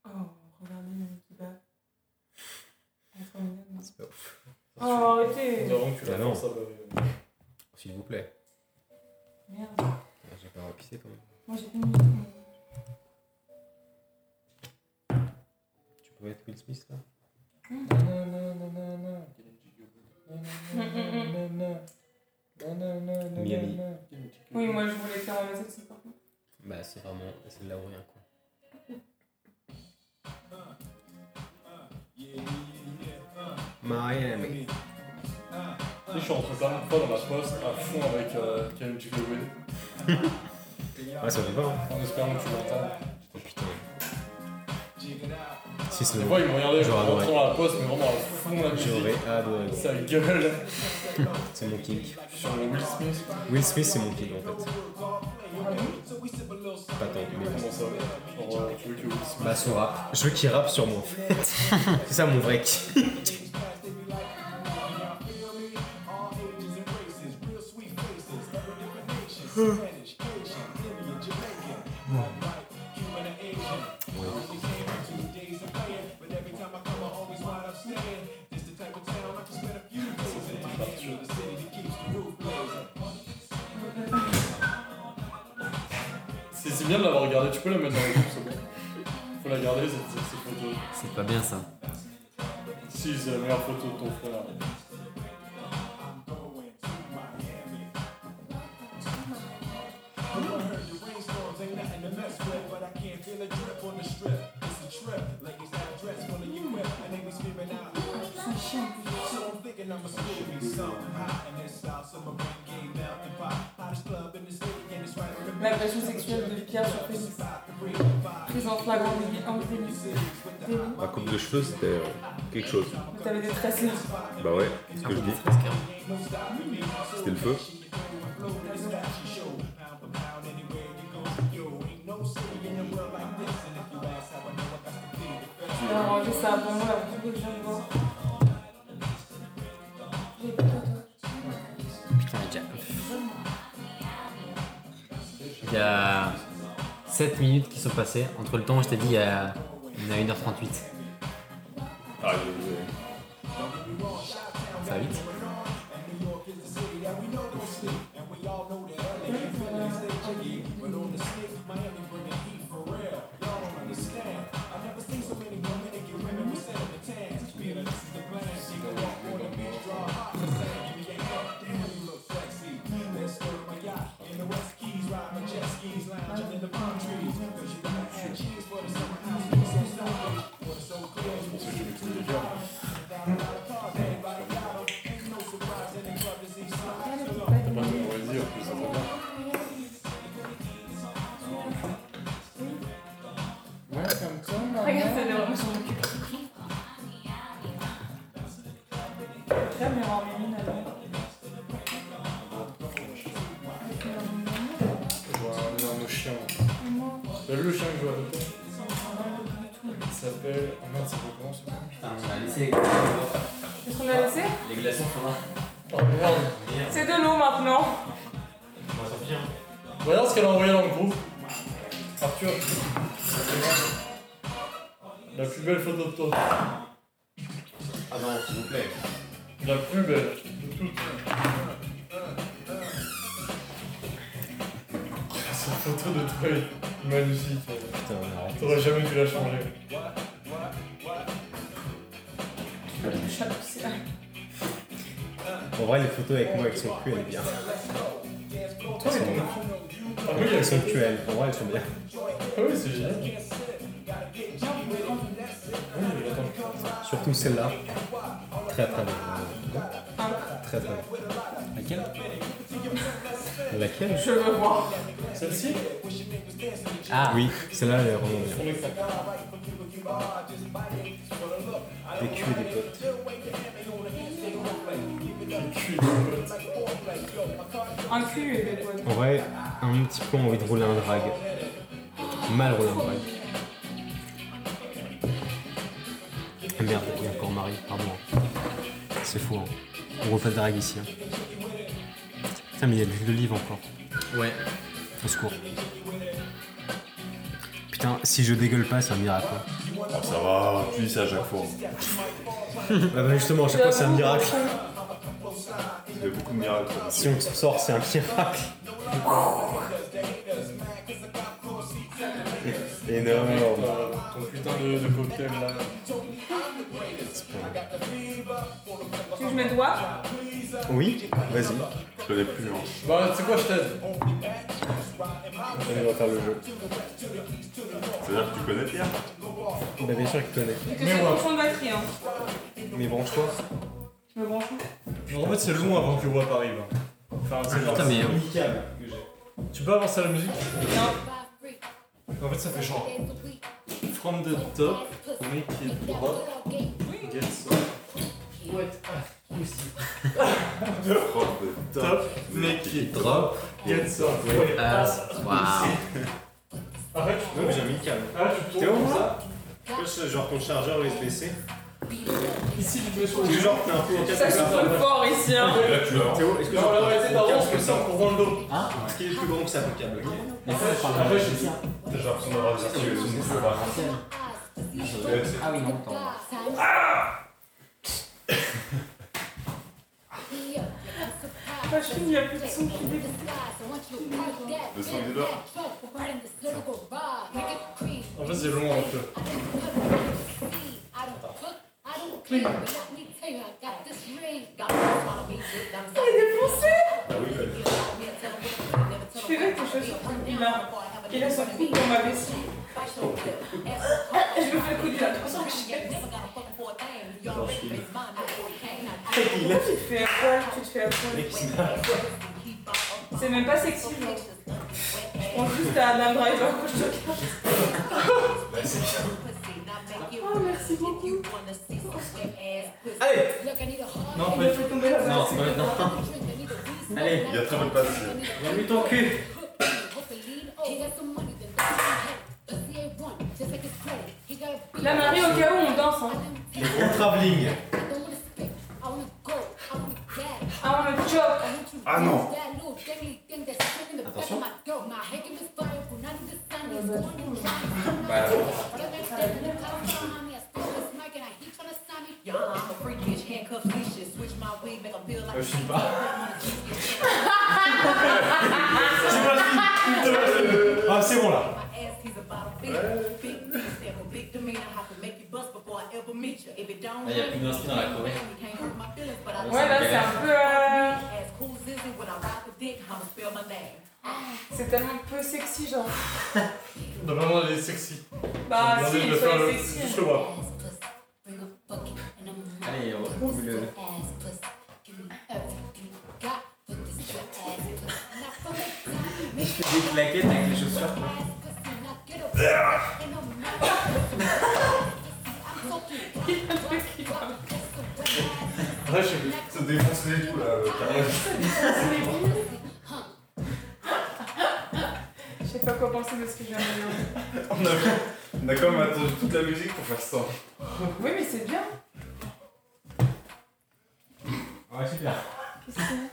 Oh, regardez le mec qui bat. Incroyable.
C'est pas ouf.
Oh,
dit
arrêtez.
avant que tu
Ah
la
non.
fasses, ça va-
S'il vous plaît.
Merde.
Ah, J'ai pas rapissé quand même.
Moi j'ai une minute.
Tu peux mettre Will Smith là Miami.
Oui, moi je voulais faire un sexy par contre.
Bah c'est vraiment. c'est de là ou rien quoi. Miami.
Tu sais, je suis rentré plein de fois dans la poste à fond avec euh, Kevin Chigowen,
Ah ça fait pas hein.
en espérant que tu l'entends.
Oh putain. Si c'est
Des fois, il me regardait, je
J'aurais
rentrais
adoré.
dans la poste, mais vraiment à fond la musique.
J'aurais adoré. gros.
Sa gueule [laughs]
C'est mon kick.
sur le Will Smith.
Will Smith, c'est mon kick en fait. Pas tant, mais
Comment ça Genre, euh, tu veux que Will Smith-
Bah, son rap. Je veux qu'il rappe sur moi, en fait. [laughs] C'est ça mon vrai kick.
C'est c'est bien de l'avoir regardé, tu peux la mettre dans le groupe, c'est bon. Faut la garder, cette, cette- cette photo.
C'est pas bien ça.
Si, c'est la meilleure photo de ton frère.
L'agression sexuelle de Pierre sur Félix. Prise en flagrant délit, en délit. Délit.
Ma coupe de cheveux, c'était euh, quelque chose.
T'avais des tresses là.
Bah ouais, c'est ce que je dis. C'était le feu.
Je vais arranger ça avant moi, la vidéo que je viens de voir. J'ai pas
Putain, il y a Il y a 7 minutes qui sont passées. Entre le temps, où je t'ai dit, il y a, on est à 1h38.
Ah, je-
Ça va vite
Regarde, elle est vraiment sur le cul. Très bien, en mine, elle est-
Voilà, nos chiens. Bah, le chien que je vois avec toi. Il s'appelle. Ah merde, c'est pas comment ce nom
Ah,
Qu'est-ce qu'on a laissé
Les glaçons sont là.
Oh merde.
C'est de l'eau maintenant.
Regarde ce qu'elle a envoyé dans le groupe. Arthur. La plus belle photo de toi.
Ah non, s'il vous plaît.
La plus belle de toutes. Cette photo de toi est magnifique. T'aurais jamais dû la changer.
Je suis poussée.
En vrai, les photos avec moi avec son cul, elle est bien. Elles sont,
Ah oui,
elles sont cul, elles. En vrai, elles sont bien.
Ah oui, c'est génial.
Surtout celle-là. Très très bien. Très très bien.
Laquelle
Laquelle
Je veux voir.
Celle-ci
Ah
Oui, celle-là, elle est vraiment bien.
On
Des
est craqué.
culs et des potes.
Un cul et des poils.
En vrai, un petit peu envie de rouler un drag. Mal rouler un drag. Ah Merde, il y a encore Marie, pardon. C'est fou, hein. On refait le drag ici. Hein. Putain, mais il y a de l'huile d'olive encore.
Ouais.
Au secours. Putain, si je dégueule pas, c'est un miracle. hein.
Ah, ça va, tu dis ça à chaque fois.
Bah, bah justement, à chaque fois, c'est un miracle.
Il y a beaucoup de miracles.
Si on se sort, c'est un miracle. Énorme.
Euh, ton putain de, de cocktail là.
Tu veux que je mets le doigt
Oui, vas-y.
Je l'ai plus, hein.
Bah, tu sais quoi, je t'aide.
On va faire le jeu.
C'est-à-dire que tu connais Pierre
Bah, bien sûr qu'il connaît.
Vu que c'est
ouais.
une fonction de batterie. Hein.
Mais branche-toi.
Je me branche.
Genre, en fait, c'est long avant que le WAP arrive. hein. Enfin, c'est genre-
Putain, mais euh,
Tu peux avancer la musique
Non.
En fait, ça fait genre. From the top, make it drop, get some.
Oh,
Top, make it drop, get some.
ah, waouh.
Arrête, tu
Non, mais j'ai mis le câble.
Ah, tu tournes
T'es au
comme
moins Cache, Genre ton chargeur USB-C.
Ici, tu te mets sur le
C'est genre, t'es un peu en
Ça
casque.
souffle fort
ici, hein.
Là, tu l'as. Théo, est-ce que
Non,
genre,
là, ouais,
ton
c'est d'avance,
casque
comme ça, on comprend le dos.
Hein Ce qui est plus grand que ça, ton câble. ok
Après, je suis
T'as genre son aura virtuelle, son boucle aura virtuelle.
Ah oui, non, attends.
Moi, je trouve qu'il y a plus de son qui dégoûte.
Le son est là.
En fait, c'est long un peu.
Ah oui, bah,
Je fais vrai que je suis Il a, il a son coude dans ma vessie. Je me fais le coup de la personne que je suis. Tu te fais avoir, tu te fais avoir. C'est même pas sexy, genre. Je pense juste à Adam Driver quand je te regarde. Oh, merci beaucoup.
Allez
Non, il a fait tomber la
Non,
valise.
Allez
Il y a très peu de passes.
Remue ton cul
La Marie, au cas où, on danse. Hein.
Le gros travelling.
I wanna choke.
Ah non
Attention
Je suis pas. Ah, c'est bon là.
Là, il n'y a plus d'inscrits dans la Corée.
Ouais, là, c'est un peu. euh, C'est tellement peu sexy, genre.
Non, vraiment, elle est sexy.
Bah,
J'ai envie
si,
de le
soyez
faire le-
sexy.
juste le voir.
Allez, on vous le. E, Je fais des claquettes avec les chaussures.
Ouais, je sais plus.
Ça défonce les tout là. euh, carrément.
Je sais pas quoi penser de ce que je viens de dire.
On a, on a quand même attendu toute la musique pour faire ça.
Oui, mais c'est bien.
Ouais, super.
Qu'est-ce qu'il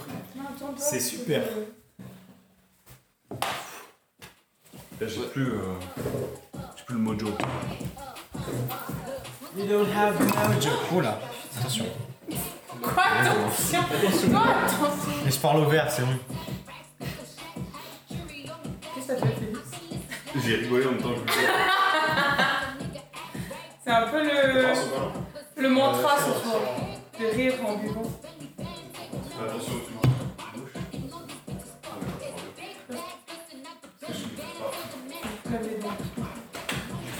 y a Non, attends,
C'est
attends,
super.
euh,
Là, j'ai plus, euh, j'ai plus le mojo.
We don't have no joke.
Oula. Attention.
Quoi, attention Quoi, attention
Mais je parle au vert, c'est bon.
Qu'est-ce que ça fait, Félix
J'ai rigolé en même temps que je le
C'est un peu
Ah,
faisais.
le,
Attention,
le mantra, ce soir. De rire en vivant.
attention. Ah,
La BD.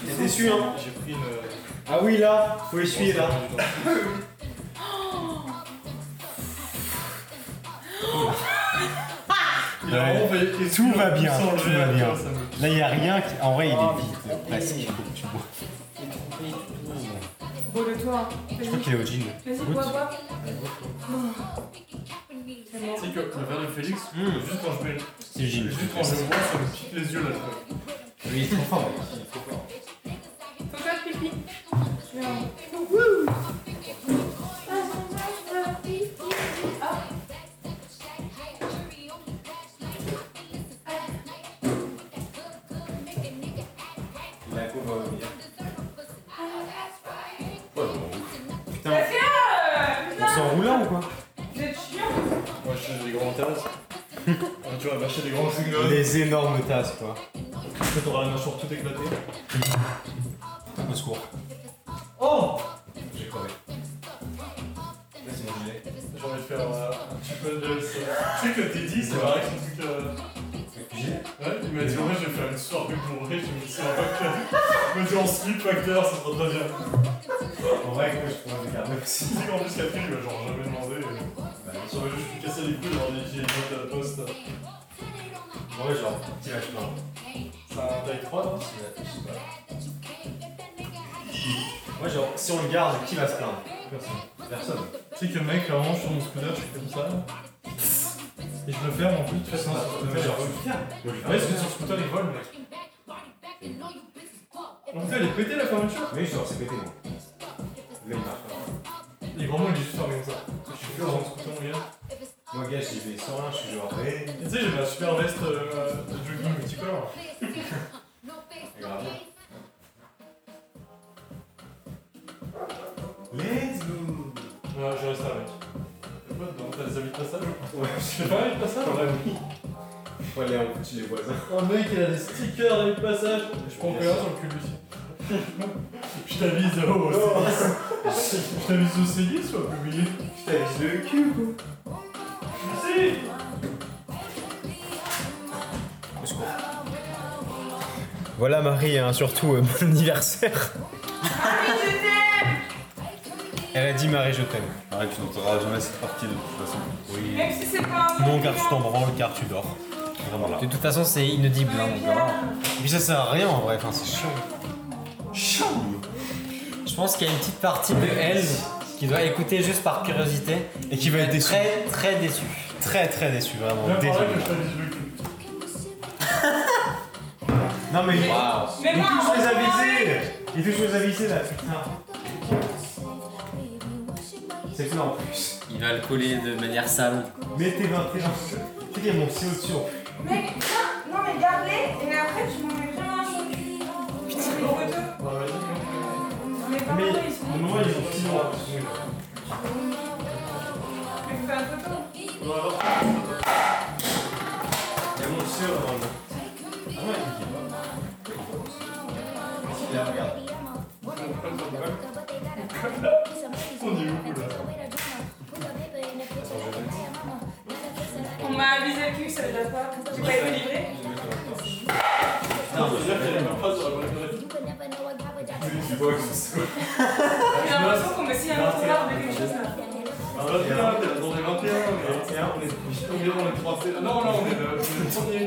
T'es déçu, hein
J'ai pris le.
Ah oui, là. Faut essuyer là.
Il a vraiment failli qu'il
Tout va bien,
s'enlevait,
tout va
tu
bien.
vois, ça me-
Là, il n'y a rien qui. En vrai, il est vide. Presque. Il faut que tu bois.
Bon, le toi.
Je crois qu'il est au jean.
Vas-y, bois, bois.
Tu sais que le verre de Félix, euh, juste quand je mets.
C'est Gilles.
Juste quand je le vois, ça me pique les yeux là.
Oui, il est trop fort.
Faut faire pipi.
Il a couvert au milieu.
Ça fait, euh,
On s'enroule là ou quoi
Vous êtes chiant.
Moi, je suis des grands tasses. Ah, tu vas mâcher des grands jingles.
Les énormes tasses, quoi.
Après, t'auras la main sur tout éclaté.
[laughs] Au secours.
Oh
J'ai crevé. Là, c'est mon gilet.
J'ai envie de faire euh, un petit peu de. Tu sais que Teddy, c'est pareil, c'est truc. euh, Ouais, il m'a dit, ouais, je vais faire une soirée bourrée, je me suis un pacteur. Il m'a dit, en slip pacteur, ça sera très bien.
En vrai, quoi, je pourrais le garder aussi.
Tu
Bah,
sais qu'en plus, Catherine, il m'a genre jamais demandé. Ça m'a juste cassé les couilles, genre, j'ai une note à la poste.
En vrai, genre, petit lâche pas.
C'est un taille 3,
hein,
non
Moi, genre, si on le garde, qui va se plaindre Personne. Personne.
Tu sais que le mec, vraiment, sur mon scooter, je suis comme ça.
Et je le ferme en plus, tu fais ça sur Twitter, genre, je le ferme. Ouais, parce que sur Twitter, ils volent, mec. Donc là, il est pété la fermeture
Oui, genre, c'est pété, moi. Là, il marche pas.
Et vraiment, il est juste fermé comme ça. Je suis sûr, dans ce bouton, mon gars.
Moi, gars, j'y vais sans rien, je suis genre. eh. hey.
Et tu sais, j'ai ma super veste euh, de jogging multicolore.
Grave. Let's go
Ouais, je reste avec. T'as quoi dedans T'as des habits de passage Ouais, je sais pas, habits de passage
Faut aller en petit les voisins.
Un mec, il a des stickers habits de passage. Je prends que sur le cul, lui. [laughs] Je t'avise, oh, c'est- Je t'avise au CI, soit publié.
Je t'avise le cul, quoi.
Si
Voilà Marie, hein, surtout euh, bon [laughs] anniversaire. Elle a dit Marie, je t'aime.
Arrête, tu n'entendras jamais cette partie de toute façon. Oui.
Même si c'est pas un
Non, car tu t'en branles, car tu dors.
Vraiment là.
De toute façon, c'est inaudible. hein, donc, voilà.
Et puis ça sert à rien en vrai, enfin, c'est chiant.
Je pense qu'il y a une petite partie de elle qui doit écouter juste par curiosité.
Et qui va être déçu.
Très, très déçue.
Très très déçu, vraiment.
Viens
Désolé.
par là que je t'avise le cul.
Non, mais.
Mais moi,
touche
en
les
vrai,
avisés Il touche les avisés là, putain. C'est ça en plus.
Il va le coller de manière sale.
Mets tes 21. Tu sais qu'il y a mon CO dessus.
Mec, viens, non mais garde-les et après tu m'en mets plein dans la chaussure. Je prends des photos.
hein.
Mais par
Mais
contre, ils sont
au
bons.
moment, ils ont six ans.
Je vais vous faire une photo.
Il y a mon CO dans le. Ah ouais, il dit pas. Si, là, regarde.
On est où là
On m'a avisé le cul, ça veut dire quoi J'ai pas été livré
Non, c'est sûr qu'il y a même pas sur la boîte de lettres.
Tu vois que c'est ça.
J'ai l'impression qu'on me signe un retard de quelque chose là.
Ah, 21, t'es dans les 21, mais.
21, on est
Combien on est trois c'est- Non, non, on est le premier.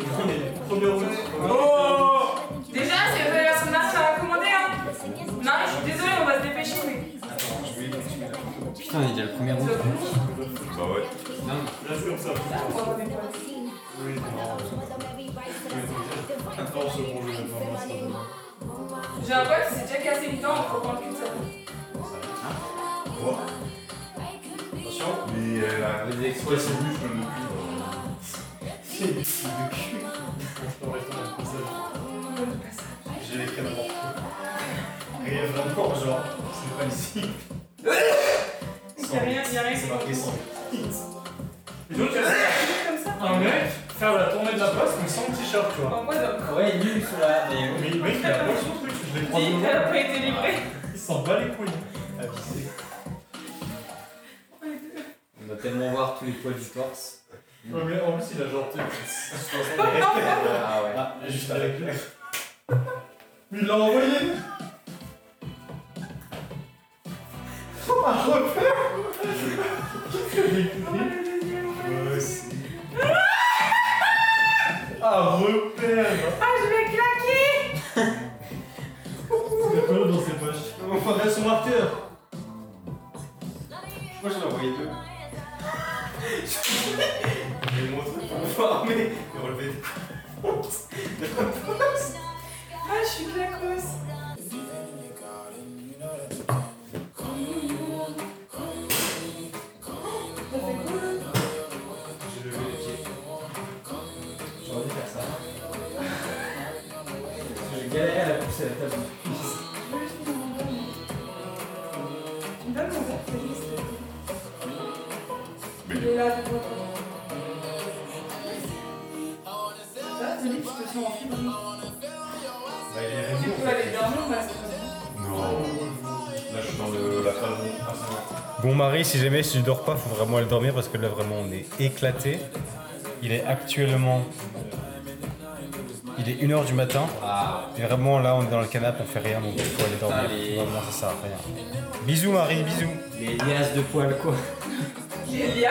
Premier route.
Oh Déjà, c'est la version Mars à commander hein Non, je suis désolée, on va se dépêcher, mais.
Putain, il y a le premier round.
Bah ouais.
Là, c'est comme ça. Oui, non. Attends, c'est bon, je vais pas moi, ça va.
J'ai un pote qui s'est déjà cassé une dent en frappant le cul de sa femme.
Quoi Attention. Mais elle a des expressions c'est lui, je me le
On reste dans le passage.
J'ai les crèmes Et vraiment, genre, c'est pas
[laughs]
ici.
Y'a rien, y'a rien qui
C'est
est
marqué sans.
Et donc, il y a
comme ça.
Ah
un mec faire la tournée de la place, mais sans t-shirt, tu vois.
En mode, euh,
Ouais, nul sur la. mais-
Mais le mec, il a pas son truc, je l'ai croisé.
dit, elle a pas été livrée.
Il s'en bat les couilles. Ah,
On va tellement voir tous les poils du torse.
Ouais, mais en plus, il a genre. t'es-
Ah ouais.
Ah, juste avec le.
Mais il l'a envoyé Ah, repère
Ah, je vais claquer
C'est quoi dans ses poches
On ferait son marqueur. Moi j'en ai envoyé
[laughs]
deux. Je vais montrer pour voir, mais mais relever des
Ah, je suis claqueuse.
J'ai levé les pieds. J'aurais dû faire ça. Parce que J'ai galéré à la pousser à la table.
Donne mon verre, c'est juste. Il est là, je vois Ça, Philippe, je te sens en fibre. Tu peux aller dormir, parce que-
Non. Là, je suis dans le, la fin de mon. Ah, c'est bon.
Bon Marie, si jamais si tu dors pas, faut vraiment aller dormir parce que là vraiment on est éclaté. Il est actuellement. Il est 1h du matin. Et vraiment là on est dans le canapé, on fait rien donc faut aller dormir.
Allez.
Vraiment ça sert à rien. Bisous Marie, bisous.
Les liasses de poils, quoi.
J'ai Elias,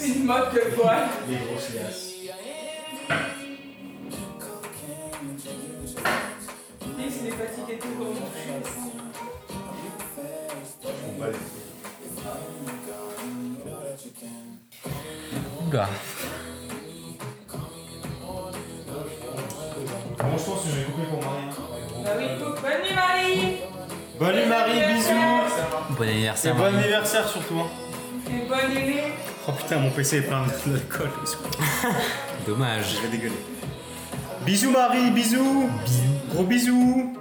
une mode de poil.
Les grosses liasses.
Dès qu'il est fatigué et tout, comment on fait
On va les
Oula.
je pense que je vais couper pour Marie.
Bah oui, donc, bonne nuit Marie
Bonne nuit Marie, bisous
Bon
Et
anniversaire.
bon anniversaire surtout hein.
Et bonne nuit
Oh putain mon PC est plein [laughs] d'alcool.
Dommage.
Je vais dégueuler. Bisous Marie, bisous Gros bisous